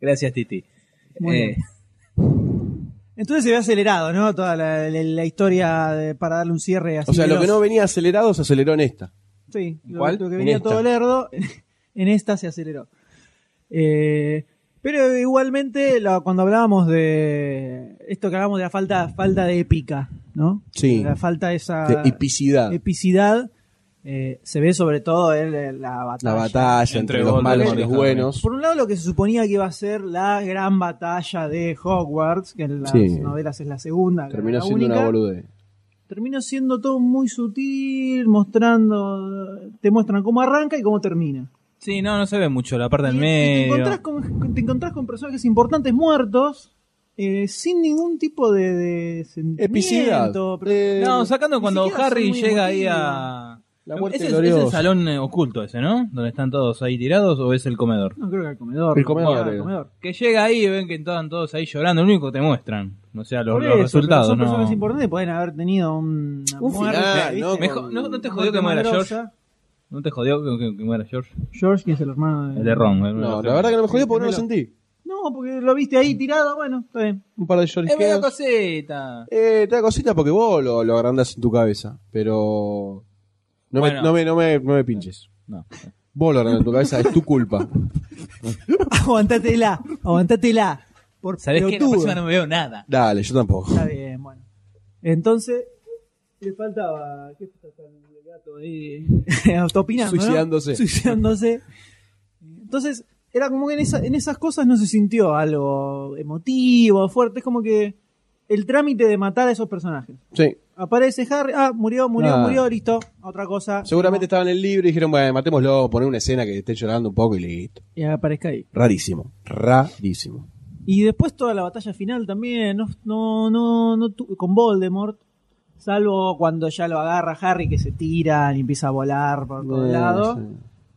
C: Gracias, Titi.
A: Muy
C: Eh,
A: bien. Entonces se ve acelerado, ¿no? Toda la, la- la historia de- para darle un cierre así.
B: O sea, lo que
A: veloz.
B: no venía acelerado se aceleró en esta.
A: Sí, lo,
B: ¿Cuál?
A: lo que
B: En
A: venía
B: esta.
A: todo lerdo, (laughs) en esta se aceleró. Eh, pero igualmente, la- cuando hablábamos de esto que hablábamos de la falta, falta de épica, ¿no?
B: Sí.
A: La falta de esa
B: De epicidad.
A: Ah, epicidad, eh, se ve sobre todo en la
B: La
A: batalla.
B: batalla entre,
C: Entre
B: los
C: Voldemort
B: malos
A: y
B: y los
C: Harry.
B: buenos.
A: Por un lado, lo que se suponía que iba a ser la gran batalla de Hogwarts, que en las
B: Sí.
A: novelas es la segunda. que era
B: Terminó
A: la
B: siendo una
A: única
B: boludez.
A: terminó siendo todo muy sutil, mostrando, te muestran cómo arranca y cómo termina.
C: sí, no, no se ve mucho la parte del
A: Y- y te,
C: medio.
A: encontrás con, te encontrás con personajes importantes muertos, eh, sin ningún tipo de, de sentimiento.
B: Epicidad.
A: pero-
B: Eh,
C: No, sacando
A: Ni
C: cuando
A: siquiera son
C: Harry
A: muy
C: llega ahí
A: emotivos.
C: a.
B: La muerte
C: ese, es-
B: gloriosa.
C: es el salón eh, oculto ese, ¿no? Donde están todos ahí tirados, o es el comedor.
A: No, creo que al comedor.
B: El comedor,
A: al
B: eh.
C: Que llega ahí y ven que estaban todos ahí llorando, lo único que te muestran. O sea, los,
A: Por
C: los
A: eso,
C: resultados,
A: pero son
C: ¿no?
A: personas importantes, pueden haber tenido un, una
B: Un
A: muerte,
B: final,
A: ¿viste?
B: ¿no?
C: Me jo- no, no te jodió
A: Muerte
C: que muera
A: milagrosa.
C: George. ¿No te jodió que, que- que muera George?
A: George, que es el hermano de...
C: El de Ron. el-
B: No,
C: el-
B: la verdad que no me jodió porque no lo
A: Primero.
B: sentí.
A: No, porque lo viste ahí tirado, bueno, está bien.
B: Un par de
C: Es medio
B: llorisqueos.
C: cosita.
B: Eh, te da cosita porque vos lo, lo agrandás en tu cabeza. Pero. No,
C: Bueno.
B: me, no, me, no, me, no me pinches.
C: No.
B: Vos lo agrandás en tu cabeza, es tu culpa.
A: aguantatela, aguantatela. Por
C: ¿Sabés qué? La
A: pelotudo.
C: próxima no me veo nada.
B: Dale, yo tampoco.
A: Está bien, bueno. Entonces, le faltaba. ¿Qué faltaba el gato ahí? (laughs) Autopinando. ¿no?
B: Suicidándose.
A: Suicidándose. Entonces, era como que en, esa- en esas cosas no se sintió algo emotivo, fuerte. Es como que el trámite de matar a esos personajes.
B: Sí.
A: Aparece Harry, ah, murió, murió,
B: Ah.
A: murió, listo, a otra cosa.
B: Seguramente estaba en el libro y dijeron, bueno, matémoslo, poner una escena que esté llorando un poco y listo.
A: Y aparezca ahí.
B: Rarísimo. Rarísimo.
A: Y después toda la batalla final también, no, no, no, no tu- con Voldemort, salvo cuando ya lo agarra Harry que se tira y empieza a volar por todos
B: Eh,
A: lados.
B: sí.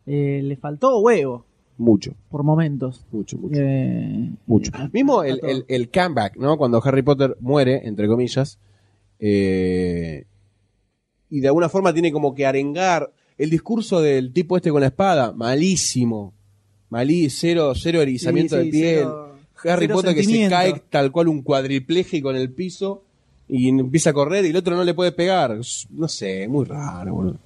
A: Eh, le faltó huevo
B: Mucho,
A: por momentos.
B: mucho, mucho.
A: Eh,
B: Mucho. Mismo el,
A: todo.
B: el, el comeback, ¿no? Cuando Harry Potter muere, entre comillas, eh, y de alguna forma tiene como que arengar el discurso del tipo este con la espada, malísimo. Malí, cero, cero erizamiento
A: Sí,
B: de
A: sí,
B: piel.
A: cero-
B: Harry
A: cero
B: Potter que se
A: sentimiento.
B: cae tal cual un cuadripléjico en el piso y empieza a correr y el otro no le puede pegar. Es- No sé, muy raro, boludo.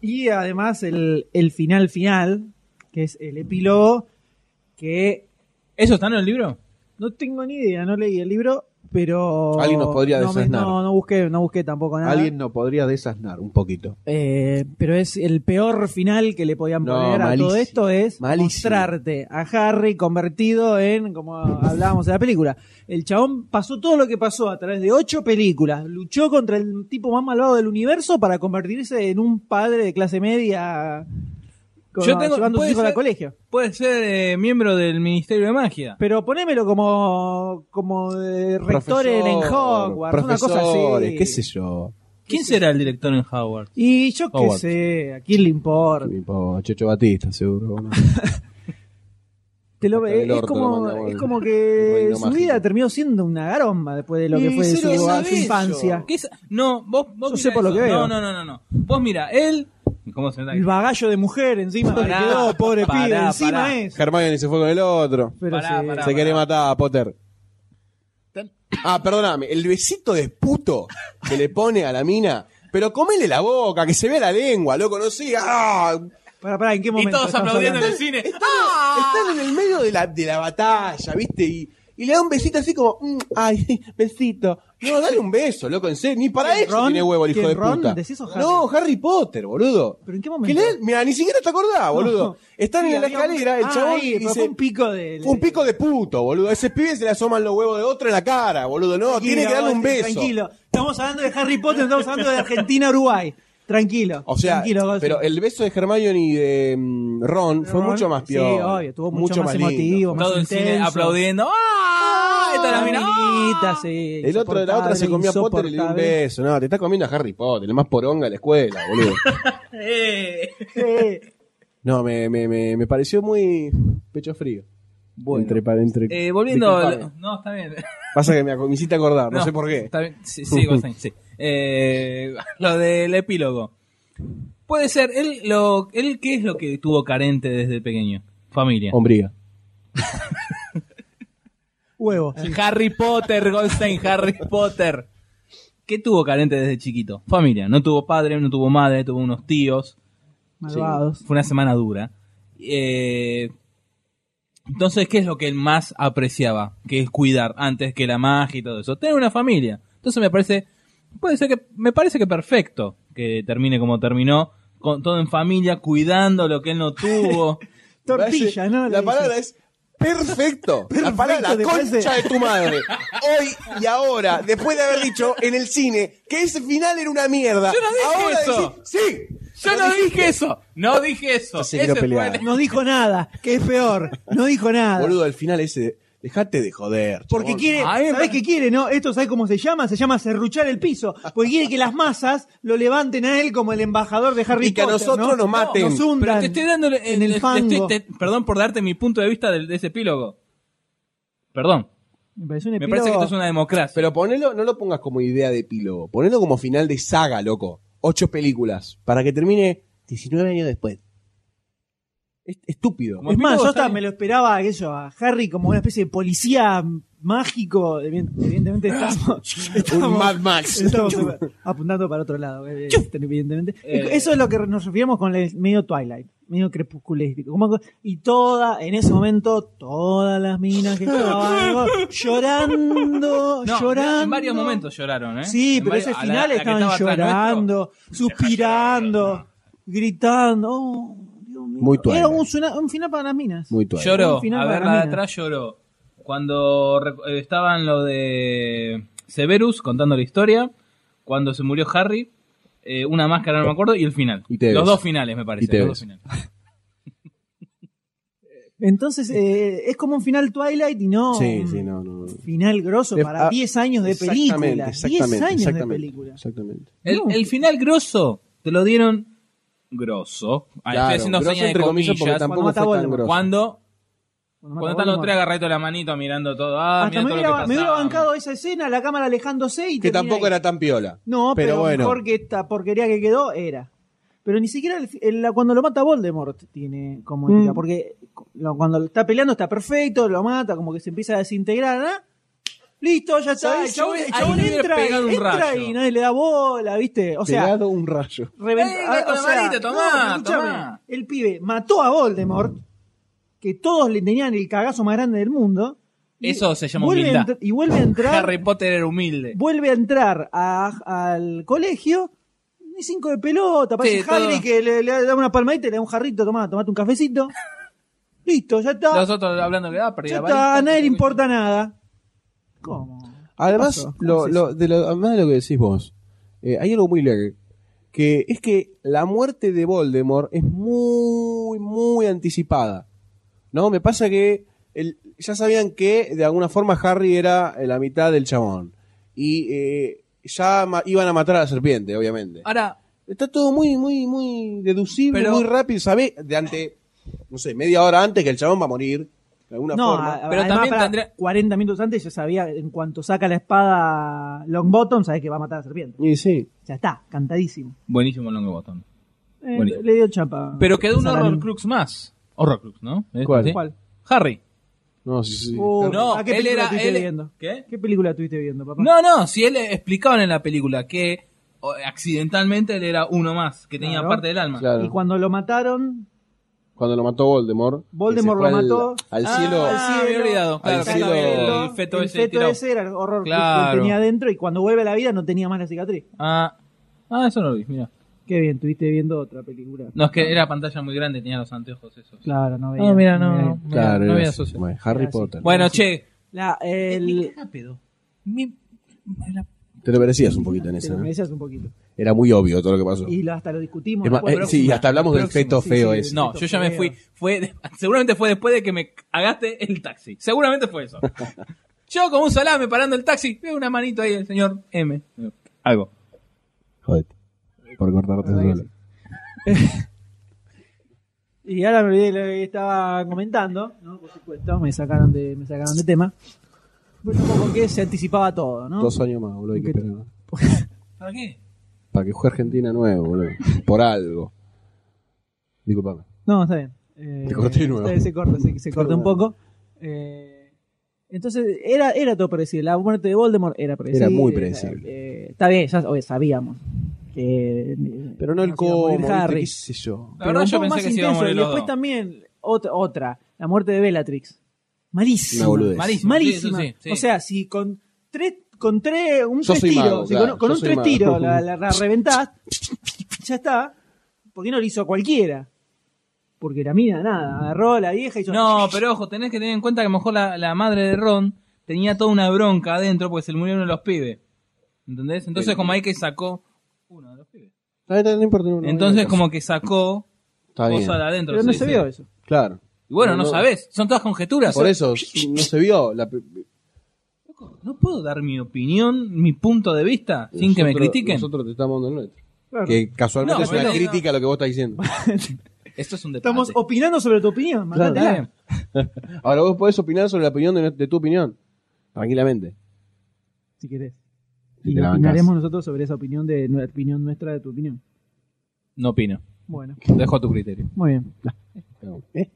A: Y además el, el final final, que es el epílogo, que
C: ¿Eso está en el libro?
A: no tengo ni idea, no leí el libro, pero...
B: Alguien nos podría
A: no, me-
B: desasnar.
A: no, no busqué, no busqué tampoco nada.
B: Alguien no podría desasnar un poquito.
A: Eh, pero es el peor final que le podían
B: No,
A: poner a
B: malísimo.
A: todo esto es
B: Malísimo.
A: mostrarte a Harry convertido en, como hablábamos en la película, el chabón pasó todo lo que pasó a través de ocho películas, luchó contra el tipo más malvado del universo para convertirse en un padre de clase media con,
C: Yo tengo-
A: llevando a
C: puede
A: sus hijos al
C: ser-
A: colegio.
C: Puede ser eh, miembro del Ministerio de Magia.
A: Pero ponémelo como, como de rector en en Hogwarts, una cosa así.
B: qué sé yo.
C: ¿Quién será el director en Howard?
A: Y yo qué
C: Hogwarts.
A: sé, a quién le importa.
B: Me importa, Checho Batista, seguro. ¿no?
A: Te lo
B: Hasta del
A: ve, es
B: orto lo
A: como,
B: mandamos
A: es
B: al-
A: como
B: al
A: que
B: reino
A: su
B: mágico.
A: vida terminó siendo una garomba después de lo que
B: Y
A: fue su,
B: cero que
A: su
B: sabés
A: infancia.
C: ¿Qué es- No, vos, vos
A: Yo
C: mirá
A: sé por lo
C: eso.
A: que veo.
C: No, no, no, no, no. Vos mira, él. ¿Cómo se nota?
A: El bagallo de mujer encima
C: Pará,
A: le quedó, pobre
C: pará,
A: pibe, encima
C: pará.
A: es.
B: Hermione se fue con el otro.
A: Pero
C: Pará,
A: sí.
C: pará.
B: se quiere matar a Potter. Ah, perdóname, el besito de puto que le pone a la mina. Pero comele la boca, que se vea la lengua, loco, no sé. ¡Ah!
A: Pará, pará, ¿en qué momento? estamos hablando?
C: cine.
A: ¡Ah!
B: Están en el medio de la, de la batalla, ¿viste? Y, y le da un besito así como, mm, ay, (laughs) besito. No, dale un beso, loco, en serio. Ni para
A: ¿Quién,
B: eso
A: Ron?
B: tiene huevo el hijo
A: ¿Quién,
B: de
A: Ron?
B: puta.
A: ¿Decís o Harry?
B: No, Harry Potter, boludo.
A: ¿Pero en qué
B: Que
A: momento?
B: le- mira, ni siquiera te acordás, boludo.
A: No. Sí,
B: Están en la
A: había un-
B: escalera, el
A: Ah,
B: chabón
A: ahí,
B: y
A: pero
B: se-
A: fue un pico de...
B: Fue un pico de puto, boludo. A ese pibe se le asoman los huevos de otro en la cara, boludo. No,
A: Tranquilo,
B: tiene que darle un
A: vos,
B: beso.
A: Tranquilo, estamos hablando de Harry Potter, estamos hablando de Argentina-Uruguay. Tranquilo,
B: O sea,
A: tranquilo, Gonzo.
B: pero el beso de Hermione y de mm, Ron fue
A: Ron,
B: mucho más
A: sí,
B: peor.
A: obvio, estuvo mucho más
B: lindo.
A: emotivo.
C: Todo el cine
A: Intenso.
C: aplaudiendo. ¡Ah! Esta es la
A: Ay,
C: mina. ¡Ah!
A: minita, sí,
B: El otro de la otra se comía a Potter y le dio un
A: insoportable.
B: beso. No, te está comiendo a Harry Potter, el más poronga de la escuela,
C: (laughs)
B: boludo.
C: Eh.
B: (laughs)
A: Eh,
B: No, me, me, me, me pareció muy pecho frío.
C: Bueno.
B: Entre, par- entre,
C: Eh, volviendo.
B: disculpame.
C: al- No, está bien.
B: Pasa que me, ac- me hiciste acordar, no, sé por qué.
C: Está bien. Sí, sí, Goldstein, sí. Eh, (laughs) lo del epílogo. Puede ser, él, lo, él, ¿qué es lo que tuvo carente desde pequeño? Familia.
B: Hombría.
A: Huevo.
C: Harry Potter, Goldstein, Harry Potter. ¿Qué tuvo carente desde chiquito? Familia. No tuvo padre, no tuvo madre, tuvo unos tíos.
A: Malvados.
C: Fue una semana dura. Eh, entonces, ¿qué es lo que él más apreciaba? Que es cuidar antes que la magia y todo eso. Tener una familia. Entonces me parece, puede ser que, me parece que perfecto que termine como terminó, con todo en familia, cuidando lo que él
A: (laughs)
C: no tuvo.
A: Tortilla, ¿no? Le
B: La
A: dicen.
B: palabra es perfecto.
A: (laughs)
B: La
A: Perfecto,
B: palabra
A: ¿te
B: la
A: parece?
B: concha de tu madre. Hoy y ahora, después de haber dicho en el cine que ese final era una mierda.
C: Yo no dije
B: ahora
C: eso.
B: decís, sí.
C: Yo no dije eso, no dije eso.
B: Yo sí
C: Ese
B: quiero
C: fue
B: pelear.
C: el-
A: No dijo nada, que es peor. No dijo nada.
B: Boludo, el final ese, dejate de joder.
A: Porque
B: chabón.
A: quiere,
C: Ay,
A: ¿sabés qué quiere, no? Esto, ¿sabés cómo se llama? Se llama serruchar el piso. Porque quiere que las masas lo levanten a él como el embajador de Harry
B: Y que a
A: Potter,
B: nosotros
A: ¿no?
B: nos maten.
A: Nos hundan
C: Pero te estoy dando el-
A: en el
C: te-
A: fango.
C: te- te- perdón por darte mi punto de vista del- de ese epílogo. Perdón.
A: Me parece un
C: Me parece que
A: epílogo.
C: esto es una democracia.
B: Pero ponelo, no lo pongas como idea de epílogo. Ponelo como final de saga, loco. Ocho películas. Para que termine 19 años después. Es estúpido.
C: Como
A: Es más,
C: epílogo
A: yo
C: está
A: hasta
C: bien.
A: me lo esperaba a a Harry como una especie de policía mágico, evident- evidentemente estamos, estamos-
B: Mad Max.
A: estamos apuntando para otro lado, eh, evidentemente.
C: Eh.
A: Eso es lo que nos referimos con el medio Twilight, medio crepusculístico. Como- y toda, en ese momento, todas las minas que
C: (laughs)
A: estaban llorando,
C: No,
A: llorando.
C: En varios momentos lloraron, ¿eh?
A: Sí,
C: En
A: pero
C: varios-
A: ese
C: a la-
A: final
C: la que
A: estaban
C: estaba atrás nuestro,
A: llorando, suspirando, gritando. Oh, Dios mío.
B: Muy
A: Era
B: Twilight.
A: un, suna- un final para las minas.
B: Muy tuario.
C: Lloró,
A: Un final
C: a
A: para
C: verla de
A: Mina.
C: atrás lloró. Cuando rec- eh, estaban lo de Severus contando la historia, cuando se murió Harry, eh, una máscara no me acuerdo, y el final.
B: Y te
C: los
B: ves.
C: dos finales me parece.
B: Y te ves.
C: los dos finales.
A: Entonces, eh, es como un final Twilight y no
B: Sí,
A: un
B: sí, no, no. no.
A: final grosso
B: De-
A: para
B: ah,
A: 10 años de
B: Exactamente,
A: película. 10 años
B: exactamente,
A: de película.
B: Exactamente.
C: El,
A: No.
C: el final grosso, te lo dieron grosso. Ah,
B: Claro,
C: estoy haciendo
B: grosso
C: señas de
B: entre comillas, porque
C: comillas.
B: tampoco
A: Cuando mata
B: fue tan
A: Voldemort.
B: grosso.
C: Cuando,
A: Cuando
C: cuando
A: mata
C: están los
A: Voldemort.
C: tres agarraditos de la manito mirando todo. Ah,
A: Hasta
C: mirá
A: me
C: todo lo
A: hubiera,
C: que
A: me hubiera
C: pasaba.
A: bancado esa escena, la cámara alejándose y
B: Que
A: termina
B: tampoco
A: ahí.
B: era tan piola.
A: No, pero,
B: Pero bueno.
A: mejor que esta porquería que quedó era. Pero ni siquiera el- el- la- cuando lo mata Voldemort tiene
B: Mm.
A: como ética, porque lo- cuando está peleando está perfecto, lo mata, como que se empieza a desintegrar, ¿ah? Listo, ya está,
C: ¿Sabés?
A: el chabón, el
C: Yo ahí
A: chabón
C: le hubiera
A: entra,
C: pegado un
A: entra
C: rayo.
A: y nadie le da bola, ¿viste? O sea,
B: Pegado un rayo.
A: revent-
C: ¡Eh,
A: ah,
C: gato de manito, tomá,
A: pero escuchame,
C: tomá!
A: El pibe mató a Voldemort, que todos le tenían el cagazo más grande del mundo. y
C: Eso se llama
A: vuelve a
C: humildad.
A: entr- Y vuelve
C: (laughs)
A: a entrar
C: Harry Potter era humilde.
A: vuelve a entrar a- al colegio, ni cinco de pelota, parece
C: Sí,
A: Hagrid
C: todo.
A: que le, le da una palmadita y le da un jarrito, tomá, tomate un
C: (laughs)
A: cafecito. Listo, ya está.
C: Los otros hablando que ah, perdí
A: ya
C: la
A: está,
C: varita,
A: a nadie le
C: que-
A: importa nada. ¿Cómo?
B: Además,
A: pasó? ¿Cómo
B: lo,
A: es eso?
B: lo- de lo, además de lo que decís vos, eh, hay algo muy leve. Que es que la muerte de Voldemort es muy, muy anticipada. ¿No? Me pasa que el- ya sabían que de alguna forma Harry era eh, la mitad del chabón. Y eh, ya ma- iban a matar a la serpiente, obviamente.
C: Ahora,
B: Está todo muy, muy, muy deducible,
C: Pero-
B: muy rápido. Sabés, de ante, no sé, media hora antes que el chabón va a morir. De alguna
A: No,
B: forma.
A: a-
C: Pero
A: además,
C: también
A: pará,
C: tendría-
A: 40 minutos antes ya sabía, en cuanto saca la espada Longbottom, sabes que va a matar a la serpiente.
B: Y sí.
A: Ya está, cantadísimo.
C: buenísimo el Longo Bottom.
A: Eh,
C: Buenísimo.
A: le dio chapa.
C: Pero quedó un
A: Esa
C: Horror
A: la-
C: Crux más. Horror Crux, ¿no? ¿Es
B: ¿Cuál?
C: así?
A: ¿Cuál?
C: Harry.
B: No, sí, sí.
A: Oh,
C: No,
A: ¿a qué
C: él
A: película
C: era-
A: estuviste
C: él-
A: viendo?
C: ¿Qué?
A: ¿Qué película estuviste viendo, papá?
C: No, no, si él explicaba en la película que o, accidentalmente él era uno más, que tenía
A: Claro.
C: parte del alma.
B: Claro.
A: Y cuando lo mataron,
B: cuando lo mató Voldemort.
A: Voldemort
B: que se
A: lo
B: fue al-
A: mató.
B: Al,
C: Ah,
B: cielo.
C: al cielo. Ah, había olvidado.
B: Claro,
A: Al
B: que estaba
A: cielo.
C: el feto ese
A: feto
C: tirado.
A: ese era el horror
C: Claro.
A: que él tenía adentro y cuando vuelve a la vida no tenía más la cicatriz.
C: Ah, ah, eso no lo vi, mira.
A: Qué bien, estuviste viendo otra película.
C: No, es que era pantalla muy grande, tenía los anteojos esos.
A: Claro, no veía.
C: No, mira, no.
A: veía.
C: mira,
B: Claro,
C: no
B: era
C: había
B: así.
C: asociado.
B: Bueno, Harry
A: Era así.
B: Potter.
C: Bueno, che.
A: La, el...
C: rápido. Mi- la-
B: Te lo merecías un poquito en
A: Te
B: esa.
A: lo
B: ¿no?
A: merecías un poquito.
B: Era muy obvio todo lo que pasó.
A: Y lo- hasta lo discutimos.
B: Es más,
A: después.
B: eh, sí, hasta hablamos del feto
A: sí,
B: feo
A: sí,
B: ese.
C: No, yo ya me fui. Fue de- (laughs) seguramente fue después de que me cagaste el taxi. Seguramente fue (laughs) eso. Yo como un salame parando el taxi, veo una manito ahí del señor M. Algo.
B: Jodete. Por cortarte
A: La verdad
B: solo.
A: Y ahora me olvidé de lo que estaba comentando, ¿no? Por supuesto, me sacaron de, me sacaron de tema. Bueno, como que se anticipaba todo, ¿no?
B: Dos años más, boludo. Hay que
A: Que-
B: esperar.
C: ¿Para qué?
B: Para que juegue Argentina nuevo, boludo. Por algo. Disculpame.
A: No, está bien. Eh,
B: Te corté de nuevo.
A: está bien, Se corta, se, se corta un
B: Perdón.
A: poco. Eh, entonces, era, era todo predecible. La muerte de Voldemort era predecible.
B: Era muy predecible.
A: Eh, está bien, ya obvio, sabíamos. Que,
B: Pero no el
A: se iba a
B: cómo,
A: morir
B: ¿viste?
A: Harry.
B: qué sé yo.
C: La
A: Pero
C: verdad
A: un
C: yo
A: poco
C: pensé
A: más
C: que se iba a
A: intenso.
C: morir
A: y
C: los
A: después
C: dos.
A: también, otra, otra, la muerte de Bellatrix. Malísima.
B: Una boludez.
C: Malísimo.
A: Malísima.
C: Sí, eso sí, sí.
A: O sea, si con tres, con tres, un
B: Yo
A: tres
B: soy
A: tiros,
B: mago,
A: si
B: claro,
A: con, con
B: yo
A: un
B: soy
A: tres
B: mago.
A: tiros la, la-
B: (laughs)
A: la reventás, ya está. ¿Por qué no lo hizo cualquiera? Porque la mina, nada, agarró a la vieja y hizo...
C: (laughs) No, pero ojo, tenés que tener en cuenta que a lo mejor la, la madre de Ron tenía toda una bronca adentro porque se le murió uno de los pibes. ¿Entendés? Entonces como hay que sacó uno de los pibes.
B: Está bien, No importa. no- no-
C: Entonces
B: no-
C: como que sacó
B: Está bien.
C: cosas de adentro.
A: Pero no
C: dice.
A: se vio eso.
B: Claro.
C: Y bueno, no,
B: No, no.
C: sabés, son todas conjeturas.
B: Por eso no se vio. La,
C: Loco, No puedo dar mi opinión, mi punto de vista, sin que me
B: Nosotros-
C: critiquen.
B: Nosotros te estamos dando el nuestro.
A: Claro.
B: Que casualmente
C: No,
B: es una
C: bueno.
B: crítica a lo que vos estás diciendo.
C: Esto es un detalle.
A: Estamos opinando sobre tu opinión,
B: Claro.
A: mandátela.
B: Ahora vos podés opinar sobre la opinión de, de tu opinión. Tranquilamente.
A: si querés.
B: Si
A: Y
B: te la bancás.
A: opinaremos nosotros sobre esa opinión de la opinión nuestra de tu opinión.
C: No opino.
A: Bueno,
C: Dejo a tu criterio.
A: muy bien.
B: ¿Eh?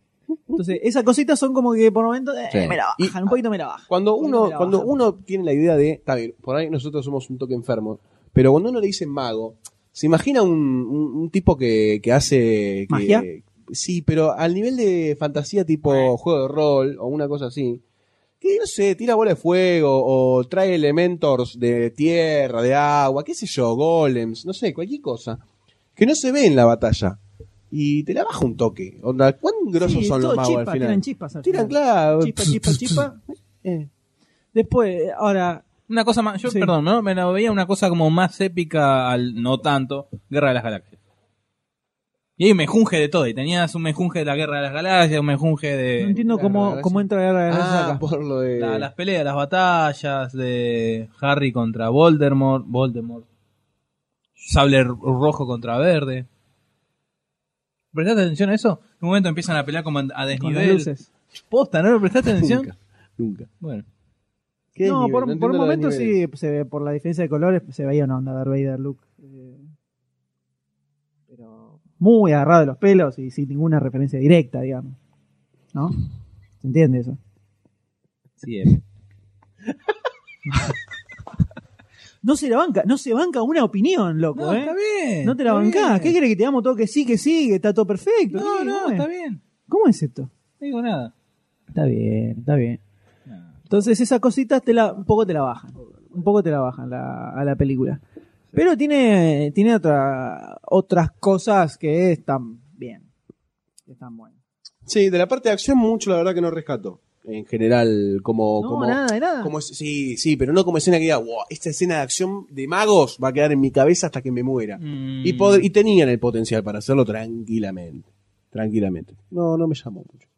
A: Entonces, esas cositas son como que por momentos eh,
B: Sí.
A: me la
B: Y-
A: bajan, un poquito me la bajan.
B: Cuando
A: un
B: uno,
A: poquito me la
B: cuando
A: bajan.
B: uno tiene la idea de, está bien, por ahí nosotros somos un toque enfermos, pero cuando uno le dice mago, se imagina un, un- un tipo que, que hace... que-
A: ¿Magia?
B: Sí, pero al nivel de fantasía tipo juego de rol o una cosa así, que no sé, tira bola de fuego o trae elementos de tierra, de agua, qué sé yo, golems, no sé, cualquier cosa, que no se ve en la batalla. Y te la baja un toque. Onda, ¿cuán grosos
A: Sí,
B: son los
A: todo
B: magos
A: chispa,
B: al final?
A: Tiran chispas al
B: Tiran,
A: final.
B: claro.
A: Chispa, chispa, chispa. Eh. Después, ahora,
C: Una cosa más, yo
A: Sí.
C: perdón, ¿no? me la veía una cosa como más épica al no tanto, Guerra de las Galaxias. Y hay un mejunje de todo, y tenías un mejunje de la Guerra de las Galaxias, un mejunje de
A: no entiendo
B: Guerra de
A: cómo,
B: Galaxias.
A: cómo entra Guerra de Galaxias
B: Ah,
A: acá.
B: por lo de...
C: la- las peleas, las batallas de Harry contra Voldemort, Voldemort, sable r- rojo contra verde. ¿Prestaste atención a eso? En un momento empiezan a pelear como a
A: Con eh.
C: desnivel.
A: las luces.
C: Posta, ¿no le prestaste atención?
B: Nunca, nunca.
C: bueno,
B: ¿Qué
A: No,
B: desnivel?
A: por, por
B: entiendo
A: un
B: los
A: momento
B: desniveles.
A: sí, se ve, por la diferencia de colores, se veía una onda Darth Vader Luke. eh, pero muy agarrado de los pelos y sin ninguna referencia directa, digamos. ¿No? ¿Se entiende eso?
C: sí, es.
A: No se la banca, no se banca una opinión, loco,
C: No,
A: ¿eh?
C: está bien.
A: no te la
C: está
A: bancás. ¿Qué
C: bien.
A: querés que te damos todo que sí, que sí, que está todo perfecto?
C: No,
A: ¿Qué?
C: no,
A: ¿Cómo es?
C: está bien.
A: ¿Cómo es esto?
C: No digo nada.
A: Está bien, está bien. Entonces esas cositas te la, un poco te la bajan. Un poco te la bajan la- a la película. Pero tiene, tiene otra, otras cosas que están bien. que están buenas.
B: Sí, de la parte de acción mucho la verdad que no rescato. En general, como...
A: No,
B: como,
A: nada de nada.
B: como es- sí, sí, pero no como escena que diga, wow, esta escena de acción de magos va a quedar en mi cabeza hasta que me muera. Y,
A: Mm.
C: Mm.
B: pod- y tenían el potencial para hacerlo tranquilamente. Tranquilamente. No, no me llamó mucho.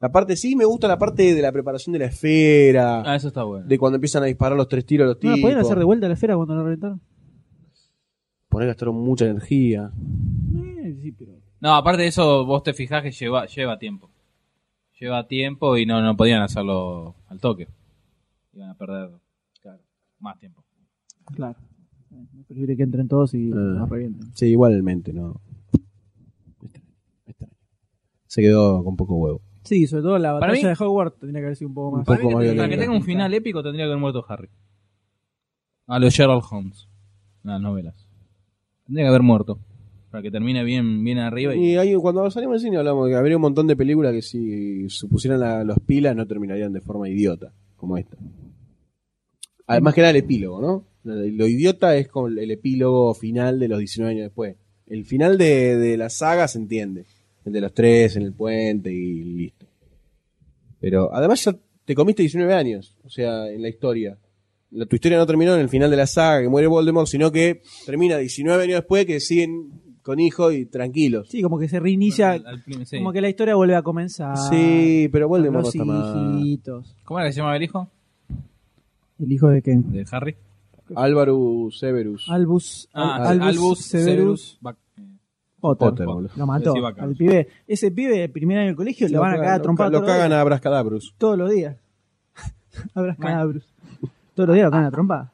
B: La parte sí, me gusta la parte de la preparación de la esfera.
C: Ah, eso está bueno.
B: De cuando empiezan a disparar los tres tiros a los
A: ¿No
B: tipos.
A: la podían hacer de vuelta a la esfera cuando la reventaron?
B: Poner gastaron mucha energía.
C: Eh, No, aparte de eso, vos te fijás que lleva, lleva tiempo. Lleva tiempo y no, no podían hacerlo al toque. Iban a perder claro, más tiempo.
A: Claro. Es preferible que entren todos y
B: Ah.
A: la revienten.
B: Sí, igualmente, no. Extraño, extraño. Se quedó con poco huevo.
A: Sí, sobre todo la
C: Para
A: batalla
C: mí-
A: de Hogwarts tendría que haber sido un poco
B: Un
A: más.
B: poco más
A: que-
B: violenta.
C: Para que tenga un final épico tendría que haber muerto Harry. A los Ah, Sherlock Holmes. Las novelas. Tendría que haber muerto. Para que termine bien, bien arriba y...
B: Y ahí, cuando salimos del cine hablamos de que habría un montón de películas que si se pusieran la- los pilas no terminarían de forma idiota, como esta. Además que era el epílogo, ¿no? Lo idiota es con el epílogo final de los 19 años después. El final de, de la saga se entiende. El de los tres en el puente y listo. Pero además ya te comiste 19 años, o sea, en la historia. La- tu historia no terminó en el final de la saga que muere Voldemort, sino que termina 19 años después que siguen con hijos y tranquilos.
A: Sí, como que se reinicia.
C: Al- al prim- sí.
A: Como que la historia vuelve a comenzar.
B: Sí, pero
A: con
B: Voldemort
A: los
B: está mal.
A: hijitos.
C: ¿Cómo era que se llamaba el hijo?
A: ¿El hijo de quién?
C: De Harry.
B: Álvaro Severus.
A: Albus,
C: Ah,
A: Al- Albus, Severus,
C: Bac-
A: Potter.
B: Potter, boludo.
A: Lo mató
C: Sí, vaca.
A: al pibe. Ese pibe del primer año del colegio lo van a cagar a trompar
B: Lo
A: todos los
B: cagan
A: días.
B: a Brascadabrus.
A: todos los días. (laughs) Habrás cadabrus. Todos los días lo cagan a trompa.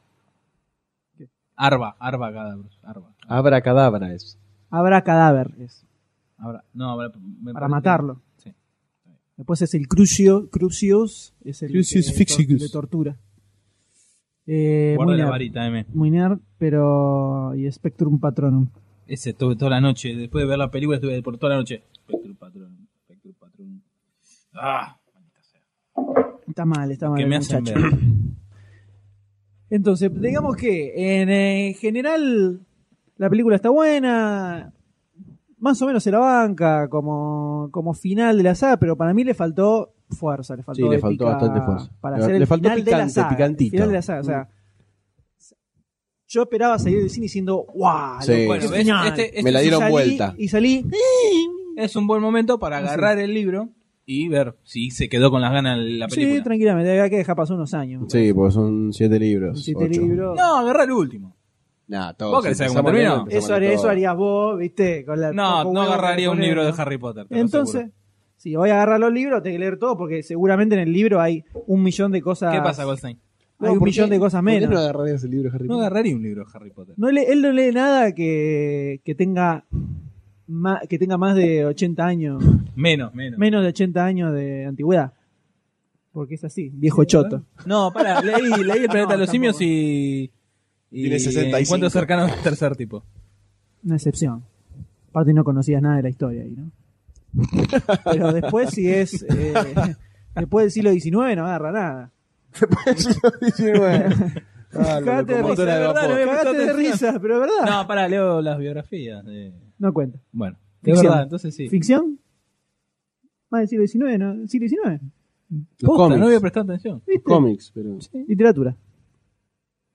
C: Arba, Arba Gadabros, Arba.
B: Abracadabra es.
A: Habrá cadáver es,
C: Abra- no, Abra- me
A: para
C: parece-
A: matarlo.
C: Sí.
A: Después es el crucio, crucios, es el
B: Crucius
A: de,
B: fixicus.
A: de tortura. Eh,
C: Guarda
A: muy
C: la
A: nerd.
C: varita, M.
A: Muy nerd, pero y Spectrum Patronum.
C: Ese estuve toda la noche. Después de ver la película estuve por toda la noche. Spectrum Patronum, Spectrum Patronum. Ah, maldita sea.
A: Está mal, está mal.
C: que
A: el
C: me hacen
A: muchacho.
C: ver.
A: (laughs) Entonces, digamos que en eh, general la película está buena, más o menos se la banca como, como final de la saga, pero para mí le faltó fuerza, le faltó,
B: Sí, le faltó
A: épica
B: bastante fuerza.
A: Para
B: Le-
A: hacer el
B: le faltó
A: final de la
B: picante,
A: saga, el
B: picantito.
A: final de la saga, o sea, yo esperaba salir del cine diciendo, ¡guau!
B: Sí.
A: loco,
C: Bueno,
A: qué
C: ves,
A: genial".
C: este, este
B: Me la
C: es-
B: dieron
A: Y salí-
B: vuelta.
A: Y salí,
C: Es un buen momento
A: Ah,
C: para agarrar el libro y ver si se quedó con las ganas la película.
A: sí, tranquilamente, había que dejar pasar unos años.
B: Sí, porque son siete
A: Con
B: libros.
A: siete
B: ocho.
A: libros.
C: no, agarrar el último.
B: Nah,
C: ¿Vos
B: todos.
C: querés saber
B: empezamos
C: cómo termina?
B: leyendo, empezamos
A: Eso, haría-
B: todo.
A: eso harías vos, ¿viste? Con la
C: No,
A: poco
C: no
A: huevo que
C: agarraría
A: le
C: un
A: pones,
C: libro de
A: ¿no?
C: Harry Potter. te lo
A: Entonces,
C: aseguro.
A: si voy a agarrar los libros, tengo que leer todo porque seguramente en el libro hay un millón de cosas.
C: ¿qué pasa, Goldstein?
A: Hay
B: No,
A: un
B: ¿por
A: millón
B: qué-
A: de cosas
B: por qué
A: menos.
B: no
A: No
B: agarrarías el libro de Harry
C: No
B: Potter?
C: agarraría un libro de Harry Potter.
A: le- él no lee nada que, que tenga ma- que tenga más de 80
C: (laughs)
A: años,
C: Menos, menos.
A: menos de 80 años de antigüedad. Porque es así, viejo choto.
C: No, para, leí,
A: (laughs)
C: leí el planeta de los
A: tampoco.
C: simios y. y
G: Tiene 65.
C: Encuentro cercano al tercer tipo.
A: Una excepción. Aparte no conocías nada de la historia ahí, ¿no? Pero después si es...
B: (laughs)
A: eh, después del siglo XIX no agarra nada.
B: (laughs)
A: Cagate de
B: Como
A: risa,
B: motora de
A: verdad,
B: vapor.
A: no me cagaste de
C: prestado
A: risa, pero es verdad. No,
C: No, para, leo las biografías. eh.
A: cuenta.
C: Bueno, de
A: Ficción.
C: verdad, entonces sí.
A: ¿Ficción? Más del siglo XIX, ¿no? ¿Siglo XIX?
B: Los
C: Posta,
B: cómics.
C: no había prestado atención.
A: ¿Viste?
B: Cómics, pero.
A: Literatura.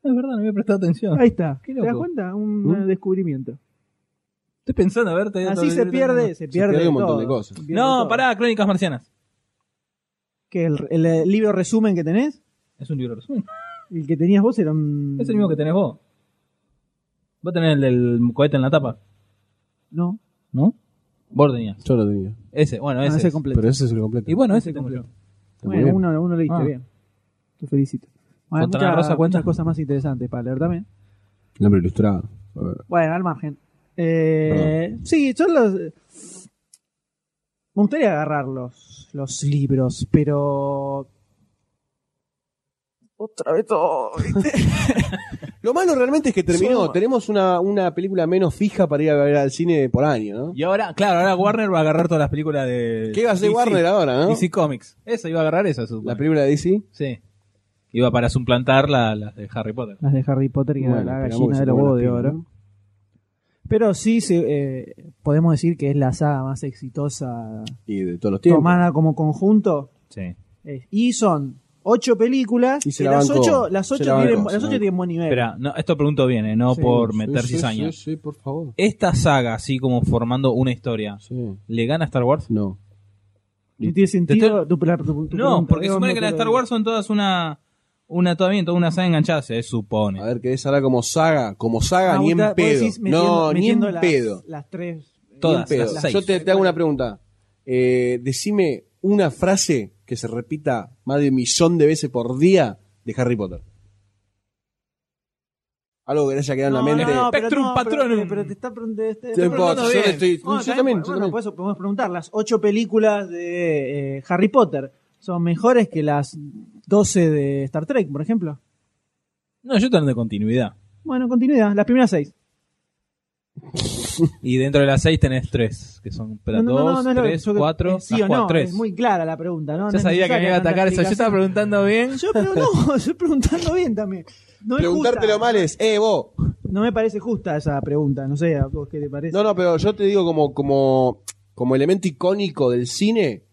C: Es verdad, no había prestado atención.
A: Ahí está.
C: Qué
A: ¿Te das
C: loco.
A: cuenta? Un
B: ¿Mm?
A: eh, descubrimiento.
C: Estoy pensando, a ver, te-
A: Así
C: te-
A: se
C: te-
A: pierde, se pierde,
B: pierde un montón
A: todo.
B: de cosas.
A: Se pierde
C: No,
A: todo.
C: pará, Crónicas Marcianas.
A: Que el, el, eh, libro resumen que tenés,
C: Es un libro resumen.
A: el que tenías vos era un...
C: Es el mismo que tenés vos. Vos tenés el del cohete en la tapa,
A: No,
C: ¿no? Vos lo tenías.
B: Yo lo tenía.
C: Ese, bueno,
A: no,
C: ese.
A: Ah, ese
C: es.
A: completo.
B: Pero ese es el completo.
C: y bueno,
A: ese
C: ese tengo yo.
A: completo.
B: Está muy
A: Bueno,
B: bien.
A: uno, uno leíste
C: Ah.
A: bien. Te felicito.
C: ¿Fontana Rosa cuenta?
A: muchas cosas más interesantes para leer también.
B: Nombre ilustrado. A ver.
A: Bueno, al margen. Eh, sí, son los. Me gustaría agarrar los, los libros, pero. Otra vez todo.
B: Lo malo realmente es que terminó.
A: Soma.
B: Tenemos una, una película menos fija para ir a ver al cine por año, ¿no?
C: Y ahora, claro, ahora Warner va a agarrar todas las películas de.
B: ¿Qué va a hacer
C: DC,
B: Warner ahora, no?
C: DC Comics. Esa iba a agarrar esa, supongo.
B: La película de DC.
C: Sí. Iba para suplantar la- las de Harry Potter.
A: Las de Harry Potter y la-
B: Bueno,
A: la
B: esperamos que
A: gallina
B: se
A: de los
B: pongan
A: huevos
B: las
A: de
B: pilas,
A: oro.
B: ¿no?
A: Pero sí se, eh, podemos decir que es la saga más exitosa
B: Y de todos los tiempos.
A: tomada como conjunto.
C: Sí.
A: Es- y son ocho películas.
B: Y se
A: que
B: la
A: las
B: bancó,
A: ocho, las
B: se
A: ocho
B: la bancó,
A: tienen,
B: se
A: las
B: la
A: ocho
B: bancó.
A: tienen buen nivel.
C: Espera, no, esto pregunto bien, ¿eh? no
B: Sí,
C: por
B: sí,
C: meter
B: sí,
C: cizaña.
B: Sí, sí, por favor.
C: Esta saga, así como formando una historia,
B: Sí.
C: ¿le gana a Star Wars?
B: No.
A: No tiene sentido tu, la- tu- tu
C: No,
A: pregunta.
C: porque
A: Yo
C: supone
A: me
C: que las de Star
A: acuerdo.
C: Wars son todas una. Una todavía, toda una saga enganchada, se supone.
B: A ver, ¿querés hablar como saga? Como saga,
A: Ah,
B: ni en
A: vos
B: pedo.
A: decís metiendo-
B: no, ni en
A: metiendo las-
B: pedo.
A: Las tres.
C: Todas,
B: Ni en
C: las
B: pedo.
C: seis.
B: Yo te, te hago una pregunta. Eh, decime una frase que se repita más de un millón de veces por día de Harry Potter. Algo que le haya quedado en la mente.
A: pero
C: no, Spectrum
A: pero-
C: Patronum.
A: Pero, te está preguntando. este- Te,
B: Yo
A: está
B: puedo-
A: preguntando
B: yo
A: bien.
B: le estoy-
A: Bueno,
B: yo
A: también,
B: también, yo
A: bueno,
B: también.
A: por eso podemos preguntar. Las ocho películas de eh, Harry Potter son mejores que las 12 de Star Trek, por ejemplo.
C: No, yo tengo de continuidad.
A: Bueno, continuidad. Las primeras seis.
C: Y dentro de las seis tenés tres, que son
A: No,
C: pero
A: no, no, no,
C: dos,
A: no es lo que-
C: tres,
A: yo que-
C: cuatro,
A: eh, sí
C: las
A: o
C: cuatro,
A: no.
C: tres.
A: Es muy clara la pregunta, ¿no?
C: Yo
A: No es
C: sabía que me iba
A: necesaria
C: a atacar
A: tanta
C: eso. Yo estaba
A: explicación.
C: preguntando bien.
A: Yo, pero
C: (laughs)
A: no, (laughs) estoy preguntando bien también. No es
B: Preguntártelo
A: justa.
B: mal es, eh, vos.
A: No me parece justa esa pregunta, no sé a vos qué te parece.
B: No, no, pero yo te digo como, como, como elemento icónico del cine,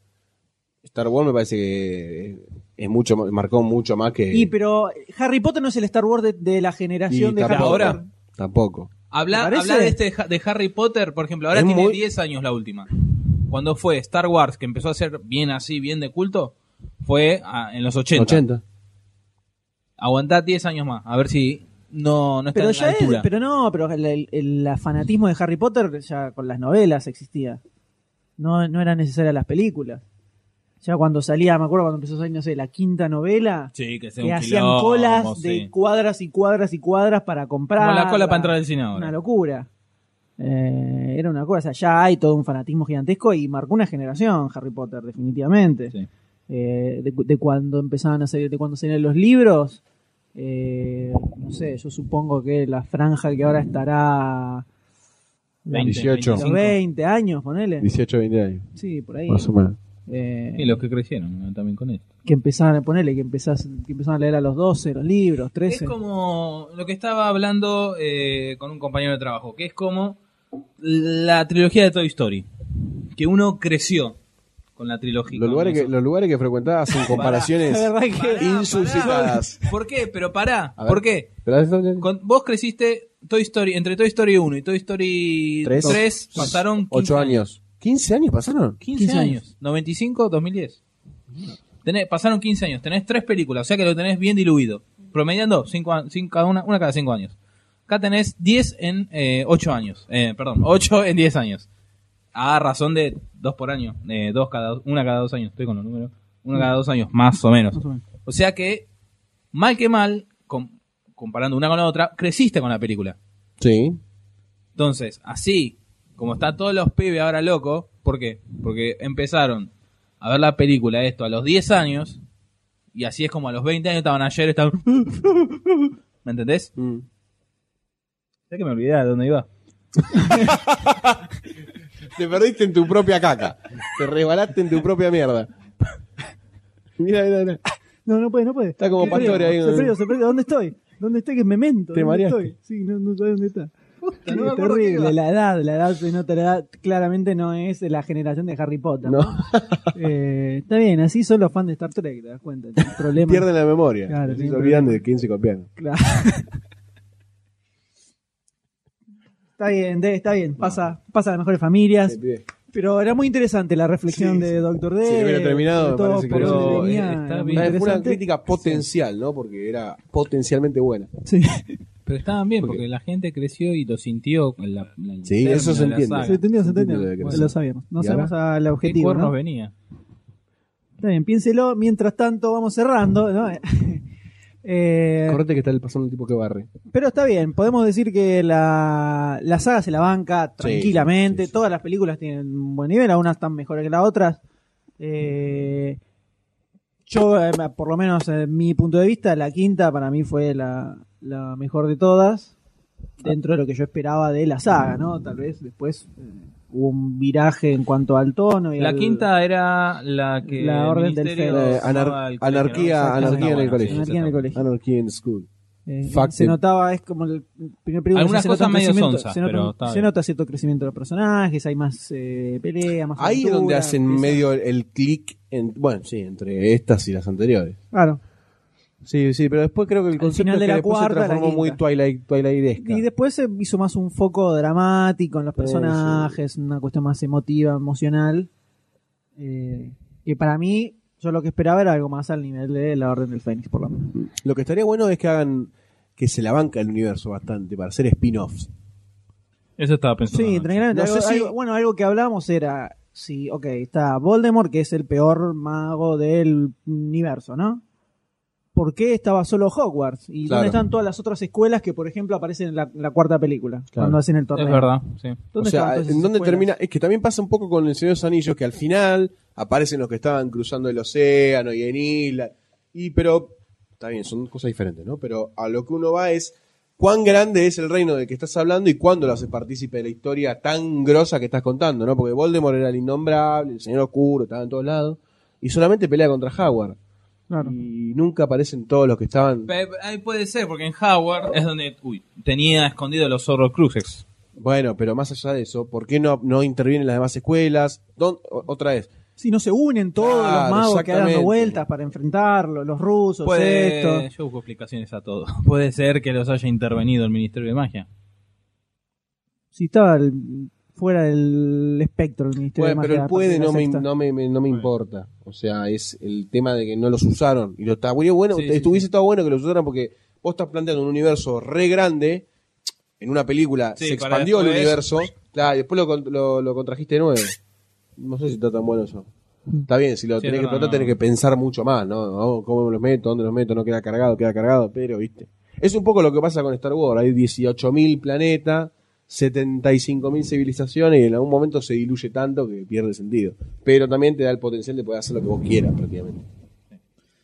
B: Star Wars me parece que es mucho, más- marcó mucho más que...
C: Eh,
A: Y pero Harry Potter no es el Star Wars de, de la generación
B: y
A: de Harry
B: tampoco,
C: ahora.
A: Potter.
B: Tampoco.
A: ¿Te
C: Habla,
A: parece?
C: habla de este de Ha- de Harry Potter, por ejemplo, ahora
B: Es
C: tiene
B: muy-
C: 10 años la última. Cuando fue Star Wars, que empezó a ser bien así, bien de culto, fue ah, en los 80.
B: 80.
C: Aguantá 10 años más, a ver si no, no está
A: Pero
C: en la
A: ya es,
C: altura.
A: pero no, pero el, el- el fanatismo de Harry Potter ya con las novelas existía. No, no eran necesarias las películas. Ya cuando salía, me acuerdo cuando empezó a salir, no sé, la quinta novela,
C: Sí, que sea
A: que
C: un
A: hacían
C: quilombo,
A: colas de
C: sí.
A: cuadras y cuadras y cuadras para comprar.
C: Como la cola para entrar al cine ahora.
A: Una locura. Eh, era una cosa, ya hay todo un fanatismo gigantesco y marcó una generación Harry Potter, definitivamente.
C: Sí.
A: Eh, de, cu- de cuando empezaban a salir, de cuando salían los libros, eh, no sé, yo supongo que la franja que ahora estará
C: 20,
B: 18.
C: 25.
A: los 20 años, ponele.
B: 18, 20 años.
A: Sí, por ahí.
B: Más o menos.
A: Eh,
C: Y los que crecieron eh, también con esto.
A: que empezaban a ponerle, que, empezás- que empezaban a leer a los 12 los libros, 13.
C: Es como lo que estaba hablando eh, con un compañero de trabajo, que es como la trilogía de Toy Story. Que uno creció con la trilogía.
B: Los
C: con
B: lugares, que,
C: eso.
B: los lugares que frecuentabas en comparaciones
A: La verdad
C: Pará,
A: que
C: pará.
B: (laughs) insuscitadas.
C: ¿Por qué? Pero pará.
B: A ver.
C: (laughs) ¿Por qué?
B: Pero eso-
C: Con- vos creciste Toy Story, entre Toy Story 1 y Toy Story
B: Tres.
C: 3, pasaron 15
B: 8 años. ¿15 años pasaron?
C: 15,
A: 15
C: años. 95, 2010. Tenés- pasaron 15 años. Tenés tres películas, o sea que lo tenés bien diluido. Promediando cinco, a- cinco cada una, una cada 5 años. Acá tenés 10 en 8 años. Eh, perdón, 8 en 10 años. A razón de 2 por año. Eh, dos cada, una cada 2 años. Estoy con los números. Una cada 2 años, más o menos.
A: Más o menos.
C: O sea que, mal que mal, com- comparando una con la otra, creciste con la película.
B: Sí.
C: Entonces, así
G: como está todos los pibes ahora locos, ¿por qué? Porque empezaron a ver la película esto a los 10 años y así es como a los 20 años estaban ayer, estaban... (laughs) ¿Me entendés?
B: Mm.
C: Ya que me olvidé de dónde iba.
B: Te perdiste en tu propia caca. Te resbalaste en tu propia mierda. (laughs) Mira, mira, mira.
A: No, no puede, no puede.
B: Está como
A: Se
B: Pastore
A: perdió,
B: ahí,
A: Se
B: ¿no?
A: perdió, se perdió. ¿Dónde estoy? ¿Dónde estoy? Que es memento.
B: Te
A: ¿Dónde
B: mareaste.
A: estoy? Sí, no, no sabe dónde está.
G: no me
A: es
G: acuerdo qué iba.
A: terrible. La edad, la edad se nota, la edad claramente no es la generación de Harry Potter.
B: No,
A: Eh, está bien, así son los fans de Star Trek, te das cuenta.
B: (laughs)
A: El problema.
B: pierden la memoria.
A: Claro,
B: Así
A: tienen
B: se olvidan de quién se copiaron.
A: Claro. (laughs) Está bien, de- está bien. Pasa, pasa a las mejores familias. Pero era muy interesante la reflexión
B: Sí,
A: de Doctor D.
B: Si lo hubiera terminado,
A: sobre
B: me
A: todo
B: parece que
A: por
B: lo-
A: dónde
G: eh,
A: venía,
G: está
A: era muy
G: bien.
B: Fue una
A: interesante.
B: crítica potencial, ¿no? Porque era potencialmente buena.
A: Sí.
G: Pero estaban bien,
B: ¿Por
G: porque la gente creció y lo sintió. en la- en el
B: Sí,
G: término
B: eso se
G: de la
B: entiende.
G: saga.
A: Se entendió, se entendió.
B: Entiendo lo que querés
A: Lo
B: decir.
A: sabíamos. No
B: ¿Y ahora?
A: sabemos al
G: ¿Qué
A: objetivo.
G: cuernos
A: ¿no?
G: venía?
A: Está bien, piénselo. Mientras tanto, vamos cerrando. ¿no? (laughs) Eh,
B: Correte que está el pasando el tipo que barre.
A: pero está bien, podemos decir que la, la saga se la banca tranquilamente.
B: sí, sí.
A: Todas las películas tienen un buen nivel, algunas están mejores que las otras. Eh, yo, eh, por lo menos en mi punto de vista, la quinta para mí fue la, la mejor de todas. Dentro de lo que yo esperaba de la saga, ¿no? Tal vez después eh, hubo un viraje en cuanto al tono. Y
G: La
A: al-
G: quinta era la que.
A: La
G: el
A: orden del
G: ministerio
A: Fénix.
B: Eh, anar-
G: daba al colegio,
B: anarquía-
G: ¿no? Esa está
B: anarquía Ah, en el
G: buena,
B: colegio.
G: sí, esa
A: Anarquía en el
G: está buena.
A: colegio.
B: Anarchy in School.
A: Eh,
B: Fuck
A: se
B: it.
A: notaba, es como el primer periodo.
G: Algunas
A: se nota
G: cosas
A: un
G: medio
A: crecimiento-
G: sonsas,
A: se nota,
G: pero
A: un-
G: está
A: se
G: bien.
A: nota cierto crecimiento de los personajes, hay más eh, pelea, más
B: Ahí es
A: aventura,
B: donde hacen
A: empieza-
B: medio el clic. En, bueno, sí, entre estas y las anteriores.
A: Claro.
B: Sí, sí, pero después creo que el
A: Al
B: concepto
A: final
B: es
A: de
B: que
A: la
B: después
A: cuarta a
B: se
A: la
B: transformó muy
A: quinta.
B: Twilight, Twilight
A: Y después se hizo más un foco dramático en los
B: Sí,
A: personajes, una cuestión más emotiva, emocional. Eh, que para mí, yo lo que esperaba era algo más al nivel de la Orden del Fénix, por lo menos.
B: Lo que estaría bueno es que hagan que se la banca el universo bastante para hacer spin-offs.
C: Eso estaba pensando.
A: Sí,
C: ¿no?
A: tranquilamente.
B: No sé
A: Algo-
B: si-
A: algo- bueno, algo que hablamos era, sí, ok, está Voldemort, que es el peor mago del universo, ¿no? ¿Por qué estaba solo Hogwarts? ¿Y
B: Claro.
A: dónde están todas las otras escuelas que, por ejemplo, aparecen en la, la cuarta película, cuando hacen el torneo?
G: Es verdad, sí.
B: O
A: ¿Dónde
B: sea,
A: estaban todas esas
B: ¿en dónde
A: escuelas?
B: termina? Es que también pasa un poco con el Señor de los Anillos, que al final aparecen los que estaban cruzando el océano y en isla. Y pero, está bien, son cosas diferentes, ¿no? Pero a lo que uno va es cuán grande es el reino del que estás hablando y cuándo lo haces partícipe de la historia tan grosa que estás contando, ¿no? Porque Voldemort era el innombrable, el Señor Oscuro, estaba en todos lados. Y solamente pelea contra Howard.
A: Claro.
B: Y nunca aparecen todos los que estaban.
G: Pe- Ahí puede ser, porque en Howard es donde uy, tenía escondido los zorros cruces.
B: Bueno, pero más allá de eso, ¿por qué no, no intervienen las demás escuelas? ¿Dó- o- Otra vez,
A: Si no se unen todos
B: Claro,
A: los magos que dan
B: exactamente.
A: vueltas para enfrentarlo, los rusos,
G: Puede,
A: esto.
G: yo busco explicaciones a todo. (laughs) Puede ser que los haya intervenido el Ministerio de Magia.
A: Si estaba el- fuera del espectro del Ministerio
B: Bueno,
A: de
B: pero
A: Magia,
B: él puede,
A: de la
B: no me,
A: sexta.
B: no, me, me- no me importa. O sea, es el tema de que no los usaron. Y lo está bueno, bueno,
G: Sí, sí,
B: estuviese todo bueno que los usaran porque vos estás planteando un universo re grande. En una película
G: Sí,
B: se
G: para
B: expandió el
G: después-
B: universo. Claro, y después lo, con- lo, lo contrajiste de nuevo. No sé si está tan bueno eso. Está bien, si lo
G: Sí,
B: tenés
G: es
B: que
G: verdad,
B: tratar, tenés
G: no.
B: que pensar mucho más, ¿no? ¿no? ¿Cómo los meto? ¿Dónde los meto? No queda cargado, queda cargado, pero, viste. Es un poco lo que pasa con Star Wars. Hay 18.000 planetas, 75.000 civilizaciones y en algún momento se diluye tanto que pierde sentido. Pero también te da el potencial de poder hacer lo que vos quieras, prácticamente.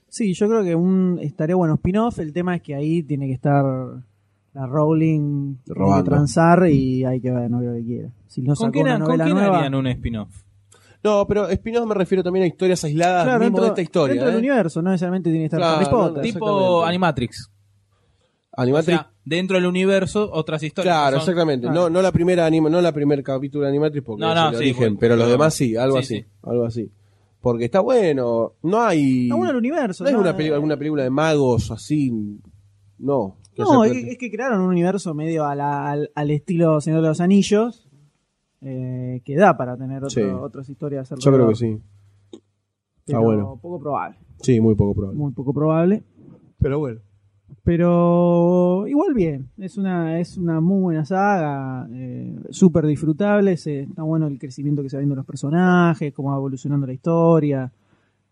A: Sí, yo creo que un estaría bueno spin-off. El tema es que ahí tiene que estar la Rowling tiene que
B: Robando.
A: transar y hay que ver, no creo que quiera. Si no
G: ¿Con
A: saca
G: quién,
A: una
G: ha- con
A: novela
G: quién
A: nueva,
G: harían un spin-off?
B: No, pero Espinosa me refiero también a historias aisladas
A: claro,
B: Ah, mismo
A: dentro,
B: de esta historia.
A: dentro del
B: ¿eh?
A: universo, no necesariamente tiene que estar
B: Claro,
A: Harry Potter.
B: no,
G: Tipo
B: Exactamente.
G: Animatrix. O
B: Animatrix.
G: sea, dentro del universo, otras historias.
B: Claro,
G: que son-
B: exactamente.
A: claro.
B: No, no la primera anima, no la primer capítulo de Animatrix porque
G: No,
B: es
G: no,
B: el
G: sí,
B: origen,
G: bueno,
B: pero los
G: pero-
B: demás sí, algo
G: sí,
B: así,
G: sí.
B: algo así. Porque está bueno, no hay
A: Está bueno el universo.
B: no hay
A: ¿no? eh,
B: una peli- alguna película de magos así, no. que
A: No,
B: hacer
A: es,
B: plata.
A: es que crearon un universo medio a la- al, al estilo Señor de los Anillos. eh, que da para tener otro-
B: Sí.
A: otras historias.
B: yo creo
A: alrededor,
B: que sí. Está
A: pero
B: bueno.
A: Poco probable.
B: Sí, muy poco probable.
A: Muy poco probable.
B: Pero bueno.
A: Pero igual bien, es una, es una muy buena saga, eh, súper disfrutable, se- está bueno el crecimiento que se va viendo de los personajes, cómo va evolucionando la historia.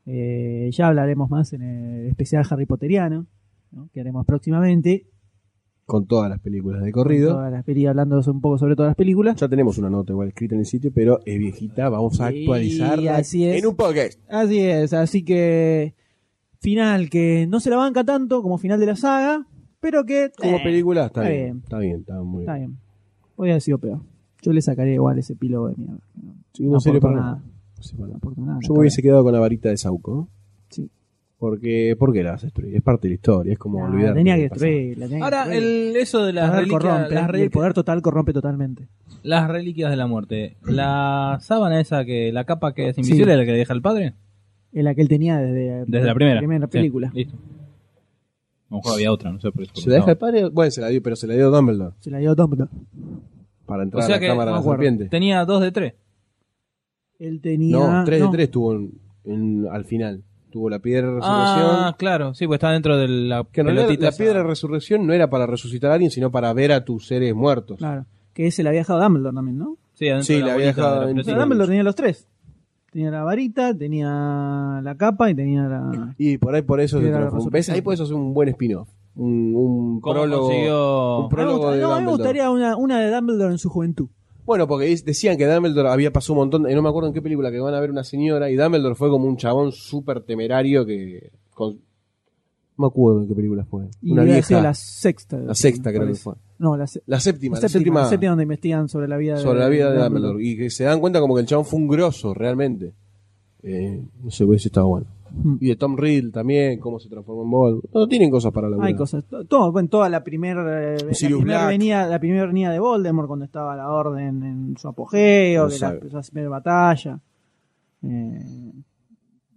A: Eh, ya hablaremos más en el especial Harry Potteriano, ¿no? que haremos próximamente.
B: con todas las películas de corrido.
A: Todas las peli- hablando un poco sobre todas las películas.
B: Ya tenemos una nota igual escrita en el sitio, pero es viejita, vamos a
A: Sí,
B: actualizarla
A: así es.
B: en un podcast.
A: Así es, así que final que no se la banca tanto como final de la saga, pero que
B: Como
A: eh,
B: película, está,
A: está
B: bien,
A: bien.
B: Está bien, está muy
A: Está
B: bien.
A: bien. Podría haber sido peor. Yo le sacaría igual ese epílogo de mierda. No,
B: Sí, no sirve
A: aportó
B: para
A: nada.
B: nada. No sirve para
A: No
B: nada.
A: aportó nada.
B: Yo me hubiese quedado con la varita de Sauco. ¿no?
A: Sí.
B: Porque, ¿Por qué la vas a destruir? Es parte de la historia, es como
A: Nah,
B: olvidar.
A: tenía que
B: lo pasado.
A: destruir. la tenía que
G: Ahora,
A: destruir.
G: el, eso de las
A: Poder
G: reliquias,
A: corrompe,
G: las,
A: y
G: reliquias-
A: el poder total corrompe totalmente.
G: las reliquias de la muerte. La sábana esa que la capa que es invisible, la que le deja el padre,
A: El la que él tenía desde,
G: desde la primera. Sí,
A: película.
G: listo. A lo mejor había otra, no sé por eso.
B: ¿Se la deja el padre? Bueno, se la dio, pero se la dio Dumbledore
A: Se la dio Dumbledore.
B: para
G: O
B: entrar
G: sea
B: a la
G: que
B: cámara
G: no
B: de la
G: me acuerdo.
B: serpiente.
G: tenía dos de tres.
A: Él tenía.
B: No, 3
A: no,
B: de 3 tuvo en- en- al final. Tuvo la piedra de resurrección.
G: Ah, claro, sí, pues está dentro de la
B: que en realidad
G: pelotita
B: la
G: esa.
B: piedra de resurrección no era para resucitar a alguien, sino para ver a tus seres muertos.
A: Claro. Que se la había dejado Dumbledore también, ¿no?
G: Sí, adentro
B: Sí,
G: de la
B: la había
G: bolita
B: dejado
G: de la
B: dentro.
A: O sea,
G: pelotita.
A: Dumbledore tenía los tres. Tenía la varita, tenía la capa y tenía la.
B: Y por ahí por eso se
A: Piedra de
B: transformó. ¿Ves?
A: resurrección.
B: Ahí por eso es un buen spin-off. Un, un
G: ¿Cómo
B: prólogo.
G: consiguió-
B: Un prólogo
A: Me gusta-
B: de
A: no, a mí me
B: Dumbledore.
A: gustaría una, una de Dumbledore en su juventud.
B: Bueno, porque es- decían que Dumbledore había pasado un montón, eh, no me acuerdo en qué película, que van a ver una señora y Dumbledore fue como un chabón súper temerario que... con- no me acuerdo en qué película fue.
A: Y
B: una
A: hubiera
B: vieja.
A: sido la sexta.
B: la sexta
A: me
B: creo que
A: parece.
B: fue.
A: No, la, se-
B: La séptima,
A: la séptima. La
B: séptima
A: séptima donde investigan sobre la vida de
B: sobre la vida de Dumbledore. Y que se dan cuenta como que el chabón fue un grosso, realmente. Eh, no sé, si estaba bueno.
A: Mm.
B: Y de Tom Riddle también, cómo se transformó en Ball. No, tienen cosas para la
A: Hay cosas. to- Todo, bueno, toda la primera
B: Sirius Black.
A: venía, la primera venía de Voldemort cuando estaba la orden en su apogeo,
B: No
A: de la,
B: sabe.
A: la primera batalla. Eh,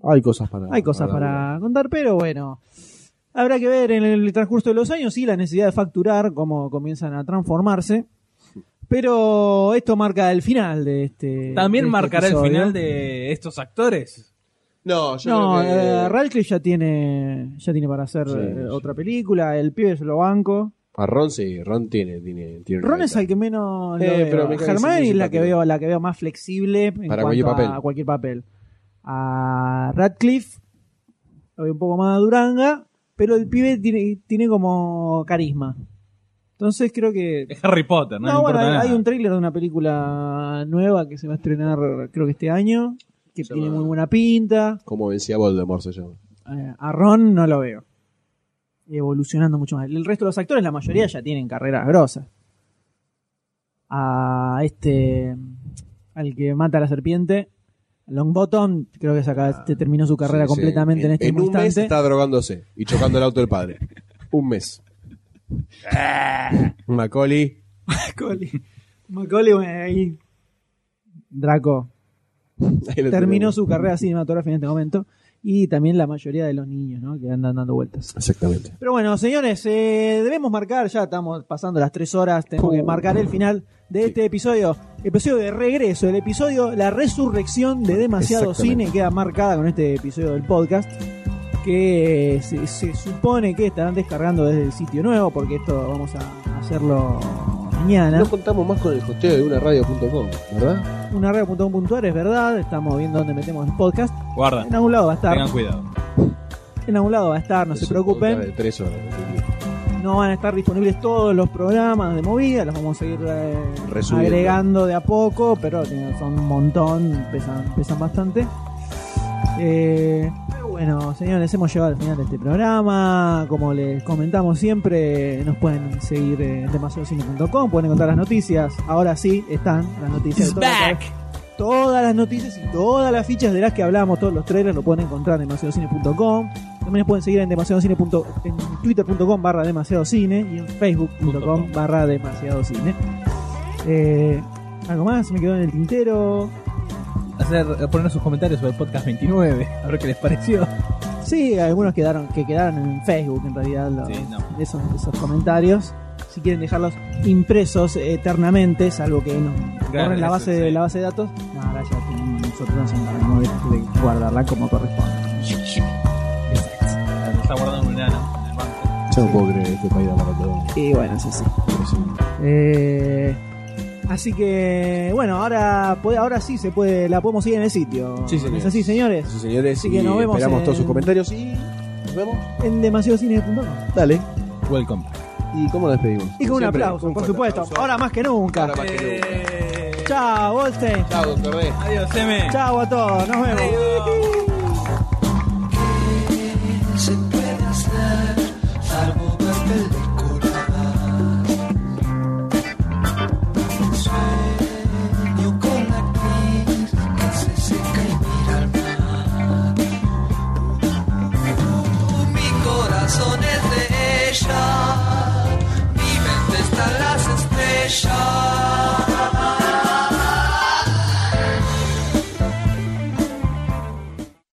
B: Hay cosas para
A: hay cosas
B: laburar.
A: para contar, pero bueno. Habrá que ver en el transcurso de los años, sí, la necesidad de facturar, cómo comienzan a transformarse. Pero esto marca el final de este.
G: También
A: de este
G: marcará el
A: episodio.
G: final de estos actores.
B: No, yo
A: No,
B: creo que...
A: eh, Radcliffe ya tiene, ya tiene para hacer
B: Sí,
A: eh,
B: sí.
A: otra película, el pibe se lo banco.
B: A Ron sí, Ron tiene... tiene, tiene
A: Ron
B: una
A: es al que menos lo
B: Eh,
A: veo.
B: pero me cae
A: Hermione es la que
B: simpático.
A: veo, la que veo más flexible en
B: Para
A: cuanto
B: cualquier papel.
A: a cualquier papel. A Radcliffe lo veo un poco más duranga, pero el pibe tiene, tiene como carisma. Entonces creo que
G: Es Harry Potter, no,
A: no,
G: le
A: bueno,
G: importa
A: hay,
G: nada.
A: hay un tráiler de una película nueva que se va a estrenar creo que este año, que
B: Se
A: tiene
B: llama-
A: muy buena pinta.
B: Como vencía Voldemort se llama.
A: Eh, a Ron no lo veo evolucionando mucho más. El resto de los actores, la mayoría ya tienen carreras grosas. A este, al que mata a la serpiente, Longbottom, creo que se acaba- te terminó su carrera
B: Ah, Sí, sí.
A: completamente en este
B: en un
A: instante.
B: mes está drogándose y chocando el auto del padre. Un mes. Macaulay.
A: (laughs) Macaulay, Macaulay, bueno, ahí. Draco
B: ahí lo
A: terminó
B: tenemos.
A: su carrera cinematográfica en este momento. Y también la mayoría de los niños, ¿no? Que andan dando vueltas.
B: Exactamente.
A: Pero bueno, señores, eh, debemos marcar, ya estamos pasando las tres horas, tenemos
B: Uh.
A: que marcar el final de este episodio, episodio de regreso, el episodio La Resurrección de Demasiado
B: Exactamente.
A: Cine, queda marcada con este episodio del podcast, que se, se supone que estarán descargando desde el sitio nuevo, porque esto vamos a hacerlo mañana.
B: No contamos más con el hosteo de una radio.com, ¿verdad?
A: Unarreo.com.ar es verdad, estamos viendo dónde metemos el podcast,
C: Guarda,
A: en algún lado va a estar,
C: tengan cuidado.
A: en algún lado va a estar, no
B: Es
A: se
B: un
A: preocupen.
B: podcast De tres horas.
A: No van a estar disponibles todos los programas de movida, los vamos a seguir eh,
B: Resubiendo.
A: agregando de a poco, pero tienen- son un montón, pesan, pesan bastante. Eh, pero bueno, señores, hemos llegado al final de este programa. Como les comentamos siempre, nos pueden seguir eh, en demasiadocine.com, pueden encontrar las noticias. Ahora sí están las noticias. de toda la cabeza. Todas las noticias y todas las fichas de las que hablamos, todos los trailers, lo pueden encontrar en demasiadocine.com. También nos pueden seguir en demasiadocine. punto- en twitter.com barra demasiado cine y en facebook.com barra demasiado cine. Eh, ¿Algo más? Me quedó en el tintero.
G: Hacer, poner sus comentarios sobre el podcast 29, a ver qué les pareció.
A: Sí, algunos quedaron que quedaron en Facebook en realidad los-
G: Sí, no.
A: esos, esos comentarios. Si quieren dejarlos impresos eternamente, salvo que nos
G: Claro,
A: borren la
G: eso
A: base de
G: sí.
A: la base de datos. No, ahora ya tienen- nosotros nos encargamos de, de guardarla como corresponde.
G: Está guardando un enano en el banco.
B: Yo no puedo creer este país da para todo.
A: Y bueno, sí, sí.
B: Pero sí.
A: Eh, así que bueno, ahora puede- ahora sí se puede, la podemos seguir en el sitio.
B: Sí, señores.
A: ¿Es así, señores?
B: Eso, señores,
A: Así que
B: y
A: nos vemos
B: esperamos todos
A: en-
B: sus comentarios y nos vemos.
A: En demasiadocine.com.
B: Dale.
G: Welcome.
B: ¿Y cómo nos despedimos?
A: Y con un
B: Siempre,
A: aplauso,
B: un
A: por
B: fuerte
A: supuesto.
B: aplauso.
A: Ahora más que nunca.
G: Eh,
B: Ahora más que nunca.
A: Chao, Goldstein.
B: Chao, doctor D.
G: Adiós, M.
A: Chao a todos. Nos vemos.
G: Adiós.